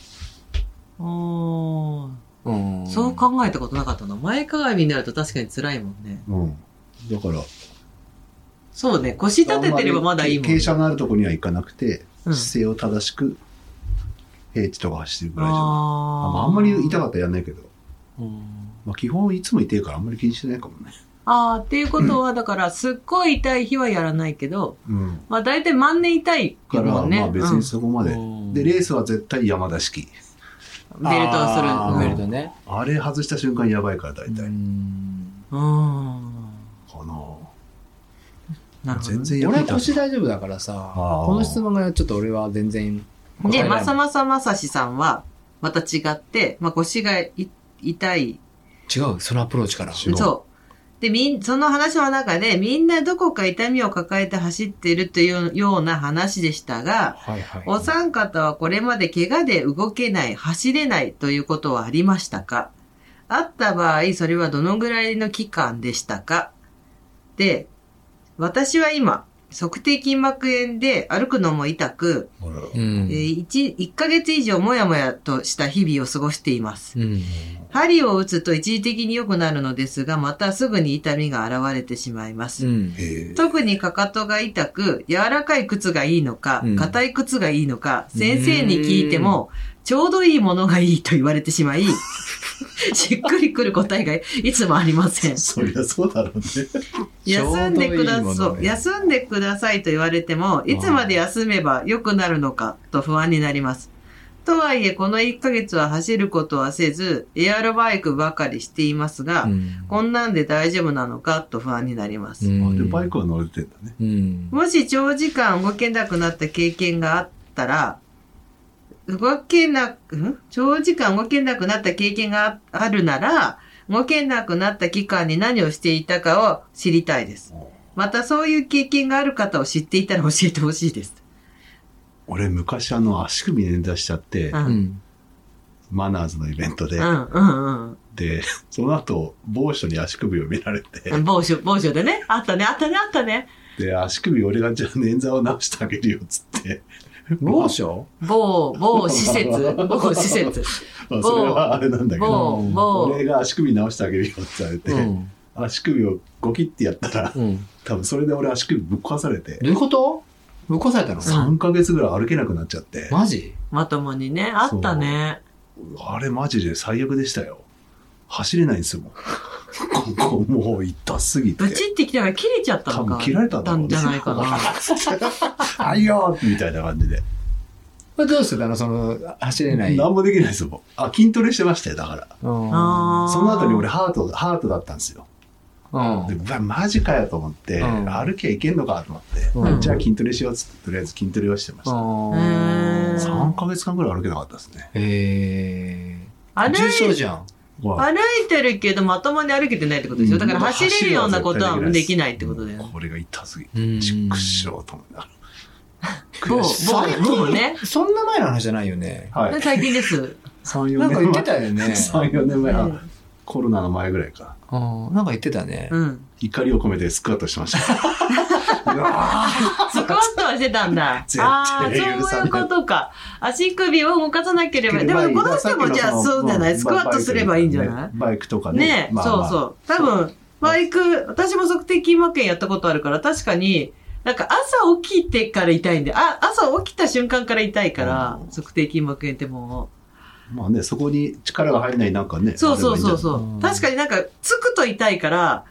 [SPEAKER 1] おー。
[SPEAKER 3] うん
[SPEAKER 1] そう考えたことなかったな。前かがみになると確かに辛いもんね。
[SPEAKER 2] うん。だから、
[SPEAKER 1] そうね。腰立ててればまだいいもんね。
[SPEAKER 2] 傾斜のあるとこには行かなくて、
[SPEAKER 1] うん
[SPEAKER 2] 姿勢を正しく、平地とか走ってるぐらいじゃない。あまあ、
[SPEAKER 1] あ
[SPEAKER 2] あんまり痛
[SPEAKER 1] い。
[SPEAKER 2] かったらやんないけど、
[SPEAKER 3] うん
[SPEAKER 2] まあ、基本いつも痛いからあんまり気にしてないかもね。
[SPEAKER 1] あーっていうことは、だから、すっごい痛い日はやらないけど、
[SPEAKER 2] うん。
[SPEAKER 1] まあ大体万年痛い
[SPEAKER 2] から、
[SPEAKER 1] もんね。
[SPEAKER 2] まあ別
[SPEAKER 1] うん
[SPEAKER 2] にそこまで。で、レースは絶対山田式。
[SPEAKER 1] ベルトをする。
[SPEAKER 3] あー
[SPEAKER 1] うん
[SPEAKER 3] ベルトね。
[SPEAKER 2] あれ外した瞬間やばいから大体。
[SPEAKER 3] うん
[SPEAKER 1] うん。
[SPEAKER 2] かな
[SPEAKER 1] なるほど
[SPEAKER 2] 全
[SPEAKER 1] ね。
[SPEAKER 2] 然や
[SPEAKER 3] 俺
[SPEAKER 2] め
[SPEAKER 3] は
[SPEAKER 2] た
[SPEAKER 3] 腰大丈夫だからさ、
[SPEAKER 2] あー
[SPEAKER 3] この質問がちょっと俺は全然答え
[SPEAKER 1] で、
[SPEAKER 3] ら
[SPEAKER 1] ま
[SPEAKER 3] れ
[SPEAKER 1] さ
[SPEAKER 3] ない。
[SPEAKER 1] まさまさしさんは、また違って、まあ、腰がい痛い。
[SPEAKER 3] 違う、そのアプローチから。
[SPEAKER 2] 違う
[SPEAKER 1] そう。で、みん、その話の中で、みんなどこか痛みを抱えて走っているというような話でしたが、
[SPEAKER 3] はいはい。
[SPEAKER 1] お三方はこれまで怪我で動けない、走れないということはありましたかあった場合、それはどのぐらいの期間でしたかで、私は今、測定筋膜炎で歩くのも痛く、
[SPEAKER 2] あらら
[SPEAKER 3] うん
[SPEAKER 1] えー、1, 1ヶ月以上もやもやとした日々を過ごしています。
[SPEAKER 3] うん。
[SPEAKER 1] 針を打つと一時的に良くなるのですが、またすぐに痛みが現れてしまいます。
[SPEAKER 3] うん。
[SPEAKER 2] へえ
[SPEAKER 1] 特にかかとが痛く、柔らかい靴がいいのか
[SPEAKER 3] うん、
[SPEAKER 1] 硬い靴がいいのか、先生に聞いても、ちょうどいいものがいいと言われてしま い、しっくりくる答えがいつもありません。
[SPEAKER 2] そりゃそうだろうね。
[SPEAKER 1] 休んでくだ
[SPEAKER 3] ちょうどいいも
[SPEAKER 1] さ
[SPEAKER 3] の
[SPEAKER 1] い
[SPEAKER 3] ね
[SPEAKER 1] 休んでくださいと言われても、いつまで休めば良くなるのかと不安になります。とはいえ、この1ヶ月は走ることはせず、エアロバイクばかりしていますが、
[SPEAKER 3] うん
[SPEAKER 1] こんなんで大丈夫なのかと不安になります。
[SPEAKER 3] うん
[SPEAKER 2] で、バイクは乗れてんだね。
[SPEAKER 3] うん。
[SPEAKER 1] もし長時間動けなくなった経験があったら、動けなく、ん長時間動けなくなった経験がああるなら、動けなくなった期間に何をしていたかを知りたいです。またそういう経験がある方を知っていたら教えてほしいです。
[SPEAKER 2] 俺、昔、あの、足首捻挫しちゃって
[SPEAKER 1] う、ん、う、
[SPEAKER 3] うんん。
[SPEAKER 2] マナーズのイベントで、
[SPEAKER 1] うん、
[SPEAKER 2] で、その後、某所に足首を見られて
[SPEAKER 1] う、ん。某所、某所でね。あったね、あったね、あったね。
[SPEAKER 2] で、足首俺がじゃあ捻挫を直してあげるよ、つって。
[SPEAKER 3] 某所
[SPEAKER 1] 某、某施設、某施設、
[SPEAKER 2] まあ、それはあれなんだけど、
[SPEAKER 1] 某、某。
[SPEAKER 2] 俺が足首直してあげるよって言われて、
[SPEAKER 3] うん。
[SPEAKER 2] 足首をゴキってやったら、
[SPEAKER 3] うん。
[SPEAKER 2] 多分それで俺足首ぶっ壊されて、
[SPEAKER 3] どういうことぶっ壊されたの
[SPEAKER 2] 3ヶ月ぐらい歩けなくなっちゃって、
[SPEAKER 3] マジ
[SPEAKER 1] まともにね、あったね。
[SPEAKER 2] あれマジで最悪でしたよ。走れないんですよ、もう。ここもう痛すぎて
[SPEAKER 1] ブ。チってきたから切れちゃった
[SPEAKER 2] 多
[SPEAKER 1] のか。
[SPEAKER 2] 分切られたんだ
[SPEAKER 1] た
[SPEAKER 2] ろうん
[SPEAKER 1] じ
[SPEAKER 2] ね
[SPEAKER 1] ゃ。ないかな。
[SPEAKER 2] はいよーみたいな感じで。
[SPEAKER 3] これどうしてたのその、走れない。
[SPEAKER 2] 何もできないですよ、もうあ、筋トレしてましたよ、だから。
[SPEAKER 3] うん
[SPEAKER 1] あー
[SPEAKER 2] その後に俺ハート、ハートだったんですよ。
[SPEAKER 3] うん
[SPEAKER 2] でうわ、マジかよと思って、
[SPEAKER 3] うん
[SPEAKER 2] 歩きゃいけんのかと思って、
[SPEAKER 3] うん
[SPEAKER 2] じゃあ筋トレしようっつって、とりあえず筋トレをしてました。
[SPEAKER 1] へー
[SPEAKER 2] 3ヶ月間ぐらい歩けなかったですね。
[SPEAKER 3] え
[SPEAKER 1] 歩
[SPEAKER 3] ー。重症
[SPEAKER 1] い
[SPEAKER 3] じゃん。
[SPEAKER 2] わあ
[SPEAKER 1] 歩いてるけど、まともに歩けてないってことでしょ。だから走れるようなことはできないってことだよね。
[SPEAKER 2] これが痛すぎて。
[SPEAKER 3] うん
[SPEAKER 2] ちっくしょうと思いなが
[SPEAKER 1] もう
[SPEAKER 2] ら。悔しい
[SPEAKER 1] もうもうね。
[SPEAKER 3] そんな前の話じゃないよね。
[SPEAKER 2] はい。
[SPEAKER 1] 最近です。
[SPEAKER 2] 3、4
[SPEAKER 3] なん
[SPEAKER 2] 年
[SPEAKER 3] か
[SPEAKER 2] 前。
[SPEAKER 3] 言ってた よ ね。
[SPEAKER 2] 3、4年前、
[SPEAKER 1] う
[SPEAKER 2] あ
[SPEAKER 1] ん
[SPEAKER 2] コロナの前ぐらいか。
[SPEAKER 3] うんなんか言ってたね。
[SPEAKER 1] うん。
[SPEAKER 2] 怒りを込めてスクワットしてま した。うわー
[SPEAKER 1] スクワットはしてたん だ。
[SPEAKER 2] 絶対
[SPEAKER 1] ああー、
[SPEAKER 2] 許
[SPEAKER 1] そう
[SPEAKER 2] さ
[SPEAKER 1] い
[SPEAKER 2] な
[SPEAKER 1] う
[SPEAKER 2] い
[SPEAKER 1] ことか。足首を動かさなけ れば。でも、この人もじゃあそうじゃない。スクワットすればいいんじゃない
[SPEAKER 2] バイクとかね。
[SPEAKER 1] ねえ、
[SPEAKER 2] まあま
[SPEAKER 1] そ
[SPEAKER 2] あ
[SPEAKER 1] うそう。多分、バイク、私も測定筋膜炎やったことあるから、確かに、なんか朝起きてから痛いんで、あ、朝起きた瞬間から痛いから
[SPEAKER 2] う、ん
[SPEAKER 1] 測定筋膜炎っても
[SPEAKER 2] まあね、そこに力が入らないなんかね。
[SPEAKER 1] う。そうそうそう
[SPEAKER 2] う。
[SPEAKER 1] そうう。
[SPEAKER 3] ん
[SPEAKER 1] 確かになんか、つくと痛いから、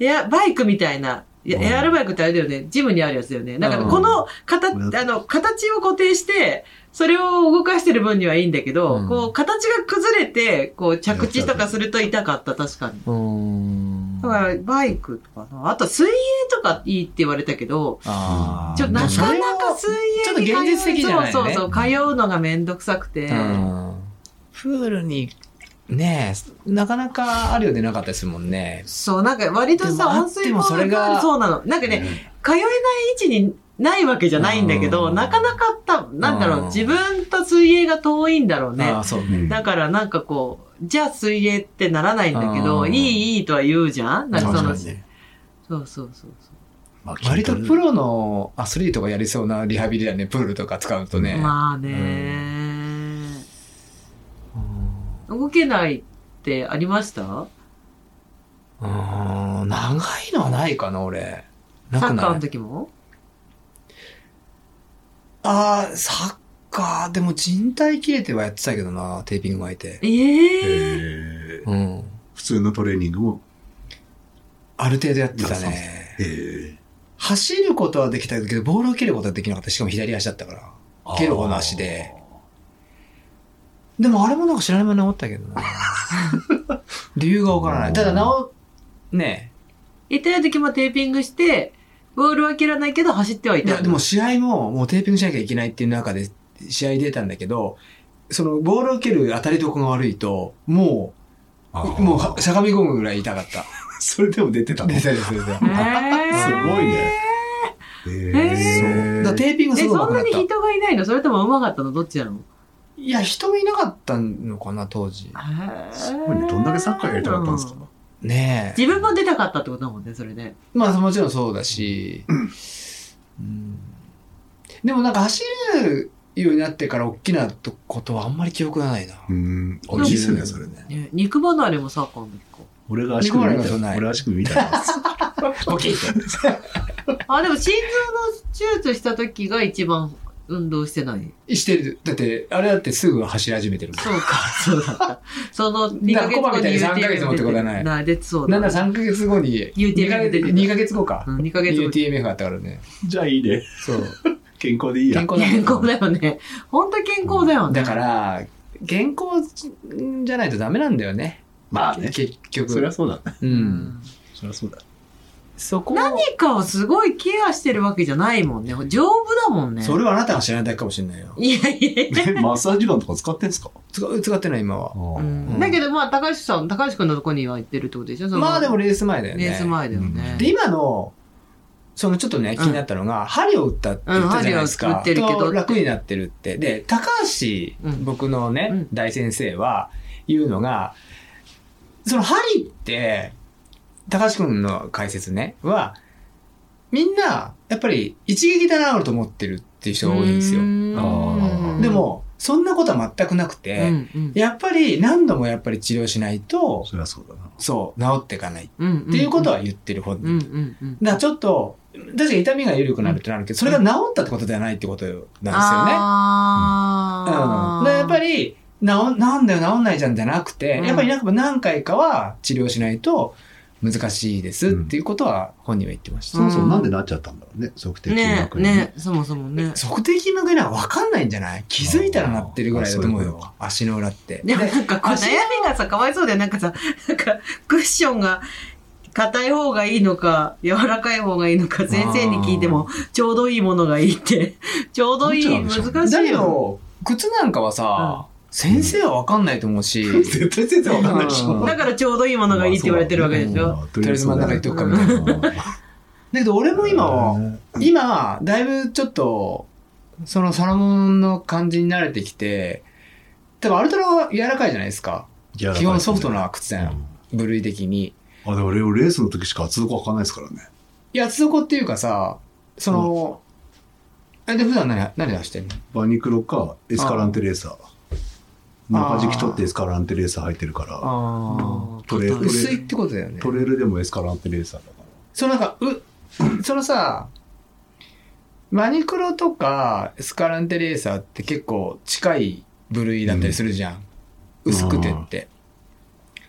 [SPEAKER 1] エア、バイクみたいな、いや
[SPEAKER 2] うん
[SPEAKER 1] エアロバイクってあれだよね。ジムにあるやつだよね。なんかこの形、
[SPEAKER 2] うん
[SPEAKER 1] あの、形を固定して、それを動かしてる分にはいいんだけど、
[SPEAKER 3] うん
[SPEAKER 1] こう、形が崩れて、こう、着地とかすると痛かった、確かに。
[SPEAKER 3] うん
[SPEAKER 1] だから、バイクとかな。あと、水泳とかいいって言われたけど、
[SPEAKER 3] あー
[SPEAKER 1] ちょっとなか
[SPEAKER 3] でもそれ
[SPEAKER 1] な
[SPEAKER 3] は
[SPEAKER 1] か水
[SPEAKER 3] ちょ
[SPEAKER 1] 泳
[SPEAKER 3] っと
[SPEAKER 1] に通う
[SPEAKER 3] 現実的じゃない
[SPEAKER 1] そう
[SPEAKER 3] よ
[SPEAKER 1] そう
[SPEAKER 3] ね
[SPEAKER 1] そう、通うのがめんどくさくて。
[SPEAKER 3] うんプールに、ねえ、なかなかあるようでなかったですもんね。
[SPEAKER 1] そう、なんか割と
[SPEAKER 3] で
[SPEAKER 1] さ、
[SPEAKER 3] も
[SPEAKER 1] 温水
[SPEAKER 3] あってもそれが
[SPEAKER 1] プールそうなの。なんかね、
[SPEAKER 2] ね
[SPEAKER 1] 通えない位置にないわけじゃないんだけど、
[SPEAKER 3] うん
[SPEAKER 1] なかなかた、なんだろ
[SPEAKER 3] うん
[SPEAKER 1] う、自分と水泳が遠いんだろう
[SPEAKER 3] あ
[SPEAKER 1] ね
[SPEAKER 3] あ、。そう
[SPEAKER 2] うん
[SPEAKER 1] だからなんかこう、じゃあ水泳ってならないんだけど、
[SPEAKER 3] うん
[SPEAKER 1] いいいいとは言うじゃんなんかそ
[SPEAKER 2] 確
[SPEAKER 1] の、
[SPEAKER 2] かに
[SPEAKER 1] そう
[SPEAKER 2] ね。
[SPEAKER 1] そうそうそう。
[SPEAKER 2] まあ
[SPEAKER 3] 割とプ
[SPEAKER 2] ロ。
[SPEAKER 3] ロのアスリートがやりそうなリハビリだね、プールとか使うとね。
[SPEAKER 1] まあね、動けないってありました
[SPEAKER 3] うん、長いのはないかな、俺。な
[SPEAKER 1] サ
[SPEAKER 3] く
[SPEAKER 1] ッカー
[SPEAKER 3] な
[SPEAKER 1] の
[SPEAKER 3] い。
[SPEAKER 1] 時も
[SPEAKER 3] ああ、サッカー、でも人体切れてはやってたけどな、テーピング巻いて。
[SPEAKER 1] ええ
[SPEAKER 2] えー
[SPEAKER 3] うん。
[SPEAKER 2] 普通のトレーニングも。
[SPEAKER 3] ある程度やって
[SPEAKER 2] や
[SPEAKER 3] た
[SPEAKER 2] ってたんです
[SPEAKER 3] ね。
[SPEAKER 2] え
[SPEAKER 3] 走ることはできたけど、ボールを蹴ることはできなかった。しかも左足だったから。
[SPEAKER 2] ー
[SPEAKER 3] 蹴る方の足で。でもあれもなんか知らないまま治ったけど な。理由がわからない。ただ治、ね
[SPEAKER 1] 痛い時もテーピングして、ボールは蹴らないけど走ってはい
[SPEAKER 3] え。い
[SPEAKER 1] た。
[SPEAKER 3] や、でも試合も、もうテーピングしなきゃいけないっていう中で、試合出たんだけど、その、ボールを蹴る当たりどこが悪いと、も
[SPEAKER 2] あ
[SPEAKER 3] う、
[SPEAKER 2] ー
[SPEAKER 3] もう、しゃがみ込むぐらい痛かった。
[SPEAKER 2] それでも出てたの
[SPEAKER 3] 出
[SPEAKER 2] す
[SPEAKER 3] た出た 出た。
[SPEAKER 1] え
[SPEAKER 3] そう
[SPEAKER 1] ー、
[SPEAKER 2] ごいね。え
[SPEAKER 3] だから
[SPEAKER 2] ー。
[SPEAKER 3] テーピング
[SPEAKER 1] え、
[SPEAKER 3] すごい
[SPEAKER 1] そ
[SPEAKER 3] 上
[SPEAKER 1] ん
[SPEAKER 3] 手くな
[SPEAKER 1] な
[SPEAKER 3] っ
[SPEAKER 1] に
[SPEAKER 3] た。
[SPEAKER 1] 人がいないのそれとも上手かったのどっちなの
[SPEAKER 3] いや、人もいなかったのかな、当時。
[SPEAKER 2] すごいね。どんだけサッカーやりたかったんですか
[SPEAKER 1] う
[SPEAKER 3] ねえ。
[SPEAKER 1] 自分も出たかったってことだもんね、それで。
[SPEAKER 3] まあもちろんそうだし、うんでもなんか走るようになってから大きなことはあんまり記憶がないな。
[SPEAKER 2] うん。大きいっすね、それね。
[SPEAKER 1] ね肉離れもサッカーの時か。
[SPEAKER 2] 俺が足首
[SPEAKER 3] 肉
[SPEAKER 2] 見
[SPEAKER 3] 離れは
[SPEAKER 2] た
[SPEAKER 3] ない
[SPEAKER 2] 俺足首見たら。
[SPEAKER 3] 大きい
[SPEAKER 1] あ、でも心臓の手術した時が一番運動してない。
[SPEAKER 3] してる。だって、あれだってすぐ走り始めてるもん。
[SPEAKER 1] そうか、そうだった。その2ヶ月
[SPEAKER 3] コバ
[SPEAKER 1] 後
[SPEAKER 3] みたい
[SPEAKER 1] に
[SPEAKER 3] に
[SPEAKER 1] UTM
[SPEAKER 3] 3ヶ月もってことはない
[SPEAKER 1] な、出てそう
[SPEAKER 3] な
[SPEAKER 1] だ。
[SPEAKER 3] んなら3ヶ月後に、
[SPEAKER 1] UTMF
[SPEAKER 3] 2ヶ月
[SPEAKER 1] 出てた
[SPEAKER 3] 2ヶ月後か。
[SPEAKER 1] うん、2ヶ月後に。
[SPEAKER 3] UTMF があったからね。
[SPEAKER 2] じゃあいいね。
[SPEAKER 3] そう。
[SPEAKER 2] 健康でいいや
[SPEAKER 3] 健。康だ
[SPEAKER 1] 健康だよね。本当健康だよね。
[SPEAKER 3] だか。ら、健康じゃないとダメなんだよね。
[SPEAKER 2] まあね。
[SPEAKER 3] 結
[SPEAKER 2] そりゃ
[SPEAKER 3] 局。
[SPEAKER 2] そうだね。
[SPEAKER 3] う。
[SPEAKER 1] うんん。
[SPEAKER 2] そりゃそうだ。
[SPEAKER 3] そこを
[SPEAKER 1] 何かをすごいケアしてるわけじゃないもんね。丈夫だもんね。
[SPEAKER 3] それはあなたが知らないだけかもしれないよ。
[SPEAKER 1] いやいやいや。
[SPEAKER 2] えマッサージガンとか使ってんすか
[SPEAKER 3] 使使ってない今は。
[SPEAKER 1] うん
[SPEAKER 3] うん
[SPEAKER 1] だけどまあ、高橋さん、高橋くんのとこには行ってるってことでしょその
[SPEAKER 3] まあでもレース前だよね。
[SPEAKER 1] レース前だよね。
[SPEAKER 3] で、今の、そのちょっとね、気になったのが、針を打ったって言ったじゃないです
[SPEAKER 1] うん針
[SPEAKER 3] か。
[SPEAKER 1] を打ってるけど
[SPEAKER 3] と楽になってるって。で、高橋、
[SPEAKER 1] うん
[SPEAKER 3] 僕のね、
[SPEAKER 1] うん
[SPEAKER 3] 大先生は、言うのが、その針って、高橋くんの解説ね、は、みんな、やっぱり一撃だなと思ってるっていう人が多いんですよ。
[SPEAKER 1] うーん
[SPEAKER 2] あー
[SPEAKER 3] で、も、そんなことは全くなくて、
[SPEAKER 7] うんうん
[SPEAKER 3] やっぱり何度もやっぱり治療しないと、
[SPEAKER 2] そりゃそうだな。
[SPEAKER 3] そう、治っていかないっ
[SPEAKER 7] うんうん
[SPEAKER 3] ていうことは言ってる本
[SPEAKER 7] うんうんうん
[SPEAKER 3] だからちょっと、確かに痛みが緩くなるってなるけど、それが治ったってことではないってことなんですよね。
[SPEAKER 7] あ
[SPEAKER 3] うん。だからやっぱ
[SPEAKER 7] り、
[SPEAKER 3] り、治なんだよ、治んないじゃんじゃなくて、
[SPEAKER 7] うん
[SPEAKER 3] やっぱりなんか何回かは治療しないと難しいですっていうことは本人は言ってました。
[SPEAKER 2] そもそも
[SPEAKER 7] うん
[SPEAKER 2] なんでなっちゃったんだろうね、測定器
[SPEAKER 7] ね
[SPEAKER 2] 膜
[SPEAKER 7] え、
[SPEAKER 2] に
[SPEAKER 7] ねえ、そもそもね。
[SPEAKER 3] 測定筋膜炎は分かんないんじゃない気づいたらなってるぐらいだと思う
[SPEAKER 2] あそういうこ
[SPEAKER 3] よ。足の裏って。
[SPEAKER 1] でもなんかこう
[SPEAKER 3] 足
[SPEAKER 1] 悩みがさ、かわいそうだよ。なんかさ、なんかクッションが硬い方がいいのか、柔らかい方がいいのか、先生に聞いても、ちょうどいいものがいいって、 ちょうどいい、
[SPEAKER 2] どっちなんでしょうね
[SPEAKER 1] 難し
[SPEAKER 3] だ
[SPEAKER 1] い
[SPEAKER 3] け
[SPEAKER 1] よ。
[SPEAKER 3] ど、靴なんかはさ、先生は分かんないと思うし、
[SPEAKER 2] 絶対先生わかんないでしょ。
[SPEAKER 3] うん
[SPEAKER 1] だからちょうどいいものがいいって言われてるわけでしょ。
[SPEAKER 2] まあ。
[SPEAKER 3] とりあえず真ん中行っとくかみた
[SPEAKER 2] いな。
[SPEAKER 3] だけど俺も今は、今、だいぶちょっと、そのサラモンの感じに慣れてきて、多分アルトラは柔らかいじゃないですか。基本ソフトな靴
[SPEAKER 2] うん。
[SPEAKER 3] だよ。部類的に。
[SPEAKER 2] あ、でも俺、レースの時しか厚底履かないですからね。
[SPEAKER 3] いや厚底っていうかさ、その、えで、普段何、何出してんの
[SPEAKER 2] バニクロかエスカランテレーサー。中敷き取ってエスカランテレーサー履いてるから、
[SPEAKER 3] あ
[SPEAKER 2] トレ
[SPEAKER 3] あ。
[SPEAKER 2] ト
[SPEAKER 3] 薄いっ
[SPEAKER 2] レ
[SPEAKER 3] てことだよね。
[SPEAKER 2] トレールでもエスカランテレーサーだから。
[SPEAKER 3] そのなんか、う、そのさ、マニクロとかスカランテレーサーって結構近い部類だったりするじゃん。
[SPEAKER 2] うん
[SPEAKER 3] 薄くてって。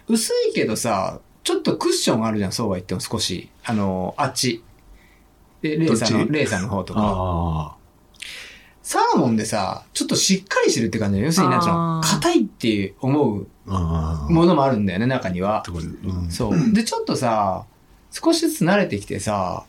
[SPEAKER 3] 薄いけどさ、ちょっとクッションがあるじゃん、そうは言っても少し。あの、あっち。で、レーサー
[SPEAKER 2] どっ
[SPEAKER 3] の、
[SPEAKER 2] ち
[SPEAKER 3] レーサーの方とか。
[SPEAKER 2] あ
[SPEAKER 3] サーモンでさ、ちょっとしっかりしてるって感じだよ要するになんつうの
[SPEAKER 7] あ、ー
[SPEAKER 3] 硬いって思う
[SPEAKER 2] あ。ああ。
[SPEAKER 3] ものもあるんだよね、中には
[SPEAKER 2] って。ことでうん
[SPEAKER 3] そう。で、ちょっとさ、少しずつ慣れてきてさ、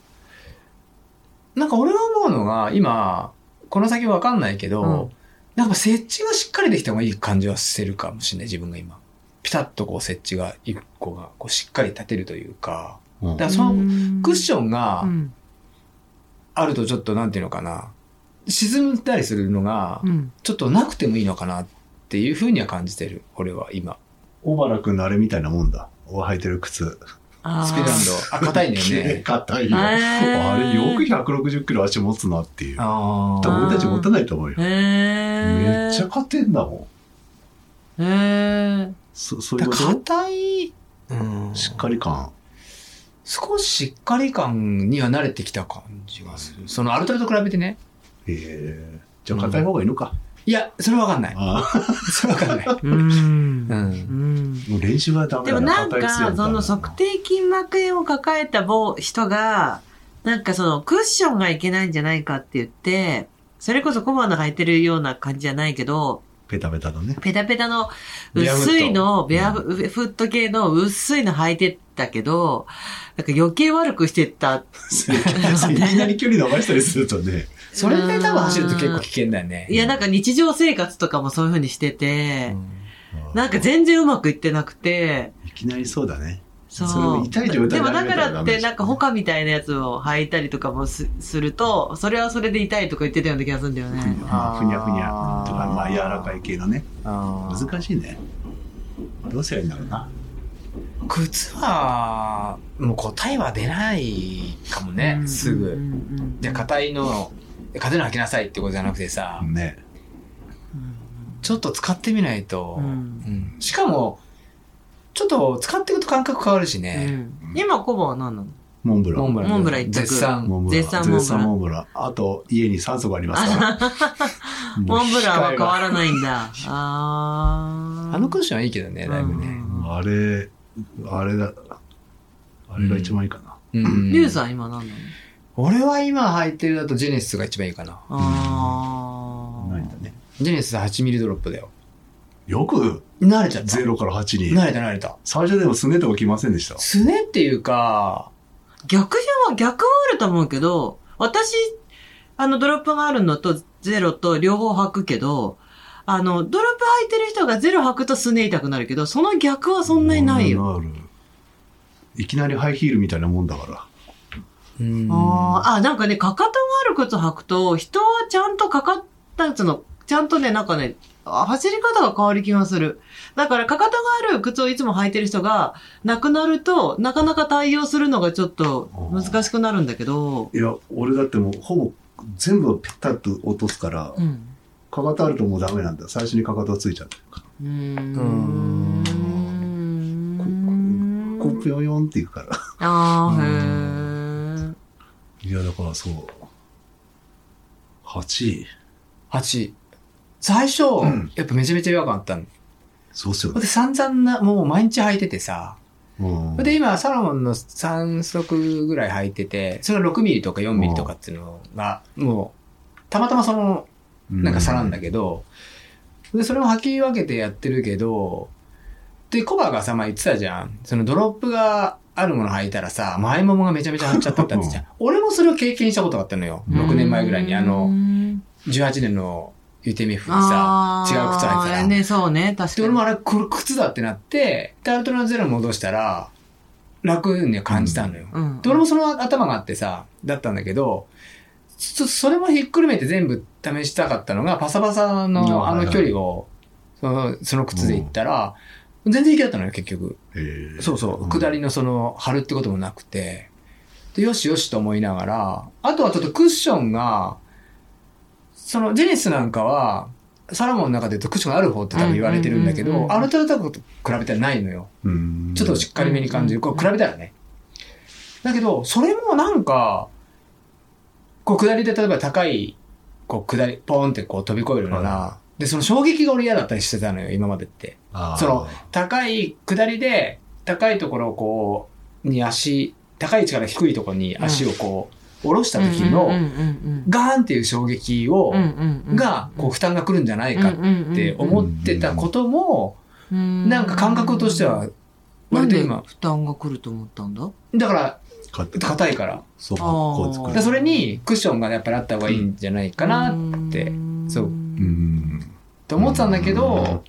[SPEAKER 3] なんか俺が思うのが、今、この先わかんないけど、
[SPEAKER 7] うん
[SPEAKER 3] なんか設置がしっかりできた方がいい感じはしてるかもしれない、自分が今。ピタッとこう設置が、一個が、こうしっかり立てるというか、
[SPEAKER 2] うん
[SPEAKER 3] だからそのクッ
[SPEAKER 7] ョ
[SPEAKER 3] ションが
[SPEAKER 7] うん
[SPEAKER 3] あるとちょっとなんていうのかな、沈んだりするのが
[SPEAKER 7] う、ん
[SPEAKER 3] ちょっとなくてもいいのかなっていうふうには感じてる、俺は今。
[SPEAKER 2] 小原くんのあれみたいなもんだ。お履いてる靴。
[SPEAKER 7] あー
[SPEAKER 3] スピードランド。あ、硬いん だよね。
[SPEAKER 2] 硬いよ。
[SPEAKER 7] へー
[SPEAKER 2] あれよく160キロ足持つなっていう。
[SPEAKER 3] あ
[SPEAKER 2] 多
[SPEAKER 3] ー
[SPEAKER 2] 分俺たち持たないと思うよ。
[SPEAKER 7] へ
[SPEAKER 2] めっちゃ勝てんだもん。
[SPEAKER 7] ゃ。へー
[SPEAKER 2] そそういう
[SPEAKER 3] だ
[SPEAKER 2] こ
[SPEAKER 3] から
[SPEAKER 2] と
[SPEAKER 3] 硬い、うん、
[SPEAKER 2] しっかり感。
[SPEAKER 3] 少ししっかり感には慣れてきた感じがする。そのアルトラと比べてね。
[SPEAKER 2] へえ。じゃあ硬い方がいいのか。
[SPEAKER 3] いや、それはわかんない。
[SPEAKER 2] ああ。
[SPEAKER 3] それはわかんない。
[SPEAKER 7] う。
[SPEAKER 3] うん。
[SPEAKER 7] うんん。
[SPEAKER 2] もう練習はダメ
[SPEAKER 1] で
[SPEAKER 2] だ
[SPEAKER 1] もなん
[SPEAKER 2] 硬い靴や
[SPEAKER 1] か、
[SPEAKER 2] んだ
[SPEAKER 1] その測定筋膜炎を抱えた某人が、なんかそのクッションがいけないんじゃないかって言って、それこそ小判の履いてるような感じじゃないけど、
[SPEAKER 2] ペタペタ だね。
[SPEAKER 1] ペタペタの
[SPEAKER 3] ベアフット
[SPEAKER 1] 薄いの、ベアフフット系の薄いの履いてったけど、なんか余計悪くしてった。
[SPEAKER 2] いきなり距離伸ばしたりするとね。
[SPEAKER 3] それで多分走ると結構危険だよね。
[SPEAKER 1] いや、なんか日常生活とかもそういう風にして
[SPEAKER 3] う
[SPEAKER 1] て、
[SPEAKER 3] ん
[SPEAKER 1] なんか全然うまくいってなくて、
[SPEAKER 2] いきなりそうだね。
[SPEAKER 1] そう。
[SPEAKER 2] それを痛い状態
[SPEAKER 1] で
[SPEAKER 2] で
[SPEAKER 1] も
[SPEAKER 2] や
[SPEAKER 1] だ
[SPEAKER 2] るみた
[SPEAKER 1] か
[SPEAKER 2] いな
[SPEAKER 1] らって、なんか他みたいなやつを履いたりとかもすすると、それはそれで痛いとか言ってたような気がするんだよ
[SPEAKER 2] ふに
[SPEAKER 1] ね。
[SPEAKER 3] あー
[SPEAKER 2] ゃふにゃふにゃとか、まあ柔らかい系のね。
[SPEAKER 3] あー
[SPEAKER 2] 難しいね。どうすりゃいいんだろうな。
[SPEAKER 3] 靴は、もう答えは出ないかもね、す
[SPEAKER 7] う
[SPEAKER 3] ぐ。
[SPEAKER 7] ん。
[SPEAKER 3] じゃあ、硬いの、硬いの履きなさいってことじゃなくてさ、
[SPEAKER 2] ね。
[SPEAKER 3] ちょっと使ってみないと。
[SPEAKER 1] うん
[SPEAKER 3] うんしかも、ちょっと使っていくと感覚変わるし
[SPEAKER 1] う
[SPEAKER 3] ね。
[SPEAKER 1] ん今、コバは何なの
[SPEAKER 2] モンブラン。
[SPEAKER 3] ブ
[SPEAKER 1] モンブラン一択
[SPEAKER 3] 絶賛。
[SPEAKER 2] モンブラン。
[SPEAKER 1] 絶賛モンブラン
[SPEAKER 2] 絶賛モンブラン。あと、家に酸素がありますから。
[SPEAKER 1] モンブランは
[SPEAKER 3] 控え
[SPEAKER 1] 変
[SPEAKER 3] は
[SPEAKER 1] わらないんだ。あー。
[SPEAKER 3] あのクッションはいいけどね、だいぶね。
[SPEAKER 2] もうあれ、あれだ。あれが一番いいかな。
[SPEAKER 3] うん
[SPEAKER 1] リュウさん今何なの
[SPEAKER 3] 俺は今履いてるだとジェネシスが一番いいかな。
[SPEAKER 1] あ
[SPEAKER 2] ないん
[SPEAKER 1] ー。
[SPEAKER 2] だね。
[SPEAKER 3] ジェネシス8ミリドロップだよ。
[SPEAKER 2] よく、
[SPEAKER 3] 慣れちゃった。
[SPEAKER 2] 0から8に。
[SPEAKER 3] 慣れた慣れた。
[SPEAKER 2] 最初でもすねとか来ませんでした。
[SPEAKER 3] すねっていうか、
[SPEAKER 1] 逆じゃんは逆はあると思うけど、私、あの、ドロップがあるのとゼロと両方履くけど、あの、ドロップ履いてる人がゼロ履くとすね痛くなるけど、その逆はそんなにないよ。
[SPEAKER 2] ある。いきなりハイヒールみたいなもんだから。
[SPEAKER 3] うん
[SPEAKER 1] あーあ、なんかね、かかとがある靴履くと、人はちゃんとかかった、その、ちゃんとね、なんかね、あ走り方が変わる気がする。だから、かかとがある靴をいつも履いてる人が、なくなると、なかなか対応するのがちょっと難しくなるんだけど、
[SPEAKER 2] いや、俺だってもうほぼ全部ペタッと落とすから、
[SPEAKER 1] うん。
[SPEAKER 2] かかとあるともうダメなんだ。最初にかかとついちゃってるから。
[SPEAKER 1] うーん。
[SPEAKER 2] こう、ぴょんよんっていくから。
[SPEAKER 1] ああ、へー
[SPEAKER 2] いや、だからそう。8位。
[SPEAKER 3] 8最初、
[SPEAKER 2] ん
[SPEAKER 3] やっぱめちゃめちゃ違和感あったの。
[SPEAKER 2] そうっすよ
[SPEAKER 3] ほん
[SPEAKER 2] ね。
[SPEAKER 3] で散々な、もう毎日履いててさ。
[SPEAKER 2] うん
[SPEAKER 3] ほんで今、サロモンの3足ぐらい履いてて、それが6ミリとか4ミリとかっていうのが、もう、たまたまその、なんか差なんだけど、で、それも履き分けてやってるけど、で、コバがさ、まあ言ってたじゃん。そのドロップがあるもの履いたらさ、前ももがめちゃめちゃ張っちゃったって言ってたじゃん。俺もそれを経験したことがあったのよ。6年前ぐらいに、あ
[SPEAKER 1] うー
[SPEAKER 3] の、
[SPEAKER 1] ん
[SPEAKER 3] 18年の UTMF にさ、
[SPEAKER 1] あ
[SPEAKER 3] 違う靴履いてたら
[SPEAKER 1] ーね、そうね、確
[SPEAKER 3] で、
[SPEAKER 1] か
[SPEAKER 3] 俺
[SPEAKER 1] に
[SPEAKER 3] も。あれ、これ靴だってなって、で、アルトラゼロに戻したら、楽には感じたのよ。
[SPEAKER 1] うん
[SPEAKER 3] で、俺もその頭があってさ、だったんだけど、ちょそれもひっくるめて全部試したかったのが、パサパサの
[SPEAKER 2] あは
[SPEAKER 3] あ
[SPEAKER 2] い
[SPEAKER 3] の
[SPEAKER 2] はい
[SPEAKER 3] 距離を、そのその靴で行ったら、全然いけだったのよ、結局。
[SPEAKER 2] へー
[SPEAKER 3] そうそう。下りのその、張るってこともなくて。で、よしよしと思いながら、あとはちょっとクッションが、その、ジェネシスなんかは、サラモンの中で言うとクッションがある方って多分言われてるんだけ
[SPEAKER 1] うんうんうんう
[SPEAKER 3] ど、
[SPEAKER 1] ん
[SPEAKER 3] アルトラタコと比べたらないのよ。
[SPEAKER 2] うん
[SPEAKER 3] ちょっとしっかりめに感じる。こう比べたらね。だけど、それもなんか、こう下りで例えば高い、こう下り、ポーンってこう飛び越えるのな
[SPEAKER 2] は。
[SPEAKER 3] で、その衝撃が俺嫌だったりしてたのよ、今までって。
[SPEAKER 2] あー
[SPEAKER 3] その高い下りで高いところをこうに足高い位置から低いところに足をこう下ろした
[SPEAKER 1] う
[SPEAKER 3] 時
[SPEAKER 1] んうん
[SPEAKER 3] の
[SPEAKER 1] うんうん
[SPEAKER 3] ガーンっていう衝撃
[SPEAKER 1] う
[SPEAKER 3] を
[SPEAKER 1] んうんうん
[SPEAKER 3] がこう負担が来るんじゃないかっ
[SPEAKER 1] って
[SPEAKER 3] 思ってたこともなんか感覚としては
[SPEAKER 1] なん
[SPEAKER 3] 割と
[SPEAKER 1] で
[SPEAKER 3] 今
[SPEAKER 1] 負担が来ると思ったんだ
[SPEAKER 3] だから
[SPEAKER 2] 買って
[SPEAKER 3] 硬いから
[SPEAKER 2] そう
[SPEAKER 1] あー
[SPEAKER 2] こう作
[SPEAKER 3] だ
[SPEAKER 2] る
[SPEAKER 3] からそれにクッションがやっぱりあった方がいいんじゃないかなってそう
[SPEAKER 2] うん
[SPEAKER 3] と思ってたんだけ
[SPEAKER 2] うん
[SPEAKER 3] ど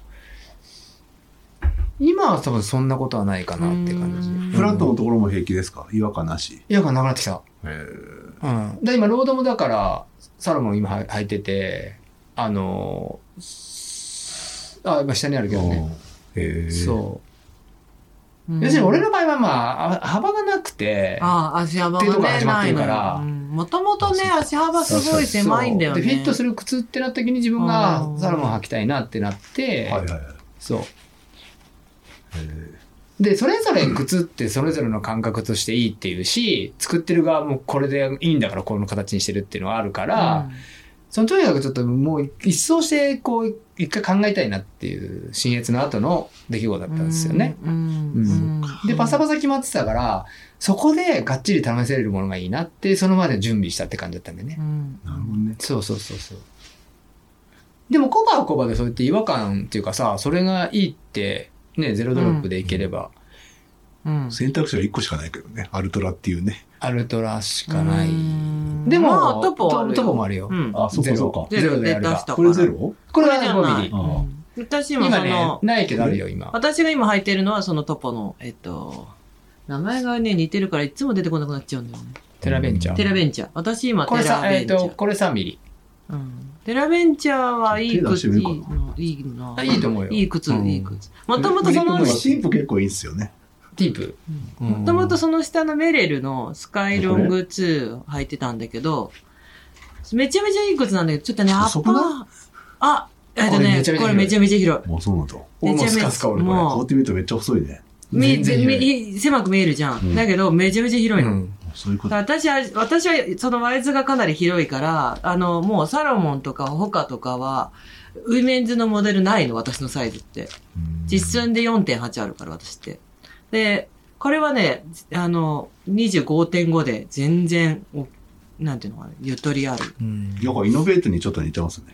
[SPEAKER 3] 今は多分そんなことはないかなって感じ
[SPEAKER 1] うん
[SPEAKER 2] フラットのところも平気ですか違和感なし。
[SPEAKER 3] 違和感なくなってきた
[SPEAKER 2] へー
[SPEAKER 3] うん。で、今、ロードもだから、サロモン今は履いてて、あのー、すあ、今下にあるけどね。
[SPEAKER 2] うんへー
[SPEAKER 3] そう。要するに俺の場合はまああ、幅がなくて、
[SPEAKER 1] ああ、足幅
[SPEAKER 3] っていうとこ
[SPEAKER 1] が
[SPEAKER 3] か
[SPEAKER 1] ね、
[SPEAKER 3] ら始まっ
[SPEAKER 1] な
[SPEAKER 3] て
[SPEAKER 1] い
[SPEAKER 3] る
[SPEAKER 1] の
[SPEAKER 3] か
[SPEAKER 1] よ
[SPEAKER 3] ら
[SPEAKER 1] うんもともとね、足幅すごい狭いんだよね。
[SPEAKER 3] そうで、フィットする靴ってなった時に自分
[SPEAKER 1] あ
[SPEAKER 3] が
[SPEAKER 1] ー
[SPEAKER 3] サロモン履きたいなってなって、
[SPEAKER 2] はいはいはい。
[SPEAKER 3] そ
[SPEAKER 2] へー
[SPEAKER 3] う。で、それぞれ靴ってそれぞれの感覚としていいっていうし、作ってる側もこれでいいんだからこの形にしてるっていうのはあるから、そのとにかくちょっともう一掃してこう一回考えたいなっていう新越の後の出来事だ
[SPEAKER 1] う
[SPEAKER 3] っ
[SPEAKER 1] ん、
[SPEAKER 3] たんですよね。
[SPEAKER 1] うん。
[SPEAKER 3] う
[SPEAKER 1] う
[SPEAKER 3] ん
[SPEAKER 1] ん
[SPEAKER 3] で、パサパサ決まってたから、そこでがっちり試せれるものがいいなって、そのまで準備したって感じだったんだよね。
[SPEAKER 1] うん
[SPEAKER 2] なるほどね。
[SPEAKER 3] そうそうそうそう。でも、コバはコバでそうやって違和感っていうかさ、それがいいって、ね、ゼロドロップでいければ、
[SPEAKER 1] うん
[SPEAKER 2] 選択肢は1個しかないけどね。アルトラっていうね。
[SPEAKER 3] アルトラしかない。
[SPEAKER 1] うん
[SPEAKER 3] でも、
[SPEAKER 1] まあトポはあるよ
[SPEAKER 3] トポもあるよ。
[SPEAKER 1] うん
[SPEAKER 2] あそうか
[SPEAKER 3] ゼロ
[SPEAKER 2] そうか
[SPEAKER 1] ゼ
[SPEAKER 3] ゼロ
[SPEAKER 1] ロ
[SPEAKER 3] で
[SPEAKER 1] で
[SPEAKER 3] や
[SPEAKER 1] 出
[SPEAKER 3] れば
[SPEAKER 1] したから。
[SPEAKER 2] これゼロ
[SPEAKER 3] これ
[SPEAKER 1] こ
[SPEAKER 3] は
[SPEAKER 1] れじ
[SPEAKER 3] ね、
[SPEAKER 1] ゃ
[SPEAKER 3] 5
[SPEAKER 1] な
[SPEAKER 3] ミ
[SPEAKER 1] い
[SPEAKER 3] リ。
[SPEAKER 2] あ
[SPEAKER 1] うん私もそ
[SPEAKER 3] 今ね
[SPEAKER 1] の、、
[SPEAKER 3] ないけどあるよ、今。
[SPEAKER 1] 私が今履いてるのはそのトポの、えっと、名前がね、似てるからいつも出てこなくなっちゃうんだよね。
[SPEAKER 3] テラベンチャー
[SPEAKER 1] テラベンチャー。私今
[SPEAKER 3] こ
[SPEAKER 1] テ
[SPEAKER 3] れ
[SPEAKER 1] ラ
[SPEAKER 3] さ、
[SPEAKER 1] ベ
[SPEAKER 3] え
[SPEAKER 1] ン
[SPEAKER 3] っ
[SPEAKER 1] チャー。
[SPEAKER 3] と、これ3ミリ。
[SPEAKER 1] うんテラベンチャーはいい
[SPEAKER 2] 手出し
[SPEAKER 1] 靴、
[SPEAKER 2] て
[SPEAKER 1] い
[SPEAKER 2] み
[SPEAKER 1] い
[SPEAKER 2] るか
[SPEAKER 1] の、いいの
[SPEAKER 3] あ。いいと思うよ。
[SPEAKER 1] いい靴、
[SPEAKER 3] うん
[SPEAKER 1] いい靴。もともとその、
[SPEAKER 2] でも
[SPEAKER 1] も
[SPEAKER 2] シンプル結構いいんですよね。
[SPEAKER 3] ティープ。
[SPEAKER 1] ともとその下のメレルのスカイロング2履いてたんだけど、めちゃめちゃいい靴なんだけど、ちょっとね、アッ
[SPEAKER 2] そ
[SPEAKER 1] パ
[SPEAKER 2] こだ
[SPEAKER 1] ー、あ、えっと
[SPEAKER 3] こ
[SPEAKER 1] ね
[SPEAKER 3] れめちゃめちゃ広い、
[SPEAKER 1] これめちゃめちゃ広い。
[SPEAKER 2] もうそうなんだ。
[SPEAKER 3] 俺も
[SPEAKER 1] めちゃめ
[SPEAKER 3] ス
[SPEAKER 1] ちゃ
[SPEAKER 3] カスカ俺これ。
[SPEAKER 2] こうや
[SPEAKER 1] も
[SPEAKER 2] って見るとめっちゃ細いね。
[SPEAKER 1] う、み
[SPEAKER 3] 全然広い
[SPEAKER 1] み狭く見えるじゃ
[SPEAKER 2] うん
[SPEAKER 1] ん。だけど、めちゃめちゃ広いの。
[SPEAKER 2] そういうこと。
[SPEAKER 1] だから私は、私は、そのワイズがかなり広いから、あの、もうサロモンとかホカとかは、ウィメンズのモデルないの、私のサイズって。
[SPEAKER 2] うん
[SPEAKER 1] 実寸で4.8あるから、私って。で、これはね、あの、25.5で全然、おなんていうのかな、ゆとりある。
[SPEAKER 3] うん
[SPEAKER 2] やっぱイノベートにちょっと似てますね。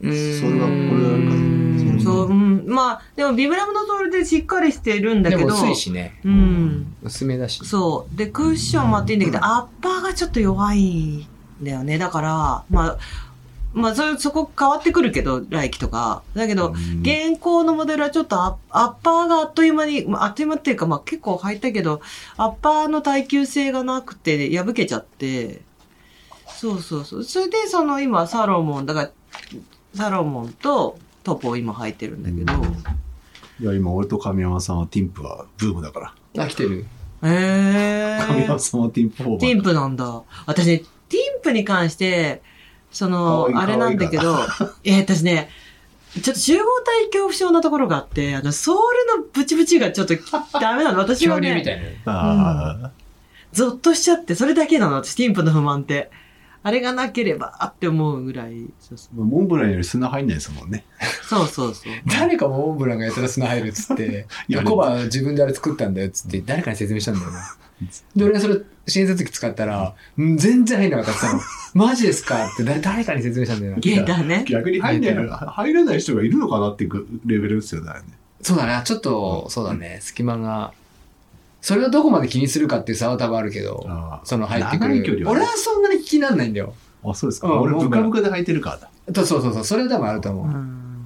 [SPEAKER 3] うーん
[SPEAKER 2] それがこれ
[SPEAKER 1] う
[SPEAKER 2] は
[SPEAKER 1] ん、
[SPEAKER 2] そ
[SPEAKER 1] そうう、うん、まあ、でもビブラムのソールでしっかりしてるんだけ
[SPEAKER 3] で
[SPEAKER 1] ど、
[SPEAKER 3] も薄いしね。
[SPEAKER 1] うん。
[SPEAKER 3] 薄めだし。
[SPEAKER 1] そう。で、クッションもあっていいんだけど、アッパーがちょっと弱いんだよね。だから、まあ、まあ、それ、そこ変わってくるけど、来期とか。だけど、
[SPEAKER 2] うん
[SPEAKER 1] 現行のモデルはちょっとアッアッパーがあっという間に、まああっという間っていうか、まあ結構入ったけど、アッパーの耐久性がなくて破けちゃって、そうそうそう。それでその今サロモン、だから、サロモンとトポを今履いてるんだけど、
[SPEAKER 2] いや、今俺と神山さんはティンプはブームだか
[SPEAKER 3] 飽きてる。
[SPEAKER 1] へえー。
[SPEAKER 2] ら。神山さんはティンプフォーバー。
[SPEAKER 1] ティンプなんだ。私ね、ティンプに関して、その、
[SPEAKER 2] 可愛い
[SPEAKER 1] あれなんだ けど、えー、私ね、ちょっと集合体恐怖症なところがあって、あの、ソールのブチブチがちょっと ダメなの。私は
[SPEAKER 3] 恐竜み
[SPEAKER 1] ね、
[SPEAKER 3] たいな。
[SPEAKER 2] あ
[SPEAKER 1] ゾッとしちゃって、それだけなの。私、ティンプの不満って。あれがなければって思うぐらい。そうそ
[SPEAKER 2] ーモンブランより砂入んないですもんね。
[SPEAKER 1] うそうそうそう。
[SPEAKER 3] 誰かモンブランがやたら砂入るっ つって、
[SPEAKER 2] いや
[SPEAKER 3] コバ自分であれ作ったんだよっつって、誰かに説明したんだよな。で、俺がそれ、新設機使ったら、うん全然入んなかったっつったの。マジですかって誰誰かに説明したんだよな。
[SPEAKER 1] ゲーだね。
[SPEAKER 2] 逆に入んない、入らない人がいるのかなっていうレベルですよね。あれね
[SPEAKER 3] そうだな、ちょっと、そうだね、隙間が。それをどこまで気にするかっていう差は多分あるけど、
[SPEAKER 2] あー
[SPEAKER 3] その入ってく
[SPEAKER 2] 長い距
[SPEAKER 3] る。
[SPEAKER 2] 離は
[SPEAKER 3] 俺
[SPEAKER 2] ね
[SPEAKER 3] はそんなに気になんないんだよ。
[SPEAKER 2] あ、そうです
[SPEAKER 3] う
[SPEAKER 2] か。
[SPEAKER 3] ん
[SPEAKER 2] 俺、
[SPEAKER 3] モン
[SPEAKER 2] ブ
[SPEAKER 3] ブラ
[SPEAKER 2] カ
[SPEAKER 3] ン
[SPEAKER 2] ブカで履いてるからだ。
[SPEAKER 3] とそうそうそう、それは多分あると思
[SPEAKER 1] うん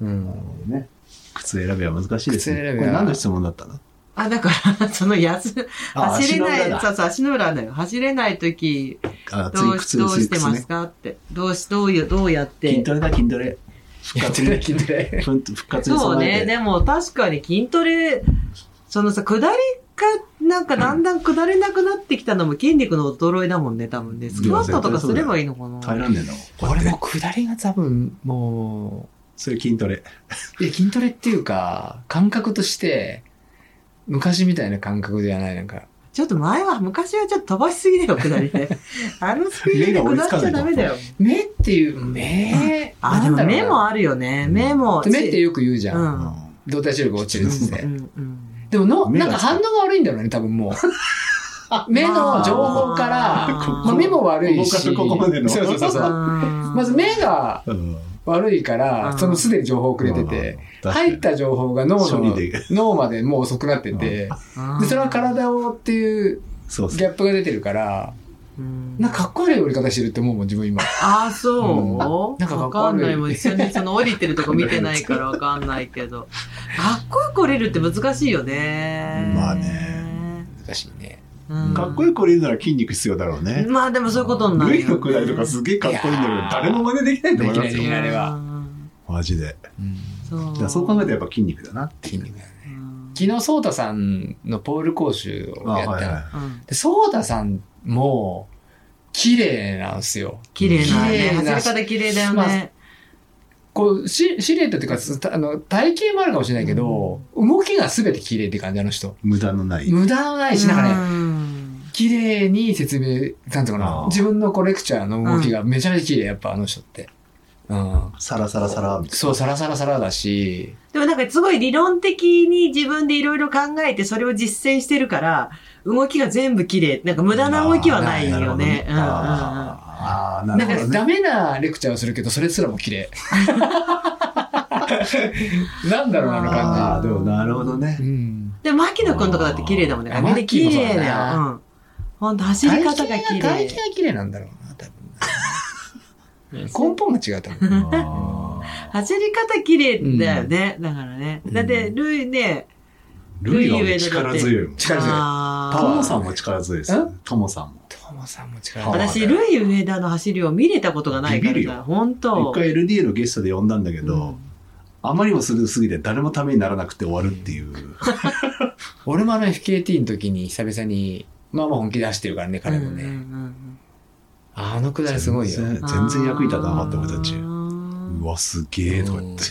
[SPEAKER 3] う。うん。
[SPEAKER 2] ね。靴選びは難しいですね。
[SPEAKER 3] 靴選びは
[SPEAKER 2] これ何の質問だったの
[SPEAKER 1] あ、だから、その安、
[SPEAKER 2] あ
[SPEAKER 1] 走れな
[SPEAKER 2] 足の裏
[SPEAKER 1] い、
[SPEAKER 2] だ
[SPEAKER 1] そうそう、足の裏だよ。走れないとき、
[SPEAKER 2] あ、つ
[SPEAKER 1] ど
[SPEAKER 2] いう
[SPEAKER 1] し
[SPEAKER 2] 靴、
[SPEAKER 1] どう
[SPEAKER 2] つい
[SPEAKER 1] して
[SPEAKER 2] 靴
[SPEAKER 1] ます
[SPEAKER 2] ね。
[SPEAKER 1] かって。どうし、どうよ、どうやって。
[SPEAKER 2] 筋トレだ、筋トレ。復活 に、
[SPEAKER 3] 筋トレ。
[SPEAKER 2] ふん復活に
[SPEAKER 1] そう
[SPEAKER 2] 備え
[SPEAKER 1] ね、
[SPEAKER 2] て。
[SPEAKER 1] でも確かに筋トレ、そのさ、下りが、なんかだんだん下れなくなってきたのも筋肉の衰えだもんね、多分ね。スクワットとかすればいいのか
[SPEAKER 2] 耐え
[SPEAKER 1] な。
[SPEAKER 2] らんねえんだもん。こうや
[SPEAKER 3] 俺
[SPEAKER 2] って
[SPEAKER 3] も下りが多分、もう、
[SPEAKER 2] それ筋トレ。
[SPEAKER 3] いや、筋トレっていうか、感覚として、昔みたいな感覚ではない、なんか。
[SPEAKER 1] ちょっと前は、昔はちょっと飛ばしすぎだよ、下りで。あのスピードで下っちゃダメだよ。
[SPEAKER 3] 目っていう、目、
[SPEAKER 1] あ、でも目も
[SPEAKER 3] あ
[SPEAKER 1] あるよね。目も。
[SPEAKER 3] 目ってよく言うじゃん。
[SPEAKER 1] うん
[SPEAKER 2] う
[SPEAKER 3] 動体視力落ちるっつっ
[SPEAKER 1] う
[SPEAKER 3] て。
[SPEAKER 1] んうん
[SPEAKER 3] でもの、
[SPEAKER 2] 目が
[SPEAKER 3] なんか反応が悪いんだろうね、多分 もう。目の情報から、
[SPEAKER 1] あー
[SPEAKER 3] まあ、目も悪いし。
[SPEAKER 2] ここからここまでの
[SPEAKER 3] そうそうそうそう。ま
[SPEAKER 1] ま
[SPEAKER 3] ず目が
[SPEAKER 2] ん。
[SPEAKER 3] 悪いか
[SPEAKER 1] う
[SPEAKER 3] ら、
[SPEAKER 1] ん
[SPEAKER 3] そのすでに情報をくれてて、
[SPEAKER 2] うん、
[SPEAKER 3] 入った情報が脳
[SPEAKER 2] 処
[SPEAKER 3] の
[SPEAKER 2] 理で、
[SPEAKER 3] 脳までもう遅くなってて、で、それは体をっていう
[SPEAKER 2] そうです
[SPEAKER 3] ギャップが出てるから、なんかかっこ悪い折り方してるって思うもん、自分今。
[SPEAKER 1] ああ、そう、
[SPEAKER 3] うんなんか
[SPEAKER 1] わ
[SPEAKER 3] わ
[SPEAKER 1] か
[SPEAKER 3] か
[SPEAKER 1] ん
[SPEAKER 3] ん
[SPEAKER 1] な
[SPEAKER 3] ない
[SPEAKER 1] い。もう一緒にその降りてるとこ見てないからわかんないけど。かっこよく降りるって難しいよね。
[SPEAKER 2] まあね。
[SPEAKER 3] 難しいね。
[SPEAKER 1] うん
[SPEAKER 2] かっこよく降りるなら筋肉必要だろうね。
[SPEAKER 1] まあでもそういうことにな
[SPEAKER 2] ル
[SPEAKER 1] る
[SPEAKER 2] イのくらいとかすげえかっこいいんだけど
[SPEAKER 3] いや、ー
[SPEAKER 2] 誰も真似できないと思いま
[SPEAKER 3] ですき
[SPEAKER 2] よ
[SPEAKER 3] ない。ねあれは
[SPEAKER 1] うん
[SPEAKER 2] マジで。
[SPEAKER 1] そう。
[SPEAKER 2] じゃあそう考えたらやっぱ筋肉だな。
[SPEAKER 3] 筋肉だね
[SPEAKER 1] うん
[SPEAKER 3] 昨日、ソータさんのポール講習をやったの。
[SPEAKER 2] はいはい。
[SPEAKER 1] うん
[SPEAKER 3] でソータさんも、綺麗なんですよ。
[SPEAKER 1] 綺麗なね。
[SPEAKER 3] 綺麗な
[SPEAKER 1] 走り方綺麗だよ
[SPEAKER 3] まあ
[SPEAKER 1] ね。
[SPEAKER 3] こう、シシルエットっていうか、すたあの体型もあるかもしれないけど、動きが全て綺麗って感じ、あの人。
[SPEAKER 2] 無駄のない。
[SPEAKER 3] 無駄のないし、なんかね、
[SPEAKER 1] うん
[SPEAKER 3] 綺麗に説明、なんていうのか
[SPEAKER 2] あ
[SPEAKER 3] な
[SPEAKER 2] ー、
[SPEAKER 3] 自分のこうレクチャーの動きがめちゃめちゃ綺麗、やっぱあの人って。うん。
[SPEAKER 2] サラサラサラみたい
[SPEAKER 3] そう、サラサラサラだし、
[SPEAKER 1] でもなんかすごい理論的に自分でいろいろ考えてそれを実践してるから、動きが全全部綺麗。なんか無駄な動きはないよね。うんうんうん
[SPEAKER 2] あーなる
[SPEAKER 3] なん
[SPEAKER 2] ほ
[SPEAKER 3] か
[SPEAKER 2] どねあー、なるほどね。
[SPEAKER 3] ダメなレクチャーをするけど、それすらも綺麗。なんだろうな、あの
[SPEAKER 2] あ
[SPEAKER 3] 感
[SPEAKER 2] あ、でもなるほどね
[SPEAKER 3] じ。。うん。
[SPEAKER 1] で、牧野くんとかだって綺麗だもんね。
[SPEAKER 3] あー
[SPEAKER 1] みんな綺麗だ
[SPEAKER 3] 牧野さ
[SPEAKER 1] よ。
[SPEAKER 3] んだ
[SPEAKER 1] うん。ほんと、走り方が
[SPEAKER 3] 体
[SPEAKER 1] 綺
[SPEAKER 3] 型体型
[SPEAKER 1] 麗。
[SPEAKER 3] が綺麗なんだろうな、多分。根本が違うと思う。
[SPEAKER 2] あー
[SPEAKER 1] 走り方綺麗だよね。だからね。だって、
[SPEAKER 2] うん
[SPEAKER 1] ルイね、
[SPEAKER 2] ルイは
[SPEAKER 1] ルイ上
[SPEAKER 2] ね
[SPEAKER 1] 野だっ
[SPEAKER 2] 力
[SPEAKER 1] て
[SPEAKER 2] 強いもん。
[SPEAKER 3] 力強い。
[SPEAKER 1] あ
[SPEAKER 2] トモ
[SPEAKER 1] ー
[SPEAKER 2] さんも力強いですよね。トモさんも。
[SPEAKER 3] トモさんも力
[SPEAKER 2] パワー
[SPEAKER 3] 強い。
[SPEAKER 1] 私、ルイ上田の走りを見れたことがないか
[SPEAKER 2] ビ
[SPEAKER 1] ら
[SPEAKER 2] ビる
[SPEAKER 1] さ、
[SPEAKER 2] よ
[SPEAKER 1] ほんと。
[SPEAKER 2] 一回 LDA のゲストで呼んだんだけ
[SPEAKER 1] う
[SPEAKER 2] ど
[SPEAKER 1] ん、
[SPEAKER 2] あまりも鋭すぎて誰もためにならなくて終わるっていう。
[SPEAKER 3] 俺もあの FKT の時に久々に、まあまあ本気で走ってるからね、彼
[SPEAKER 1] う
[SPEAKER 3] も
[SPEAKER 1] んうん
[SPEAKER 3] ね。
[SPEAKER 1] うん
[SPEAKER 3] あのくだりすごいよ。
[SPEAKER 2] 全
[SPEAKER 1] うん
[SPEAKER 2] 然全然役に立たなかった俺たち
[SPEAKER 1] あ。ー
[SPEAKER 2] うわ、すげえとか言って。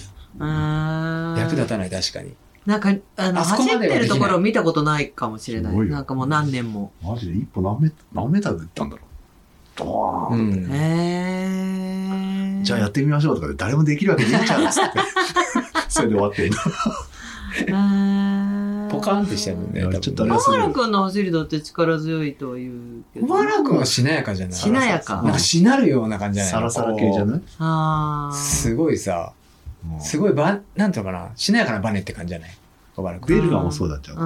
[SPEAKER 1] あー
[SPEAKER 3] 役立たない、確かに。
[SPEAKER 1] なんか、あの、
[SPEAKER 3] あそこ
[SPEAKER 1] 走
[SPEAKER 3] ま
[SPEAKER 1] っ
[SPEAKER 3] ではできない
[SPEAKER 1] てるところを見たことないかもしれな
[SPEAKER 2] すご
[SPEAKER 1] い。
[SPEAKER 2] いよ
[SPEAKER 1] なんかもう何年も。
[SPEAKER 2] マジで一歩何メ何メーターで行ったんだろう。ドー
[SPEAKER 3] う
[SPEAKER 2] ン、
[SPEAKER 1] へ
[SPEAKER 3] ん。
[SPEAKER 1] ー。
[SPEAKER 2] じゃあやってみましょうとかで誰もできるわけねえじゃんっつって。それで終わってん
[SPEAKER 3] ポ
[SPEAKER 1] ポ
[SPEAKER 3] カーンってしちゃうもんね。
[SPEAKER 2] いや
[SPEAKER 3] 多分
[SPEAKER 2] ちょっとあれ
[SPEAKER 1] 小
[SPEAKER 2] はすごい
[SPEAKER 1] 原くんの走りだって力強いとは言うけど。
[SPEAKER 3] 小原くんはしなやかじゃない
[SPEAKER 1] しなやか
[SPEAKER 3] なんかしなるような感じじゃない
[SPEAKER 2] サラサラ系じゃない
[SPEAKER 1] あ
[SPEAKER 3] こう
[SPEAKER 1] ー
[SPEAKER 3] すごいさ、す
[SPEAKER 2] ごい。
[SPEAKER 3] ごいば、なんとかな、しなやかなバネって感じじゃない小原くん。
[SPEAKER 2] ベルガもそうだった
[SPEAKER 1] うんうんう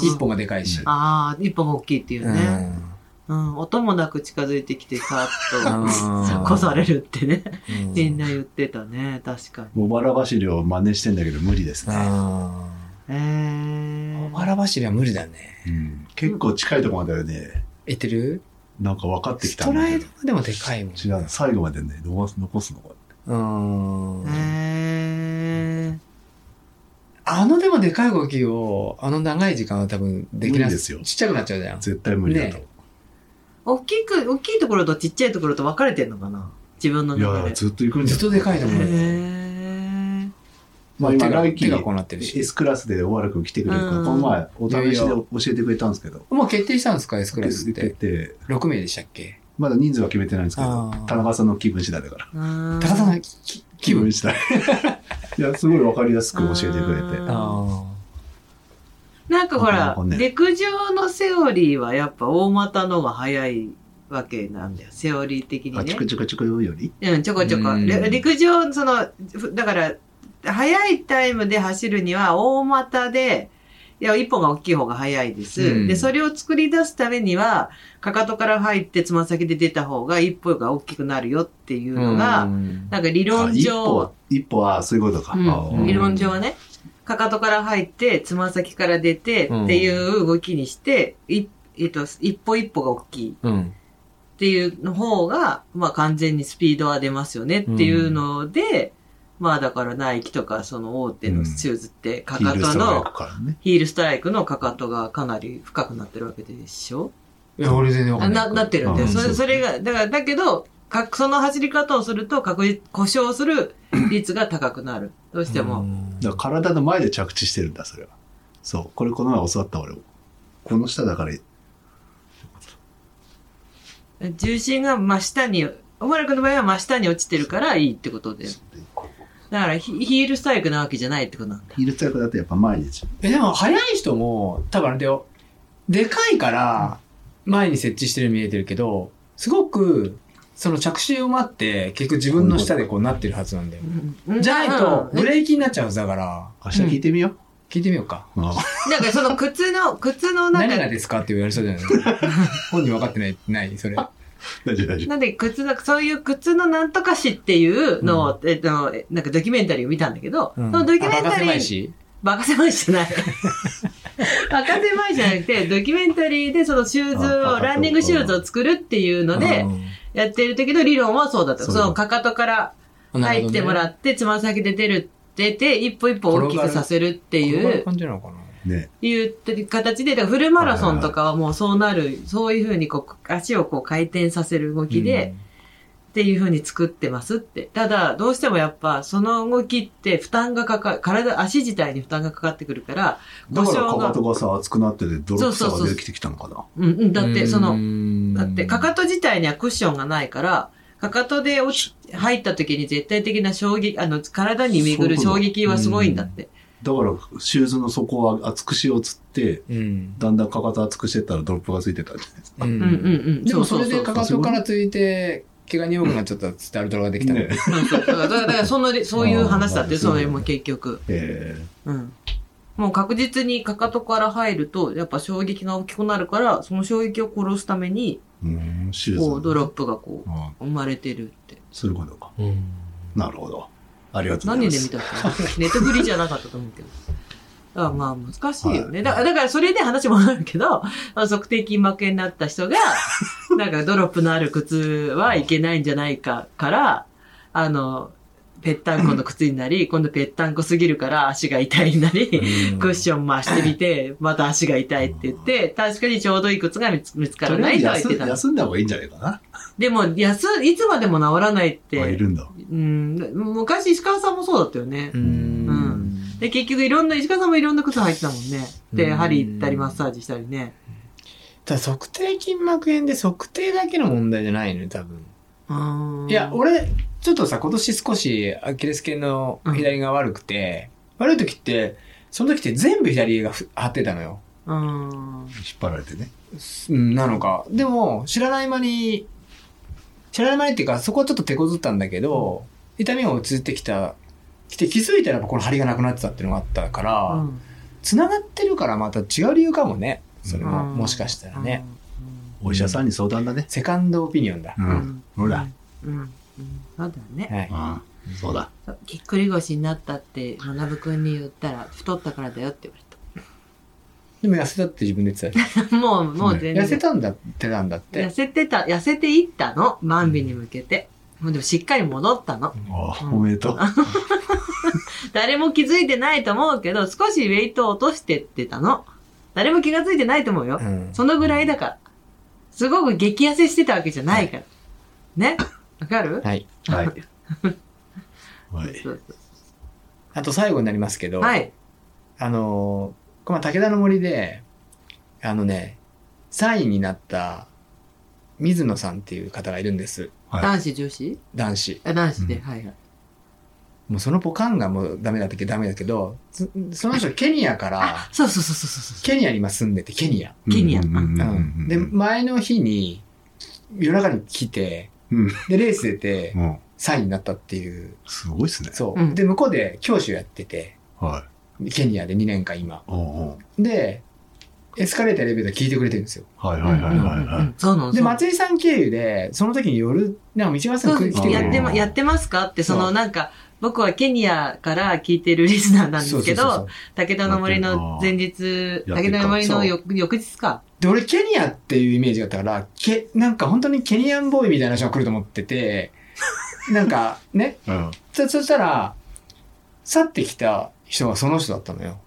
[SPEAKER 1] ん。
[SPEAKER 3] 一本がでかいし。
[SPEAKER 1] ああ、一本が大きいっていう
[SPEAKER 3] う
[SPEAKER 1] ね。
[SPEAKER 3] ん。
[SPEAKER 1] うん。音もなく近づいてきて、さ
[SPEAKER 3] うん
[SPEAKER 1] ーっと、こされるってね。
[SPEAKER 3] うん
[SPEAKER 1] みんな言ってたね。確かに。
[SPEAKER 2] 小原走りを真似してんだけど無理ですね。
[SPEAKER 3] あ
[SPEAKER 1] え
[SPEAKER 3] ー
[SPEAKER 1] ー
[SPEAKER 3] 小。原走りは無理だね。
[SPEAKER 2] うん結構近いとこまではね、
[SPEAKER 3] いってる
[SPEAKER 2] なんか分かってき
[SPEAKER 3] ス
[SPEAKER 2] た
[SPEAKER 3] ト
[SPEAKER 2] んだ
[SPEAKER 3] ラ
[SPEAKER 2] け
[SPEAKER 3] イ
[SPEAKER 2] ど
[SPEAKER 3] ド。でもでかいもん。
[SPEAKER 2] 違うの最後までね、残す残すのが。
[SPEAKER 3] うん。
[SPEAKER 1] えー。
[SPEAKER 3] あのでもでかい動きを、あの長い時間は多分できな
[SPEAKER 2] 無
[SPEAKER 3] い
[SPEAKER 2] 理ですよ
[SPEAKER 3] ちっちゃくなっちゃうじゃん。
[SPEAKER 2] 絶対無理だと思
[SPEAKER 1] 大
[SPEAKER 2] う。
[SPEAKER 1] きく、大きいところとちっちゃいところと分かれてんのかな自分の
[SPEAKER 2] いや
[SPEAKER 1] 中で。
[SPEAKER 2] ずっと行くんじ
[SPEAKER 8] ず
[SPEAKER 2] ゃ
[SPEAKER 8] っ
[SPEAKER 2] ない
[SPEAKER 8] とでかいと思う。
[SPEAKER 1] へ
[SPEAKER 2] まあ
[SPEAKER 8] 手
[SPEAKER 2] 今
[SPEAKER 8] が
[SPEAKER 2] 来期
[SPEAKER 8] 手がこうなってるし。
[SPEAKER 2] S クラスで大原君来てくれるから、
[SPEAKER 1] うん
[SPEAKER 2] この前お試しで教えてくれたんですけど、
[SPEAKER 8] もう決定したんですか ?S クラスっ
[SPEAKER 2] 受け
[SPEAKER 8] て。
[SPEAKER 2] て、
[SPEAKER 8] 6名でしたっけ
[SPEAKER 2] まだ人数は決めてないんですけど
[SPEAKER 8] あー、
[SPEAKER 2] 田中さんの気分次第だから。
[SPEAKER 1] ー。
[SPEAKER 8] 高田さ
[SPEAKER 1] ん、
[SPEAKER 8] ん、き気分
[SPEAKER 2] 次第。 いや、すごいわかりやすく教えてくれて。
[SPEAKER 1] あー
[SPEAKER 8] あ
[SPEAKER 1] なんかほ
[SPEAKER 2] な
[SPEAKER 1] ら
[SPEAKER 2] かなか、ね
[SPEAKER 1] 陸上のセオリーはやっぱ大股のが早いわけなんだよ。セオリー的に
[SPEAKER 2] あ、
[SPEAKER 1] ね
[SPEAKER 2] チ。クチクチクより
[SPEAKER 1] うん、ちょこちょこ。
[SPEAKER 8] うん
[SPEAKER 1] り陸上、その、ふだから、速いタイムで走るには大股で、いや、一本が大きい方が速いです。
[SPEAKER 8] うん
[SPEAKER 1] で、それを作り出すためには、かかとから入ってつま先で出た方が一歩が大きくなるよっていう
[SPEAKER 8] ー
[SPEAKER 1] のが、
[SPEAKER 8] うん
[SPEAKER 1] なんか理
[SPEAKER 2] あ
[SPEAKER 1] 論
[SPEAKER 2] 一
[SPEAKER 1] 上
[SPEAKER 2] 歩、、一歩はそういうことか。
[SPEAKER 1] うん
[SPEAKER 2] あー
[SPEAKER 1] 理論上はね、かかとから入って、つま先から出て
[SPEAKER 8] うん
[SPEAKER 1] っていう動きにして、いえっと、一歩一歩が大きい。
[SPEAKER 8] うん。
[SPEAKER 1] っていうの方が、まあ完全にスピードは出ますよねっていうので、まあだからナイキとかその大手のシューズってか
[SPEAKER 2] ヒ
[SPEAKER 1] か
[SPEAKER 2] ールス
[SPEAKER 1] と
[SPEAKER 2] トライ
[SPEAKER 1] の、
[SPEAKER 2] クからね。
[SPEAKER 1] ヒールストライクのかかとがかなり深くなってるわけでしょ
[SPEAKER 8] いや、俺全然わか
[SPEAKER 1] なん
[SPEAKER 8] ない。
[SPEAKER 1] ななってるんで、
[SPEAKER 2] うん
[SPEAKER 1] そ
[SPEAKER 2] そう
[SPEAKER 1] れ
[SPEAKER 2] です
[SPEAKER 1] それが、だから、だけど、かその走り方をすると確実、故障する率が高くなる。どうして
[SPEAKER 8] う
[SPEAKER 1] も。
[SPEAKER 8] ん
[SPEAKER 2] だから体の前で着地してるんだ、それは。そう。これこの前教わった俺も。この下だから、
[SPEAKER 1] 重心が真下に、小原君の場合は真下に落ちてるからいいってことで。だからヒヒールストライクなわけじゃないってことなんだ。
[SPEAKER 2] ヒールストライクだとやっぱ前に着地
[SPEAKER 3] え、でも、速い人も、多分あれだよ。でかいから、前に設置してるように見えてるけど、すごく、その着手を待って、結局自分の下でこうなってるはずなんだよ。じゃないと、
[SPEAKER 1] うん
[SPEAKER 3] ブレーキになっちゃうはずだから、
[SPEAKER 2] 明日聞いてみよう。
[SPEAKER 3] 聞いてみようか。
[SPEAKER 2] あー
[SPEAKER 1] なんかその靴 の、靴のなん
[SPEAKER 3] 何が
[SPEAKER 1] か、
[SPEAKER 3] ですかって言われそうじゃない 本人分かってない、ない、それ。
[SPEAKER 2] 大丈夫大丈夫。
[SPEAKER 1] なんで靴の、そういう靴のなんとかしっていうのを、えっと、えなんかドキュメンタリーを見たんだけど、
[SPEAKER 8] うん
[SPEAKER 1] そのドキュメン
[SPEAKER 3] バカ
[SPEAKER 1] タリ
[SPEAKER 3] 狭い
[SPEAKER 1] ー、
[SPEAKER 3] し。
[SPEAKER 1] バカ狭いじゃ ない。バカ狭いじゃなくて、ドキュメンタリーでそのシューズ
[SPEAKER 2] あ
[SPEAKER 1] を、
[SPEAKER 2] バカ
[SPEAKER 1] ランニングシューズを作るっていうので、やってる時の理論はそうだった。
[SPEAKER 2] そ
[SPEAKER 1] そう
[SPEAKER 2] だ
[SPEAKER 1] のかかとから
[SPEAKER 8] うん、
[SPEAKER 1] 入ってもら
[SPEAKER 8] っ
[SPEAKER 1] って、つま先で出る、出て、一歩一歩大きくさせるって
[SPEAKER 8] て
[SPEAKER 1] いう。
[SPEAKER 8] 感じなのかな。
[SPEAKER 2] ね。
[SPEAKER 1] いうってる形で、だからフルマラソンとかはもうそうなる、そういうふうにこう、足をこう回転させる動きで、っていうふうに作ってますって。ただ、どうしてもやっぱ、その動きって負担がかか、体、足自体に負担がかかってくるから、
[SPEAKER 2] だか
[SPEAKER 1] 故
[SPEAKER 2] らか
[SPEAKER 1] 障が
[SPEAKER 2] かとがさ、熱くなってて、泥臭
[SPEAKER 1] そうそう
[SPEAKER 2] が
[SPEAKER 1] そう
[SPEAKER 2] 出てきてきたのかな。
[SPEAKER 1] うん、うん、だって、その、
[SPEAKER 8] の
[SPEAKER 1] だって、かかと自体にはクッションがないから、かかとで落ち、入った時に絶対的な衝撃、あの、体に巡る衝撃はすごいんだって。
[SPEAKER 2] だから、シューズの底は厚くしようっつって、
[SPEAKER 8] うん。
[SPEAKER 2] だんだんかかと厚くしてったらドロップがついてたんじゃないです
[SPEAKER 8] う
[SPEAKER 2] か。
[SPEAKER 8] ん
[SPEAKER 1] うん、うん、うん。
[SPEAKER 8] でもそれ
[SPEAKER 1] うう
[SPEAKER 8] で
[SPEAKER 1] う
[SPEAKER 8] かかとからついて、毛が鈍くなっちゃったっつってアルトラができたの。
[SPEAKER 2] ね
[SPEAKER 1] そうそうだから、だからその、そういう話だっ
[SPEAKER 2] あ
[SPEAKER 1] て、
[SPEAKER 2] ー
[SPEAKER 1] それも結局。
[SPEAKER 2] え
[SPEAKER 1] うん。もう確実にかかとから入ると、やっぱ衝撃が大きくなるから、その衝撃を殺すために、
[SPEAKER 2] ー、うん、シューズ。
[SPEAKER 1] こう、ドロップがこ
[SPEAKER 2] あ
[SPEAKER 1] う、生まれてるって。
[SPEAKER 2] そういうことか。
[SPEAKER 8] うん
[SPEAKER 2] なるほど。ありがとうござい
[SPEAKER 1] 何
[SPEAKER 2] ま。
[SPEAKER 1] です見たっけネットフリじゃなかったと思うけど。あまあ、難しいよ
[SPEAKER 2] は
[SPEAKER 1] ね。だだから、それで話もあるけど、あ測定筋膜炎になった人 が、なんか、ドロップのある靴はいけないんじゃないかから、あの、ぺったんこの靴にな り、今度ぺったんこすぎるから足が痛いになり、クッション増してみて、また足が痛いって言って、確かにちょうどいい靴が見つ見つからないとは言っ
[SPEAKER 2] と
[SPEAKER 1] て
[SPEAKER 2] りあえず休
[SPEAKER 1] た
[SPEAKER 2] ん。休んだ方がいいんじゃないかな。
[SPEAKER 1] でも、安、いつまでも治らないっ
[SPEAKER 2] あい
[SPEAKER 1] て、
[SPEAKER 2] るんだ。
[SPEAKER 1] うん、昔石川さんもそうだったよね
[SPEAKER 8] う。
[SPEAKER 1] ん
[SPEAKER 8] ん。
[SPEAKER 1] で、結局いろんな、石川さんもいろんな靴履いてたもんね。で、
[SPEAKER 8] うん
[SPEAKER 1] 針行ったりマッサージしたりね。
[SPEAKER 8] ただ測定筋膜炎で測定だけの問題じゃないのよ多分。
[SPEAKER 1] うん
[SPEAKER 3] いや、、俺、ちょっとさ、今年少しアキレス腱の左が悪くて、悪い時って、その時って全部左がふ張ってたのよ。
[SPEAKER 1] うん。
[SPEAKER 2] 引っ張られてね。
[SPEAKER 3] うんなのか。でも、知らない間に、知らない間にっていうか、そこはちょっと手こずったんだけど、痛みが落ち着いてきた、きて気づいたらやっぱこの張りがなくなってたっていうのがあったから、
[SPEAKER 1] うん
[SPEAKER 3] 繋がってるからまた違う理由かもね。それは、
[SPEAKER 1] うん
[SPEAKER 3] もしかしたらね。。
[SPEAKER 2] お医者さんに相談だね。
[SPEAKER 3] セカンドオピニオンだ。
[SPEAKER 2] う。
[SPEAKER 1] うんん。
[SPEAKER 2] ほら。
[SPEAKER 1] うん。うん。そうだね。
[SPEAKER 3] はい。
[SPEAKER 2] うん。そうだ。
[SPEAKER 1] ぎっくり腰になったって、まなぶくんに言ったら、太ったからだよって言われ
[SPEAKER 3] でも痩せたって自分で言ってたでしょ
[SPEAKER 1] た。 もう、もう全然。
[SPEAKER 3] 痩せたんだってなんだって
[SPEAKER 1] 痩。せてた、痩せていったの。万ンビに向けて。もうでもしっかり戻ったの。
[SPEAKER 2] あ
[SPEAKER 1] う
[SPEAKER 2] あ、
[SPEAKER 1] ん
[SPEAKER 2] おめでとう。
[SPEAKER 1] 誰も気づいてないと思うけど、少しウェイトを落としてってたの。誰も気がついてないと思うよ。
[SPEAKER 8] うん
[SPEAKER 1] そのぐらいだから。すごく激痩せしてたわけじゃないから。ねわかる
[SPEAKER 3] はい。
[SPEAKER 2] はい。はい。
[SPEAKER 1] そうそ
[SPEAKER 3] あと最後になりますけど、
[SPEAKER 1] うはい。
[SPEAKER 3] あのー、この武田の森で、あのね、3位になった水野さんっていう方がいるんです。
[SPEAKER 2] はい
[SPEAKER 1] 男子、女子
[SPEAKER 3] 男子。
[SPEAKER 1] あ男子で、
[SPEAKER 2] うん
[SPEAKER 1] はいはい。
[SPEAKER 3] もうそのポカンがもうダメだったけど、ダメだけど、そその人ケニアから、
[SPEAKER 1] そうそうそうそうそうそ
[SPEAKER 3] ケニアに今住んでて、ケニア。
[SPEAKER 1] ケニア
[SPEAKER 2] うんうんうん
[SPEAKER 3] う
[SPEAKER 2] うん
[SPEAKER 3] んで、前の日に、夜中に来て、
[SPEAKER 2] うん
[SPEAKER 3] で、レース出て、
[SPEAKER 2] も
[SPEAKER 3] 3位になったっていう。
[SPEAKER 2] う、すごいですね。
[SPEAKER 3] そう。
[SPEAKER 1] うん。
[SPEAKER 3] で、向こうで教師をやってて、
[SPEAKER 2] はい。
[SPEAKER 3] ケニアで2年間今。
[SPEAKER 2] おうおう
[SPEAKER 3] で、エスカレーターエレベーター聞いてくれてるんですよ。
[SPEAKER 2] はいうはいはいは
[SPEAKER 1] う
[SPEAKER 2] い
[SPEAKER 1] んうん
[SPEAKER 2] は
[SPEAKER 1] うん
[SPEAKER 2] い。
[SPEAKER 1] うんそうなの。
[SPEAKER 3] で、
[SPEAKER 1] そうなの
[SPEAKER 3] 松井さん経由で、その時に夜、なんか道場さん
[SPEAKER 1] そう
[SPEAKER 3] 来
[SPEAKER 1] そう
[SPEAKER 3] 来て
[SPEAKER 1] や
[SPEAKER 3] く
[SPEAKER 1] っ
[SPEAKER 3] れ
[SPEAKER 1] て
[SPEAKER 3] る。
[SPEAKER 1] ま、やってますかって、そ
[SPEAKER 3] そ
[SPEAKER 1] の
[SPEAKER 3] う
[SPEAKER 1] なんか、僕はケニアから聞いてるリスナーなんですけ
[SPEAKER 3] そうそうそ
[SPEAKER 1] ど
[SPEAKER 3] う、
[SPEAKER 1] 武田の森の前日、
[SPEAKER 2] やって
[SPEAKER 1] 武
[SPEAKER 2] るか
[SPEAKER 1] 田の森の
[SPEAKER 3] そう
[SPEAKER 1] 翌翌日か。
[SPEAKER 3] で、俺、ケニアっていうイメージがあったから、ケ、なんか本当にケニアンボーイみたいな人が来ると思って て、なんかね、
[SPEAKER 2] うん。
[SPEAKER 3] そそしたら、去ってきた人がその人だったのよ。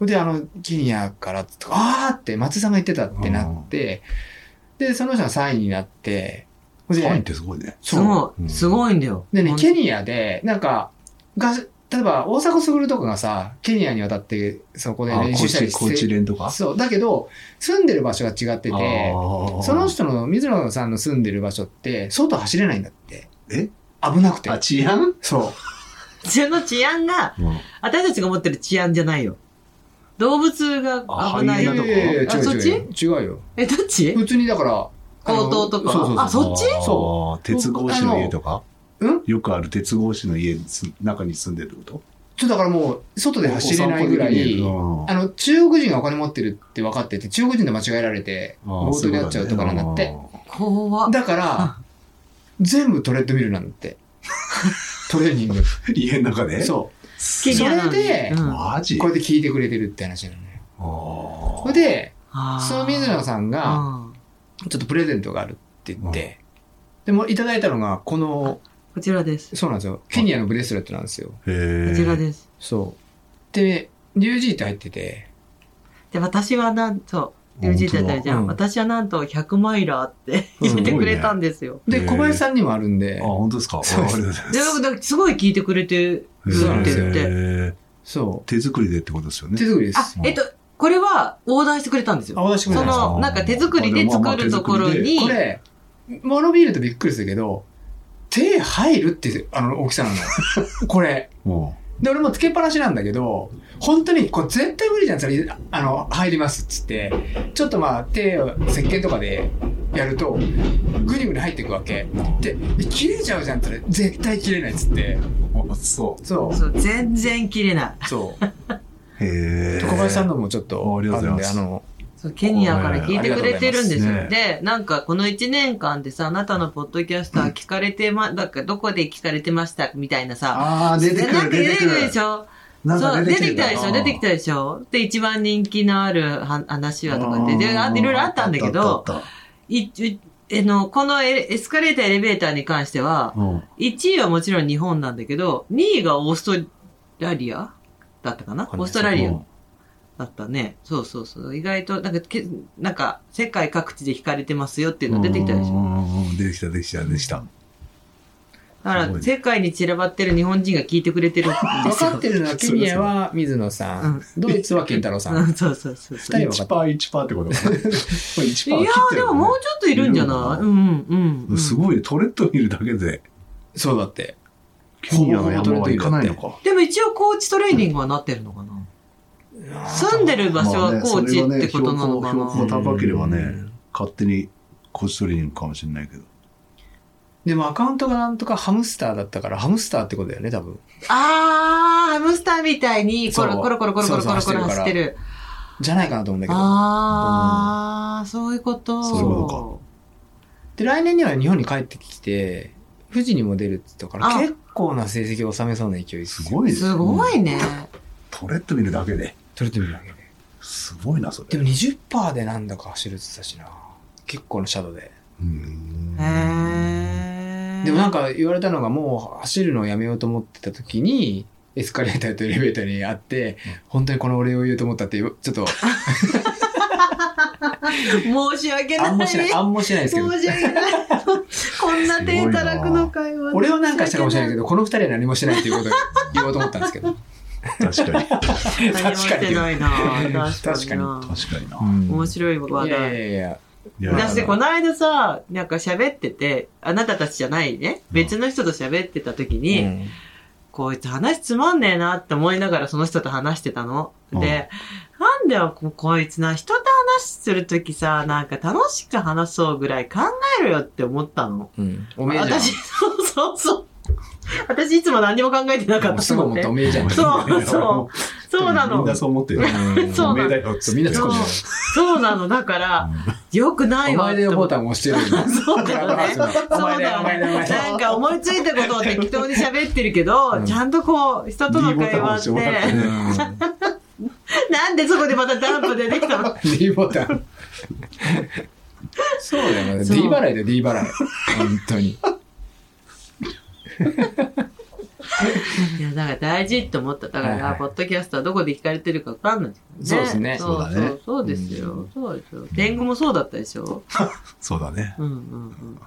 [SPEAKER 2] うん。
[SPEAKER 3] で、あの、ケニアからって、あーって松井さんが言ってたってなって、で、その人が3位になって、で
[SPEAKER 2] サインってすごいね。
[SPEAKER 1] すご
[SPEAKER 2] うん
[SPEAKER 1] い、すごいんだよ。
[SPEAKER 3] でね、
[SPEAKER 1] ほん
[SPEAKER 3] ケニアで、なんか、が例えば大迫傑とかがさ、ケニアに渡って、そこで
[SPEAKER 2] あ、
[SPEAKER 3] 練
[SPEAKER 2] コ
[SPEAKER 3] 習
[SPEAKER 2] ー
[SPEAKER 3] したり
[SPEAKER 2] チ、
[SPEAKER 3] し
[SPEAKER 2] コ
[SPEAKER 3] て。
[SPEAKER 2] ーチ連とか
[SPEAKER 3] そう。だけど、住んでる場所が違ってて、
[SPEAKER 2] ああ
[SPEAKER 3] その人の、水野さんの住んでる場所って、外走れないんだって。
[SPEAKER 2] え
[SPEAKER 3] 危なくて
[SPEAKER 2] あ、。治安
[SPEAKER 3] そう。
[SPEAKER 1] うちの治安が、
[SPEAKER 2] うん。
[SPEAKER 1] 私たちが持ってる治安じゃないよ。動物が危ない
[SPEAKER 2] あハイエナとか
[SPEAKER 3] やや
[SPEAKER 1] あ
[SPEAKER 3] 違う違うよ違うよ。
[SPEAKER 1] え、どっち
[SPEAKER 3] 普通にだから、
[SPEAKER 1] 強盗とか
[SPEAKER 3] あのそうそう
[SPEAKER 1] あそっち
[SPEAKER 2] そ。
[SPEAKER 3] そう
[SPEAKER 2] 鉄格子の家とか
[SPEAKER 3] うん
[SPEAKER 2] よくある鉄格子の家にす中に住んでるってこと
[SPEAKER 3] ちょっとだからもう、外で走れないぐら
[SPEAKER 2] お散歩でき
[SPEAKER 3] い
[SPEAKER 2] る、うん
[SPEAKER 3] あの、中国人がお金持ってるって分かってて、中国人と間違えられて、
[SPEAKER 2] あ
[SPEAKER 3] 強盗になっちゃうとかなんだって。
[SPEAKER 1] 怖っ。
[SPEAKER 3] だから、全部トレッドミルなんだって。 トレーニング。
[SPEAKER 2] そういうことだねあー家の中でう。
[SPEAKER 3] そ
[SPEAKER 1] ケニアなのに
[SPEAKER 3] それで
[SPEAKER 1] うん
[SPEAKER 2] マ
[SPEAKER 3] う。
[SPEAKER 2] ジ
[SPEAKER 3] これで聞いてくれてるって話なのね。
[SPEAKER 2] あ
[SPEAKER 3] それで、
[SPEAKER 1] あー
[SPEAKER 3] その水野さんが、
[SPEAKER 1] うん
[SPEAKER 3] ちょっとプレゼントがあるって言って、でもいただいたのが、この、
[SPEAKER 1] こちらです。
[SPEAKER 3] そうなんですよ。ケニアのブレスレットなんですよ。
[SPEAKER 2] ー
[SPEAKER 1] こ
[SPEAKER 2] へえ。
[SPEAKER 1] ちらです。
[SPEAKER 3] そう。で、リュウジーって入ってて、
[SPEAKER 1] で、私はなんと、リュウジってたじゃ。
[SPEAKER 3] うんん
[SPEAKER 1] 私はなんと100マイラーって
[SPEAKER 3] うん
[SPEAKER 1] 言ってくれたんですよ。
[SPEAKER 3] で、
[SPEAKER 2] へー
[SPEAKER 3] 小林さんにもあるん
[SPEAKER 2] あ、
[SPEAKER 3] で、
[SPEAKER 2] 本当ですか
[SPEAKER 3] そうです
[SPEAKER 2] ありがとうご
[SPEAKER 1] で
[SPEAKER 2] ざいます
[SPEAKER 1] だからすごい聞いてくれてる
[SPEAKER 2] へ
[SPEAKER 3] そうなん
[SPEAKER 1] って
[SPEAKER 3] ですよ
[SPEAKER 1] 言って。
[SPEAKER 2] ー
[SPEAKER 3] そ
[SPEAKER 2] 手作りでってことですよ
[SPEAKER 3] う。
[SPEAKER 2] ね
[SPEAKER 3] 手。作りです。
[SPEAKER 1] あ、えっと、これはオーダーしてくれたんです
[SPEAKER 3] あ、
[SPEAKER 1] よ。
[SPEAKER 3] 私これ
[SPEAKER 1] そ
[SPEAKER 3] じゃないですか。
[SPEAKER 1] の、なんか手作りで作るところに、
[SPEAKER 3] これ、モノビールとびっくりするけど、手入るって、あの、大き さなの。これ。
[SPEAKER 2] も
[SPEAKER 3] で、俺もつけっぱなしなんだけど、本当に、これ絶対無理じゃんって言ったら、あの、入りますっつって、ちょっとまあ、手を石鹸とかでやると、ぐにぐに入っていくわけ。で、切れちゃうじゃんって言ったら、絶対切れないっつって。
[SPEAKER 2] う。あそ
[SPEAKER 3] そ
[SPEAKER 1] そう全然切れない。
[SPEAKER 3] う。そう。
[SPEAKER 2] う。へえ。
[SPEAKER 3] 小林さんのもちょっと、
[SPEAKER 2] ありがとうございます
[SPEAKER 3] あるんであの、
[SPEAKER 1] そうケニアから聞いてくれてるんですよ。
[SPEAKER 2] はいありがとうございます
[SPEAKER 1] で、なんかこの1年間でさ、あなたのポッドキャストは聞かれてま、なんかどこで聞かれてましたみたいなさ。
[SPEAKER 2] ああ、出てく
[SPEAKER 1] なんか
[SPEAKER 2] る、
[SPEAKER 1] 出
[SPEAKER 2] 出
[SPEAKER 1] て
[SPEAKER 2] て
[SPEAKER 1] く
[SPEAKER 2] く
[SPEAKER 1] る
[SPEAKER 2] る
[SPEAKER 1] で。しょ
[SPEAKER 2] なん
[SPEAKER 1] そ
[SPEAKER 2] か
[SPEAKER 1] う、出てきたでしょ出てき
[SPEAKER 2] た。
[SPEAKER 1] たでしょで、一番人気のあるは話はとか
[SPEAKER 2] あ
[SPEAKER 1] 言
[SPEAKER 2] ー
[SPEAKER 1] って、で、あいろいろあったんだけ
[SPEAKER 2] あ
[SPEAKER 1] ど
[SPEAKER 2] っ、たあったあっ
[SPEAKER 1] いいあの、このエレエスカレーター、エレベーターに関しては
[SPEAKER 2] た、うん
[SPEAKER 1] 1位はもちろん日本なんだけど、2位がオーストラリアだったかな
[SPEAKER 3] かん
[SPEAKER 1] オ
[SPEAKER 3] ない
[SPEAKER 1] ーストラリア
[SPEAKER 2] うん
[SPEAKER 1] だったね。そうそうそう。意外と、なんか、けなんか世界各地で惹かれてますよっていうの出てきたでし
[SPEAKER 2] う
[SPEAKER 1] ょ。
[SPEAKER 2] んうんうん出てきた、出てきた、出てきた。
[SPEAKER 1] だか
[SPEAKER 2] すごい
[SPEAKER 1] ら、
[SPEAKER 2] ね
[SPEAKER 1] 世界に散らばってる日本人が聞いてくれてるんで
[SPEAKER 3] 分
[SPEAKER 1] すよ。
[SPEAKER 3] かってるのは、ケニアは水野さ
[SPEAKER 1] うん
[SPEAKER 3] ん、ドイツは健太郎さ。
[SPEAKER 1] うんん、そうそうそうそう。
[SPEAKER 3] 二人は分
[SPEAKER 2] 1%、
[SPEAKER 3] か
[SPEAKER 2] 1%
[SPEAKER 3] っ
[SPEAKER 2] ってことかな。
[SPEAKER 1] い
[SPEAKER 2] い
[SPEAKER 1] やー、でももうちょっといるんじゃない
[SPEAKER 2] いる
[SPEAKER 1] うんうんうん。
[SPEAKER 2] すごいね、トレッドミルだけで、
[SPEAKER 3] そうだって。
[SPEAKER 2] ケニアの山は行かないのか。
[SPEAKER 1] でも一応コーチトレーニングはなってるのかな、住んでる場所はコーチってことなのかな、
[SPEAKER 2] まあねそれがね標高標高高ければ
[SPEAKER 3] う
[SPEAKER 2] ね
[SPEAKER 3] ん、
[SPEAKER 2] 勝手にコーチトレーニングかもしれないけど。
[SPEAKER 3] でもアカウントがなんとかハムスターだったから、ハムスターってことだよね、多分。
[SPEAKER 1] あー、ハムスターみたいにコロ
[SPEAKER 3] そう
[SPEAKER 1] コロコロコロコロコロコロ
[SPEAKER 3] そうそう
[SPEAKER 1] 走ってる。
[SPEAKER 3] じゃないかなと思うんだけど。
[SPEAKER 1] あー、そういうこと。
[SPEAKER 2] そういうこ
[SPEAKER 3] で、来年には日本に帰ってきて、富士にも出るって言ったから、
[SPEAKER 1] あ
[SPEAKER 3] 結構な成績を収めそうな勢いです
[SPEAKER 2] す。ごいね
[SPEAKER 1] すごいね。
[SPEAKER 2] トレッドミルだけで。
[SPEAKER 3] 取れてみるわけで。
[SPEAKER 2] すごいな、それ。
[SPEAKER 3] でも20%でなんだか走るって言ってたしな。結構のシャドウで。
[SPEAKER 2] うーん
[SPEAKER 1] へー。
[SPEAKER 3] でもなんか言われたのが、もう走るのをやめようと思ってた時に、エスカレーターと エレベーターにあって、本当にこのお礼を言うと思ったって、ちょっと
[SPEAKER 1] 申し訳ない。
[SPEAKER 3] あんもしない、あんもしないですけど。
[SPEAKER 1] 申し訳ない。こんな手たらくの会話。
[SPEAKER 3] 俺はなんかしたかもしれないけ
[SPEAKER 1] ど。
[SPEAKER 3] ど、この二人は何もしてないっていうことを言おうと思ったんですけど。
[SPEAKER 2] 確か に。
[SPEAKER 1] 何もしてない な。確かにな。
[SPEAKER 2] 確かにな。
[SPEAKER 1] 面白い話
[SPEAKER 3] いやい
[SPEAKER 1] 題。
[SPEAKER 3] やいや。
[SPEAKER 2] いや
[SPEAKER 1] だしてこの間さ、なんか喋ってて、あなたたちじゃないね、別の人と喋ってた時に、
[SPEAKER 3] うん
[SPEAKER 1] こいつ話つまんねえなって思いながらその人と話してたの。
[SPEAKER 2] うん
[SPEAKER 1] で、なんだよ、ここいつな、人と話するときさ、なんか楽しく話そうぐらい考えろよって思ったの。
[SPEAKER 3] うん。おめえじゃん
[SPEAKER 1] 私、そうそうそう。私いつも何にも考えてなかっ。
[SPEAKER 3] もう
[SPEAKER 1] た
[SPEAKER 3] す
[SPEAKER 1] と
[SPEAKER 3] ぐ
[SPEAKER 1] 思っ
[SPEAKER 3] 思ってた、お。めえじゃん。
[SPEAKER 1] そうそう。そうな
[SPEAKER 2] み
[SPEAKER 1] の
[SPEAKER 2] ん。なそう思ってる。
[SPEAKER 1] そうな
[SPEAKER 2] おめ
[SPEAKER 1] の
[SPEAKER 2] えだよって
[SPEAKER 3] みんな
[SPEAKER 1] そ
[SPEAKER 3] 突
[SPEAKER 1] う
[SPEAKER 3] っ込ん
[SPEAKER 1] そうなの。だから、よくない
[SPEAKER 3] でる。お
[SPEAKER 1] わ
[SPEAKER 3] 前で
[SPEAKER 1] って思
[SPEAKER 3] ボ
[SPEAKER 1] った。
[SPEAKER 3] タン押してる よ。
[SPEAKER 1] そうだよね。
[SPEAKER 3] お
[SPEAKER 1] そう
[SPEAKER 3] 前
[SPEAKER 1] だ
[SPEAKER 3] だよ、
[SPEAKER 1] よ
[SPEAKER 3] お前だよ、お
[SPEAKER 1] ね。
[SPEAKER 3] 前だよ。
[SPEAKER 1] なんか思いついたことを適当に喋ってるけど、
[SPEAKER 3] うん
[SPEAKER 1] ちゃんとこう、人との
[SPEAKER 2] D ボタ
[SPEAKER 1] 会
[SPEAKER 2] ンを押
[SPEAKER 1] 話っ
[SPEAKER 2] し
[SPEAKER 1] て
[SPEAKER 2] もらって
[SPEAKER 1] て、なんでそこでまたダンプ出てき たの
[SPEAKER 3] D ボタン。そうだよね。
[SPEAKER 1] そう
[SPEAKER 3] D 払いだよ、D 払い。本当に。
[SPEAKER 1] いや、だから大事って思った。だから、
[SPEAKER 3] はいはい
[SPEAKER 1] あポッドキャストはどこで聞かれてるか分かんない、ね。
[SPEAKER 3] そうですね
[SPEAKER 1] そう
[SPEAKER 2] そ
[SPEAKER 1] そ
[SPEAKER 2] うだ
[SPEAKER 1] う
[SPEAKER 2] ね
[SPEAKER 1] そうです
[SPEAKER 3] う
[SPEAKER 1] よ。そうですよ。天狗もそうだったでしょ
[SPEAKER 2] そうだね。
[SPEAKER 1] うんうんうん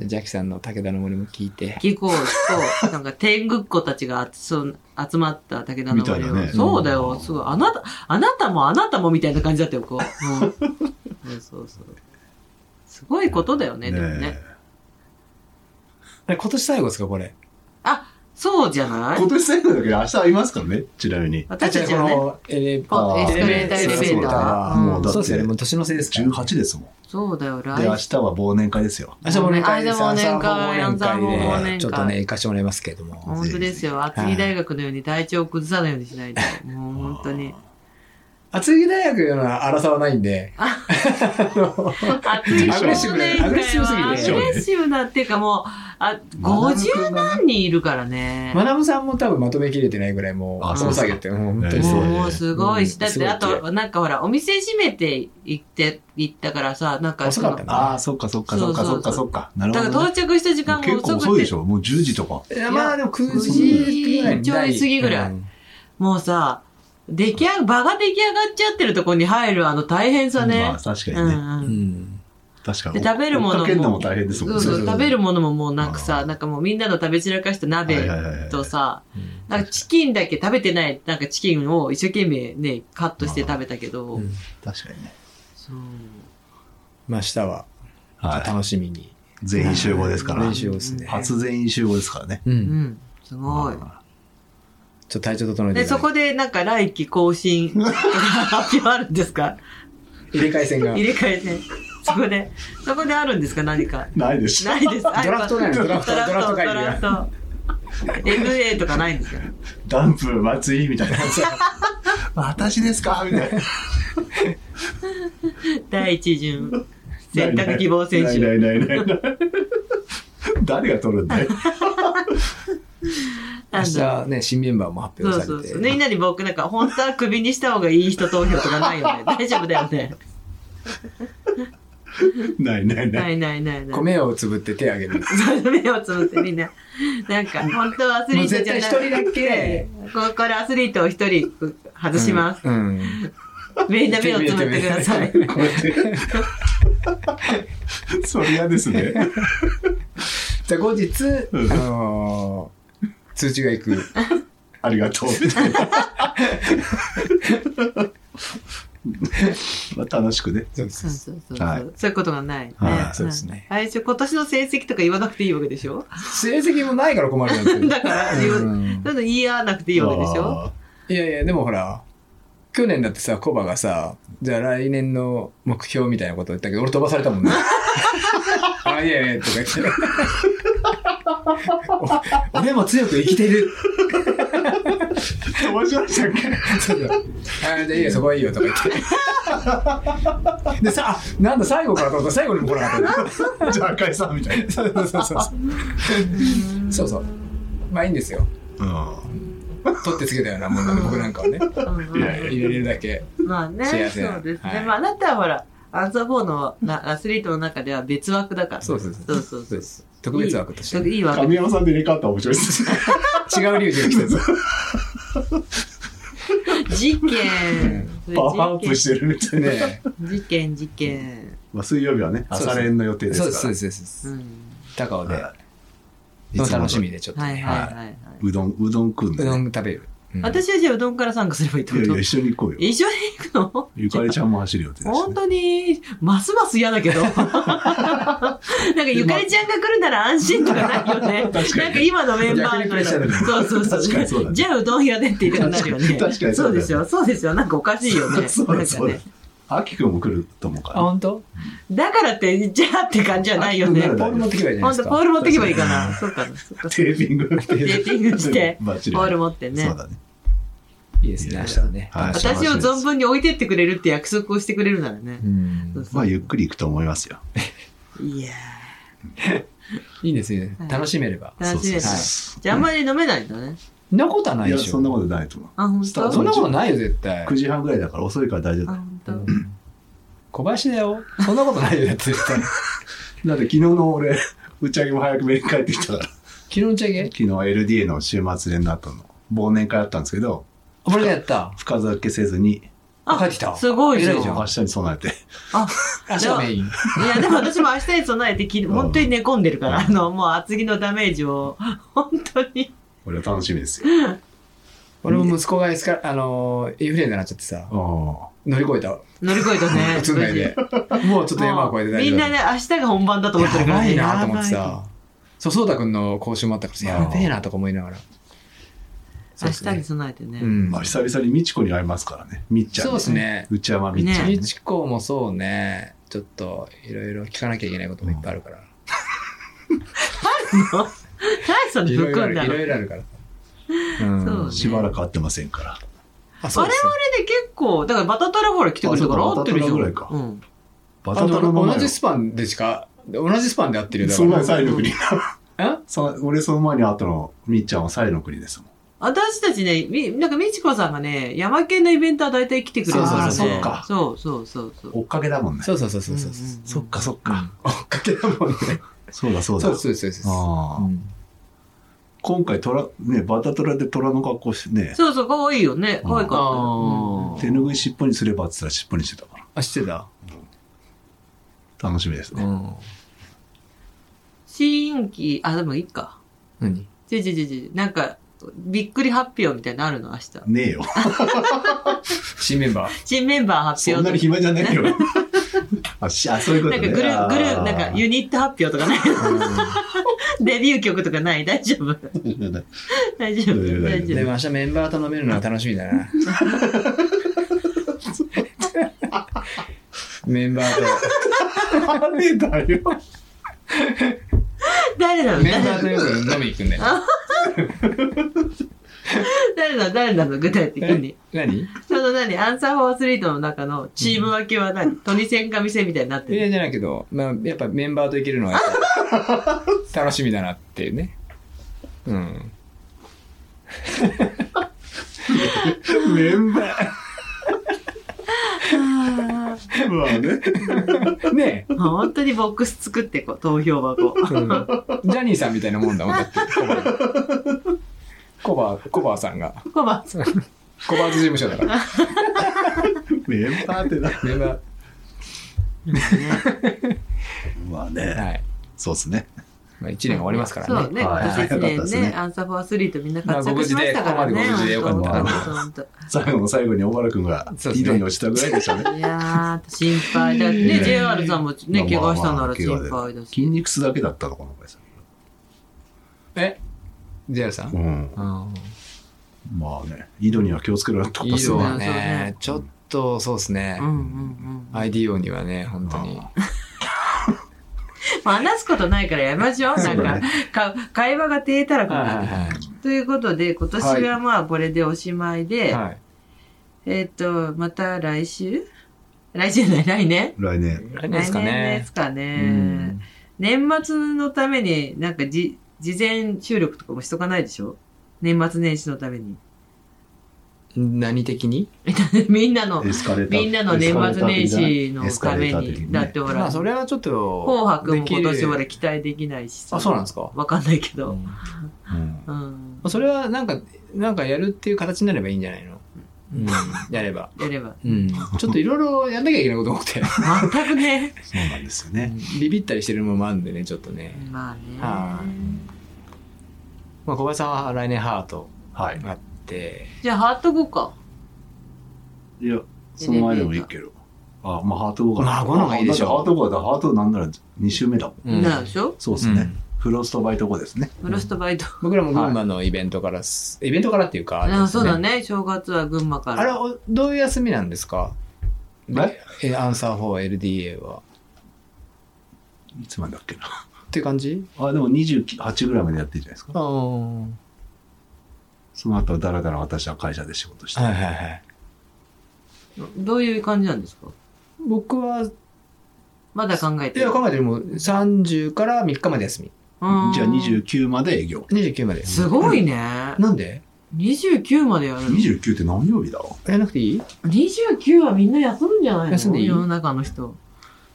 [SPEAKER 1] うん。
[SPEAKER 9] ジャキさんの武田の森も聞いて。
[SPEAKER 1] 聞こうと、なんか天狗っ子たちが集そう集まった武田の森
[SPEAKER 2] みた
[SPEAKER 1] を
[SPEAKER 2] いだね
[SPEAKER 1] そうだよ、すごい。あなた、あなたもあなたもみたいな感じだったよ、こう。うん、そうそうそう。すごいことだよね、でもね
[SPEAKER 2] ね。
[SPEAKER 3] え今年最後ですか、これ。
[SPEAKER 1] そうじゃない
[SPEAKER 2] 今年最後だけど明日ありますからね、ちなみに。
[SPEAKER 1] 私たちは
[SPEAKER 3] あ
[SPEAKER 1] ね。
[SPEAKER 3] のエレベータ
[SPEAKER 1] あ
[SPEAKER 3] ー
[SPEAKER 1] エスカレーターエレベーター。うん
[SPEAKER 2] もうだ
[SPEAKER 3] そう
[SPEAKER 2] っ
[SPEAKER 3] ですよね、
[SPEAKER 2] て
[SPEAKER 3] もう年のせいですから。
[SPEAKER 2] 18ですもん。
[SPEAKER 1] そうだよ、来
[SPEAKER 2] で、明
[SPEAKER 1] 週
[SPEAKER 2] 日は忘年会ですよ。
[SPEAKER 3] あじゃあ忘年会です。
[SPEAKER 1] あじゃあ忘年会
[SPEAKER 3] アンサー忘年
[SPEAKER 1] アンサー忘年
[SPEAKER 3] 会で、
[SPEAKER 1] 会
[SPEAKER 3] ちょっとね、行かしてもらいますけれども。
[SPEAKER 1] 本当ですよ。厚木大学のように体調を崩さないようにしないと。もう本当に。
[SPEAKER 3] 厚木大学の荒さはないんで、
[SPEAKER 1] 厚木
[SPEAKER 2] アグレッ
[SPEAKER 3] シ
[SPEAKER 1] 少
[SPEAKER 3] ブね
[SPEAKER 1] 年会は
[SPEAKER 3] ア
[SPEAKER 1] アグ
[SPEAKER 3] グレ
[SPEAKER 1] レ
[SPEAKER 3] ッシブすぎる
[SPEAKER 1] ッシブなっていうかもう、あ、50何人いるからね。
[SPEAKER 3] マナブさんも多分まとめきれてないぐらいもう、
[SPEAKER 2] あ
[SPEAKER 3] 大騒ぎって、もう本当
[SPEAKER 2] え
[SPEAKER 3] に
[SPEAKER 2] え
[SPEAKER 3] そう。
[SPEAKER 1] もうすごいし、
[SPEAKER 3] うん
[SPEAKER 1] だっ
[SPEAKER 3] すごい
[SPEAKER 1] てあと、なんかほら、お店閉めて行って、行ったからさ、なんか
[SPEAKER 3] 遅
[SPEAKER 1] そ
[SPEAKER 3] か
[SPEAKER 1] の、
[SPEAKER 3] ったな。
[SPEAKER 2] ああ、そっかそっかそっかそっかそっか。なる
[SPEAKER 1] だから
[SPEAKER 2] ほどね。
[SPEAKER 1] 到着した時間が
[SPEAKER 2] 結構
[SPEAKER 1] 遅
[SPEAKER 2] 遅い
[SPEAKER 1] く
[SPEAKER 2] で
[SPEAKER 1] て
[SPEAKER 2] し、ょもう10時とか。
[SPEAKER 3] いやまあでも9時
[SPEAKER 1] 時
[SPEAKER 3] ぐらいに
[SPEAKER 1] ちょい過ぎぐらい
[SPEAKER 3] うん
[SPEAKER 1] もうさ、出来上が、場が出来上がっちゃってるとこに入るあの大変さ
[SPEAKER 2] ま
[SPEAKER 1] ね
[SPEAKER 2] あ。確か
[SPEAKER 1] う
[SPEAKER 2] にね。
[SPEAKER 1] んう
[SPEAKER 3] う
[SPEAKER 1] ん。
[SPEAKER 3] ん。
[SPEAKER 2] 確か
[SPEAKER 1] で
[SPEAKER 2] に。
[SPEAKER 1] 食べるものも
[SPEAKER 2] 追っかけるのも大変ですも
[SPEAKER 1] そ
[SPEAKER 2] ん
[SPEAKER 1] う
[SPEAKER 3] そ
[SPEAKER 1] そうう
[SPEAKER 3] そう
[SPEAKER 1] 食べるものももうなんか
[SPEAKER 2] あ
[SPEAKER 1] さ、なんかもうみんなの食べ散らかした
[SPEAKER 2] は
[SPEAKER 1] 鍋
[SPEAKER 2] いはいはいはい
[SPEAKER 1] とさ、
[SPEAKER 3] うん
[SPEAKER 1] なんかチキンだけ食べてない、なんかチキンを一生懸命ね、カットして食べたけど、
[SPEAKER 3] うん
[SPEAKER 2] 確かにね。
[SPEAKER 1] そう。
[SPEAKER 3] まあ明日は
[SPEAKER 2] は
[SPEAKER 3] 楽しみに。
[SPEAKER 2] い。全員集合ですから
[SPEAKER 3] 練。習をですね。
[SPEAKER 2] 初全員集合ですからね。
[SPEAKER 3] う。
[SPEAKER 1] うんん、すごい。
[SPEAKER 3] ちょっと体調整えて。
[SPEAKER 1] で、そこでなんか来期更新とか 発表あるんですか
[SPEAKER 3] 入れ替え戦が
[SPEAKER 1] 入。れ替えて。そこで、そこであるんですか何か。
[SPEAKER 2] ないでしょ。
[SPEAKER 1] ないです。ド
[SPEAKER 3] ドラフトだよねドラフト
[SPEAKER 1] ドラフト、
[SPEAKER 3] ド
[SPEAKER 1] ド
[SPEAKER 3] ラ
[SPEAKER 1] ラ
[SPEAKER 3] フ
[SPEAKER 1] フト。MA とかないんですか
[SPEAKER 2] ダンプ松井みたいな。 私ですかみたいな。
[SPEAKER 1] 第一巡。選択希望選
[SPEAKER 2] ない
[SPEAKER 1] 手。
[SPEAKER 2] ないないないない。誰が取るんだよ。
[SPEAKER 1] な
[SPEAKER 3] 明
[SPEAKER 1] んだろう
[SPEAKER 3] 日ね、新メンバーも発
[SPEAKER 1] そう
[SPEAKER 3] 表さ
[SPEAKER 1] そう
[SPEAKER 3] れて。
[SPEAKER 1] そう。みんなに僕なんか、本当はクビにした方がいい人投票とかない よね。大丈夫だよね。
[SPEAKER 2] ないないな。
[SPEAKER 1] ないいないないない。
[SPEAKER 3] 米をつぶって手あげる。
[SPEAKER 1] そう目をつぶってみんな。なんか、本当はアスリートじゃない。
[SPEAKER 3] もう絶対一人だけ。
[SPEAKER 1] ここれアスリートを一人外します。
[SPEAKER 3] うん。
[SPEAKER 1] みんな目をつぶってください。
[SPEAKER 3] こうやって
[SPEAKER 2] そりゃですね。
[SPEAKER 3] じゃあ後日、
[SPEAKER 2] うん
[SPEAKER 3] あのー通知が行く。
[SPEAKER 2] ありがとう。みたいなまあ楽しくね。
[SPEAKER 3] そうで
[SPEAKER 1] そうそうそう。
[SPEAKER 2] はい
[SPEAKER 1] そういうことがないね。
[SPEAKER 2] はい
[SPEAKER 3] そうですね
[SPEAKER 1] はい。最初、今年の成績とか言わなくていいわけでしょ
[SPEAKER 3] 成績もないから困るんですよ
[SPEAKER 1] だから、そううんいうの言わなくていいわけでしょ
[SPEAKER 2] あ
[SPEAKER 3] いやいや、でもほら、去年だってさ、コバがさ、じゃあ来年の目標みたいなこと言ったけど、俺飛ばされた もんね。あ、いやいや、とか言って。お 俺も強く生きてる。
[SPEAKER 2] ー。面白いじゃんけ。
[SPEAKER 3] そうそうあじゃあいいよ、そこはいいよ、とか言って。でさ、あなんだ、最後からと思ったら最後にも来なかったね。
[SPEAKER 2] じゃあ赤井さんみたいな。
[SPEAKER 3] そうそうそうそう。そうそう。まあいいんですよ。
[SPEAKER 2] うん。
[SPEAKER 3] 取ってつけたようなもんなんで、僕なんかはね。
[SPEAKER 1] うん
[SPEAKER 2] いやいや
[SPEAKER 3] 入れれるだけ。
[SPEAKER 1] まあね、
[SPEAKER 3] す
[SPEAKER 1] そ
[SPEAKER 3] いません
[SPEAKER 1] うです
[SPEAKER 3] は
[SPEAKER 1] ね。
[SPEAKER 3] い
[SPEAKER 1] まあ、あなたはほら、アンサー4のなアスリートの中では別枠だから。
[SPEAKER 3] そうそうそう
[SPEAKER 1] そうそう
[SPEAKER 3] そう
[SPEAKER 1] そ
[SPEAKER 3] で
[SPEAKER 1] う。
[SPEAKER 3] す。特別枠として。
[SPEAKER 1] いい枠
[SPEAKER 2] 神山さんで入れ替わったら面白いです。
[SPEAKER 3] 違う理由で来たぞ。
[SPEAKER 1] 事件。
[SPEAKER 2] パワーアップしてるみたいな。
[SPEAKER 3] ね
[SPEAKER 1] 事件、事件。
[SPEAKER 2] まあ、水曜日はね、
[SPEAKER 3] そうです
[SPEAKER 2] 朝練の予定です
[SPEAKER 3] そう
[SPEAKER 2] か
[SPEAKER 3] で
[SPEAKER 2] ら。
[SPEAKER 3] す、そうですそうです
[SPEAKER 1] う。ん。
[SPEAKER 3] 高尾で、
[SPEAKER 2] はいい
[SPEAKER 3] の
[SPEAKER 2] つも
[SPEAKER 3] 楽
[SPEAKER 2] 楽
[SPEAKER 3] し
[SPEAKER 2] し
[SPEAKER 3] み
[SPEAKER 2] み。
[SPEAKER 3] でちょっと
[SPEAKER 1] はいはい
[SPEAKER 3] ね、
[SPEAKER 1] はいはい。
[SPEAKER 2] うどん、うどん食うん
[SPEAKER 3] う
[SPEAKER 2] だ
[SPEAKER 3] ど
[SPEAKER 2] ね。
[SPEAKER 3] ん食べる。うん
[SPEAKER 1] 私はじゃあうどんから参加すればいいって
[SPEAKER 2] い
[SPEAKER 1] こ
[SPEAKER 2] やいや、
[SPEAKER 1] と
[SPEAKER 2] 一緒に行こうよ。
[SPEAKER 1] 一緒に行くの
[SPEAKER 2] ゆかりちゃんも走る予定だし
[SPEAKER 1] 本
[SPEAKER 2] ね。
[SPEAKER 1] 当に、ますます嫌だ けど。なんか、ゆかりちゃんが来るなら安心とかないよね。
[SPEAKER 2] 確か
[SPEAKER 1] なんか
[SPEAKER 2] にね。
[SPEAKER 1] 今のメンバー
[SPEAKER 2] 逆にプレッシャーだね
[SPEAKER 1] そうそうそう。
[SPEAKER 2] 確かにそうだね
[SPEAKER 1] じゃあうどん屋でって言いたくなるよね。
[SPEAKER 2] 確かに確か
[SPEAKER 1] そ
[SPEAKER 2] にそううだよね
[SPEAKER 1] ですよ。そうですよ。なんかおかしいよね。
[SPEAKER 2] そう
[SPEAKER 1] な
[SPEAKER 2] だ
[SPEAKER 1] んか
[SPEAKER 2] そうだ
[SPEAKER 1] ね。。
[SPEAKER 2] あきくんも来ると思うか
[SPEAKER 3] あ、
[SPEAKER 2] ら。
[SPEAKER 3] 本当？
[SPEAKER 1] だからって、じゃあって感じじゃないよね
[SPEAKER 2] あ。
[SPEAKER 3] ボール持ってけばいいじゃ
[SPEAKER 1] ほ
[SPEAKER 3] なんい
[SPEAKER 1] と、ポー
[SPEAKER 3] ですか。
[SPEAKER 1] ル持ってけばいいかな。そうかな。そうか
[SPEAKER 2] テーピング。テ
[SPEAKER 1] テーピングして、
[SPEAKER 2] バッチリ。
[SPEAKER 1] ポール持ってね
[SPEAKER 2] そう。だね。
[SPEAKER 3] いいですね、明日ね。
[SPEAKER 2] はい
[SPEAKER 1] 私を存分に置いてってくれるって約束をしてくれるならね
[SPEAKER 3] う。。
[SPEAKER 1] そうんそう
[SPEAKER 2] まあ、ゆっくり行くと思いますよ。
[SPEAKER 1] いや
[SPEAKER 3] いいですね
[SPEAKER 1] はい。
[SPEAKER 3] 楽しめれば。
[SPEAKER 1] ー、楽しみで
[SPEAKER 2] そうそう
[SPEAKER 1] す。
[SPEAKER 2] そ
[SPEAKER 1] じゃああんまり飲めないんだね。
[SPEAKER 3] そんなことはな
[SPEAKER 2] う
[SPEAKER 3] い
[SPEAKER 2] い
[SPEAKER 3] で
[SPEAKER 2] や、
[SPEAKER 3] しょ。
[SPEAKER 2] そんなことないと思う。
[SPEAKER 1] あ、本
[SPEAKER 2] スター
[SPEAKER 1] 当。
[SPEAKER 2] ト
[SPEAKER 3] そんなことないよ、絶対
[SPEAKER 2] 9。時半ぐらいだから遅いから大丈
[SPEAKER 1] あ、
[SPEAKER 2] 夫。
[SPEAKER 1] 本当。
[SPEAKER 3] 小林だよ。そんなことないよ、絶対。昨
[SPEAKER 2] だって昨日の俺、 打ち上げも早く目に帰ってきたから。
[SPEAKER 3] 日の打ち上げ
[SPEAKER 2] 昨日 LDA の週末連の後の忘年会だったんですけど、
[SPEAKER 3] 俺がやった。
[SPEAKER 2] 深酒せずに、
[SPEAKER 1] あ
[SPEAKER 3] 帰ってきた。
[SPEAKER 1] すごいじゃん
[SPEAKER 3] 偉いじゃん。
[SPEAKER 2] 明日に備えて。
[SPEAKER 1] あ、
[SPEAKER 3] 明日がメイン。
[SPEAKER 1] いや、でも私も明日に備えてき、本当に寝込んでるから、あの、もう厚木のダメージを、本当に。
[SPEAKER 2] 俺は楽しみですよ。
[SPEAKER 3] 俺も息子がエスカあのー、インフレになっちゃってさ、
[SPEAKER 2] あ
[SPEAKER 3] 乗り越えた。
[SPEAKER 1] 乗り越えたね。
[SPEAKER 3] う つんないで。もうちょっと山を越え
[SPEAKER 1] も
[SPEAKER 3] て
[SPEAKER 1] う
[SPEAKER 3] 大
[SPEAKER 1] みん
[SPEAKER 3] 丈夫
[SPEAKER 1] なね、
[SPEAKER 3] だ。
[SPEAKER 1] 明日が本番だと思ってるからね。
[SPEAKER 3] やばいなと思って
[SPEAKER 1] やばい
[SPEAKER 3] さ。そう、そうたくんの講習もあったからさ、
[SPEAKER 2] あー
[SPEAKER 3] やべえなとか思いながら。そうです
[SPEAKER 1] 明日に
[SPEAKER 3] ね。
[SPEAKER 1] 備えてね。
[SPEAKER 3] うん
[SPEAKER 2] あ。まあ、久々にみちこに会いますからね。みっちゃん。
[SPEAKER 3] そうです。ね。
[SPEAKER 2] 内山みっちゃん、
[SPEAKER 3] みちこもそうね、ちょっといろいろ聞かなきゃいけないこともいっぱいあるから。
[SPEAKER 1] 何その
[SPEAKER 3] いろ
[SPEAKER 1] ぶっ
[SPEAKER 3] いろ
[SPEAKER 1] 込
[SPEAKER 3] あ
[SPEAKER 1] ん
[SPEAKER 3] る
[SPEAKER 1] だ
[SPEAKER 3] い
[SPEAKER 1] の。
[SPEAKER 3] ろいろある から。うん
[SPEAKER 1] そうね
[SPEAKER 2] しばらく会ってませんから。
[SPEAKER 3] あ、そうですね
[SPEAKER 1] で、結構、だからバタトラほら来てくれたから
[SPEAKER 2] あそう
[SPEAKER 1] 合
[SPEAKER 2] か
[SPEAKER 1] ってるじゃん。
[SPEAKER 2] バタトラぐ
[SPEAKER 1] うん。
[SPEAKER 2] バ
[SPEAKER 3] あ
[SPEAKER 2] タタのま
[SPEAKER 3] の
[SPEAKER 2] ま
[SPEAKER 3] 同
[SPEAKER 2] よ
[SPEAKER 3] じ。スパンでしか、同じスパンで合ってるよ。だ
[SPEAKER 2] そ
[SPEAKER 3] か
[SPEAKER 2] の
[SPEAKER 3] ら
[SPEAKER 2] 前、サイの国。
[SPEAKER 3] え
[SPEAKER 2] そ俺、その前に会ったの、みっちゃんはサイの国ですもん。
[SPEAKER 1] 私たちね、み、なんかみちこさんがね、山県のイベントは大体来てくれるからね。
[SPEAKER 2] そうそうそうそっか
[SPEAKER 1] そうそうそうそう。
[SPEAKER 2] 追っかけだもんね。
[SPEAKER 3] そうそうそうそうそう。
[SPEAKER 1] うんうんうん
[SPEAKER 2] そっか、そっか。
[SPEAKER 3] 追っかけだもんね。
[SPEAKER 2] そうだ、そうだ。
[SPEAKER 3] そうですそうですそうです。
[SPEAKER 2] ああ
[SPEAKER 3] うん
[SPEAKER 2] 今回、虎、ね、バタトラで虎の格好してね、
[SPEAKER 1] そうそう、可愛いよね。可愛かった
[SPEAKER 3] あ
[SPEAKER 1] よ。
[SPEAKER 3] ー
[SPEAKER 2] 手拭い尻尾にすればって言ったら尻尾にしてたから。
[SPEAKER 3] あ、知ってた
[SPEAKER 2] 楽しみです
[SPEAKER 3] う
[SPEAKER 2] ね。
[SPEAKER 3] ん。
[SPEAKER 1] 新規、あ、でもいいか。
[SPEAKER 3] 何
[SPEAKER 1] ちょいちょいちょいちょいなんか、びっくり発表みたいなのあるの明日。
[SPEAKER 2] ねえよ。
[SPEAKER 3] 新メンバー。
[SPEAKER 1] 新メンバー発
[SPEAKER 2] そんな
[SPEAKER 1] 表
[SPEAKER 2] に
[SPEAKER 1] と
[SPEAKER 2] 暇じゃないよ。 あ、しあそういうこ
[SPEAKER 1] か。
[SPEAKER 2] と
[SPEAKER 1] なんかグ
[SPEAKER 2] ね。
[SPEAKER 1] ルグル
[SPEAKER 2] あー
[SPEAKER 1] なんかユニット発表とかない デビュー曲とかない大丈夫 大丈夫
[SPEAKER 2] 大丈夫
[SPEAKER 1] 大丈
[SPEAKER 3] で
[SPEAKER 1] 夫
[SPEAKER 3] も明日メンバー頼めるのは楽しみだ な。メンバー
[SPEAKER 2] あれだよ。
[SPEAKER 1] 誰なの
[SPEAKER 3] と、メ
[SPEAKER 1] 誰な
[SPEAKER 3] ンバーと
[SPEAKER 1] の
[SPEAKER 3] よく飲み行くんだよ。
[SPEAKER 1] 誰なの誰なの具体的に。
[SPEAKER 3] 何
[SPEAKER 1] その何アンサーフォーアスリートの中のチーム分けは 何トニセンカミセみたいになって
[SPEAKER 3] い
[SPEAKER 1] る。
[SPEAKER 3] やじゃないけど、まあ、やっぱメンバーと行けるのはやっぱ楽しみだなっていうね。うん。
[SPEAKER 2] メンバー。まあね。
[SPEAKER 3] ねえ、
[SPEAKER 1] 本当にボックス作ってこう、投票箱。
[SPEAKER 3] うんジャニーさんみたいなもんだもんだって、コバ、コバさんが、
[SPEAKER 1] コバさん。
[SPEAKER 3] コバーズ事務所だから、
[SPEAKER 2] メンバーってな。
[SPEAKER 3] メンバ
[SPEAKER 2] まあ
[SPEAKER 3] ー、
[SPEAKER 2] ね。
[SPEAKER 3] はい。
[SPEAKER 2] そうですね。
[SPEAKER 3] まあ、1年が終わりますから
[SPEAKER 1] そう
[SPEAKER 3] ね。
[SPEAKER 1] ね、
[SPEAKER 2] はい
[SPEAKER 1] 今年
[SPEAKER 2] はいよかったで
[SPEAKER 1] ね
[SPEAKER 2] すね
[SPEAKER 1] アンサーフォーアスリートみんな活躍しましたからね。
[SPEAKER 3] まあご無事でここまで
[SPEAKER 2] ご無事でよか
[SPEAKER 1] 本当本当本
[SPEAKER 2] 最後の最後に小原くんが
[SPEAKER 3] そうで
[SPEAKER 2] 井
[SPEAKER 3] すね
[SPEAKER 2] 戸に落ちたぐらいでしたね。
[SPEAKER 1] 当いやー、心配だ。ね、JR さんもね、怪我したなら心
[SPEAKER 2] まあまあ
[SPEAKER 1] 配
[SPEAKER 2] 怪我
[SPEAKER 1] だ
[SPEAKER 2] で
[SPEAKER 1] し。
[SPEAKER 2] 筋肉痛だけだったのかな、これさ。
[SPEAKER 3] え、JR さん
[SPEAKER 2] うん。
[SPEAKER 3] うん。
[SPEAKER 2] まあね。井戸には気をつけろよってこと
[SPEAKER 3] 井
[SPEAKER 2] です
[SPEAKER 3] 戸
[SPEAKER 2] ね。
[SPEAKER 3] はね、ちょっとそうですね
[SPEAKER 1] うん。うんうん。
[SPEAKER 3] IDO にはね、本当に。
[SPEAKER 1] まあ話すことないからやめましょう。なんか、か会話が停たらくなる。
[SPEAKER 3] は
[SPEAKER 1] ということで、今年はまあこれでおしまい
[SPEAKER 3] い。
[SPEAKER 1] で、
[SPEAKER 3] はい。
[SPEAKER 1] えっと、また来週来週じゃない、来年
[SPEAKER 2] 来年。
[SPEAKER 3] 来年ですか
[SPEAKER 1] 来年で
[SPEAKER 3] ね
[SPEAKER 1] す。か
[SPEAKER 3] う
[SPEAKER 1] ね
[SPEAKER 3] ん。。
[SPEAKER 1] 年末のために、なんかじ、事前収録とかもしとかないでしょ年末年始のために。
[SPEAKER 3] 何的に
[SPEAKER 1] みんなの、
[SPEAKER 2] エスカレーター。
[SPEAKER 1] みんなの年末年始のため
[SPEAKER 2] エスカレーター的
[SPEAKER 1] に。だってほ
[SPEAKER 3] ま
[SPEAKER 1] ら、
[SPEAKER 3] あ、それはちょっと。
[SPEAKER 1] 紅白も今
[SPEAKER 3] でき
[SPEAKER 1] 年
[SPEAKER 3] る
[SPEAKER 1] まで期待できないしさ
[SPEAKER 3] あ、そうなんですか。
[SPEAKER 1] わかんないけど。
[SPEAKER 3] ま
[SPEAKER 2] うん
[SPEAKER 1] うん。
[SPEAKER 3] あそれはなんか、なんかやるっていう形になればいいんじゃないのうん、やれば。
[SPEAKER 1] やれば。
[SPEAKER 3] うん。ちょっといろいろやんなきゃいけないこと多くて、
[SPEAKER 1] 全くね。
[SPEAKER 2] そうなんですよね。
[SPEAKER 3] ビビったりしてるものもあるんでね、ちょっとね。
[SPEAKER 1] まあね。
[SPEAKER 3] はまあ、小林さんは来年ハート
[SPEAKER 2] はい。
[SPEAKER 3] があって、
[SPEAKER 1] じゃあ、ハート5か。
[SPEAKER 2] いや、その前でもいいけど。あ、まあ、ハート5が。
[SPEAKER 3] まあ五の方がいいでしょ
[SPEAKER 2] ハート5だ。ハートなんなら2周目だもん。
[SPEAKER 3] うん
[SPEAKER 1] なんでしょ
[SPEAKER 2] そうですね。フロストバイト5ですね。
[SPEAKER 1] フロストバイト。
[SPEAKER 3] 僕らも群馬のイベントからす、イベントからっていうか、あれです
[SPEAKER 1] あそうだね。正月は群馬から。
[SPEAKER 3] あれ、おどういう休みなんですか
[SPEAKER 2] え
[SPEAKER 3] え、アンサー4 LDA は。
[SPEAKER 2] いつまでだっけな。
[SPEAKER 3] って感じ
[SPEAKER 2] あ、でも28ぐらいまでやってるじゃないですか。
[SPEAKER 3] ああ。は
[SPEAKER 2] その後はだらだら私は会社で仕事し
[SPEAKER 3] い
[SPEAKER 2] て。
[SPEAKER 3] はいはい。
[SPEAKER 1] どういう感じなんですか
[SPEAKER 3] 僕は、い
[SPEAKER 1] まだ考えて
[SPEAKER 3] や、
[SPEAKER 1] る。
[SPEAKER 3] 考えてるもう30から3日まで休み。
[SPEAKER 1] うん
[SPEAKER 2] じゃあ。29まで営業。
[SPEAKER 3] 29まで。
[SPEAKER 1] すごいね。
[SPEAKER 3] なんで
[SPEAKER 1] 29までやるの
[SPEAKER 2] 29って何曜日だ
[SPEAKER 3] やらなくていいい
[SPEAKER 1] 29はみんな休むんじゃないの
[SPEAKER 3] 休んでいい
[SPEAKER 1] 世の中の人。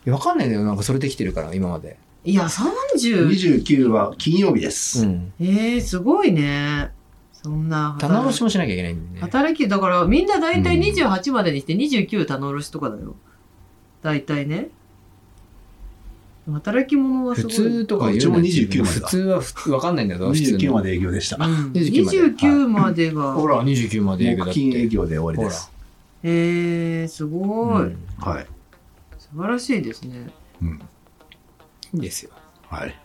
[SPEAKER 3] やわかんないんだよ。なんかそれできてるから、今まで。
[SPEAKER 1] いや、30。
[SPEAKER 2] ?29 は金曜日です。
[SPEAKER 3] ん。
[SPEAKER 1] えー、すごいね。そんな。
[SPEAKER 3] 棚卸しもしなきゃいけないんでね。
[SPEAKER 1] 働き、だからみんな大体
[SPEAKER 3] うん
[SPEAKER 1] 28までにして29棚卸しとかだよ。大体ね。働き者はす
[SPEAKER 3] 普
[SPEAKER 1] ごい。
[SPEAKER 3] 通とか言
[SPEAKER 2] うちも29まで
[SPEAKER 3] 普
[SPEAKER 2] だ
[SPEAKER 3] 通はふわかんないんだぞ、普通
[SPEAKER 2] 29
[SPEAKER 3] の。
[SPEAKER 2] まで営業でした
[SPEAKER 1] う。ん、
[SPEAKER 3] 29
[SPEAKER 1] 29までが。
[SPEAKER 3] ほら、29まで営業だ
[SPEAKER 2] 木
[SPEAKER 3] って。
[SPEAKER 2] 金営業で終わりです。
[SPEAKER 1] えー、すごい、
[SPEAKER 3] うん
[SPEAKER 2] はい。
[SPEAKER 1] 素晴らしいですね。
[SPEAKER 3] いいですよ。
[SPEAKER 2] はい。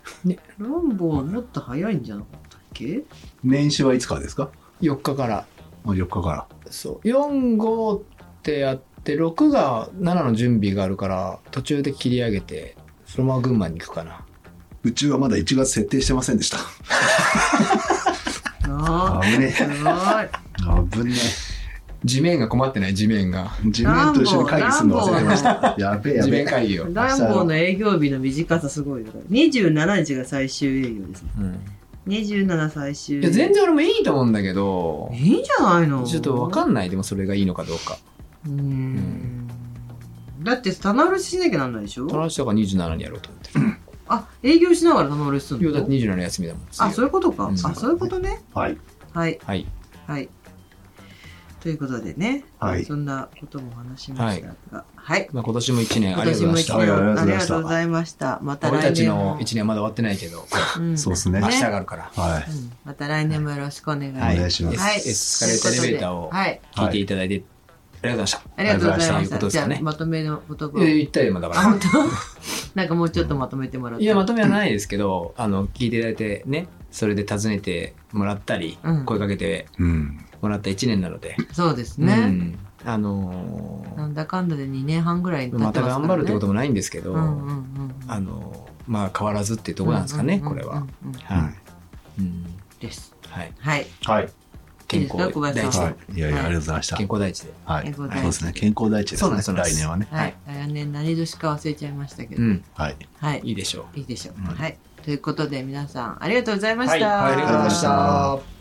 [SPEAKER 1] ランボーはもっと早いんじゃなかったっけ
[SPEAKER 2] 年始はいつからですか
[SPEAKER 3] 4日から。
[SPEAKER 2] もう4日から。
[SPEAKER 3] そう。4、5ってやって、6が7の準備があるから、途中で切り上げて、そのまま群馬に行くかな。
[SPEAKER 2] 宇宙はまだ1月設定してませんでした。
[SPEAKER 1] ああ、
[SPEAKER 2] 危ね
[SPEAKER 1] すごい。
[SPEAKER 2] 危ね
[SPEAKER 3] 地面が困ってない、地面が。
[SPEAKER 2] え。地面と一緒に会議するの忘れてまし
[SPEAKER 1] ラ
[SPEAKER 2] た。やべえや
[SPEAKER 3] 地
[SPEAKER 2] べ
[SPEAKER 3] 面
[SPEAKER 2] え。
[SPEAKER 3] 会議を。
[SPEAKER 1] ランボーの営業日の短さすごいよ。27日が最終営業ですね。
[SPEAKER 3] うん
[SPEAKER 1] 27最終営
[SPEAKER 3] い
[SPEAKER 1] 業。
[SPEAKER 3] や、全然俺もいいと思うんだけど、
[SPEAKER 1] いいんじゃないの
[SPEAKER 3] ちょっとわかんない、でもそれがいいのかどうか。
[SPEAKER 1] うーんだって棚卸ししなきゃなんないでしょ
[SPEAKER 3] 話とか27にやろうと思ってる。
[SPEAKER 1] あ営業しながら棚卸しす
[SPEAKER 3] い
[SPEAKER 1] る
[SPEAKER 3] や、だって
[SPEAKER 1] の
[SPEAKER 3] 27休みだもん。
[SPEAKER 1] あそういうことか、
[SPEAKER 3] うん
[SPEAKER 1] あそういうことね
[SPEAKER 2] はい。
[SPEAKER 1] はい
[SPEAKER 3] はい。
[SPEAKER 1] はいということでね、
[SPEAKER 2] はい
[SPEAKER 1] そんなことも話しましたがはい、
[SPEAKER 3] まあ今年も1年あ
[SPEAKER 1] 今
[SPEAKER 3] りが
[SPEAKER 1] 年
[SPEAKER 3] とうござい
[SPEAKER 1] も
[SPEAKER 3] まし
[SPEAKER 1] 一
[SPEAKER 2] はい
[SPEAKER 3] た。
[SPEAKER 2] ありがとうございま
[SPEAKER 1] 年
[SPEAKER 2] した
[SPEAKER 1] ありがとうございましたまた
[SPEAKER 3] 俺た
[SPEAKER 1] 来
[SPEAKER 3] ち
[SPEAKER 1] 年
[SPEAKER 3] の
[SPEAKER 1] も、
[SPEAKER 3] 1年まだ終わってないけど、
[SPEAKER 1] うん
[SPEAKER 2] そうですね。
[SPEAKER 3] 明
[SPEAKER 2] は
[SPEAKER 3] 日があるから。
[SPEAKER 2] い。
[SPEAKER 1] うんまた来年もよろしくお願いします、
[SPEAKER 2] は
[SPEAKER 1] はい
[SPEAKER 2] お願いします
[SPEAKER 1] はい
[SPEAKER 3] エスカレーターエレベーターを
[SPEAKER 1] はい
[SPEAKER 3] 聞いていただいて、ありがとうございました。
[SPEAKER 1] ありがとうござい
[SPEAKER 3] あ
[SPEAKER 1] ま
[SPEAKER 3] り
[SPEAKER 1] し
[SPEAKER 3] が
[SPEAKER 1] た
[SPEAKER 3] とうござ
[SPEAKER 1] じ
[SPEAKER 3] い
[SPEAKER 1] ゃあ
[SPEAKER 3] ましたというこ
[SPEAKER 1] まとめの言
[SPEAKER 3] とですかね。え、
[SPEAKER 1] 葉
[SPEAKER 3] 言ったよ、今だ
[SPEAKER 1] あ
[SPEAKER 3] か
[SPEAKER 1] 本当 なんかもうちょっとまとめてもらっ
[SPEAKER 3] ら。
[SPEAKER 1] て
[SPEAKER 3] いや、まとめはないですけど、あの、聞いていただいてね、それで訪ねてもらったり、
[SPEAKER 1] うん
[SPEAKER 3] 声かけて
[SPEAKER 2] うん。
[SPEAKER 3] もらった1年なので、
[SPEAKER 1] そうです
[SPEAKER 3] う
[SPEAKER 1] ね、
[SPEAKER 3] んあのー
[SPEAKER 1] なんだかんだで2年半ぐらい経ってま
[SPEAKER 3] ま
[SPEAKER 1] か
[SPEAKER 3] すた
[SPEAKER 1] ら、ね、
[SPEAKER 3] 頑張るってこともないんですけど、
[SPEAKER 1] うんうんうんうん
[SPEAKER 3] あのまあ変わらずっていうところなんですかね、
[SPEAKER 1] ううう
[SPEAKER 3] これは、
[SPEAKER 1] うんうん
[SPEAKER 3] はい、うん
[SPEAKER 1] です
[SPEAKER 3] はい、
[SPEAKER 1] はい
[SPEAKER 2] はい。
[SPEAKER 1] いい
[SPEAKER 3] 健
[SPEAKER 1] です
[SPEAKER 3] 康
[SPEAKER 1] か小
[SPEAKER 3] 第
[SPEAKER 1] 林さん
[SPEAKER 2] は
[SPEAKER 3] 一で
[SPEAKER 2] い。いやいや、ありがとうございました。
[SPEAKER 3] 健康第一で
[SPEAKER 2] はい。
[SPEAKER 1] 健
[SPEAKER 2] そ
[SPEAKER 1] 康
[SPEAKER 2] う
[SPEAKER 1] 第一
[SPEAKER 2] ですね。健康第一ですね。
[SPEAKER 3] そうなんですそうなんで
[SPEAKER 2] 来
[SPEAKER 3] す
[SPEAKER 2] 年はね。
[SPEAKER 1] はい来年何年か忘れちゃいましたけど、
[SPEAKER 3] うん
[SPEAKER 2] はい。
[SPEAKER 1] はい
[SPEAKER 3] いいでしょう
[SPEAKER 1] いいでしょう、
[SPEAKER 2] ん
[SPEAKER 1] はいということで皆さんありがとうございました、
[SPEAKER 3] はい、ありがとうございました